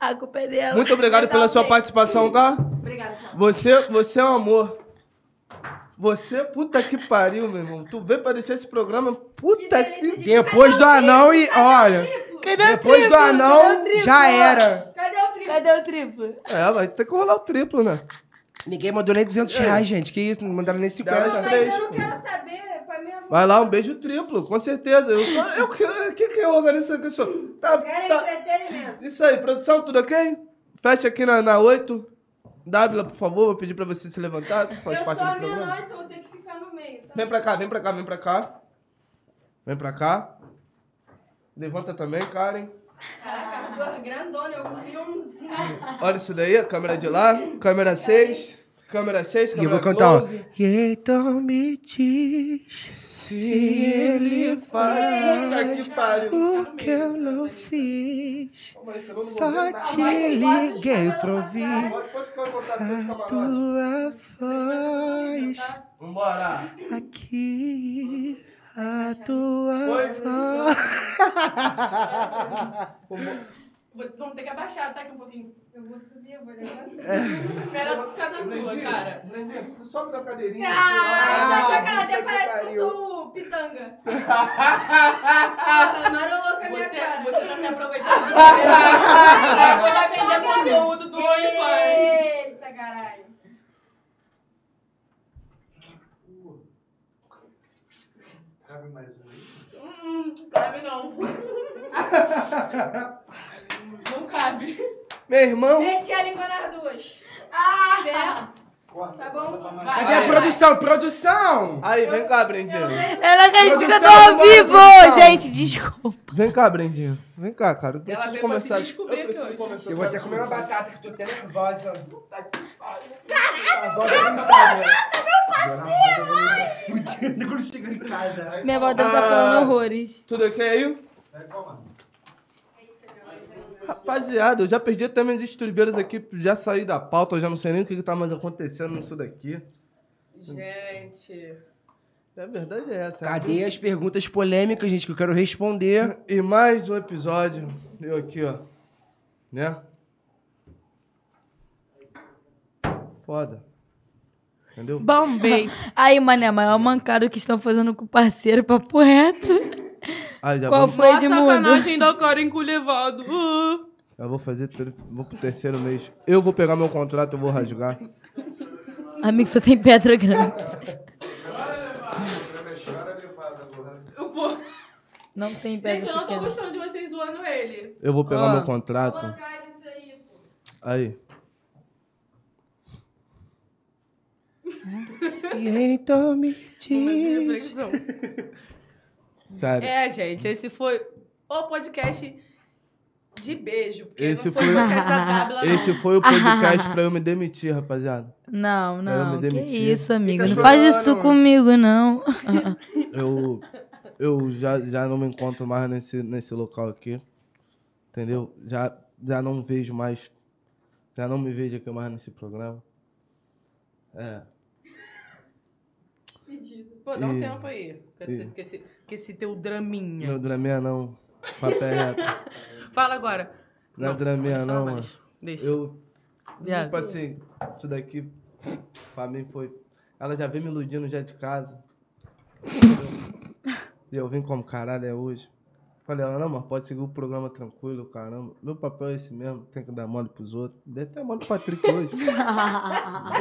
[SPEAKER 4] A culpa é dela.
[SPEAKER 1] Muito obrigado pela sua participação, tá?
[SPEAKER 8] Obrigada, Paulo.
[SPEAKER 1] Você, você é um amor. Você, puta que pariu, meu irmão. Tu veio parecer esse programa, puta que...
[SPEAKER 3] Depois do anão e. Olha. Depois do anão, já era.
[SPEAKER 8] Cadê o trigo?
[SPEAKER 4] Cadê o triplo?
[SPEAKER 1] É, vai ter que rolar o triplo, né?
[SPEAKER 3] Ninguém mandou nem 200 reais, gente. Que isso? Não mandaram nem 50.
[SPEAKER 1] Não, mas eu não quero
[SPEAKER 8] é
[SPEAKER 1] Vai lá, um beijo triplo, com certeza. Eu sou... Eu que que, que eu organizo aqui, senhor? Tá, tá...
[SPEAKER 8] é entretenimento.
[SPEAKER 1] Isso aí, produção, tudo ok? Fecha aqui na, na 8. Dávila, por favor, vou pedir pra você se levantar. Você faz
[SPEAKER 8] Eu sou
[SPEAKER 1] parte
[SPEAKER 8] a
[SPEAKER 1] do programa.
[SPEAKER 8] menor, então eu tenho que ficar no meio, tá?
[SPEAKER 1] Vem pra cá, vem pra cá, vem pra cá. Vem pra cá. Levanta também, Karen.
[SPEAKER 8] Caraca, grandona, eu um leãozinho.
[SPEAKER 1] Olha isso daí, a câmera de lá. Câmera 6. Câmera 6,
[SPEAKER 3] E eu
[SPEAKER 1] câmera
[SPEAKER 3] vou cantar, ó.
[SPEAKER 1] close.
[SPEAKER 3] E então me diz
[SPEAKER 1] Se ele faz. Puta que pariu.
[SPEAKER 3] o que eu não fiz.
[SPEAKER 1] Calma aí, senão eu não vou ver
[SPEAKER 3] Só
[SPEAKER 1] nada.
[SPEAKER 3] te liguei pra ouvir
[SPEAKER 1] Pode, pode ficar em contato com os
[SPEAKER 3] a
[SPEAKER 1] camarotes.
[SPEAKER 3] tua voz
[SPEAKER 1] Vambora.
[SPEAKER 3] aqui. A tua
[SPEAKER 1] Oi.
[SPEAKER 3] voz.
[SPEAKER 2] Vamos ter que abaixar, tá? Aqui um pouquinho. Eu vou
[SPEAKER 8] vou subir, eu vou levantar.
[SPEAKER 2] Melhor tu ficar na tua,
[SPEAKER 1] Nandinha,
[SPEAKER 2] cara.
[SPEAKER 1] Nandinha, sobe na cadeirinha.
[SPEAKER 8] Ah,
[SPEAKER 1] Ah,
[SPEAKER 8] tá cara, até
[SPEAKER 1] puta
[SPEAKER 8] parece que eu
[SPEAKER 1] pariu.
[SPEAKER 8] sou o pitanga. Ah, Marolou com a minha
[SPEAKER 2] Você,
[SPEAKER 8] cara.
[SPEAKER 2] você tá se aproveitando de você. Ela foi lá vender conteúdo do OnlyFans.
[SPEAKER 8] Eita, caralho.
[SPEAKER 1] Cabe mais um aí?
[SPEAKER 2] Hum, cabe não. Não cabe.
[SPEAKER 1] Meu irmão,
[SPEAKER 8] Meti a língua nas duas.
[SPEAKER 2] Certo.
[SPEAKER 8] Tá bom?
[SPEAKER 2] Vai,
[SPEAKER 3] Cadê a
[SPEAKER 2] vai,
[SPEAKER 3] produção? Produção!
[SPEAKER 1] aí, vem cá, Brendinha.
[SPEAKER 4] Ela acredita que eu tô
[SPEAKER 3] Produção,
[SPEAKER 4] ao
[SPEAKER 3] vambora,
[SPEAKER 4] vivo!
[SPEAKER 3] produção.
[SPEAKER 4] Gente, desculpa.
[SPEAKER 1] Vem cá, Brendinha. Vem cá, cara. Eu
[SPEAKER 2] Ela
[SPEAKER 1] preciso
[SPEAKER 2] veio pra
[SPEAKER 1] começar.
[SPEAKER 2] se descobrir
[SPEAKER 1] eu
[SPEAKER 2] aqui
[SPEAKER 1] preciso
[SPEAKER 2] hoje.
[SPEAKER 1] começar
[SPEAKER 3] Eu vou
[SPEAKER 1] essa
[SPEAKER 3] até comer uma
[SPEAKER 1] conversa.
[SPEAKER 3] batata que tô até nervosa.
[SPEAKER 1] A volta do Instagram.
[SPEAKER 3] Fudido quando chega em casa.
[SPEAKER 4] Minha avó
[SPEAKER 3] Ah.
[SPEAKER 4] deve estar falando horrores.
[SPEAKER 1] Tudo ok aí? Rapaziada, eu já perdi até minhas estribeiras aqui, já saí da pauta, eu já não sei nem o que, que tá mais acontecendo nisso daqui.
[SPEAKER 2] Gente.
[SPEAKER 1] A verdade é essa.
[SPEAKER 3] Cadê as perguntas polêmicas, gente, que eu quero responder?
[SPEAKER 1] E mais um episódio, eu aqui, ó. Né? Foda. Entendeu?
[SPEAKER 4] Bombei. Aí, mané, maior mancada que estão fazendo com o parceiro, papo reto.
[SPEAKER 1] Aí Ah, já,
[SPEAKER 4] Qual
[SPEAKER 1] vamos,
[SPEAKER 4] foi,
[SPEAKER 2] Mó
[SPEAKER 4] Edmundo?
[SPEAKER 2] sacanagem da cara enculevado. Ah.
[SPEAKER 1] já vou fazer, ter- vou pro terceiro mês. Eu vou pegar meu contrato, eu vou rasgar.
[SPEAKER 4] Amigo, só tem pedra grande.
[SPEAKER 2] O po-
[SPEAKER 4] Não tem pedra
[SPEAKER 2] Gente, eu não tô
[SPEAKER 4] pequena.
[SPEAKER 2] gostando de vocês zoando ele.
[SPEAKER 1] Eu vou pegar
[SPEAKER 4] Ó.
[SPEAKER 1] meu contrato.
[SPEAKER 2] Cara, isso aí.
[SPEAKER 1] Aí.
[SPEAKER 3] E então me
[SPEAKER 2] Momento de
[SPEAKER 3] diz.
[SPEAKER 2] reflexão.
[SPEAKER 1] Sério.
[SPEAKER 2] É, gente, esse foi o podcast de beijo. Porque
[SPEAKER 1] Esse
[SPEAKER 2] não foi,
[SPEAKER 1] foi-
[SPEAKER 2] o podcast da tábua, não.
[SPEAKER 1] Esse foi o podcast pra eu me demitir, rapaziada.
[SPEAKER 4] Não,
[SPEAKER 1] me
[SPEAKER 4] não. Que
[SPEAKER 1] demiti.
[SPEAKER 4] isso, amigo.
[SPEAKER 3] Fica
[SPEAKER 4] Não faz
[SPEAKER 3] chorando,
[SPEAKER 4] isso
[SPEAKER 3] mano.
[SPEAKER 4] comigo, não.
[SPEAKER 1] Eu, eu já, já não me encontro mais nesse, nesse local aqui. Entendeu? Já, já não vejo mais. Já não me vejo aqui mais nesse programa. É.
[SPEAKER 2] Pô, dá um
[SPEAKER 1] E-
[SPEAKER 2] tempo aí. Com esse,
[SPEAKER 1] e-
[SPEAKER 2] com esse, com esse teu draminha.
[SPEAKER 1] Não é draminha não. Papel reto.
[SPEAKER 2] Fala agora.
[SPEAKER 1] Não é draminha
[SPEAKER 2] pode
[SPEAKER 1] não,
[SPEAKER 2] falar
[SPEAKER 1] mano.
[SPEAKER 2] mais. Deixa.
[SPEAKER 1] Eu.
[SPEAKER 2] Viado.
[SPEAKER 1] Tipo assim, isso daqui pra mim foi. Ela já veio me iludindo já de casa. entendeu? e eu vim como caralho é hoje. Falei, ela, não, mas pode seguir o programa tranquilo, caramba. Meu papel é esse mesmo, tem que dar mole pros outros. Dei até mole pro Patrick hoje.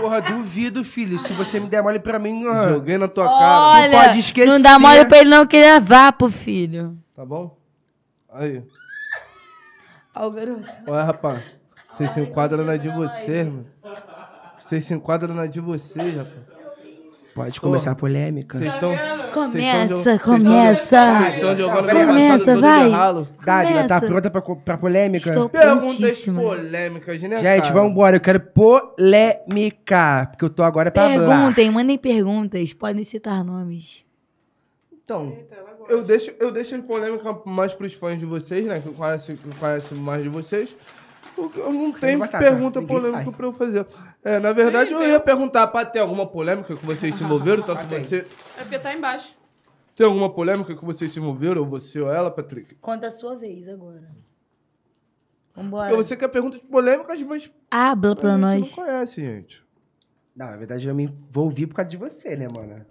[SPEAKER 3] Porra, duvido, filho. Se você me der mole pra mim, ó.
[SPEAKER 1] Joguei na tua cara,
[SPEAKER 4] Olha,
[SPEAKER 3] pode esquecer.
[SPEAKER 4] não dá mole pra ele não querer vapo, filho.
[SPEAKER 1] tá bom? Aí.
[SPEAKER 4] Ó o garoto.
[SPEAKER 1] Olha, rapaz. Vocês se enquadram na de vocês, mano. Vocês se enquadram na de vocês, rapaz.
[SPEAKER 3] Pode começar a polêmica.
[SPEAKER 1] Vocês estão.
[SPEAKER 4] Começa,
[SPEAKER 1] Vocês
[SPEAKER 4] começa.
[SPEAKER 1] estão jogando meu
[SPEAKER 4] Começa,
[SPEAKER 1] passado todo
[SPEAKER 4] vai.
[SPEAKER 1] de ralo.
[SPEAKER 3] Dávila, tá
[SPEAKER 4] Começa.
[SPEAKER 3] pronta pra, co- pra polêmica?
[SPEAKER 4] Estou
[SPEAKER 1] Perguntas
[SPEAKER 4] prontíssima.
[SPEAKER 1] polêmicas, né?
[SPEAKER 3] Gente,
[SPEAKER 1] cara?
[SPEAKER 3] vambora. Eu quero polêmica. Porque eu tô agora pra falar.
[SPEAKER 4] Perguntem, mandem perguntas. Podem citar nomes.
[SPEAKER 1] Então, eu deixo, eu deixo a polêmica mais pros fãs de vocês, né? Que conhecem conhece mais de vocês. Porque eu não tenho
[SPEAKER 3] batata,
[SPEAKER 1] pergunta
[SPEAKER 3] ninguém
[SPEAKER 1] polêmica
[SPEAKER 3] sai.
[SPEAKER 1] pra eu fazer. É, na verdade, eu ia perguntar pra ter alguma polêmica que vocês se envolveram, tanto
[SPEAKER 3] tem.
[SPEAKER 1] você.
[SPEAKER 2] É porque tá embaixo.
[SPEAKER 1] Tem alguma polêmica que vocês se envolveram, ou você ou ela, Patrick?
[SPEAKER 4] Conta a sua vez agora. Vambora.
[SPEAKER 1] Porque você quer perguntas polêmicas, mas
[SPEAKER 4] Habla
[SPEAKER 1] a
[SPEAKER 4] pra
[SPEAKER 1] gente
[SPEAKER 4] nós.
[SPEAKER 1] não conhece, gente.
[SPEAKER 3] Não, na verdade, eu me envolvi por causa de você, né, mano?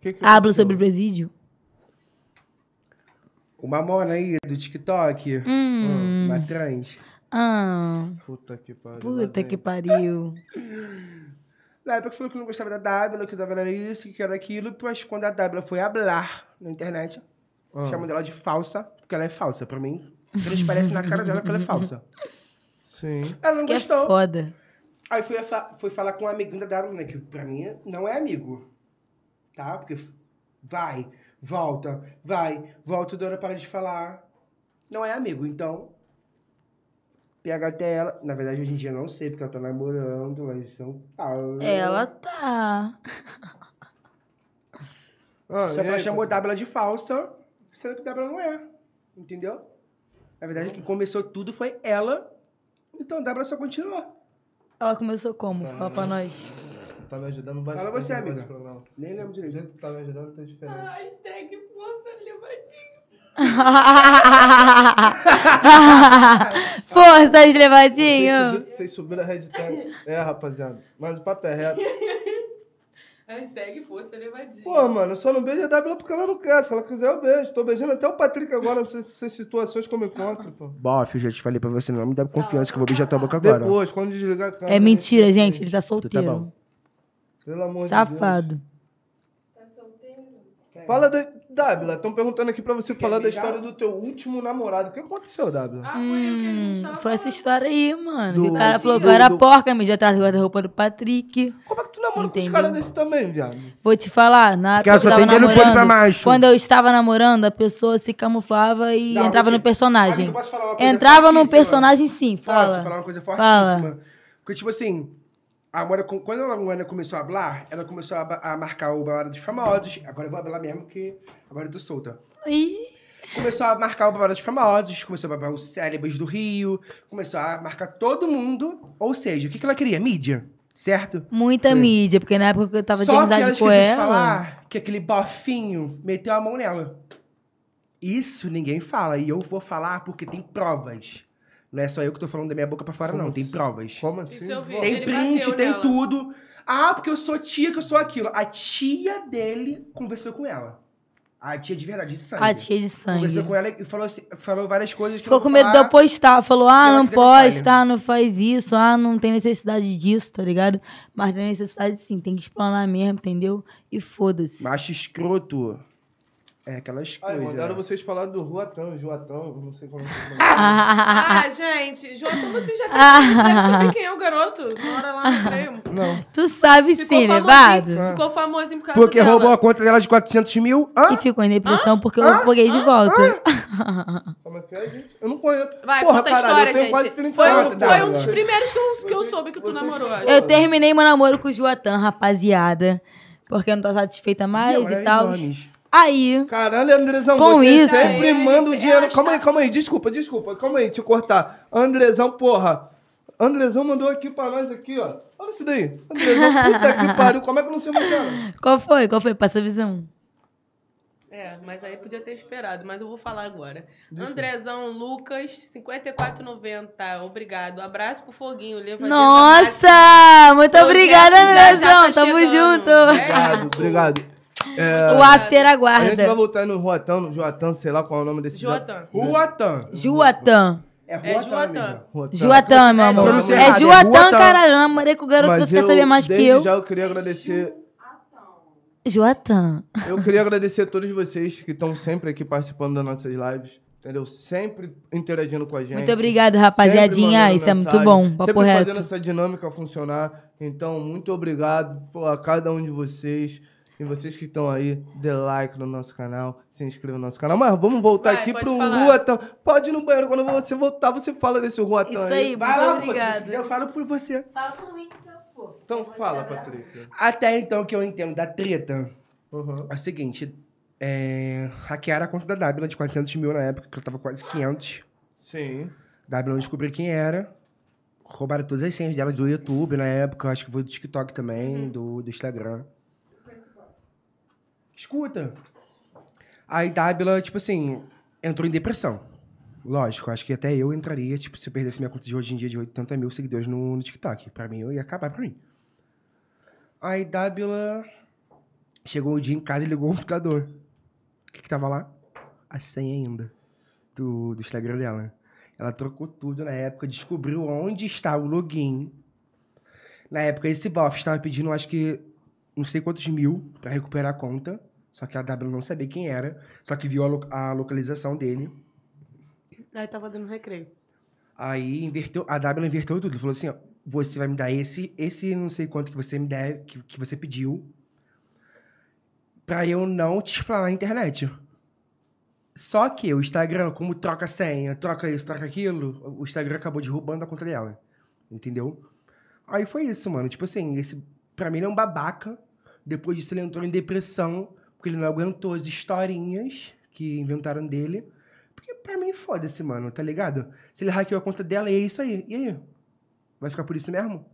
[SPEAKER 1] Que que
[SPEAKER 4] Habla
[SPEAKER 1] aconteceu?
[SPEAKER 4] sobre o presídio.
[SPEAKER 3] Uma mona aí do TikTok.
[SPEAKER 4] Hum.
[SPEAKER 3] Uma trans.
[SPEAKER 4] Ah,
[SPEAKER 1] Puta que pariu.
[SPEAKER 4] puta
[SPEAKER 1] lá
[SPEAKER 4] que
[SPEAKER 1] vem.
[SPEAKER 4] pariu.
[SPEAKER 3] Na época falou que não gostava da Dávila, que o Dávila era isso, que era aquilo, mas quando a Dávila foi hablar na internet,
[SPEAKER 1] Ah.
[SPEAKER 3] chamando ela de falsa, porque ela é falsa. Pra mim, transparece na cara dela que ela é falsa.
[SPEAKER 1] Sim.
[SPEAKER 3] Ela não
[SPEAKER 4] Isso que é
[SPEAKER 3] gostou.
[SPEAKER 4] foda.
[SPEAKER 3] Aí fui, a fa- fui falar com um amiguinho da Débora, né? Que pra mim é- não é amigo. Tá? Porque f- vai, volta, vai, volta, Dora para de falar. Não é amigo, então. Pega até ela. Na verdade, hoje em dia eu não sei, porque ela tá namorando lá em São Paulo.
[SPEAKER 4] É, Ela tá.
[SPEAKER 1] Ah,
[SPEAKER 3] Só
[SPEAKER 1] e
[SPEAKER 3] que ela
[SPEAKER 1] aí,
[SPEAKER 3] chamou Débora de falsa, sendo que Débora não é. Entendeu? Na verdade, quem começou tudo foi ela. Então Débora só continuou.
[SPEAKER 4] Ela começou como? Fala pra nós.
[SPEAKER 1] Tá me ajudando bastante.
[SPEAKER 3] Fala você,
[SPEAKER 1] nesse
[SPEAKER 3] amiga.
[SPEAKER 1] programa.
[SPEAKER 3] Nem lembro
[SPEAKER 1] O
[SPEAKER 3] direito. né?
[SPEAKER 1] jeito que tá me ajudando tá diferente.
[SPEAKER 2] Hashtag força levadinha.
[SPEAKER 4] Força,
[SPEAKER 1] Vocês
[SPEAKER 4] elevadinho.
[SPEAKER 1] subi- Vocês subiram a hashtag. É, rapaziada. Mas o papo é reto.
[SPEAKER 2] Hashtag força elevadinha.
[SPEAKER 1] Pô, mano, eu só não beijo a Débora porque ela não quer. Se ela quiser, eu beijo. Tô beijando até o Patrick agora nessas nessas situações que eu me encontro, pô.
[SPEAKER 3] Bof, já te falei pra você, não me dá confiança que eu vou beijar tua boca agora.
[SPEAKER 1] Depois, quando desligar a câmera.
[SPEAKER 4] É mentira, gente. Ele tá
[SPEAKER 3] Tu tá bom.
[SPEAKER 4] solteiro.
[SPEAKER 1] Pelo amor de Deus.
[SPEAKER 4] Safado.
[SPEAKER 1] Fala da. Dábila, estão perguntando aqui pra você falar da história do teu último namorado. O que aconteceu, Dábila?
[SPEAKER 2] Ah, foi o que a gente tava
[SPEAKER 4] Hum, Foi essa
[SPEAKER 2] falando.
[SPEAKER 4] história aí, mano. que
[SPEAKER 1] Do-
[SPEAKER 4] o cara falou que
[SPEAKER 1] do-
[SPEAKER 4] eu era
[SPEAKER 1] do-
[SPEAKER 4] porca, mijei atrás do guarda-roupa do Patrick.
[SPEAKER 1] Como é que tu namora com os
[SPEAKER 4] Entendi.
[SPEAKER 1] caras desse também, viado?
[SPEAKER 4] Vou te falar, na
[SPEAKER 3] Porque
[SPEAKER 4] época
[SPEAKER 3] ela
[SPEAKER 4] eu
[SPEAKER 3] só
[SPEAKER 4] tava
[SPEAKER 3] tem dedo podre
[SPEAKER 4] namorando,
[SPEAKER 3] pra macho.
[SPEAKER 4] quando eu estava namorando, a pessoa se camuflava e
[SPEAKER 3] Não,
[SPEAKER 4] entrava
[SPEAKER 3] mentira.
[SPEAKER 4] no personagem.
[SPEAKER 3] Amigo, posso falar uma coisa
[SPEAKER 4] Entrava num
[SPEAKER 3] fortíssima?
[SPEAKER 4] personagem sim,
[SPEAKER 3] Posso
[SPEAKER 4] fala.
[SPEAKER 3] falar uma coisa
[SPEAKER 4] Fala.
[SPEAKER 3] fortíssima? Porque, tipo assim, a Moana, com- quando a Moana começou a hablar, ela começou a, ba- a marcar o Balada dos Famosos. Agora eu vou hablar mesmo, que agora eu tô solta.
[SPEAKER 4] Ih,
[SPEAKER 3] Começou a marcar o Balada dos Famosos, começou a babar os cérebros do Rio, começou a marcar todo mundo. Ou seja, o que, que ela queria? Mídia, certo?
[SPEAKER 4] muita mídia, porque na época que eu tava de
[SPEAKER 3] Só que
[SPEAKER 4] amizade
[SPEAKER 3] elas
[SPEAKER 4] com
[SPEAKER 3] queriam
[SPEAKER 4] ela.
[SPEAKER 3] falar que aquele bofinho meteu a mão nela. Isso ninguém fala, e eu vou falar porque tem provas. Não é só eu que tô falando da minha boca pra fora,
[SPEAKER 1] Como
[SPEAKER 3] não. Tem
[SPEAKER 1] assim?
[SPEAKER 3] provas.
[SPEAKER 1] Como assim?
[SPEAKER 2] Isso eu vi.
[SPEAKER 3] Tem
[SPEAKER 2] Ele
[SPEAKER 3] print,
[SPEAKER 2] bateu
[SPEAKER 3] tem
[SPEAKER 2] nela.
[SPEAKER 3] tudo. Ah, porque eu sou tia, que eu sou aquilo. A tia dele conversou com ela. A tia de verdade, de sangue.
[SPEAKER 4] A tia de sangue.
[SPEAKER 3] Conversou com ela e falou, assim- falou várias coisas que eu
[SPEAKER 4] Ficou
[SPEAKER 3] não
[SPEAKER 4] com
[SPEAKER 3] vou
[SPEAKER 4] medo de
[SPEAKER 3] falar.
[SPEAKER 4] eu postar. Falou,
[SPEAKER 3] Se
[SPEAKER 4] ah,
[SPEAKER 3] ela
[SPEAKER 4] não
[SPEAKER 3] quiser que eu fale.
[SPEAKER 4] posta, ah, não faz isso, ah, não tem necessidade disso, tá ligado? Mas tem necessidade sim, tem que explanar mesmo, entendeu? E foda-se.
[SPEAKER 3] Macho escroto. É aquelas
[SPEAKER 1] Ai,
[SPEAKER 3] coisas.
[SPEAKER 1] mandaram vocês falar do Ruatão, Joatão, não sei como é que chama.
[SPEAKER 2] Ah, gente, João, você já tem sabe quem é o garoto? Mora lá no Grêmio.
[SPEAKER 1] Não.
[SPEAKER 4] tu sabe
[SPEAKER 2] Ficou
[SPEAKER 4] sim, levado.
[SPEAKER 2] famosinho,
[SPEAKER 1] Ah.
[SPEAKER 2] ficou famosinho por causa
[SPEAKER 3] Porque
[SPEAKER 2] dela.
[SPEAKER 3] roubou a conta dela de 400 mil. Hã?
[SPEAKER 4] E ficou em depressão porque eu paguei de volta.
[SPEAKER 1] Como é que é, gente? Eu não conheço.
[SPEAKER 2] Vai,
[SPEAKER 1] Porra,
[SPEAKER 2] conta
[SPEAKER 1] caralho,
[SPEAKER 2] a história,
[SPEAKER 1] eu tenho
[SPEAKER 2] gente.
[SPEAKER 1] quase 30
[SPEAKER 2] foi, um-
[SPEAKER 1] anos,
[SPEAKER 2] foi um dos
[SPEAKER 1] Dábila.
[SPEAKER 2] primeiros que eu, que eu
[SPEAKER 1] Você-
[SPEAKER 2] soube que
[SPEAKER 1] você-
[SPEAKER 2] tu namorou. acho.
[SPEAKER 4] Eu terminei meu namoro com o Joatan, rapaziada. Porque eu não tava satisfeita
[SPEAKER 3] Ih,
[SPEAKER 4] mais
[SPEAKER 3] olha
[SPEAKER 4] e
[SPEAKER 3] aí,
[SPEAKER 4] tal.
[SPEAKER 3] nomes.
[SPEAKER 4] Aí,
[SPEAKER 1] Caralho, Andrezão,
[SPEAKER 4] Com
[SPEAKER 1] você
[SPEAKER 4] isso-
[SPEAKER 1] sempre
[SPEAKER 2] É,
[SPEAKER 1] manda o
[SPEAKER 3] um
[SPEAKER 2] é
[SPEAKER 1] dinheiro.
[SPEAKER 2] achar-
[SPEAKER 1] Calma aí, calma aí. Desculpa, desculpa. Calma aí, te cortar. Andrezão, porra. Andrezão mandou aqui pra nós aqui, ó. Olha isso daí. Andrezão, puta que pariu. Como é que não se emociona?
[SPEAKER 4] qual foi? Qual foi? Passa a visão.
[SPEAKER 2] É, mas aí podia ter esperado, mas eu vou falar agora. Andrezão Lucas, 54,90. Obrigado. Abraço pro Foguinho. Leva
[SPEAKER 4] Nossa! Muito
[SPEAKER 2] Projeto
[SPEAKER 4] obrigada,
[SPEAKER 2] já, já tá
[SPEAKER 4] Andrezão. Tamo
[SPEAKER 2] chegando.
[SPEAKER 4] junto.
[SPEAKER 2] É.
[SPEAKER 1] Obrigado,
[SPEAKER 2] isso.
[SPEAKER 1] obrigado. É,
[SPEAKER 4] O After
[SPEAKER 1] a gente vai
[SPEAKER 4] aguarda.
[SPEAKER 1] voltar no Roatão, no Joatão, sei lá qual é o nome desse
[SPEAKER 2] Jotan.
[SPEAKER 3] Ruatan.
[SPEAKER 1] Tá.
[SPEAKER 4] Juatan.
[SPEAKER 3] É
[SPEAKER 2] É
[SPEAKER 3] Ruatan,
[SPEAKER 2] Jotan.
[SPEAKER 3] amiga.
[SPEAKER 4] Juatan, meu
[SPEAKER 2] É
[SPEAKER 4] amor.
[SPEAKER 3] Joatan.
[SPEAKER 4] É
[SPEAKER 3] É
[SPEAKER 4] Juatan,
[SPEAKER 3] Joatan.
[SPEAKER 4] caralho. Eu namorei com o garoto que
[SPEAKER 1] Mas
[SPEAKER 4] você quer saber mais que
[SPEAKER 1] desde
[SPEAKER 4] eu.
[SPEAKER 1] já eu queria agradecer
[SPEAKER 4] Juatan.
[SPEAKER 1] Eu queria agradecer a todos vocês que estão sempre aqui participando das nossas lives, entendeu? Sempre interagindo com a gente.
[SPEAKER 4] Muito obrigado, rapaziadinha.
[SPEAKER 1] Sempre mandando
[SPEAKER 4] Isso é muito
[SPEAKER 1] mensagem,
[SPEAKER 4] bom. Papo
[SPEAKER 1] sempre fazendo
[SPEAKER 4] reto.
[SPEAKER 1] essa dinâmica funcionar. Então, muito obrigado pô, a cada um de vocês. E vocês que estão aí, dê like no nosso canal, se inscreva no nosso canal. Mas vamos voltar
[SPEAKER 2] Vai,
[SPEAKER 1] aqui
[SPEAKER 2] pode
[SPEAKER 1] pro
[SPEAKER 2] falar.
[SPEAKER 1] Ruatão. Pode ir no banheiro, quando você voltar, você fala desse Ruatão
[SPEAKER 4] Isso aí,
[SPEAKER 3] Vai lá,
[SPEAKER 4] muito
[SPEAKER 3] pô, se você
[SPEAKER 4] obrigado.
[SPEAKER 3] quiser, eu falo por você.
[SPEAKER 4] Fala por mim, então, pô.
[SPEAKER 1] Então fala, Patrícia.
[SPEAKER 3] Até então que eu entendo da treta.
[SPEAKER 1] Uhum.
[SPEAKER 3] É o seguinte, é, hackearam a conta da Dábila de 400 mil na época, que eu tava quase 500.
[SPEAKER 1] Sim.
[SPEAKER 3] Dábila não descobriu quem era. Roubaram todas as senhas dela do YouTube na época, acho que foi do TikTok também, do, do Instagram. Escuta. Aí Dábila, tipo assim, entrou em depressão. Lógico, acho que até eu entraria, tipo, se eu perdesse minha conta de hoje em dia de 80 mil seguidores no, no TikTok. Pra mim, eu ia acabar pra mim. Aí Dábila chegou um dia em casa e ligou o computador. O que que tava lá? A senha ainda do, do Instagram dela. Ela trocou tudo na época, descobriu onde está o login. Na época, esse bof estava pedindo, acho que, não sei quantos mil pra recuperar a conta. Só que a W não sabia quem era. Só que viu a, lo- a localização dele.
[SPEAKER 2] Aí tava dando recreio.
[SPEAKER 3] Aí inverteu, a W inverteu tudo. Falou assim, ó, você vai me dar esse, esse não sei quanto que você me deve, que, que você pediu, pra eu não te explanar na internet. Só que o Instagram, como troca senha, troca isso, troca aquilo, o Instagram acabou derrubando a conta dela. Entendeu? Aí foi isso, mano. Tipo assim, esse pra mim ele é um babaca. Depois disso ele entrou em depressão, porque ele não aguentou as historinhas que inventaram dele. Porque pra mim foda-se, mano, tá ligado? Se ele hackeou a conta dela, e é isso aí. E aí? Vai ficar por isso mesmo?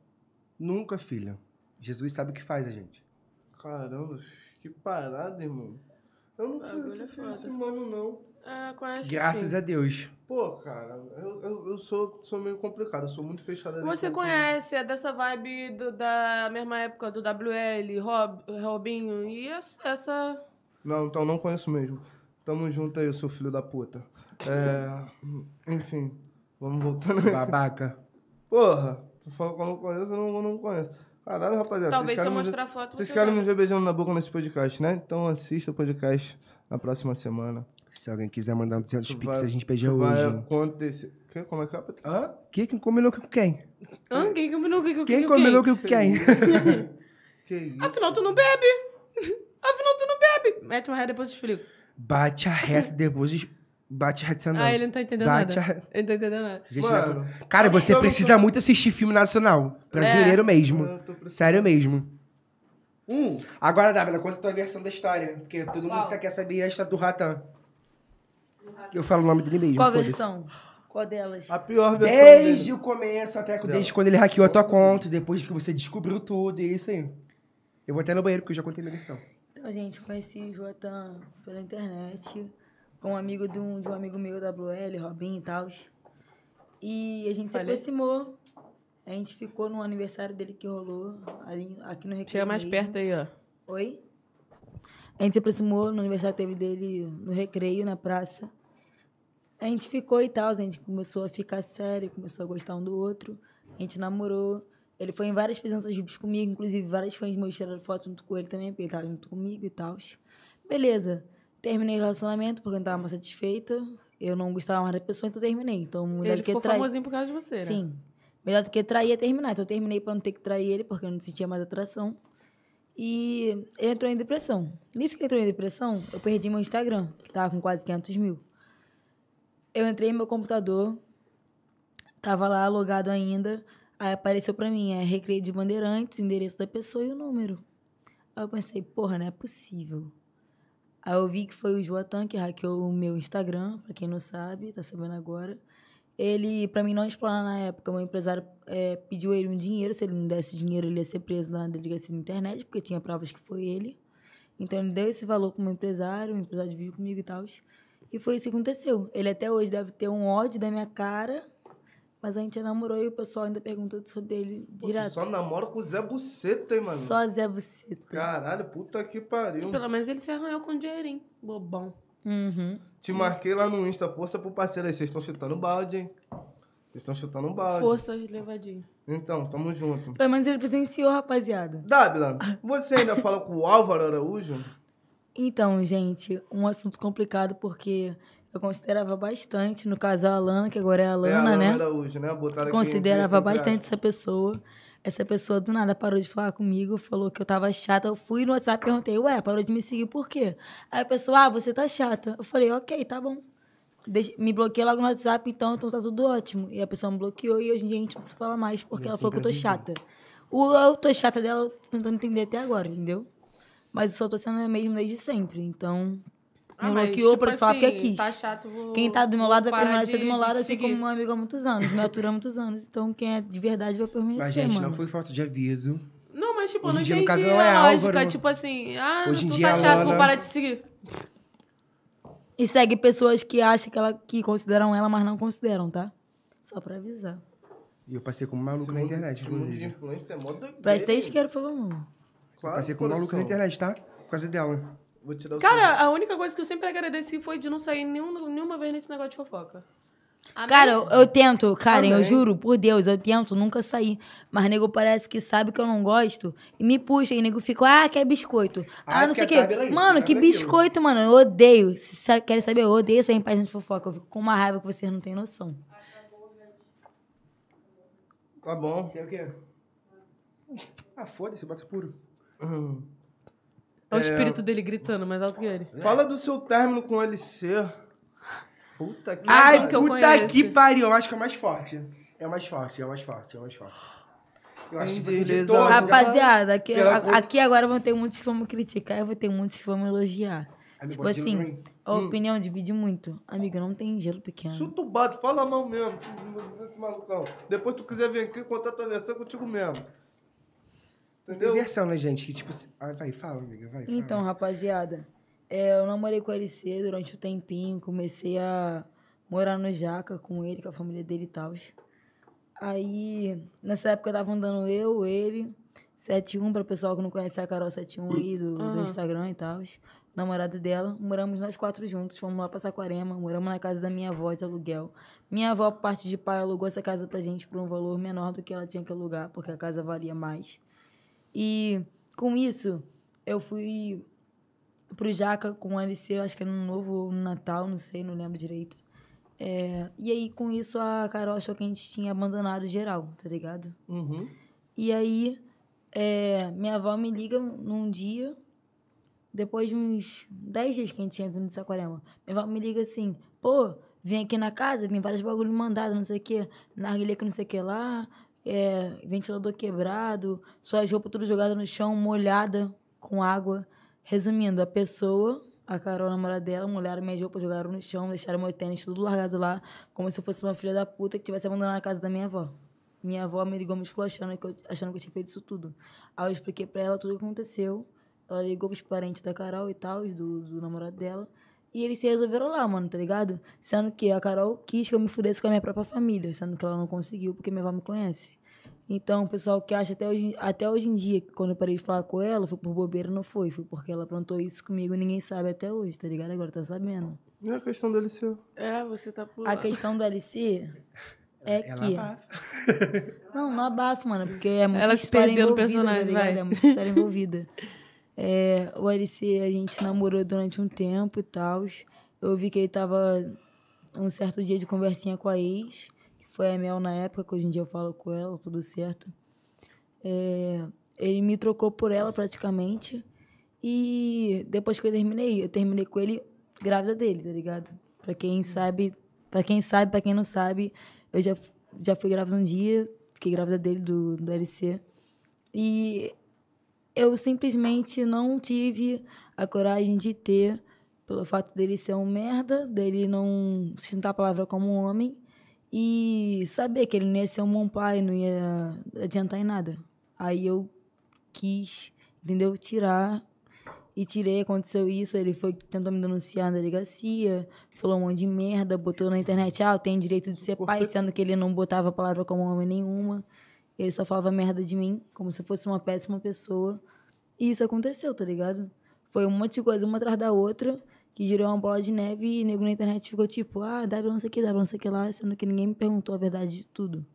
[SPEAKER 3] Nunca, filha. Jesus sabe o que faz a gente.
[SPEAKER 1] Caramba, que parada, irmão. Eu não
[SPEAKER 2] Bagulho é
[SPEAKER 1] conheço
[SPEAKER 2] foda.
[SPEAKER 1] esse mano, não.
[SPEAKER 2] É, conhece
[SPEAKER 3] Graças a Deus.
[SPEAKER 1] Pô, cara, eu, eu, eu sou, sou meio complicado, eu sou muito fechado ali.
[SPEAKER 2] Você
[SPEAKER 1] com-
[SPEAKER 2] conhece, é dessa vibe do- da mesma época do WL, Rob, Robinho, e es- essa.
[SPEAKER 1] Não, então não conheço mesmo. Tamo junto aí, seu filho da puta. É. Enfim, vamos voltando aí.
[SPEAKER 3] Babaca.
[SPEAKER 1] Porra, tu falou que eu não conheço, eu não, eu não conheço. Caralho, rapaziada.
[SPEAKER 2] Talvez
[SPEAKER 1] vocês
[SPEAKER 2] se
[SPEAKER 1] querem
[SPEAKER 2] eu
[SPEAKER 1] me ver-
[SPEAKER 2] mostrar a foto.
[SPEAKER 1] Vocês
[SPEAKER 2] você
[SPEAKER 1] querem
[SPEAKER 2] vai.
[SPEAKER 1] me ver beijando na boca nesse podcast, né? Então assista o podcast na próxima semana.
[SPEAKER 3] Se alguém quiser mandar um 200
[SPEAKER 1] Tu
[SPEAKER 3] pix,
[SPEAKER 1] vai-
[SPEAKER 3] a gente beija
[SPEAKER 1] Vai
[SPEAKER 3] é hoje. hein?
[SPEAKER 1] acontecer. Que? Como é que é? Patrick?
[SPEAKER 3] Hã? Que, quem combinou com quem?
[SPEAKER 2] Hã? Quem combinou com quem?
[SPEAKER 3] Quem
[SPEAKER 2] com
[SPEAKER 3] combinou com quem?
[SPEAKER 1] Que isso?
[SPEAKER 2] Afinal, tu não bebe! Afinal, tu não bebe! Mete uma ré, depois eu te explico.
[SPEAKER 3] Bate a reta depois. es- Bate a reta
[SPEAKER 2] Ah,
[SPEAKER 3] sendo.
[SPEAKER 2] ele não tá entendendo
[SPEAKER 3] Bate
[SPEAKER 2] nada.
[SPEAKER 3] a-
[SPEAKER 2] Ele não tá entendendo nada.
[SPEAKER 3] Gente,
[SPEAKER 1] Mano,
[SPEAKER 3] né? Cara, você
[SPEAKER 1] eu não
[SPEAKER 3] precisa muito assistir filme nacional. Brasileiro mesmo.
[SPEAKER 1] eu tô precisando.
[SPEAKER 3] Sério mesmo.
[SPEAKER 1] Um,
[SPEAKER 3] Agora, Dávila, conta a tua versão da história. Porque todo mundo só quer saber a história do Ratan. Eu falo o nome dele mesmo.
[SPEAKER 4] Qual a
[SPEAKER 3] foda-se.
[SPEAKER 4] versão? Qual delas?
[SPEAKER 1] a pior versão
[SPEAKER 3] Desde
[SPEAKER 1] dele.
[SPEAKER 3] o começo até
[SPEAKER 1] Dela.
[SPEAKER 3] desde quando ele hackeou a tua conta, depois que você descobriu tudo, e é isso aí. Eu vou até no banheiro, porque eu já contei minha versão.
[SPEAKER 4] Então, gente, conheci o Joatan pela internet, com um amigo de um, de um amigo meu, WL, Robin e tal. E a gente se
[SPEAKER 2] Falei.
[SPEAKER 4] aproximou. A gente ficou no aniversário dele que rolou, ali, aqui no Recreio.
[SPEAKER 2] Chega mais
[SPEAKER 4] mesmo.
[SPEAKER 2] perto aí, ó.
[SPEAKER 4] Oi? A gente se aproximou no aniversário que teve dele no recreio, na praça. A gente ficou e tal, a gente começou a ficar sério, começou a gostar um do outro. A gente namorou. Ele foi em várias presenças juntos comigo, inclusive várias fãs mostraram foto junto com ele também, porque ele tava junto comigo e tal. Beleza. Terminei o relacionamento porque eu não tava mais satisfeita. Eu não gostava mais da pessoa, então terminei. Então, mulher
[SPEAKER 2] Ele
[SPEAKER 4] que
[SPEAKER 2] ficou
[SPEAKER 4] trai.
[SPEAKER 2] famosinho por causa de você, né?
[SPEAKER 4] Sim. Melhor do que trair é terminar. Então eu terminei pra não ter que trair ele, porque eu não sentia mais atração. E ele entrou em depressão. Nisso que ele entrou em depressão, eu perdi meu Instagram, que tava com quase 500 mil. Eu entrei no meu computador, tava lá logado ainda. Aí apareceu pra mim, é Recreio de Bandeirantes, o endereço da pessoa e o número. Aí eu pensei, porra, não é possível. Aí eu vi que foi o Joatan que hackeou o meu Instagram, pra quem não sabe, tá sabendo agora. Ele, pra mim não explanar na época, meu empresário eh, pediu ele um dinheiro, se ele não desse o dinheiro ele ia ser preso na delegacia da internet, porque tinha provas que foi ele. Então ele deu esse valor pro meu empresário, o empresário dividiu comigo e tal. E foi isso que aconteceu. Ele até hoje deve ter um ódio da minha cara, mas a gente namorou e o pessoal ainda pergunta sobre ele
[SPEAKER 1] Pô, tu
[SPEAKER 4] direto.
[SPEAKER 1] Só namora com o Zé Buceta, hein, mano?
[SPEAKER 4] Só Zé Buceta.
[SPEAKER 1] Caralho, puta que pariu.
[SPEAKER 2] Pelo menos ele se arranhou com um dinheirinho. Bobão.
[SPEAKER 4] Uhum.
[SPEAKER 1] Te marquei lá no Insta, força pro parceiro aí. Vocês estão chutando um balde, hein? Vocês estão chutando um balde.
[SPEAKER 2] Forças levadinho.
[SPEAKER 1] Então, tamo junto.
[SPEAKER 4] Pelo menos ele presenciou, rapaziada.
[SPEAKER 1] Dávila, você ainda fala com o Álvaro Araújo?
[SPEAKER 4] Então, gente, um assunto complicado porque eu considerava bastante, no caso a Alana, que agora é a Alana,
[SPEAKER 1] é, Alana
[SPEAKER 4] né?
[SPEAKER 1] Araújo, né? Botaram aqui
[SPEAKER 4] Considerava
[SPEAKER 1] entre- entre
[SPEAKER 4] bastante essa pessoa. Essa pessoa do nada parou de falar comigo, falou que eu tava chata. Eu fui no WhatsApp e perguntei, ué, parou de me seguir por quê? Aí a pessoa, ah, você tá chata. Eu falei, ok, tá bom. Deixa- me bloqueei logo no WhatsApp, então, então tá tudo ótimo. E a pessoa me bloqueou e hoje em dia a gente não se fala mais, porque
[SPEAKER 3] E
[SPEAKER 4] ela
[SPEAKER 3] assim
[SPEAKER 4] falou que eu tô
[SPEAKER 3] pra
[SPEAKER 4] chata. O eu tô chata dela, eu tô tentando entender até agora, entendeu? Mas eu só tô sendo eu mesma desde sempre, então.
[SPEAKER 2] Ah,
[SPEAKER 4] Me bloqueou pra falar porque quis.
[SPEAKER 2] Tá chato, vou...
[SPEAKER 4] é Quem tá do meu lado vai
[SPEAKER 2] parar
[SPEAKER 4] permanecer
[SPEAKER 2] de-
[SPEAKER 4] do meu
[SPEAKER 2] de
[SPEAKER 4] lado,
[SPEAKER 2] te
[SPEAKER 4] assim
[SPEAKER 2] seguir.
[SPEAKER 4] como meu amigo há muitos anos, minha altura há muitos anos. Então, quem é de verdade vai permanecer,
[SPEAKER 3] Mas, gente,
[SPEAKER 4] mano.
[SPEAKER 3] não foi falta de aviso.
[SPEAKER 2] Não, mas tipo, eu
[SPEAKER 3] Hoje
[SPEAKER 2] não
[SPEAKER 3] em dia, no
[SPEAKER 2] entendi
[SPEAKER 3] caso,
[SPEAKER 2] a
[SPEAKER 3] não é
[SPEAKER 2] lógica.
[SPEAKER 3] Álvaro.
[SPEAKER 2] Tipo assim, ah,
[SPEAKER 3] Hoje em
[SPEAKER 2] tu
[SPEAKER 3] dia, é
[SPEAKER 2] tá
[SPEAKER 3] a
[SPEAKER 2] chato, vou
[SPEAKER 3] Lana-
[SPEAKER 2] parar de te seguir.
[SPEAKER 4] E segue pessoas que acham que, ela, que consideram ela, mas não consideram, tá? Só pra avisar.
[SPEAKER 3] E eu passei como
[SPEAKER 1] Esse
[SPEAKER 3] maluco na
[SPEAKER 1] mundo-
[SPEAKER 3] internet,
[SPEAKER 1] esse mundo de
[SPEAKER 3] inclusive.
[SPEAKER 1] influência é mó doideira,
[SPEAKER 4] Presta
[SPEAKER 1] hein?
[SPEAKER 4] isqueiro, por favor.
[SPEAKER 3] Eu
[SPEAKER 1] Claro,
[SPEAKER 3] passei como maluco na
[SPEAKER 1] coração.
[SPEAKER 3] internet, tá? Por causa dela.
[SPEAKER 1] Vou tirar o celular.
[SPEAKER 2] Cara, a única coisa que eu sempre agradeci foi de não sair nenhum, nenhuma vez nesse negócio de fofoca. Amém?
[SPEAKER 4] Cara, eu, eu tento, Karen, eu
[SPEAKER 1] Amém.
[SPEAKER 4] juro, por Deus, eu tento nunca sair. Mas nego parece que sabe que eu não gosto e me puxa. E nego fica, ah, quer biscoito. Ah,
[SPEAKER 3] Ah,
[SPEAKER 4] não sei o
[SPEAKER 3] porque
[SPEAKER 4] quê.
[SPEAKER 3] a Tabela é isso,
[SPEAKER 4] mano,
[SPEAKER 1] a
[SPEAKER 4] que
[SPEAKER 1] Tabela é aquilo.
[SPEAKER 4] biscoito, mano. Eu odeio. Se sa- querem saber, eu odeio sair em página de fofoca. Eu fico com uma raiva que vocês não têm noção.
[SPEAKER 1] Tá bom.
[SPEAKER 3] Tem o quê? Ah, foda-se, bota puro.
[SPEAKER 1] Hum.
[SPEAKER 2] É o espírito dele gritando mais alto que ele.
[SPEAKER 3] É.
[SPEAKER 1] Fala do seu término com o LC. Puta que
[SPEAKER 2] Ai,
[SPEAKER 1] pariu.
[SPEAKER 2] que eu
[SPEAKER 3] puta
[SPEAKER 2] conheço.
[SPEAKER 3] que pariu. Eu acho que é o mais forte. É o mais forte, é o mais forte, é o mais forte. Eu acho que tipo, assim, de
[SPEAKER 1] Beleza.
[SPEAKER 3] todos, é o-
[SPEAKER 4] Rapaziada, aqui,
[SPEAKER 3] Pela
[SPEAKER 4] a-
[SPEAKER 3] conta-
[SPEAKER 4] aqui agora vão ter muitos que vão me criticar e vão ter muitos que vão me elogiar.
[SPEAKER 3] Amigo,
[SPEAKER 4] tipo
[SPEAKER 3] bota gelo
[SPEAKER 4] assim,
[SPEAKER 3] pra mim.
[SPEAKER 4] A opinião divide muito. Amigo, não tem gelo
[SPEAKER 3] né?
[SPEAKER 4] pequeno.
[SPEAKER 1] Chuta o bato, fala mal mesmo, esse- esse malucão. Depois tu quiser vir aqui contar tua versão contigo mesmo.
[SPEAKER 3] Não tem
[SPEAKER 1] Entendeu?
[SPEAKER 3] versão, né, gente? Que tipo assim. Ah, vai, fala, amiga, vai. fala.
[SPEAKER 4] Então, rapaziada, É, eu namorei com ele cedo, durante um tempinho. Comecei a morar no Jaca com ele, com a família dele e tal. Aí, nessa época, tava andando eu, ele, 71, pra pessoal que não conhece a Carol 71 aí do, do
[SPEAKER 8] Aham.
[SPEAKER 4] Instagram e tal. Namorado dela, moramos nós quatro juntos, fomos lá pra Saquarema, moramos na casa da minha avó de aluguel. Minha avó, por parte de pai, alugou essa casa pra gente por um valor menor do que ela tinha que alugar, porque a casa valia mais. E com isso, eu fui pro Jaca com o LC, acho que era no Novo ou no Natal, não sei, não lembro direito. É, e aí, com isso, a Carol achou que a gente tinha abandonado geral, tá ligado?
[SPEAKER 3] é-
[SPEAKER 1] Uhum.
[SPEAKER 4] E aí, é, minha avó me liga num dia, depois de uns 10 dias que a gente tinha vindo de Saquarema. Minha avó me liga assim, pô, vem aqui na casa, tem vários bagulho mandado, não sei o quê, narguilé que não sei o que lá, é, ventilador quebrado, suas roupas tudo jogada no chão, molhada, com água. Resumindo, a pessoa, a Carol, a namorada dela, molharam minhas roupas, jogaram no chão, deixaram meu tênis tudo largado lá, como se eu fosse uma filha da puta que tivesse abandonado a casa da minha avó. Minha avó me ligou me esculachando, que eu- achando que eu tinha feito isso tudo. Aí eu expliquei pra ela tudo o que aconteceu. Ela ligou pros parentes da Carol e tal, do, do namorado dela. E eles se resolveram lá, mano, tá ligado? Sendo que a Carol quis que eu me fudesse com a minha própria família, sendo que ela não conseguiu, porque minha avó me conhece. Então, o pessoal que acha até hoje, até hoje em dia, que quando eu parei de falar com ela, foi por bobeira, não foi. Foi porque ela plantou isso comigo e ninguém sabe até hoje, tá ligado? Agora tá sabendo.
[SPEAKER 1] E a questão do LCU?
[SPEAKER 2] É, você tá por
[SPEAKER 4] A questão do LC é
[SPEAKER 3] Ela tá
[SPEAKER 4] que. Não, não abafa, mano, porque é muita
[SPEAKER 8] Ela se
[SPEAKER 4] história
[SPEAKER 8] perdeu no
[SPEAKER 4] envolvida,
[SPEAKER 8] personagem,
[SPEAKER 4] tá ligado?
[SPEAKER 8] vai.
[SPEAKER 4] É muita história envolvida. É, o LC a gente namorou durante um tempo e tal. Eu vi que ele tava um certo dia de conversinha com a ex, que foi a Mel na época, que hoje em dia eu falo com ela, tudo certo. É, ele me trocou por ela praticamente. E depois que eu terminei, eu terminei com ele grávida dele, tá ligado? Pra quem sabe, pra quem sabe, pra quem não sabe, eu já, já fui grávida um dia, fiquei grávida dele do, do LC. E eu simplesmente não tive a coragem de ter, pelo fato dele ser um merda, dele não sustentar a palavra como um homem e saber que ele não ia ser um bom pai, não ia adiantar em nada. Aí eu quis, entendeu? Tirar. E tirei, aconteceu isso, ele foi tentou me denunciar na delegacia, falou um monte de merda, botou na internet, ah, eu tenho direito de ser pai, sendo que ele não botava a palavra como homem nenhuma. Ele só falava merda de mim, como se eu fosse uma péssima pessoa. E isso aconteceu, tá ligado? Foi um monte de coisa, uma atrás da outra, que girou uma bola de neve e nego na internet ficou tipo, ah, W não sei o que, W não sei o que lá, sendo que ninguém me perguntou a verdade de tudo.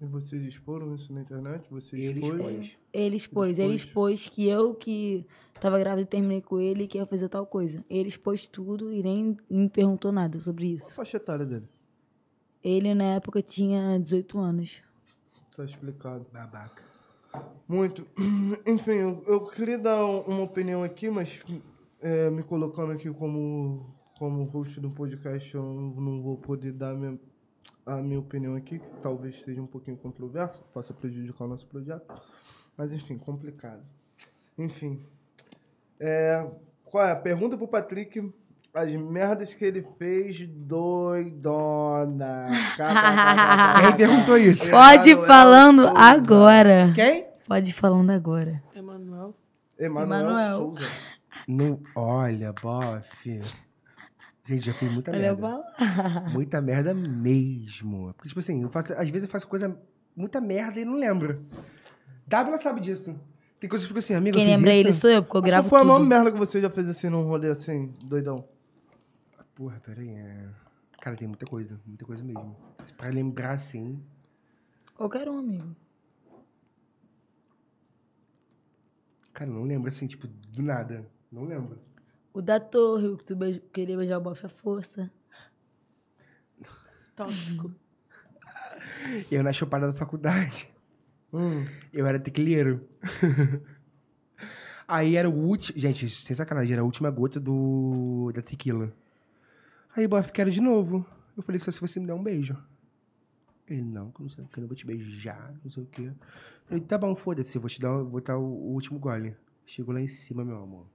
[SPEAKER 1] E vocês exporam isso na internet? Você
[SPEAKER 3] Ele
[SPEAKER 1] expôs?
[SPEAKER 3] expôs.
[SPEAKER 4] Ele expôs, ele expôs que eu que tava grávida e terminei com ele que ia fazer tal coisa. Ele expôs tudo e nem me perguntou nada sobre
[SPEAKER 1] Qual a
[SPEAKER 4] isso.
[SPEAKER 1] faixa etária dele?
[SPEAKER 4] Ele na época tinha 18 anos.
[SPEAKER 1] Tá explicado.
[SPEAKER 3] Babaca.
[SPEAKER 1] Muito. Enfim, eu, eu queria dar um- uma opinião aqui, mas é, me colocando aqui como, como host do podcast, eu não, não vou poder dar minha, a minha opinião aqui, que talvez seja um pouquinho controversa, possa prejudicar o nosso projeto. Mas, enfim, complicado. Enfim. É, qual é? Pergunta pro Patrick as merdas que ele fez doidona.
[SPEAKER 3] Quem perguntou isso?
[SPEAKER 4] Pode ir
[SPEAKER 1] Emanuel
[SPEAKER 4] falando
[SPEAKER 1] Souza.
[SPEAKER 4] agora.
[SPEAKER 3] Quem?
[SPEAKER 4] Pode ir falando agora.
[SPEAKER 2] Emanuel.
[SPEAKER 1] Emanuel
[SPEAKER 4] Emanuel.
[SPEAKER 1] Souza.
[SPEAKER 3] Não, olha, bofe. Gente, já fiz muita
[SPEAKER 4] é
[SPEAKER 3] merda. Muita merda mesmo. Porque, tipo assim, eu faço, às vezes eu faço coisa, muita merda e não lembro. W sabe disso. Tem coisas que ficam assim, amigo,
[SPEAKER 4] Quem
[SPEAKER 3] eu fiz
[SPEAKER 4] lembra
[SPEAKER 3] isso.
[SPEAKER 4] ele sou eu, porque eu
[SPEAKER 1] Mas
[SPEAKER 4] gravo
[SPEAKER 1] qual foi a maior
[SPEAKER 4] tudo.
[SPEAKER 1] merda que você já fez assim num rolê assim, doidão?
[SPEAKER 3] Porra, peraí. é. Cara, tem muita coisa, muita coisa mesmo. Pra lembrar, assim...
[SPEAKER 4] Qualquer um, amigo.
[SPEAKER 3] Cara, eu não lembro, assim, tipo, do nada. Não lembro.
[SPEAKER 4] O da torre, o que tu beij... queria beijar o bofe à força.
[SPEAKER 2] Tá, Tóxico.
[SPEAKER 3] Eu na chupada da faculdade.
[SPEAKER 1] Hum,
[SPEAKER 3] Eu era tecleiro. Aí era o último. Gente, sem sacanagem, era a última gota do. da tequila. Aí o bofe quero de novo. Eu falei, só se você me der um beijo. Ele, não, que eu não sei o que, eu não vou te beijar, não sei o que. Falei, tá bom, foda-se, eu vou te dar, vou dar o, o último gole. Chegou lá em cima, meu amor.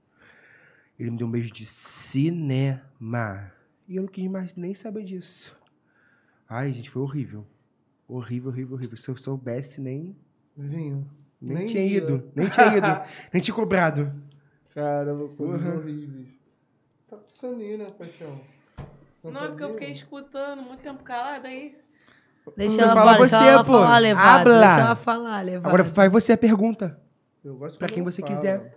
[SPEAKER 3] Ele me deu um beijo de cinema. E eu não quis mais nem saber disso. Ai, gente, foi horrível. Horrível, horrível, horrível. Se eu soubesse, nem
[SPEAKER 1] vinho.
[SPEAKER 3] nem,
[SPEAKER 1] Nem
[SPEAKER 3] tinha
[SPEAKER 1] ia.
[SPEAKER 3] ido, nem tinha ido, nem tinha cobrado.
[SPEAKER 1] Caramba, coisas
[SPEAKER 3] Porra.
[SPEAKER 1] horríveis. Tá pensando aí, né, paixão? Tá
[SPEAKER 2] Não, é porque eu fiquei escutando muito tempo calada aí.
[SPEAKER 4] Deixa
[SPEAKER 3] Não
[SPEAKER 4] ela
[SPEAKER 3] fala
[SPEAKER 4] falar, deixa
[SPEAKER 3] você,
[SPEAKER 4] ela
[SPEAKER 3] pô.
[SPEAKER 4] falar, levado.
[SPEAKER 3] Habla.
[SPEAKER 4] Deixa ela falar, levado.
[SPEAKER 3] Agora faz você a pergunta.
[SPEAKER 1] Eu gosto
[SPEAKER 3] Pra
[SPEAKER 1] quando
[SPEAKER 3] quem
[SPEAKER 1] eu
[SPEAKER 3] você
[SPEAKER 1] falo.
[SPEAKER 3] quiser.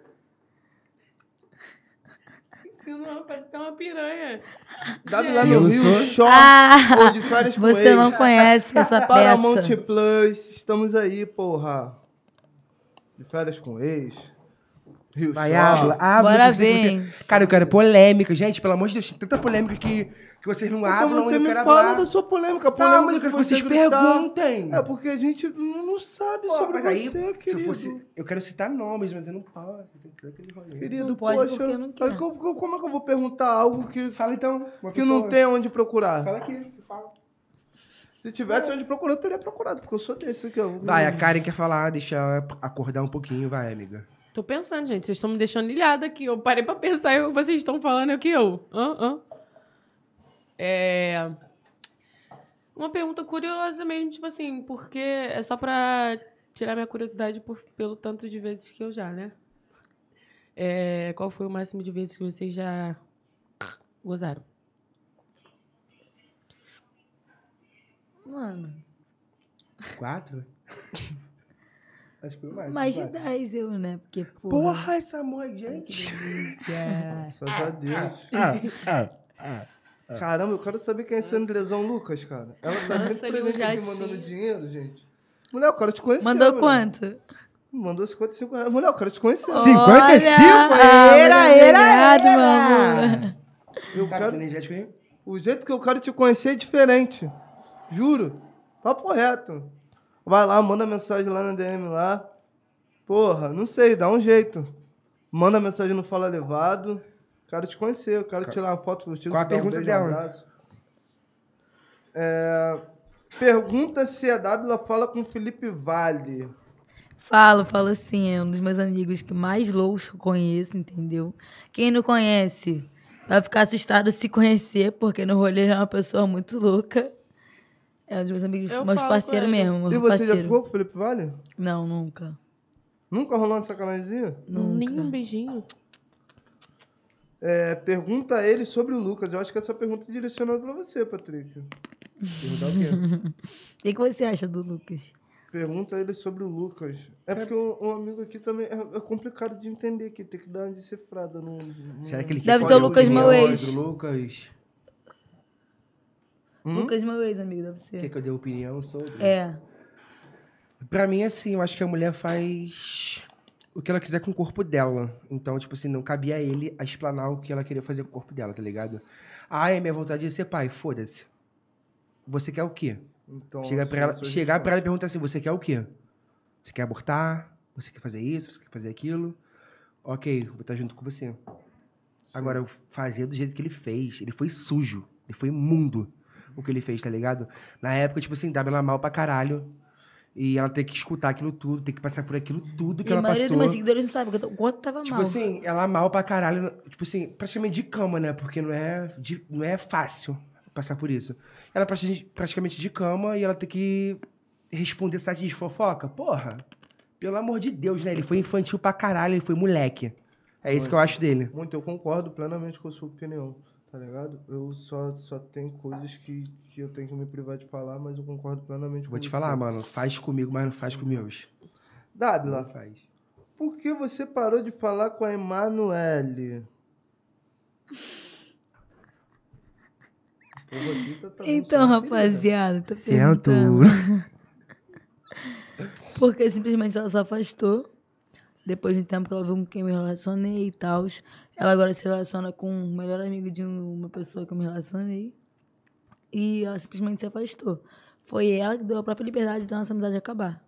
[SPEAKER 2] Se não, parece até uma piranha.
[SPEAKER 1] Sabe lá
[SPEAKER 3] Eu
[SPEAKER 1] no
[SPEAKER 3] não
[SPEAKER 1] Rio,
[SPEAKER 3] sou?
[SPEAKER 1] show
[SPEAKER 4] Ah,
[SPEAKER 3] um
[SPEAKER 1] de férias com
[SPEAKER 4] você não
[SPEAKER 1] ex.
[SPEAKER 4] conhece essa
[SPEAKER 1] Paramount
[SPEAKER 4] peça.
[SPEAKER 1] Plus, estamos aí, porra. De férias com ex. Rio
[SPEAKER 3] Vai,
[SPEAKER 1] Show.
[SPEAKER 3] habla, habla.
[SPEAKER 4] Bora
[SPEAKER 3] que você-
[SPEAKER 4] ver,
[SPEAKER 3] que você- Cara, eu quero polêmica. Gente, pelo amor de Deus, tem tanta polêmica que, que vocês não
[SPEAKER 1] Então
[SPEAKER 3] hablam.
[SPEAKER 1] você
[SPEAKER 3] eu
[SPEAKER 1] me
[SPEAKER 3] quero
[SPEAKER 1] fala
[SPEAKER 3] hablar.
[SPEAKER 1] da sua polêmica. A polêmica
[SPEAKER 3] Tá, mas eu quero que vocês
[SPEAKER 1] gritar.
[SPEAKER 3] perguntem.
[SPEAKER 1] É porque a gente não não sabe
[SPEAKER 3] Pô,
[SPEAKER 1] sobre
[SPEAKER 3] mas
[SPEAKER 1] você,
[SPEAKER 3] aí,
[SPEAKER 1] querido.
[SPEAKER 3] se eu fosse. Eu quero citar nomes, mas eu não falo. Tem que dar aquele rolê.
[SPEAKER 1] Querido,
[SPEAKER 4] Não pode
[SPEAKER 1] poxa,
[SPEAKER 4] porque não quer.
[SPEAKER 1] aí como, como- como é que eu vou perguntar algo que,
[SPEAKER 3] Fala então. uma
[SPEAKER 1] que não
[SPEAKER 3] pessoa.
[SPEAKER 1] tem onde procurar?
[SPEAKER 3] Fala aqui, fala.
[SPEAKER 1] Se tivesse onde procurar, eu teria procurado, porque eu sou desse aqui. Eu... Hum,
[SPEAKER 3] Vai, a Karen quer falar, deixa ela acordar um pouquinho, vai, amiga.
[SPEAKER 2] Tô pensando, gente. Vocês estão me deixando ilhada aqui. Eu parei pra pensar e o que vocês estão falando é o que eu. Hã? Hã? É... Uma pergunta curiosa mesmo, tipo assim, porque é só pra tirar minha curiosidade por- pelo tanto de vezes que eu já, né? É, Qual foi o máximo de vezes que vocês já gozaram?
[SPEAKER 4] Mano,
[SPEAKER 3] Quatro? Acho que foi mais.
[SPEAKER 4] mais de
[SPEAKER 3] quatro.
[SPEAKER 4] 10 eu, né? Porque, porra.
[SPEAKER 3] Porra, essa mãe, gente.
[SPEAKER 1] Graças a
[SPEAKER 3] É,
[SPEAKER 1] Deus.
[SPEAKER 3] Ah, ah,
[SPEAKER 1] Caramba, eu quero saber quem é esse Andrezão Lucas, cara. Ela tá
[SPEAKER 2] Nossa,
[SPEAKER 1] sempre
[SPEAKER 2] ele
[SPEAKER 4] é
[SPEAKER 2] um
[SPEAKER 1] presente aqui
[SPEAKER 2] jatinho.
[SPEAKER 1] mandando dinheiro, gente. Mulher, eu quero te conhecer.
[SPEAKER 4] Mandou
[SPEAKER 1] mulher.
[SPEAKER 4] quanto?
[SPEAKER 1] Mandou 55 reais. Mulher, eu quero te conhecer.
[SPEAKER 3] 55?
[SPEAKER 4] Olha, ah,
[SPEAKER 3] Era, era,
[SPEAKER 4] é obrigado, meu
[SPEAKER 3] era.
[SPEAKER 4] amor.
[SPEAKER 1] Eu
[SPEAKER 3] Tá
[SPEAKER 1] quero-
[SPEAKER 3] com energético aí?
[SPEAKER 1] O jeito que eu quero te conhecer é diferente. Juro. Papo reto. Vai lá, manda mensagem lá na DM lá. Porra, não sei, dá um jeito. Manda mensagem no Fala Levado. Quero te conhecer, eu quero tirar uma foto contigo.
[SPEAKER 3] Qual a
[SPEAKER 1] te dar
[SPEAKER 3] pergunta
[SPEAKER 1] um beijo,
[SPEAKER 3] dela?
[SPEAKER 1] Um abraço. É, pergunta se a Dábila fala com o Felipe Vale.
[SPEAKER 4] Falo, falo assim, é um dos meus amigos que mais loucos que eu conheço, entendeu? Quem não conhece vai ficar assustado se conhecer, porque no rolê é uma pessoa muito louca. É um dos meus amigos,
[SPEAKER 2] Eu
[SPEAKER 4] meus
[SPEAKER 2] falo
[SPEAKER 4] parceiros
[SPEAKER 2] com ele.
[SPEAKER 4] mesmo. Meus
[SPEAKER 1] e você
[SPEAKER 4] parceiro.
[SPEAKER 1] já ficou com o Felipe Vale?
[SPEAKER 4] Não, nunca.
[SPEAKER 1] Nunca rolou uma sacanagem?
[SPEAKER 4] Nunca.
[SPEAKER 2] Nenhum beijinho.
[SPEAKER 1] É, pergunta a ele sobre o Lucas. Eu acho que essa pergunta é direcionada pra você, Patrick.
[SPEAKER 3] Perguntar o quê?
[SPEAKER 4] O que, que você acha do Lucas?
[SPEAKER 1] Pergunta ele sobre o Lucas. É porque um, um amigo aqui também é, é complicado de entender aqui, tem que dar uma decifrada no. no-
[SPEAKER 3] Hum. Será que ele
[SPEAKER 4] Deve
[SPEAKER 3] quer
[SPEAKER 4] ser o
[SPEAKER 3] falar
[SPEAKER 4] Lucas,
[SPEAKER 3] opinião
[SPEAKER 4] meu ex.
[SPEAKER 3] Do Lucas.
[SPEAKER 1] Hum?
[SPEAKER 4] Lucas, meu ex-amigo, deve ser.
[SPEAKER 3] Quer que eu dê opinião sobre?
[SPEAKER 4] É.
[SPEAKER 3] Pra mim, assim, eu acho que a mulher faz o que ela quiser com o corpo dela. Então, tipo assim, não cabia a ele a explanar o que ela queria fazer com o corpo dela, tá ligado? Ai, minha vontade é ser pai, foda-se. Você quer o quê?
[SPEAKER 1] Então,
[SPEAKER 3] Chegar pra
[SPEAKER 1] assim,
[SPEAKER 3] ela,
[SPEAKER 1] sua
[SPEAKER 3] chegar pra
[SPEAKER 1] resposta.
[SPEAKER 3] ela e perguntar assim, você quer o quê? Você quer abortar? Você quer fazer isso? Você quer fazer aquilo? Ok, vou estar junto com você. Agora, eu fazia do jeito que ele fez. Ele foi sujo. Ele foi imundo o que ele fez, tá ligado? Na época, tipo assim, dava ela mal pra caralho. E ela ter que escutar aquilo tudo, ter que passar por aquilo tudo que
[SPEAKER 4] e a
[SPEAKER 3] ela
[SPEAKER 4] maioria
[SPEAKER 3] passou.
[SPEAKER 4] dos meus seguidores não sabe o que eu tô- o quanto tava
[SPEAKER 3] Tipo
[SPEAKER 4] mal.
[SPEAKER 3] assim, ela mal pra caralho. Tipo assim, praticamente de cama, né? Porque não é, de- não é fácil passar por isso. Ela prati- praticamente de cama e ela tem que responder site de fofoca. Porra, pelo amor de Deus, né? Ele foi infantil pra caralho, ele foi moleque. É isso que eu acho dele.
[SPEAKER 1] Muito, eu concordo plenamente com a sua opinião, tá ligado? Eu só, só tenho coisas que, que eu tenho que me privar de falar, mas eu concordo plenamente com
[SPEAKER 3] Vou te
[SPEAKER 1] você.
[SPEAKER 3] falar, mano. Faz comigo, mas não faz com meus. Não
[SPEAKER 1] Dábila,
[SPEAKER 3] faz.
[SPEAKER 1] por que você parou de falar com a Emanuele? Pô, Rodrigo tá também
[SPEAKER 4] Então,
[SPEAKER 1] sendo ferida.
[SPEAKER 4] rapaziada, tô
[SPEAKER 3] Sento.
[SPEAKER 4] perguntando. Porque simplesmente ela se afastou. Depois de um tempo que ela viu com quem eu me relacionei e tal. Ela agora se relaciona com o melhor amigo de um- uma pessoa que eu me relacionei. E ela simplesmente se afastou. Foi ela que deu a própria liberdade da nossa amizade acabar.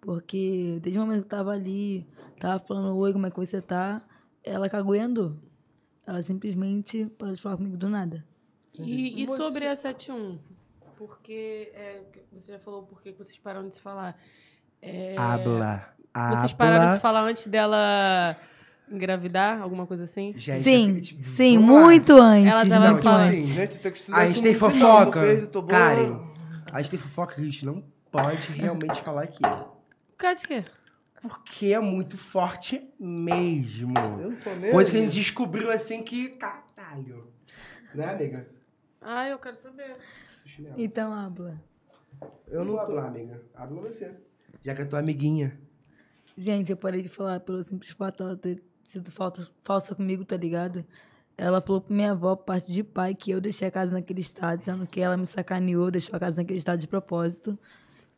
[SPEAKER 4] Porque desde o momento que eu tava ali, tava falando, oi, como é que você tá? Ela cagou e andou. Ela simplesmente parou de falar comigo do nada.
[SPEAKER 2] E, e
[SPEAKER 1] Você-
[SPEAKER 2] sobre a 71? Porque é, você já falou por que que vocês pararam de se falar. É,
[SPEAKER 3] Habla.
[SPEAKER 2] Vocês
[SPEAKER 4] Ah,
[SPEAKER 2] pararam de falar antes dela engravidar, alguma coisa assim?
[SPEAKER 3] é
[SPEAKER 4] Sim,
[SPEAKER 3] tipo,
[SPEAKER 4] sim, muito antes.
[SPEAKER 2] Ela tava
[SPEAKER 4] muito
[SPEAKER 2] falando.
[SPEAKER 4] antes.
[SPEAKER 1] Gente, eu tenho que estudar
[SPEAKER 3] A
[SPEAKER 1] esse
[SPEAKER 3] gente tem
[SPEAKER 1] mundo de novo,
[SPEAKER 3] fofoca.
[SPEAKER 1] beijo, tô bom.
[SPEAKER 3] Karen, a gente tem fofoca que a gente não pode realmente falar aqui.
[SPEAKER 2] Por causa de quê?
[SPEAKER 3] Porque é muito forte mesmo.
[SPEAKER 1] Eu não tô nem
[SPEAKER 3] Coisa que a
[SPEAKER 1] aí.
[SPEAKER 3] gente descobriu assim que. Caralho. caralho. Né, amiga?
[SPEAKER 2] Ai, Ah, eu quero saber.
[SPEAKER 3] Chinelo.
[SPEAKER 4] Então, habla.
[SPEAKER 3] Eu não vou hablar, amiga. Habla você. Já que é tua amiguinha.
[SPEAKER 4] Gente, eu parei de falar pelo simples fato dela ter sido falta, falsa comigo, tá ligado? Ela falou pra minha avó, por parte de pai, que eu deixei a casa naquele estado, sendo que ela me sacaneou, deixou a casa naquele estado de propósito.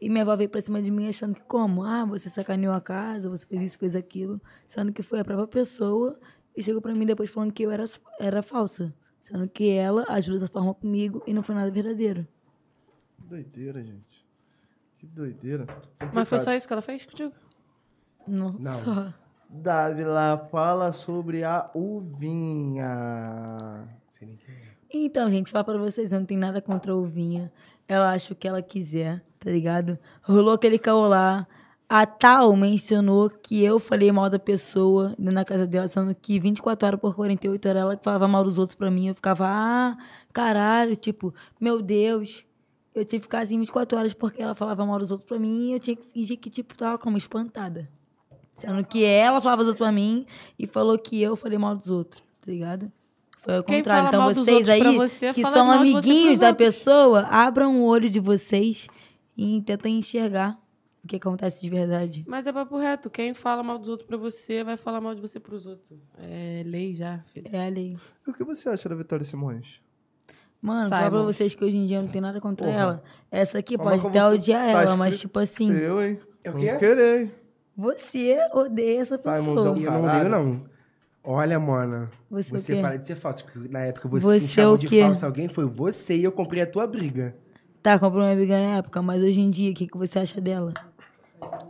[SPEAKER 4] E minha avó veio pra cima de mim achando que como? Ah, você sacaneou a casa, você fez isso, fez aquilo. Sendo que foi a própria pessoa e chegou pra mim depois falando que eu era, era falsa. Sendo que ela agiu dessa forma comigo e não foi nada verdadeiro.
[SPEAKER 1] Doideira, gente. Que doideira.
[SPEAKER 2] Mas foi só isso que ela fez contigo?
[SPEAKER 4] Não,
[SPEAKER 3] Não.
[SPEAKER 4] só.
[SPEAKER 1] Davila fala sobre a uvinha.
[SPEAKER 3] Sei nem quem é.
[SPEAKER 4] Então, gente, falar pra vocês, eu não tenho nada contra a Uvinha. Ela acha o que ela quiser, tá ligado? Rolou aquele caô lá. A Tal mencionou que eu falei mal da pessoa dentro da casa dela, sendo que 24 horas por 48 horas ela que falava mal dos outros pra mim. Eu ficava, ah, caralho, tipo, meu Deus. Eu tinha que ficar assim 24 horas porque ela falava mal dos outros pra mim e eu tinha que fingir que, tipo, tava como espantada. Sendo que ela falava dos outros pra mim e falou que eu falei mal dos outros, tá ligado? Foi ao
[SPEAKER 2] Quem fala
[SPEAKER 4] contrário. Então
[SPEAKER 2] mal dos
[SPEAKER 4] vocês
[SPEAKER 2] outros pra
[SPEAKER 4] aí,
[SPEAKER 2] você,
[SPEAKER 4] que
[SPEAKER 2] fala
[SPEAKER 4] são
[SPEAKER 2] mal de você
[SPEAKER 4] amiguinhos
[SPEAKER 2] pros
[SPEAKER 4] da
[SPEAKER 2] outros.
[SPEAKER 4] pessoa, abram o olho de vocês e tentem enxergar o que acontece de verdade.
[SPEAKER 2] Mas é papo reto. Quem fala mal dos outros pra você, vai falar mal de você pros outros. É lei já, filho.
[SPEAKER 4] É a lei.
[SPEAKER 1] E o que você acha da Vitória Simões?
[SPEAKER 2] Sai,
[SPEAKER 4] Mano, falar pra
[SPEAKER 2] mano.
[SPEAKER 4] vocês que hoje em dia eu não tem nada contra
[SPEAKER 1] Porra.
[SPEAKER 4] ela. Essa aqui
[SPEAKER 1] Mas
[SPEAKER 4] pode
[SPEAKER 1] como
[SPEAKER 4] até
[SPEAKER 1] você
[SPEAKER 4] odiar
[SPEAKER 1] tá
[SPEAKER 4] ela, mas
[SPEAKER 1] escrito-
[SPEAKER 4] tipo assim,
[SPEAKER 1] Eu, hein?
[SPEAKER 3] É o
[SPEAKER 1] Não
[SPEAKER 3] quê?
[SPEAKER 1] querei.
[SPEAKER 4] você odeia essa
[SPEAKER 1] Sai,
[SPEAKER 4] pessoa.
[SPEAKER 1] mozão.
[SPEAKER 3] E eu não
[SPEAKER 1] Caralho.
[SPEAKER 3] odeio, não. Olha, mona.
[SPEAKER 4] Você,
[SPEAKER 3] Você
[SPEAKER 4] o quê?
[SPEAKER 3] para de ser falso. Porque na época você,
[SPEAKER 4] Você
[SPEAKER 3] quem chamou
[SPEAKER 4] o
[SPEAKER 3] de
[SPEAKER 4] quê?
[SPEAKER 3] falso alguém foi você e eu comprei a tua briga.
[SPEAKER 4] Tá, comprou uma amiga na época, mas hoje em dia, o que, que você acha dela?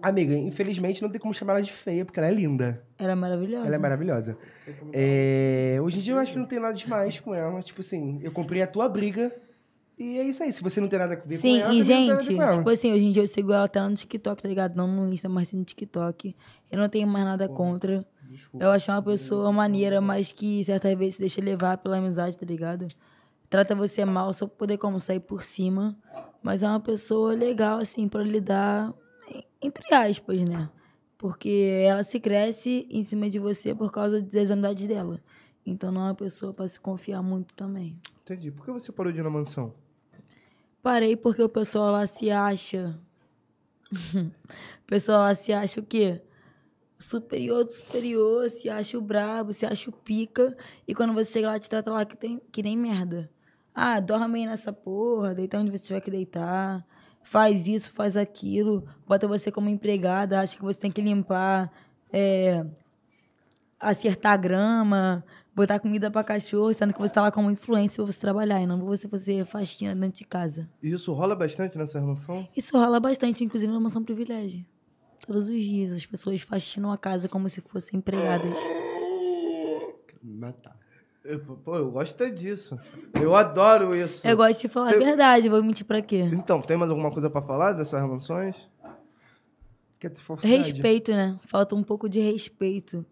[SPEAKER 3] Amiga, infelizmente não tem como chamar ela de feia, porque ela é linda.
[SPEAKER 4] Ela é maravilhosa.
[SPEAKER 3] Ela é maravilhosa. É, hoje em dia eu acho que não tem nada demais com ela. Tipo assim, eu comprei a tua briga e é isso aí. Se você não tem nada a ver
[SPEAKER 4] Sim,
[SPEAKER 3] com ela,
[SPEAKER 4] e
[SPEAKER 3] também não
[SPEAKER 4] gente,
[SPEAKER 3] tem nada a ver com
[SPEAKER 4] tipo
[SPEAKER 3] ela.
[SPEAKER 4] assim, hoje em dia eu sigo ela até lá no TikTok, tá ligado? Não no Insta, mas sim no TikTok. Eu não tenho mais nada contra. Eu acho uma pessoa maneira, mas que certas vezes se deixa levar pela amizade, tá ligado? Trata você mal só pra poder como sair por cima. Mas é uma pessoa legal, assim, pra lidar, en- entre aspas, né? Porque ela se cresce em cima de você por causa das amizades dela. Então não é uma pessoa pra se confiar muito também.
[SPEAKER 1] Entendi. Por que você parou de ir na mansão?
[SPEAKER 4] Parei porque o pessoal lá se acha. o pessoal lá se acha o quê? Superior do superior, se acha o brabo, se acha o pica. E quando você chega lá, te trata lá que, tem, que nem merda. Ah, dorme aí nessa porra, deita onde você tiver que deitar. Faz isso, faz aquilo. Bota você como empregada, acha que você tem que limpar, é, acertar a grama, botar comida pra cachorro, sendo que você tá lá como influência pra você trabalhar e não pra você fazer faxina dentro de casa.
[SPEAKER 1] E isso rola bastante nessa mansão?
[SPEAKER 4] Isso rola bastante, inclusive na mansão privilégio. Todos os dias as pessoas faxinam a casa como se fossem empregadas.
[SPEAKER 3] Matar.
[SPEAKER 1] Eu- pô, eu gosto é disso. Eu adoro isso.
[SPEAKER 4] Eu gosto de falar a
[SPEAKER 1] Eu-
[SPEAKER 4] verdade, vou mentir pra quê?
[SPEAKER 1] Então, tem mais alguma coisa pra falar dessas mansões?
[SPEAKER 3] Que é tu falsidade.
[SPEAKER 4] Respeito, né? Falta um pouco de respeito.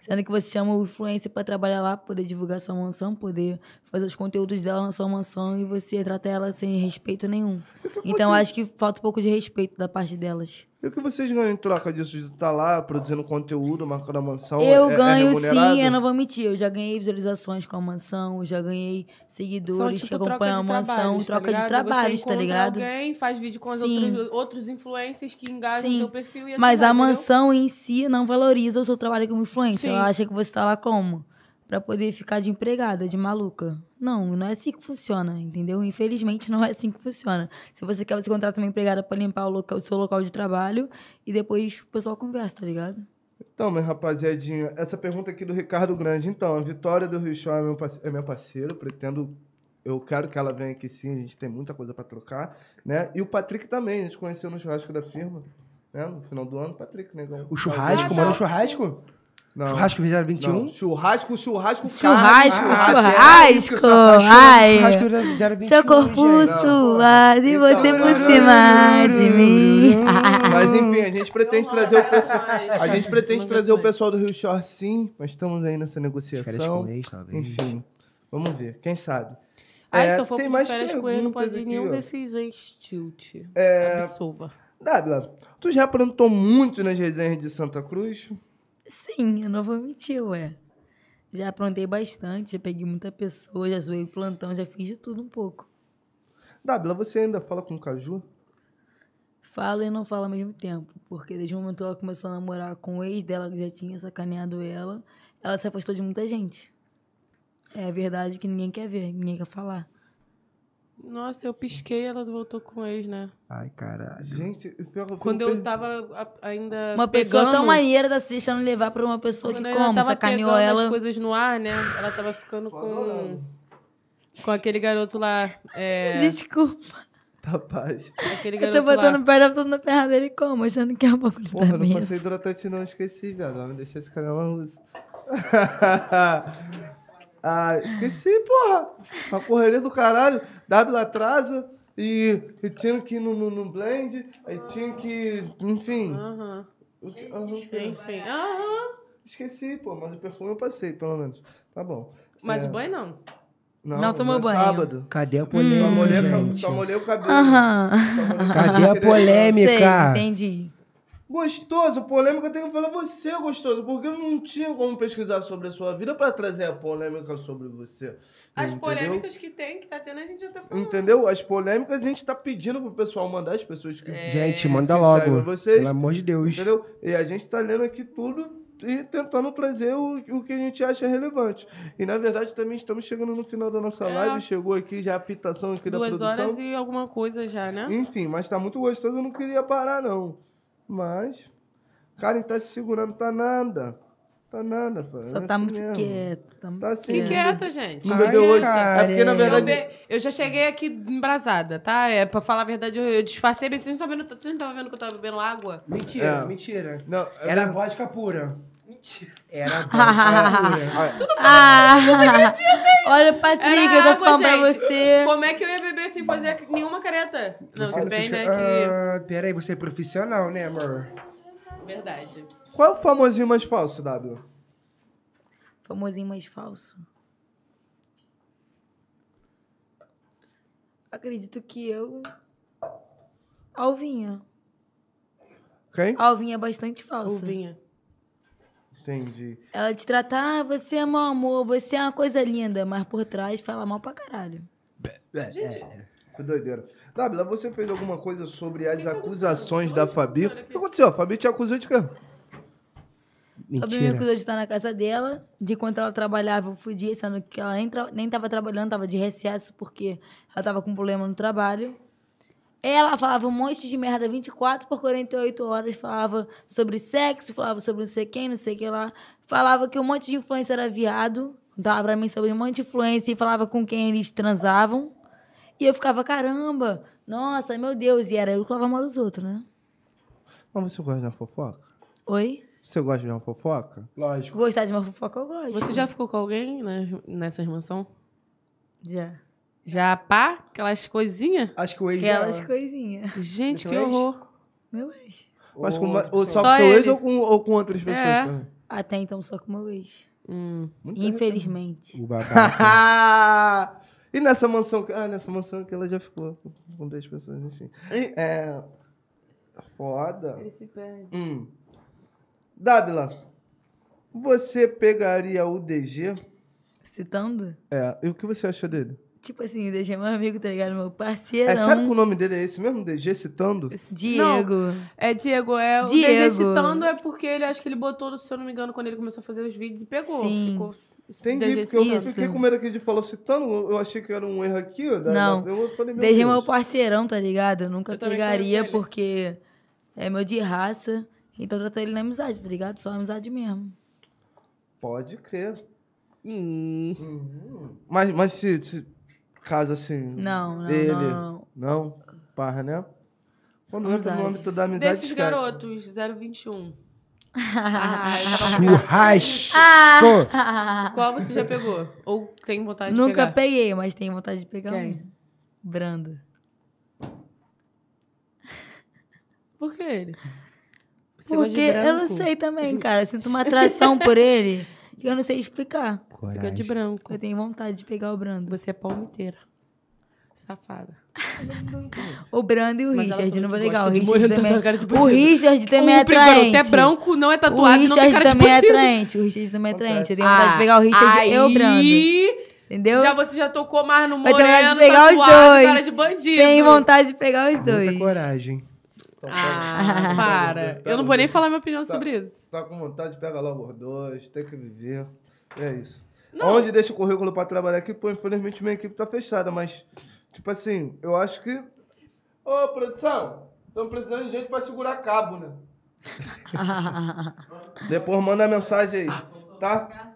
[SPEAKER 4] Sendo que você chama o influencer pra trabalhar lá, poder divulgar sua mansão, poder fazer os conteúdos dela na sua mansão e você trata ela sem respeito nenhum. Então acho que falta um pouco de respeito da parte delas.
[SPEAKER 1] E o que vocês ganham em troca disso de estar lá produzindo conteúdo, marcando a mansão?
[SPEAKER 4] Eu
[SPEAKER 1] É- é
[SPEAKER 4] ganho
[SPEAKER 1] remunerado?
[SPEAKER 4] sim, eu não vou mentir. Eu já ganhei visualizações com a mansão, eu já ganhei
[SPEAKER 2] um
[SPEAKER 4] seguidores
[SPEAKER 2] tipo,
[SPEAKER 4] que acompanham um a mansão,
[SPEAKER 2] tá
[SPEAKER 4] troca de trabalhos, tá ligado?
[SPEAKER 2] alguém, faz vídeo com os
[SPEAKER 4] Sim.
[SPEAKER 2] outros, outros influencers que engajam
[SPEAKER 4] Sim.
[SPEAKER 2] no teu perfil e assim
[SPEAKER 4] Mas
[SPEAKER 2] vai,
[SPEAKER 4] a
[SPEAKER 2] entendeu?
[SPEAKER 4] mansão em si não valoriza o seu trabalho como influencer.
[SPEAKER 2] Sim.
[SPEAKER 4] Ela acha que você tá lá como? Pra poder ficar de empregada, de maluca. Não, não é assim que funciona, entendeu? Infelizmente não é assim que funciona. Se você quer, você contrata uma empregada pra limpar o, local, o seu local de trabalho e depois o pessoal conversa, tá ligado?
[SPEAKER 1] Então, minha rapaziadinha, essa pergunta aqui do Ricardo Grande. Então, a Vitória do Rio Show é meu, parceiro, é minha parceira, pretendo... Eu quero que ela venha aqui sim, a gente tem muita coisa pra trocar, né? E o Patrick também, a gente conheceu no churrasco da firma, né? No final do ano, Patrick, negão.
[SPEAKER 3] O churrasco, mano, o churrasco?
[SPEAKER 1] Ah, Não,
[SPEAKER 3] Churrasco Vitória 21?
[SPEAKER 1] não. Churrasco, churrasco,
[SPEAKER 4] um? Churrasco,
[SPEAKER 3] Ah,
[SPEAKER 1] carne.
[SPEAKER 4] churrasco! Ai!
[SPEAKER 3] um,
[SPEAKER 4] Seu corpo
[SPEAKER 3] é
[SPEAKER 4] suado e você por cima de mim.
[SPEAKER 1] Mas
[SPEAKER 2] Ah.
[SPEAKER 1] enfim, a gente pretende trazer o pessoal.
[SPEAKER 2] Mas-
[SPEAKER 1] A gente pretende
[SPEAKER 2] Manda
[SPEAKER 1] trazer o
[SPEAKER 2] mais.
[SPEAKER 1] pessoal do Rio Shore, sim, mas estamos aí nessa
[SPEAKER 3] Férias
[SPEAKER 1] negociação.
[SPEAKER 3] com ex, talvez.
[SPEAKER 1] Enfim, vamos ver, quem sabe.
[SPEAKER 2] Ai,
[SPEAKER 1] É,
[SPEAKER 2] se eu for
[SPEAKER 1] tem
[SPEAKER 2] pro
[SPEAKER 1] mais
[SPEAKER 2] férias com ele, não
[SPEAKER 1] perguntas
[SPEAKER 2] pode ir
[SPEAKER 1] aqui,
[SPEAKER 2] nenhum
[SPEAKER 1] ó.
[SPEAKER 2] desses ex-tilt. É... Absolva.
[SPEAKER 1] Dábila, tu já plantou muito nas resenhas de Santa Cruz?
[SPEAKER 4] Sim, eu não vou mentir, ué. Já aprontei bastante, já peguei muita pessoa, já zoei o plantão, já fiz de tudo um pouco.
[SPEAKER 1] Dábila, você ainda fala com o Caju?
[SPEAKER 4] Falo e não falo ao mesmo tempo, porque desde o momento que ela começou a namorar com o ex dela, que já tinha sacaneado ela, ela se afastou de muita gente. É a verdade que ninguém quer ver, ninguém quer falar.
[SPEAKER 2] Nossa, eu pisquei ela voltou com o ex, né?
[SPEAKER 3] Ai, caralho.
[SPEAKER 1] Gente, o pior é que fico
[SPEAKER 2] Quando eu
[SPEAKER 1] pensando-
[SPEAKER 2] tava a- ainda.
[SPEAKER 4] Uma
[SPEAKER 2] Tá pegando,
[SPEAKER 4] pessoa tão maneira da se deixando levar pra uma pessoa
[SPEAKER 2] Quando eu
[SPEAKER 4] que,
[SPEAKER 2] ainda
[SPEAKER 4] como,
[SPEAKER 2] tava
[SPEAKER 4] sacaneou
[SPEAKER 2] pegando as
[SPEAKER 4] ela.
[SPEAKER 2] coisas no ar, né? Ela tava ficando com. Com aquele garoto lá. É,
[SPEAKER 4] Desculpa,
[SPEAKER 1] Rapaz.
[SPEAKER 2] aquele
[SPEAKER 4] eu
[SPEAKER 2] garoto
[SPEAKER 4] tô botando
[SPEAKER 2] lá.
[SPEAKER 4] o pé da na perna dele como? Achando que é um bagulho
[SPEAKER 1] Porra,
[SPEAKER 4] da
[SPEAKER 1] eu não
[SPEAKER 4] mesa.
[SPEAKER 1] passei hidratante não, esqueci, viado. Ela me deixou esse canal na luz. ah, esqueci, porra. Uma correria do caralho. W atrasa e, e tinha que ir no, no, no blend, aí tinha que... Enfim.
[SPEAKER 2] Aham.
[SPEAKER 1] Aham.
[SPEAKER 2] Enfim. Aham.
[SPEAKER 1] Esqueci, pô, mas o perfume eu passei, pelo menos. Tá bom.
[SPEAKER 2] Mas
[SPEAKER 1] É.
[SPEAKER 2] o banho não.
[SPEAKER 4] Não tomou
[SPEAKER 1] é
[SPEAKER 4] banho. Hum,
[SPEAKER 1] Sábado.
[SPEAKER 3] Cadê a
[SPEAKER 1] Só, molhei,
[SPEAKER 3] polêmica,
[SPEAKER 1] a ca-
[SPEAKER 3] gente?
[SPEAKER 1] só molhei o cabelo.
[SPEAKER 4] Aham.
[SPEAKER 1] Cadê a
[SPEAKER 4] Sei,
[SPEAKER 3] polêmica?
[SPEAKER 4] entendi.
[SPEAKER 1] Gostoso, polêmica, eu tenho que falar você, gostoso, porque eu não tinha como pesquisar sobre a sua vida pra trazer a polêmica sobre você.
[SPEAKER 2] As
[SPEAKER 1] Entendeu? Então,
[SPEAKER 2] polêmicas que tem, que tá tendo, a gente já tá falando.
[SPEAKER 1] Entendeu? As polêmicas a gente tá pedindo pro pessoal mandar as pessoas
[SPEAKER 2] É.
[SPEAKER 1] que.
[SPEAKER 3] Gente, manda
[SPEAKER 1] que
[SPEAKER 3] logo.
[SPEAKER 1] saibam vocês.
[SPEAKER 3] Pelo amor de Deus.
[SPEAKER 1] Entendeu? E a gente tá lendo aqui tudo e tentando trazer o, o que a gente acha relevante. E na verdade também estamos chegando no final da nossa
[SPEAKER 2] É.
[SPEAKER 1] live, chegou aqui já a pitação aqui da
[SPEAKER 2] Duas
[SPEAKER 1] produção.
[SPEAKER 2] horas e alguma coisa já, né?
[SPEAKER 1] Enfim, mas tá muito gostoso, eu não queria parar, não. Mas. Karen tá se segurando, tá nada. Tá nada, pô.
[SPEAKER 4] Só
[SPEAKER 1] é
[SPEAKER 4] tá
[SPEAKER 1] assim
[SPEAKER 4] muito
[SPEAKER 1] mesmo.
[SPEAKER 4] quieto. Tá muito
[SPEAKER 1] Tá assim.
[SPEAKER 2] Que
[SPEAKER 1] É.
[SPEAKER 2] quieta, gente.
[SPEAKER 1] Não bebeu
[SPEAKER 3] Ai,
[SPEAKER 1] hoje. É
[SPEAKER 3] Karen.
[SPEAKER 1] porque, na
[SPEAKER 2] Eu,
[SPEAKER 1] verdade.
[SPEAKER 2] be- eu já cheguei aqui embrasada, tá? É, pra falar a verdade, eu, eu disfarcei bem. Vocês não estavam vendo, vocês não tavam vendo que eu tava bebendo água?
[SPEAKER 3] Mentira,
[SPEAKER 1] É.
[SPEAKER 3] mentira.
[SPEAKER 1] Não, é
[SPEAKER 3] Era
[SPEAKER 1] verdade.
[SPEAKER 3] vodka pura. Era vodka pura.
[SPEAKER 2] é?
[SPEAKER 4] Ah, Olha, Patrick,
[SPEAKER 2] Era
[SPEAKER 4] eu tô
[SPEAKER 2] água,
[SPEAKER 4] falando pra
[SPEAKER 2] gente.
[SPEAKER 4] você.
[SPEAKER 2] Como é que eu ia beber sem fazer nenhuma careta? Não,
[SPEAKER 3] Você
[SPEAKER 2] se bem, né,
[SPEAKER 3] fica-
[SPEAKER 2] que...
[SPEAKER 3] Ah, peraí, você é profissional, né, amor?
[SPEAKER 1] Ah.
[SPEAKER 2] Verdade.
[SPEAKER 1] Qual é o famosinho mais falso, W?
[SPEAKER 4] Famosinho mais falso. Acredito que eu. Alvinha.
[SPEAKER 1] Quem?
[SPEAKER 4] Alvinha é bastante falsa.
[SPEAKER 2] Uvinha.
[SPEAKER 1] Entendi.
[SPEAKER 4] Ela te trata, ah, você é meu amor, você é uma coisa linda, mas por trás fala mal pra caralho.
[SPEAKER 1] Que doideira. Dábila, você fez alguma coisa sobre as acusações da Fabi? O que aconteceu? A Fabi te acusou de quê?
[SPEAKER 4] Sobre me
[SPEAKER 3] Mentira.
[SPEAKER 4] acusou de estar na casa dela, de quanto ela trabalhava, eu fudia, sendo que ela nem, tra- nem tava trabalhando, tava de recesso, porque ela tava com problema no trabalho. Ela falava um monte de merda 24 por 48 horas, falava sobre sexo, falava sobre não sei quem, não sei o que lá. Falava que um monte de influência era viado, contava pra mim sobre um monte de influência e falava com quem eles transavam. E eu ficava, caramba, nossa, meu Deus, e era eu que falava mal dos outros, né?
[SPEAKER 1] Mas você gosta de uma fofoca?
[SPEAKER 4] Oi?
[SPEAKER 1] Você gosta de uma fofoca?
[SPEAKER 3] Lógico.
[SPEAKER 4] Gostar de uma fofoca, eu gosto.
[SPEAKER 2] Você já ficou com alguém né, nessa relação?
[SPEAKER 4] Já.
[SPEAKER 2] Já pá? Aquelas coisinhas?
[SPEAKER 3] Acho que o é um ex
[SPEAKER 4] Aquelas
[SPEAKER 3] dela-
[SPEAKER 4] coisinhas.
[SPEAKER 2] Gente,
[SPEAKER 3] Então
[SPEAKER 2] que
[SPEAKER 3] é isso.
[SPEAKER 2] horror.
[SPEAKER 4] Meu ex.
[SPEAKER 1] Mas com,
[SPEAKER 3] Outra
[SPEAKER 1] ou só
[SPEAKER 3] pessoa.
[SPEAKER 2] Só
[SPEAKER 1] com teu ex
[SPEAKER 2] ele.
[SPEAKER 1] ou com, ou com outras pessoas
[SPEAKER 2] É.
[SPEAKER 1] também? né?
[SPEAKER 4] Até então, só com meu ex.
[SPEAKER 2] Hum.
[SPEAKER 4] Infelizmente.
[SPEAKER 3] O babaca.
[SPEAKER 1] Ah, e nessa mansão? que- Ah, nessa mansão que ela já ficou com duas pessoas, enfim. É. Foda. Hum. Dábila, você pegaria o DG?
[SPEAKER 4] Citando?
[SPEAKER 1] É. E o que você achou dele?
[SPEAKER 4] Tipo assim, deixei meu amigo, tá ligado? Meu
[SPEAKER 1] É,
[SPEAKER 4] parceirão.
[SPEAKER 1] sério que o nome dele é esse mesmo? DG citando?
[SPEAKER 4] Diego.
[SPEAKER 2] É Diego, é o
[SPEAKER 4] Diego.
[SPEAKER 2] DG citando é porque ele acho que ele botou, se eu não me engano, quando ele começou a fazer os vídeos e pegou.
[SPEAKER 4] Sim.
[SPEAKER 2] Ficou
[SPEAKER 1] Entendi,
[SPEAKER 2] DG
[SPEAKER 1] porque eu
[SPEAKER 4] isso.
[SPEAKER 1] fiquei com medo aqui de falar citando. Eu eu achei que era um erro aqui. ó, da-
[SPEAKER 4] Não.
[SPEAKER 1] da- Eu falei, meu
[SPEAKER 4] Desde meu
[SPEAKER 1] Deus.
[SPEAKER 4] parceirão, tá ligado? Eu nunca
[SPEAKER 2] Eu também conheço
[SPEAKER 4] pegaria
[SPEAKER 2] ele.
[SPEAKER 4] porque é meu de raça. Então eu trato ele na amizade, tá ligado? Só amizade mesmo.
[SPEAKER 1] Pode crer.
[SPEAKER 2] Hum.
[SPEAKER 1] Mas, mas se, se casa assim.
[SPEAKER 4] Não, não,
[SPEAKER 1] ele.
[SPEAKER 4] não, não.
[SPEAKER 1] Não? Parra, né?
[SPEAKER 4] Só
[SPEAKER 1] Quando entra no
[SPEAKER 4] amizade.
[SPEAKER 1] âmbito da amizade.
[SPEAKER 2] Desses
[SPEAKER 1] esquece.
[SPEAKER 2] garotos, 021. Ah, eu tava- Ah,
[SPEAKER 3] Churrasco!
[SPEAKER 2] Qual você já pegou? Ou tem vontade de
[SPEAKER 4] Ah! Nunca
[SPEAKER 2] pegar?
[SPEAKER 4] peguei, mas tenho vontade de pegar
[SPEAKER 2] Quem?
[SPEAKER 4] um. Brando.
[SPEAKER 2] Por que ele? Você gosta
[SPEAKER 4] Porque
[SPEAKER 2] de branco?
[SPEAKER 4] eu não sei também, cara. Eu sinto uma atração por ele que eu não sei explicar.
[SPEAKER 2] Você gosta de branco.
[SPEAKER 4] Eu tenho vontade de pegar o Brando.
[SPEAKER 2] Você é palmiteira. Safada.
[SPEAKER 4] O Brando e o
[SPEAKER 2] Mas ela
[SPEAKER 4] Richard, não
[SPEAKER 2] também
[SPEAKER 4] vou
[SPEAKER 2] gosta
[SPEAKER 4] negar. O
[SPEAKER 2] de
[SPEAKER 4] Richard
[SPEAKER 2] moreno, tá
[SPEAKER 4] também. é
[SPEAKER 2] com cara de
[SPEAKER 4] O
[SPEAKER 2] bandido.
[SPEAKER 4] Richard também é
[SPEAKER 2] o Brigoroto
[SPEAKER 4] atraente.
[SPEAKER 2] é branco, não é
[SPEAKER 4] O
[SPEAKER 2] tatuado e não tem
[SPEAKER 4] Richard
[SPEAKER 2] cara de
[SPEAKER 4] também é
[SPEAKER 2] bandido. Ah.
[SPEAKER 4] atraente. O Richard também é atraente. Eu tenho vontade de pegar o Richard
[SPEAKER 2] aí,
[SPEAKER 4] e o Brando. Entendeu?
[SPEAKER 2] Já você já tocou mais no
[SPEAKER 4] Mas tem
[SPEAKER 2] moreno,
[SPEAKER 4] vontade de pegar os
[SPEAKER 2] tatuado,
[SPEAKER 4] dois.
[SPEAKER 2] cara de bandido.
[SPEAKER 4] Tenho vontade de pegar os dois.
[SPEAKER 3] Muita coragem.
[SPEAKER 1] Tá
[SPEAKER 2] Ah, para. Eu não vou nem falar minha opinião sobre isso.
[SPEAKER 1] um. Tá com vontade, pega logo os dois, tem que viver. É isso. Onde deixa o currículo pra trabalhar aqui, pô, infelizmente minha equipe tá fechada, mas, tipo assim, eu acho que. Ô, produção, estamos precisando de gente pra segurar cabo, né? Depois manda a mensagem aí, tá?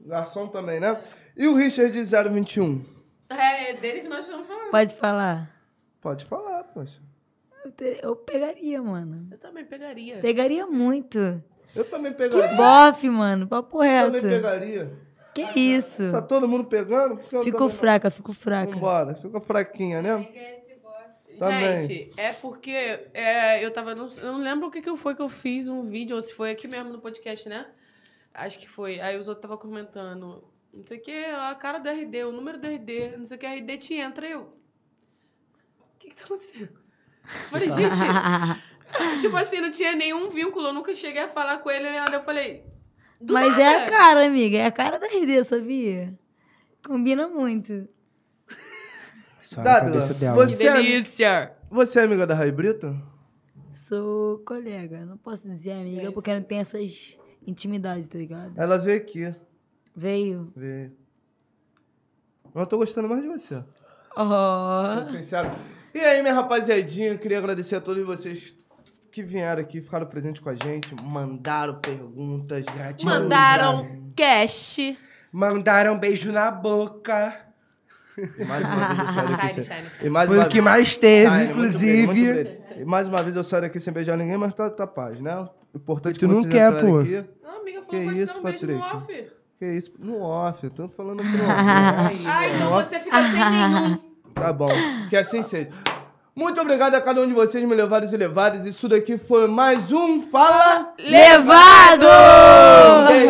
[SPEAKER 1] Garçom também, né? E o Richard de 021?
[SPEAKER 2] É, é dele que nós estamos falando.
[SPEAKER 4] Pode falar.
[SPEAKER 1] Pode falar, poxa.
[SPEAKER 4] Eu te- Eu pegaria, mano.
[SPEAKER 2] Eu também pegaria.
[SPEAKER 4] Pegaria muito.
[SPEAKER 1] Eu também
[SPEAKER 4] Que
[SPEAKER 1] pegaria.
[SPEAKER 4] bofe, mano. Papo
[SPEAKER 1] eu também
[SPEAKER 4] reto.
[SPEAKER 1] pegaria.
[SPEAKER 4] Que isso?
[SPEAKER 1] Tá todo mundo pegando? Porque eu
[SPEAKER 4] Fico
[SPEAKER 1] também-
[SPEAKER 4] fraca, fico fraca.
[SPEAKER 1] Vambora, fica fraquinha, né? Também.
[SPEAKER 2] Gente, é porque é, eu tava. Não, eu não lembro o que, que foi que eu fiz um vídeo, ou se foi aqui mesmo no podcast, né? Acho que foi. Aí os outros estavam comentando. Não sei o que, a cara do RD, o número do RD, não sei o que, RD te entra eu. O que, que tá acontecendo? Eu Falei, gente, tipo assim, não tinha nenhum vínculo, eu nunca cheguei a falar com ele, aí eu falei. do
[SPEAKER 4] Mas
[SPEAKER 2] nada.
[SPEAKER 4] é a cara, amiga. É a cara da RD, sabia? Combina muito.
[SPEAKER 3] Só na
[SPEAKER 1] Dávila,
[SPEAKER 3] cabeça dela. né?
[SPEAKER 2] Que
[SPEAKER 1] você, é,
[SPEAKER 2] delícia!
[SPEAKER 1] você é amiga da Rai Brito?
[SPEAKER 4] Sou colega. Não posso dizer amiga
[SPEAKER 2] isso.
[SPEAKER 4] porque não tem essas intimidades, tá ligado?
[SPEAKER 1] Ela veio aqui.
[SPEAKER 4] Veio.
[SPEAKER 1] Veio. Eu tô gostando mais de você.
[SPEAKER 4] Ó.
[SPEAKER 1] Sendo sincero. E aí, minha rapaziadinha, queria agradecer a todos vocês que vieram aqui, ficaram presentes com a gente, mandaram perguntas gratidão.
[SPEAKER 2] Mandaram cash.
[SPEAKER 3] Mandaram beijo na boca.
[SPEAKER 1] E mais uma vez eu saio daqui
[SPEAKER 2] Shine,
[SPEAKER 1] sem-
[SPEAKER 2] shine.
[SPEAKER 1] E mais
[SPEAKER 3] Foi
[SPEAKER 1] uma
[SPEAKER 3] o que
[SPEAKER 1] vez-
[SPEAKER 3] mais teve,
[SPEAKER 1] Shine, Tá, é muito
[SPEAKER 3] inclusive.
[SPEAKER 1] bem, muito bem. E mais uma vez eu saio daqui sem beijar ninguém, mas tá, tá paz, né? O Importante
[SPEAKER 3] Tu
[SPEAKER 1] que
[SPEAKER 3] não
[SPEAKER 1] vocês
[SPEAKER 3] quer,
[SPEAKER 1] entrarem
[SPEAKER 3] pô.
[SPEAKER 1] aqui.
[SPEAKER 2] Não, amiga,
[SPEAKER 1] Que
[SPEAKER 2] falou que
[SPEAKER 1] isso,
[SPEAKER 2] isso, um beijo no
[SPEAKER 1] Patrick?
[SPEAKER 2] off.
[SPEAKER 1] Que isso? No off, eu tô falando pro off.
[SPEAKER 2] Ah, então
[SPEAKER 1] No off
[SPEAKER 2] você fica sem nenhum.
[SPEAKER 1] Tá bom, que assim seja. Muito obrigado a cada um de vocês, me levados e levadas. Isso daqui foi mais um Fala
[SPEAKER 4] Levado!
[SPEAKER 1] Beijo.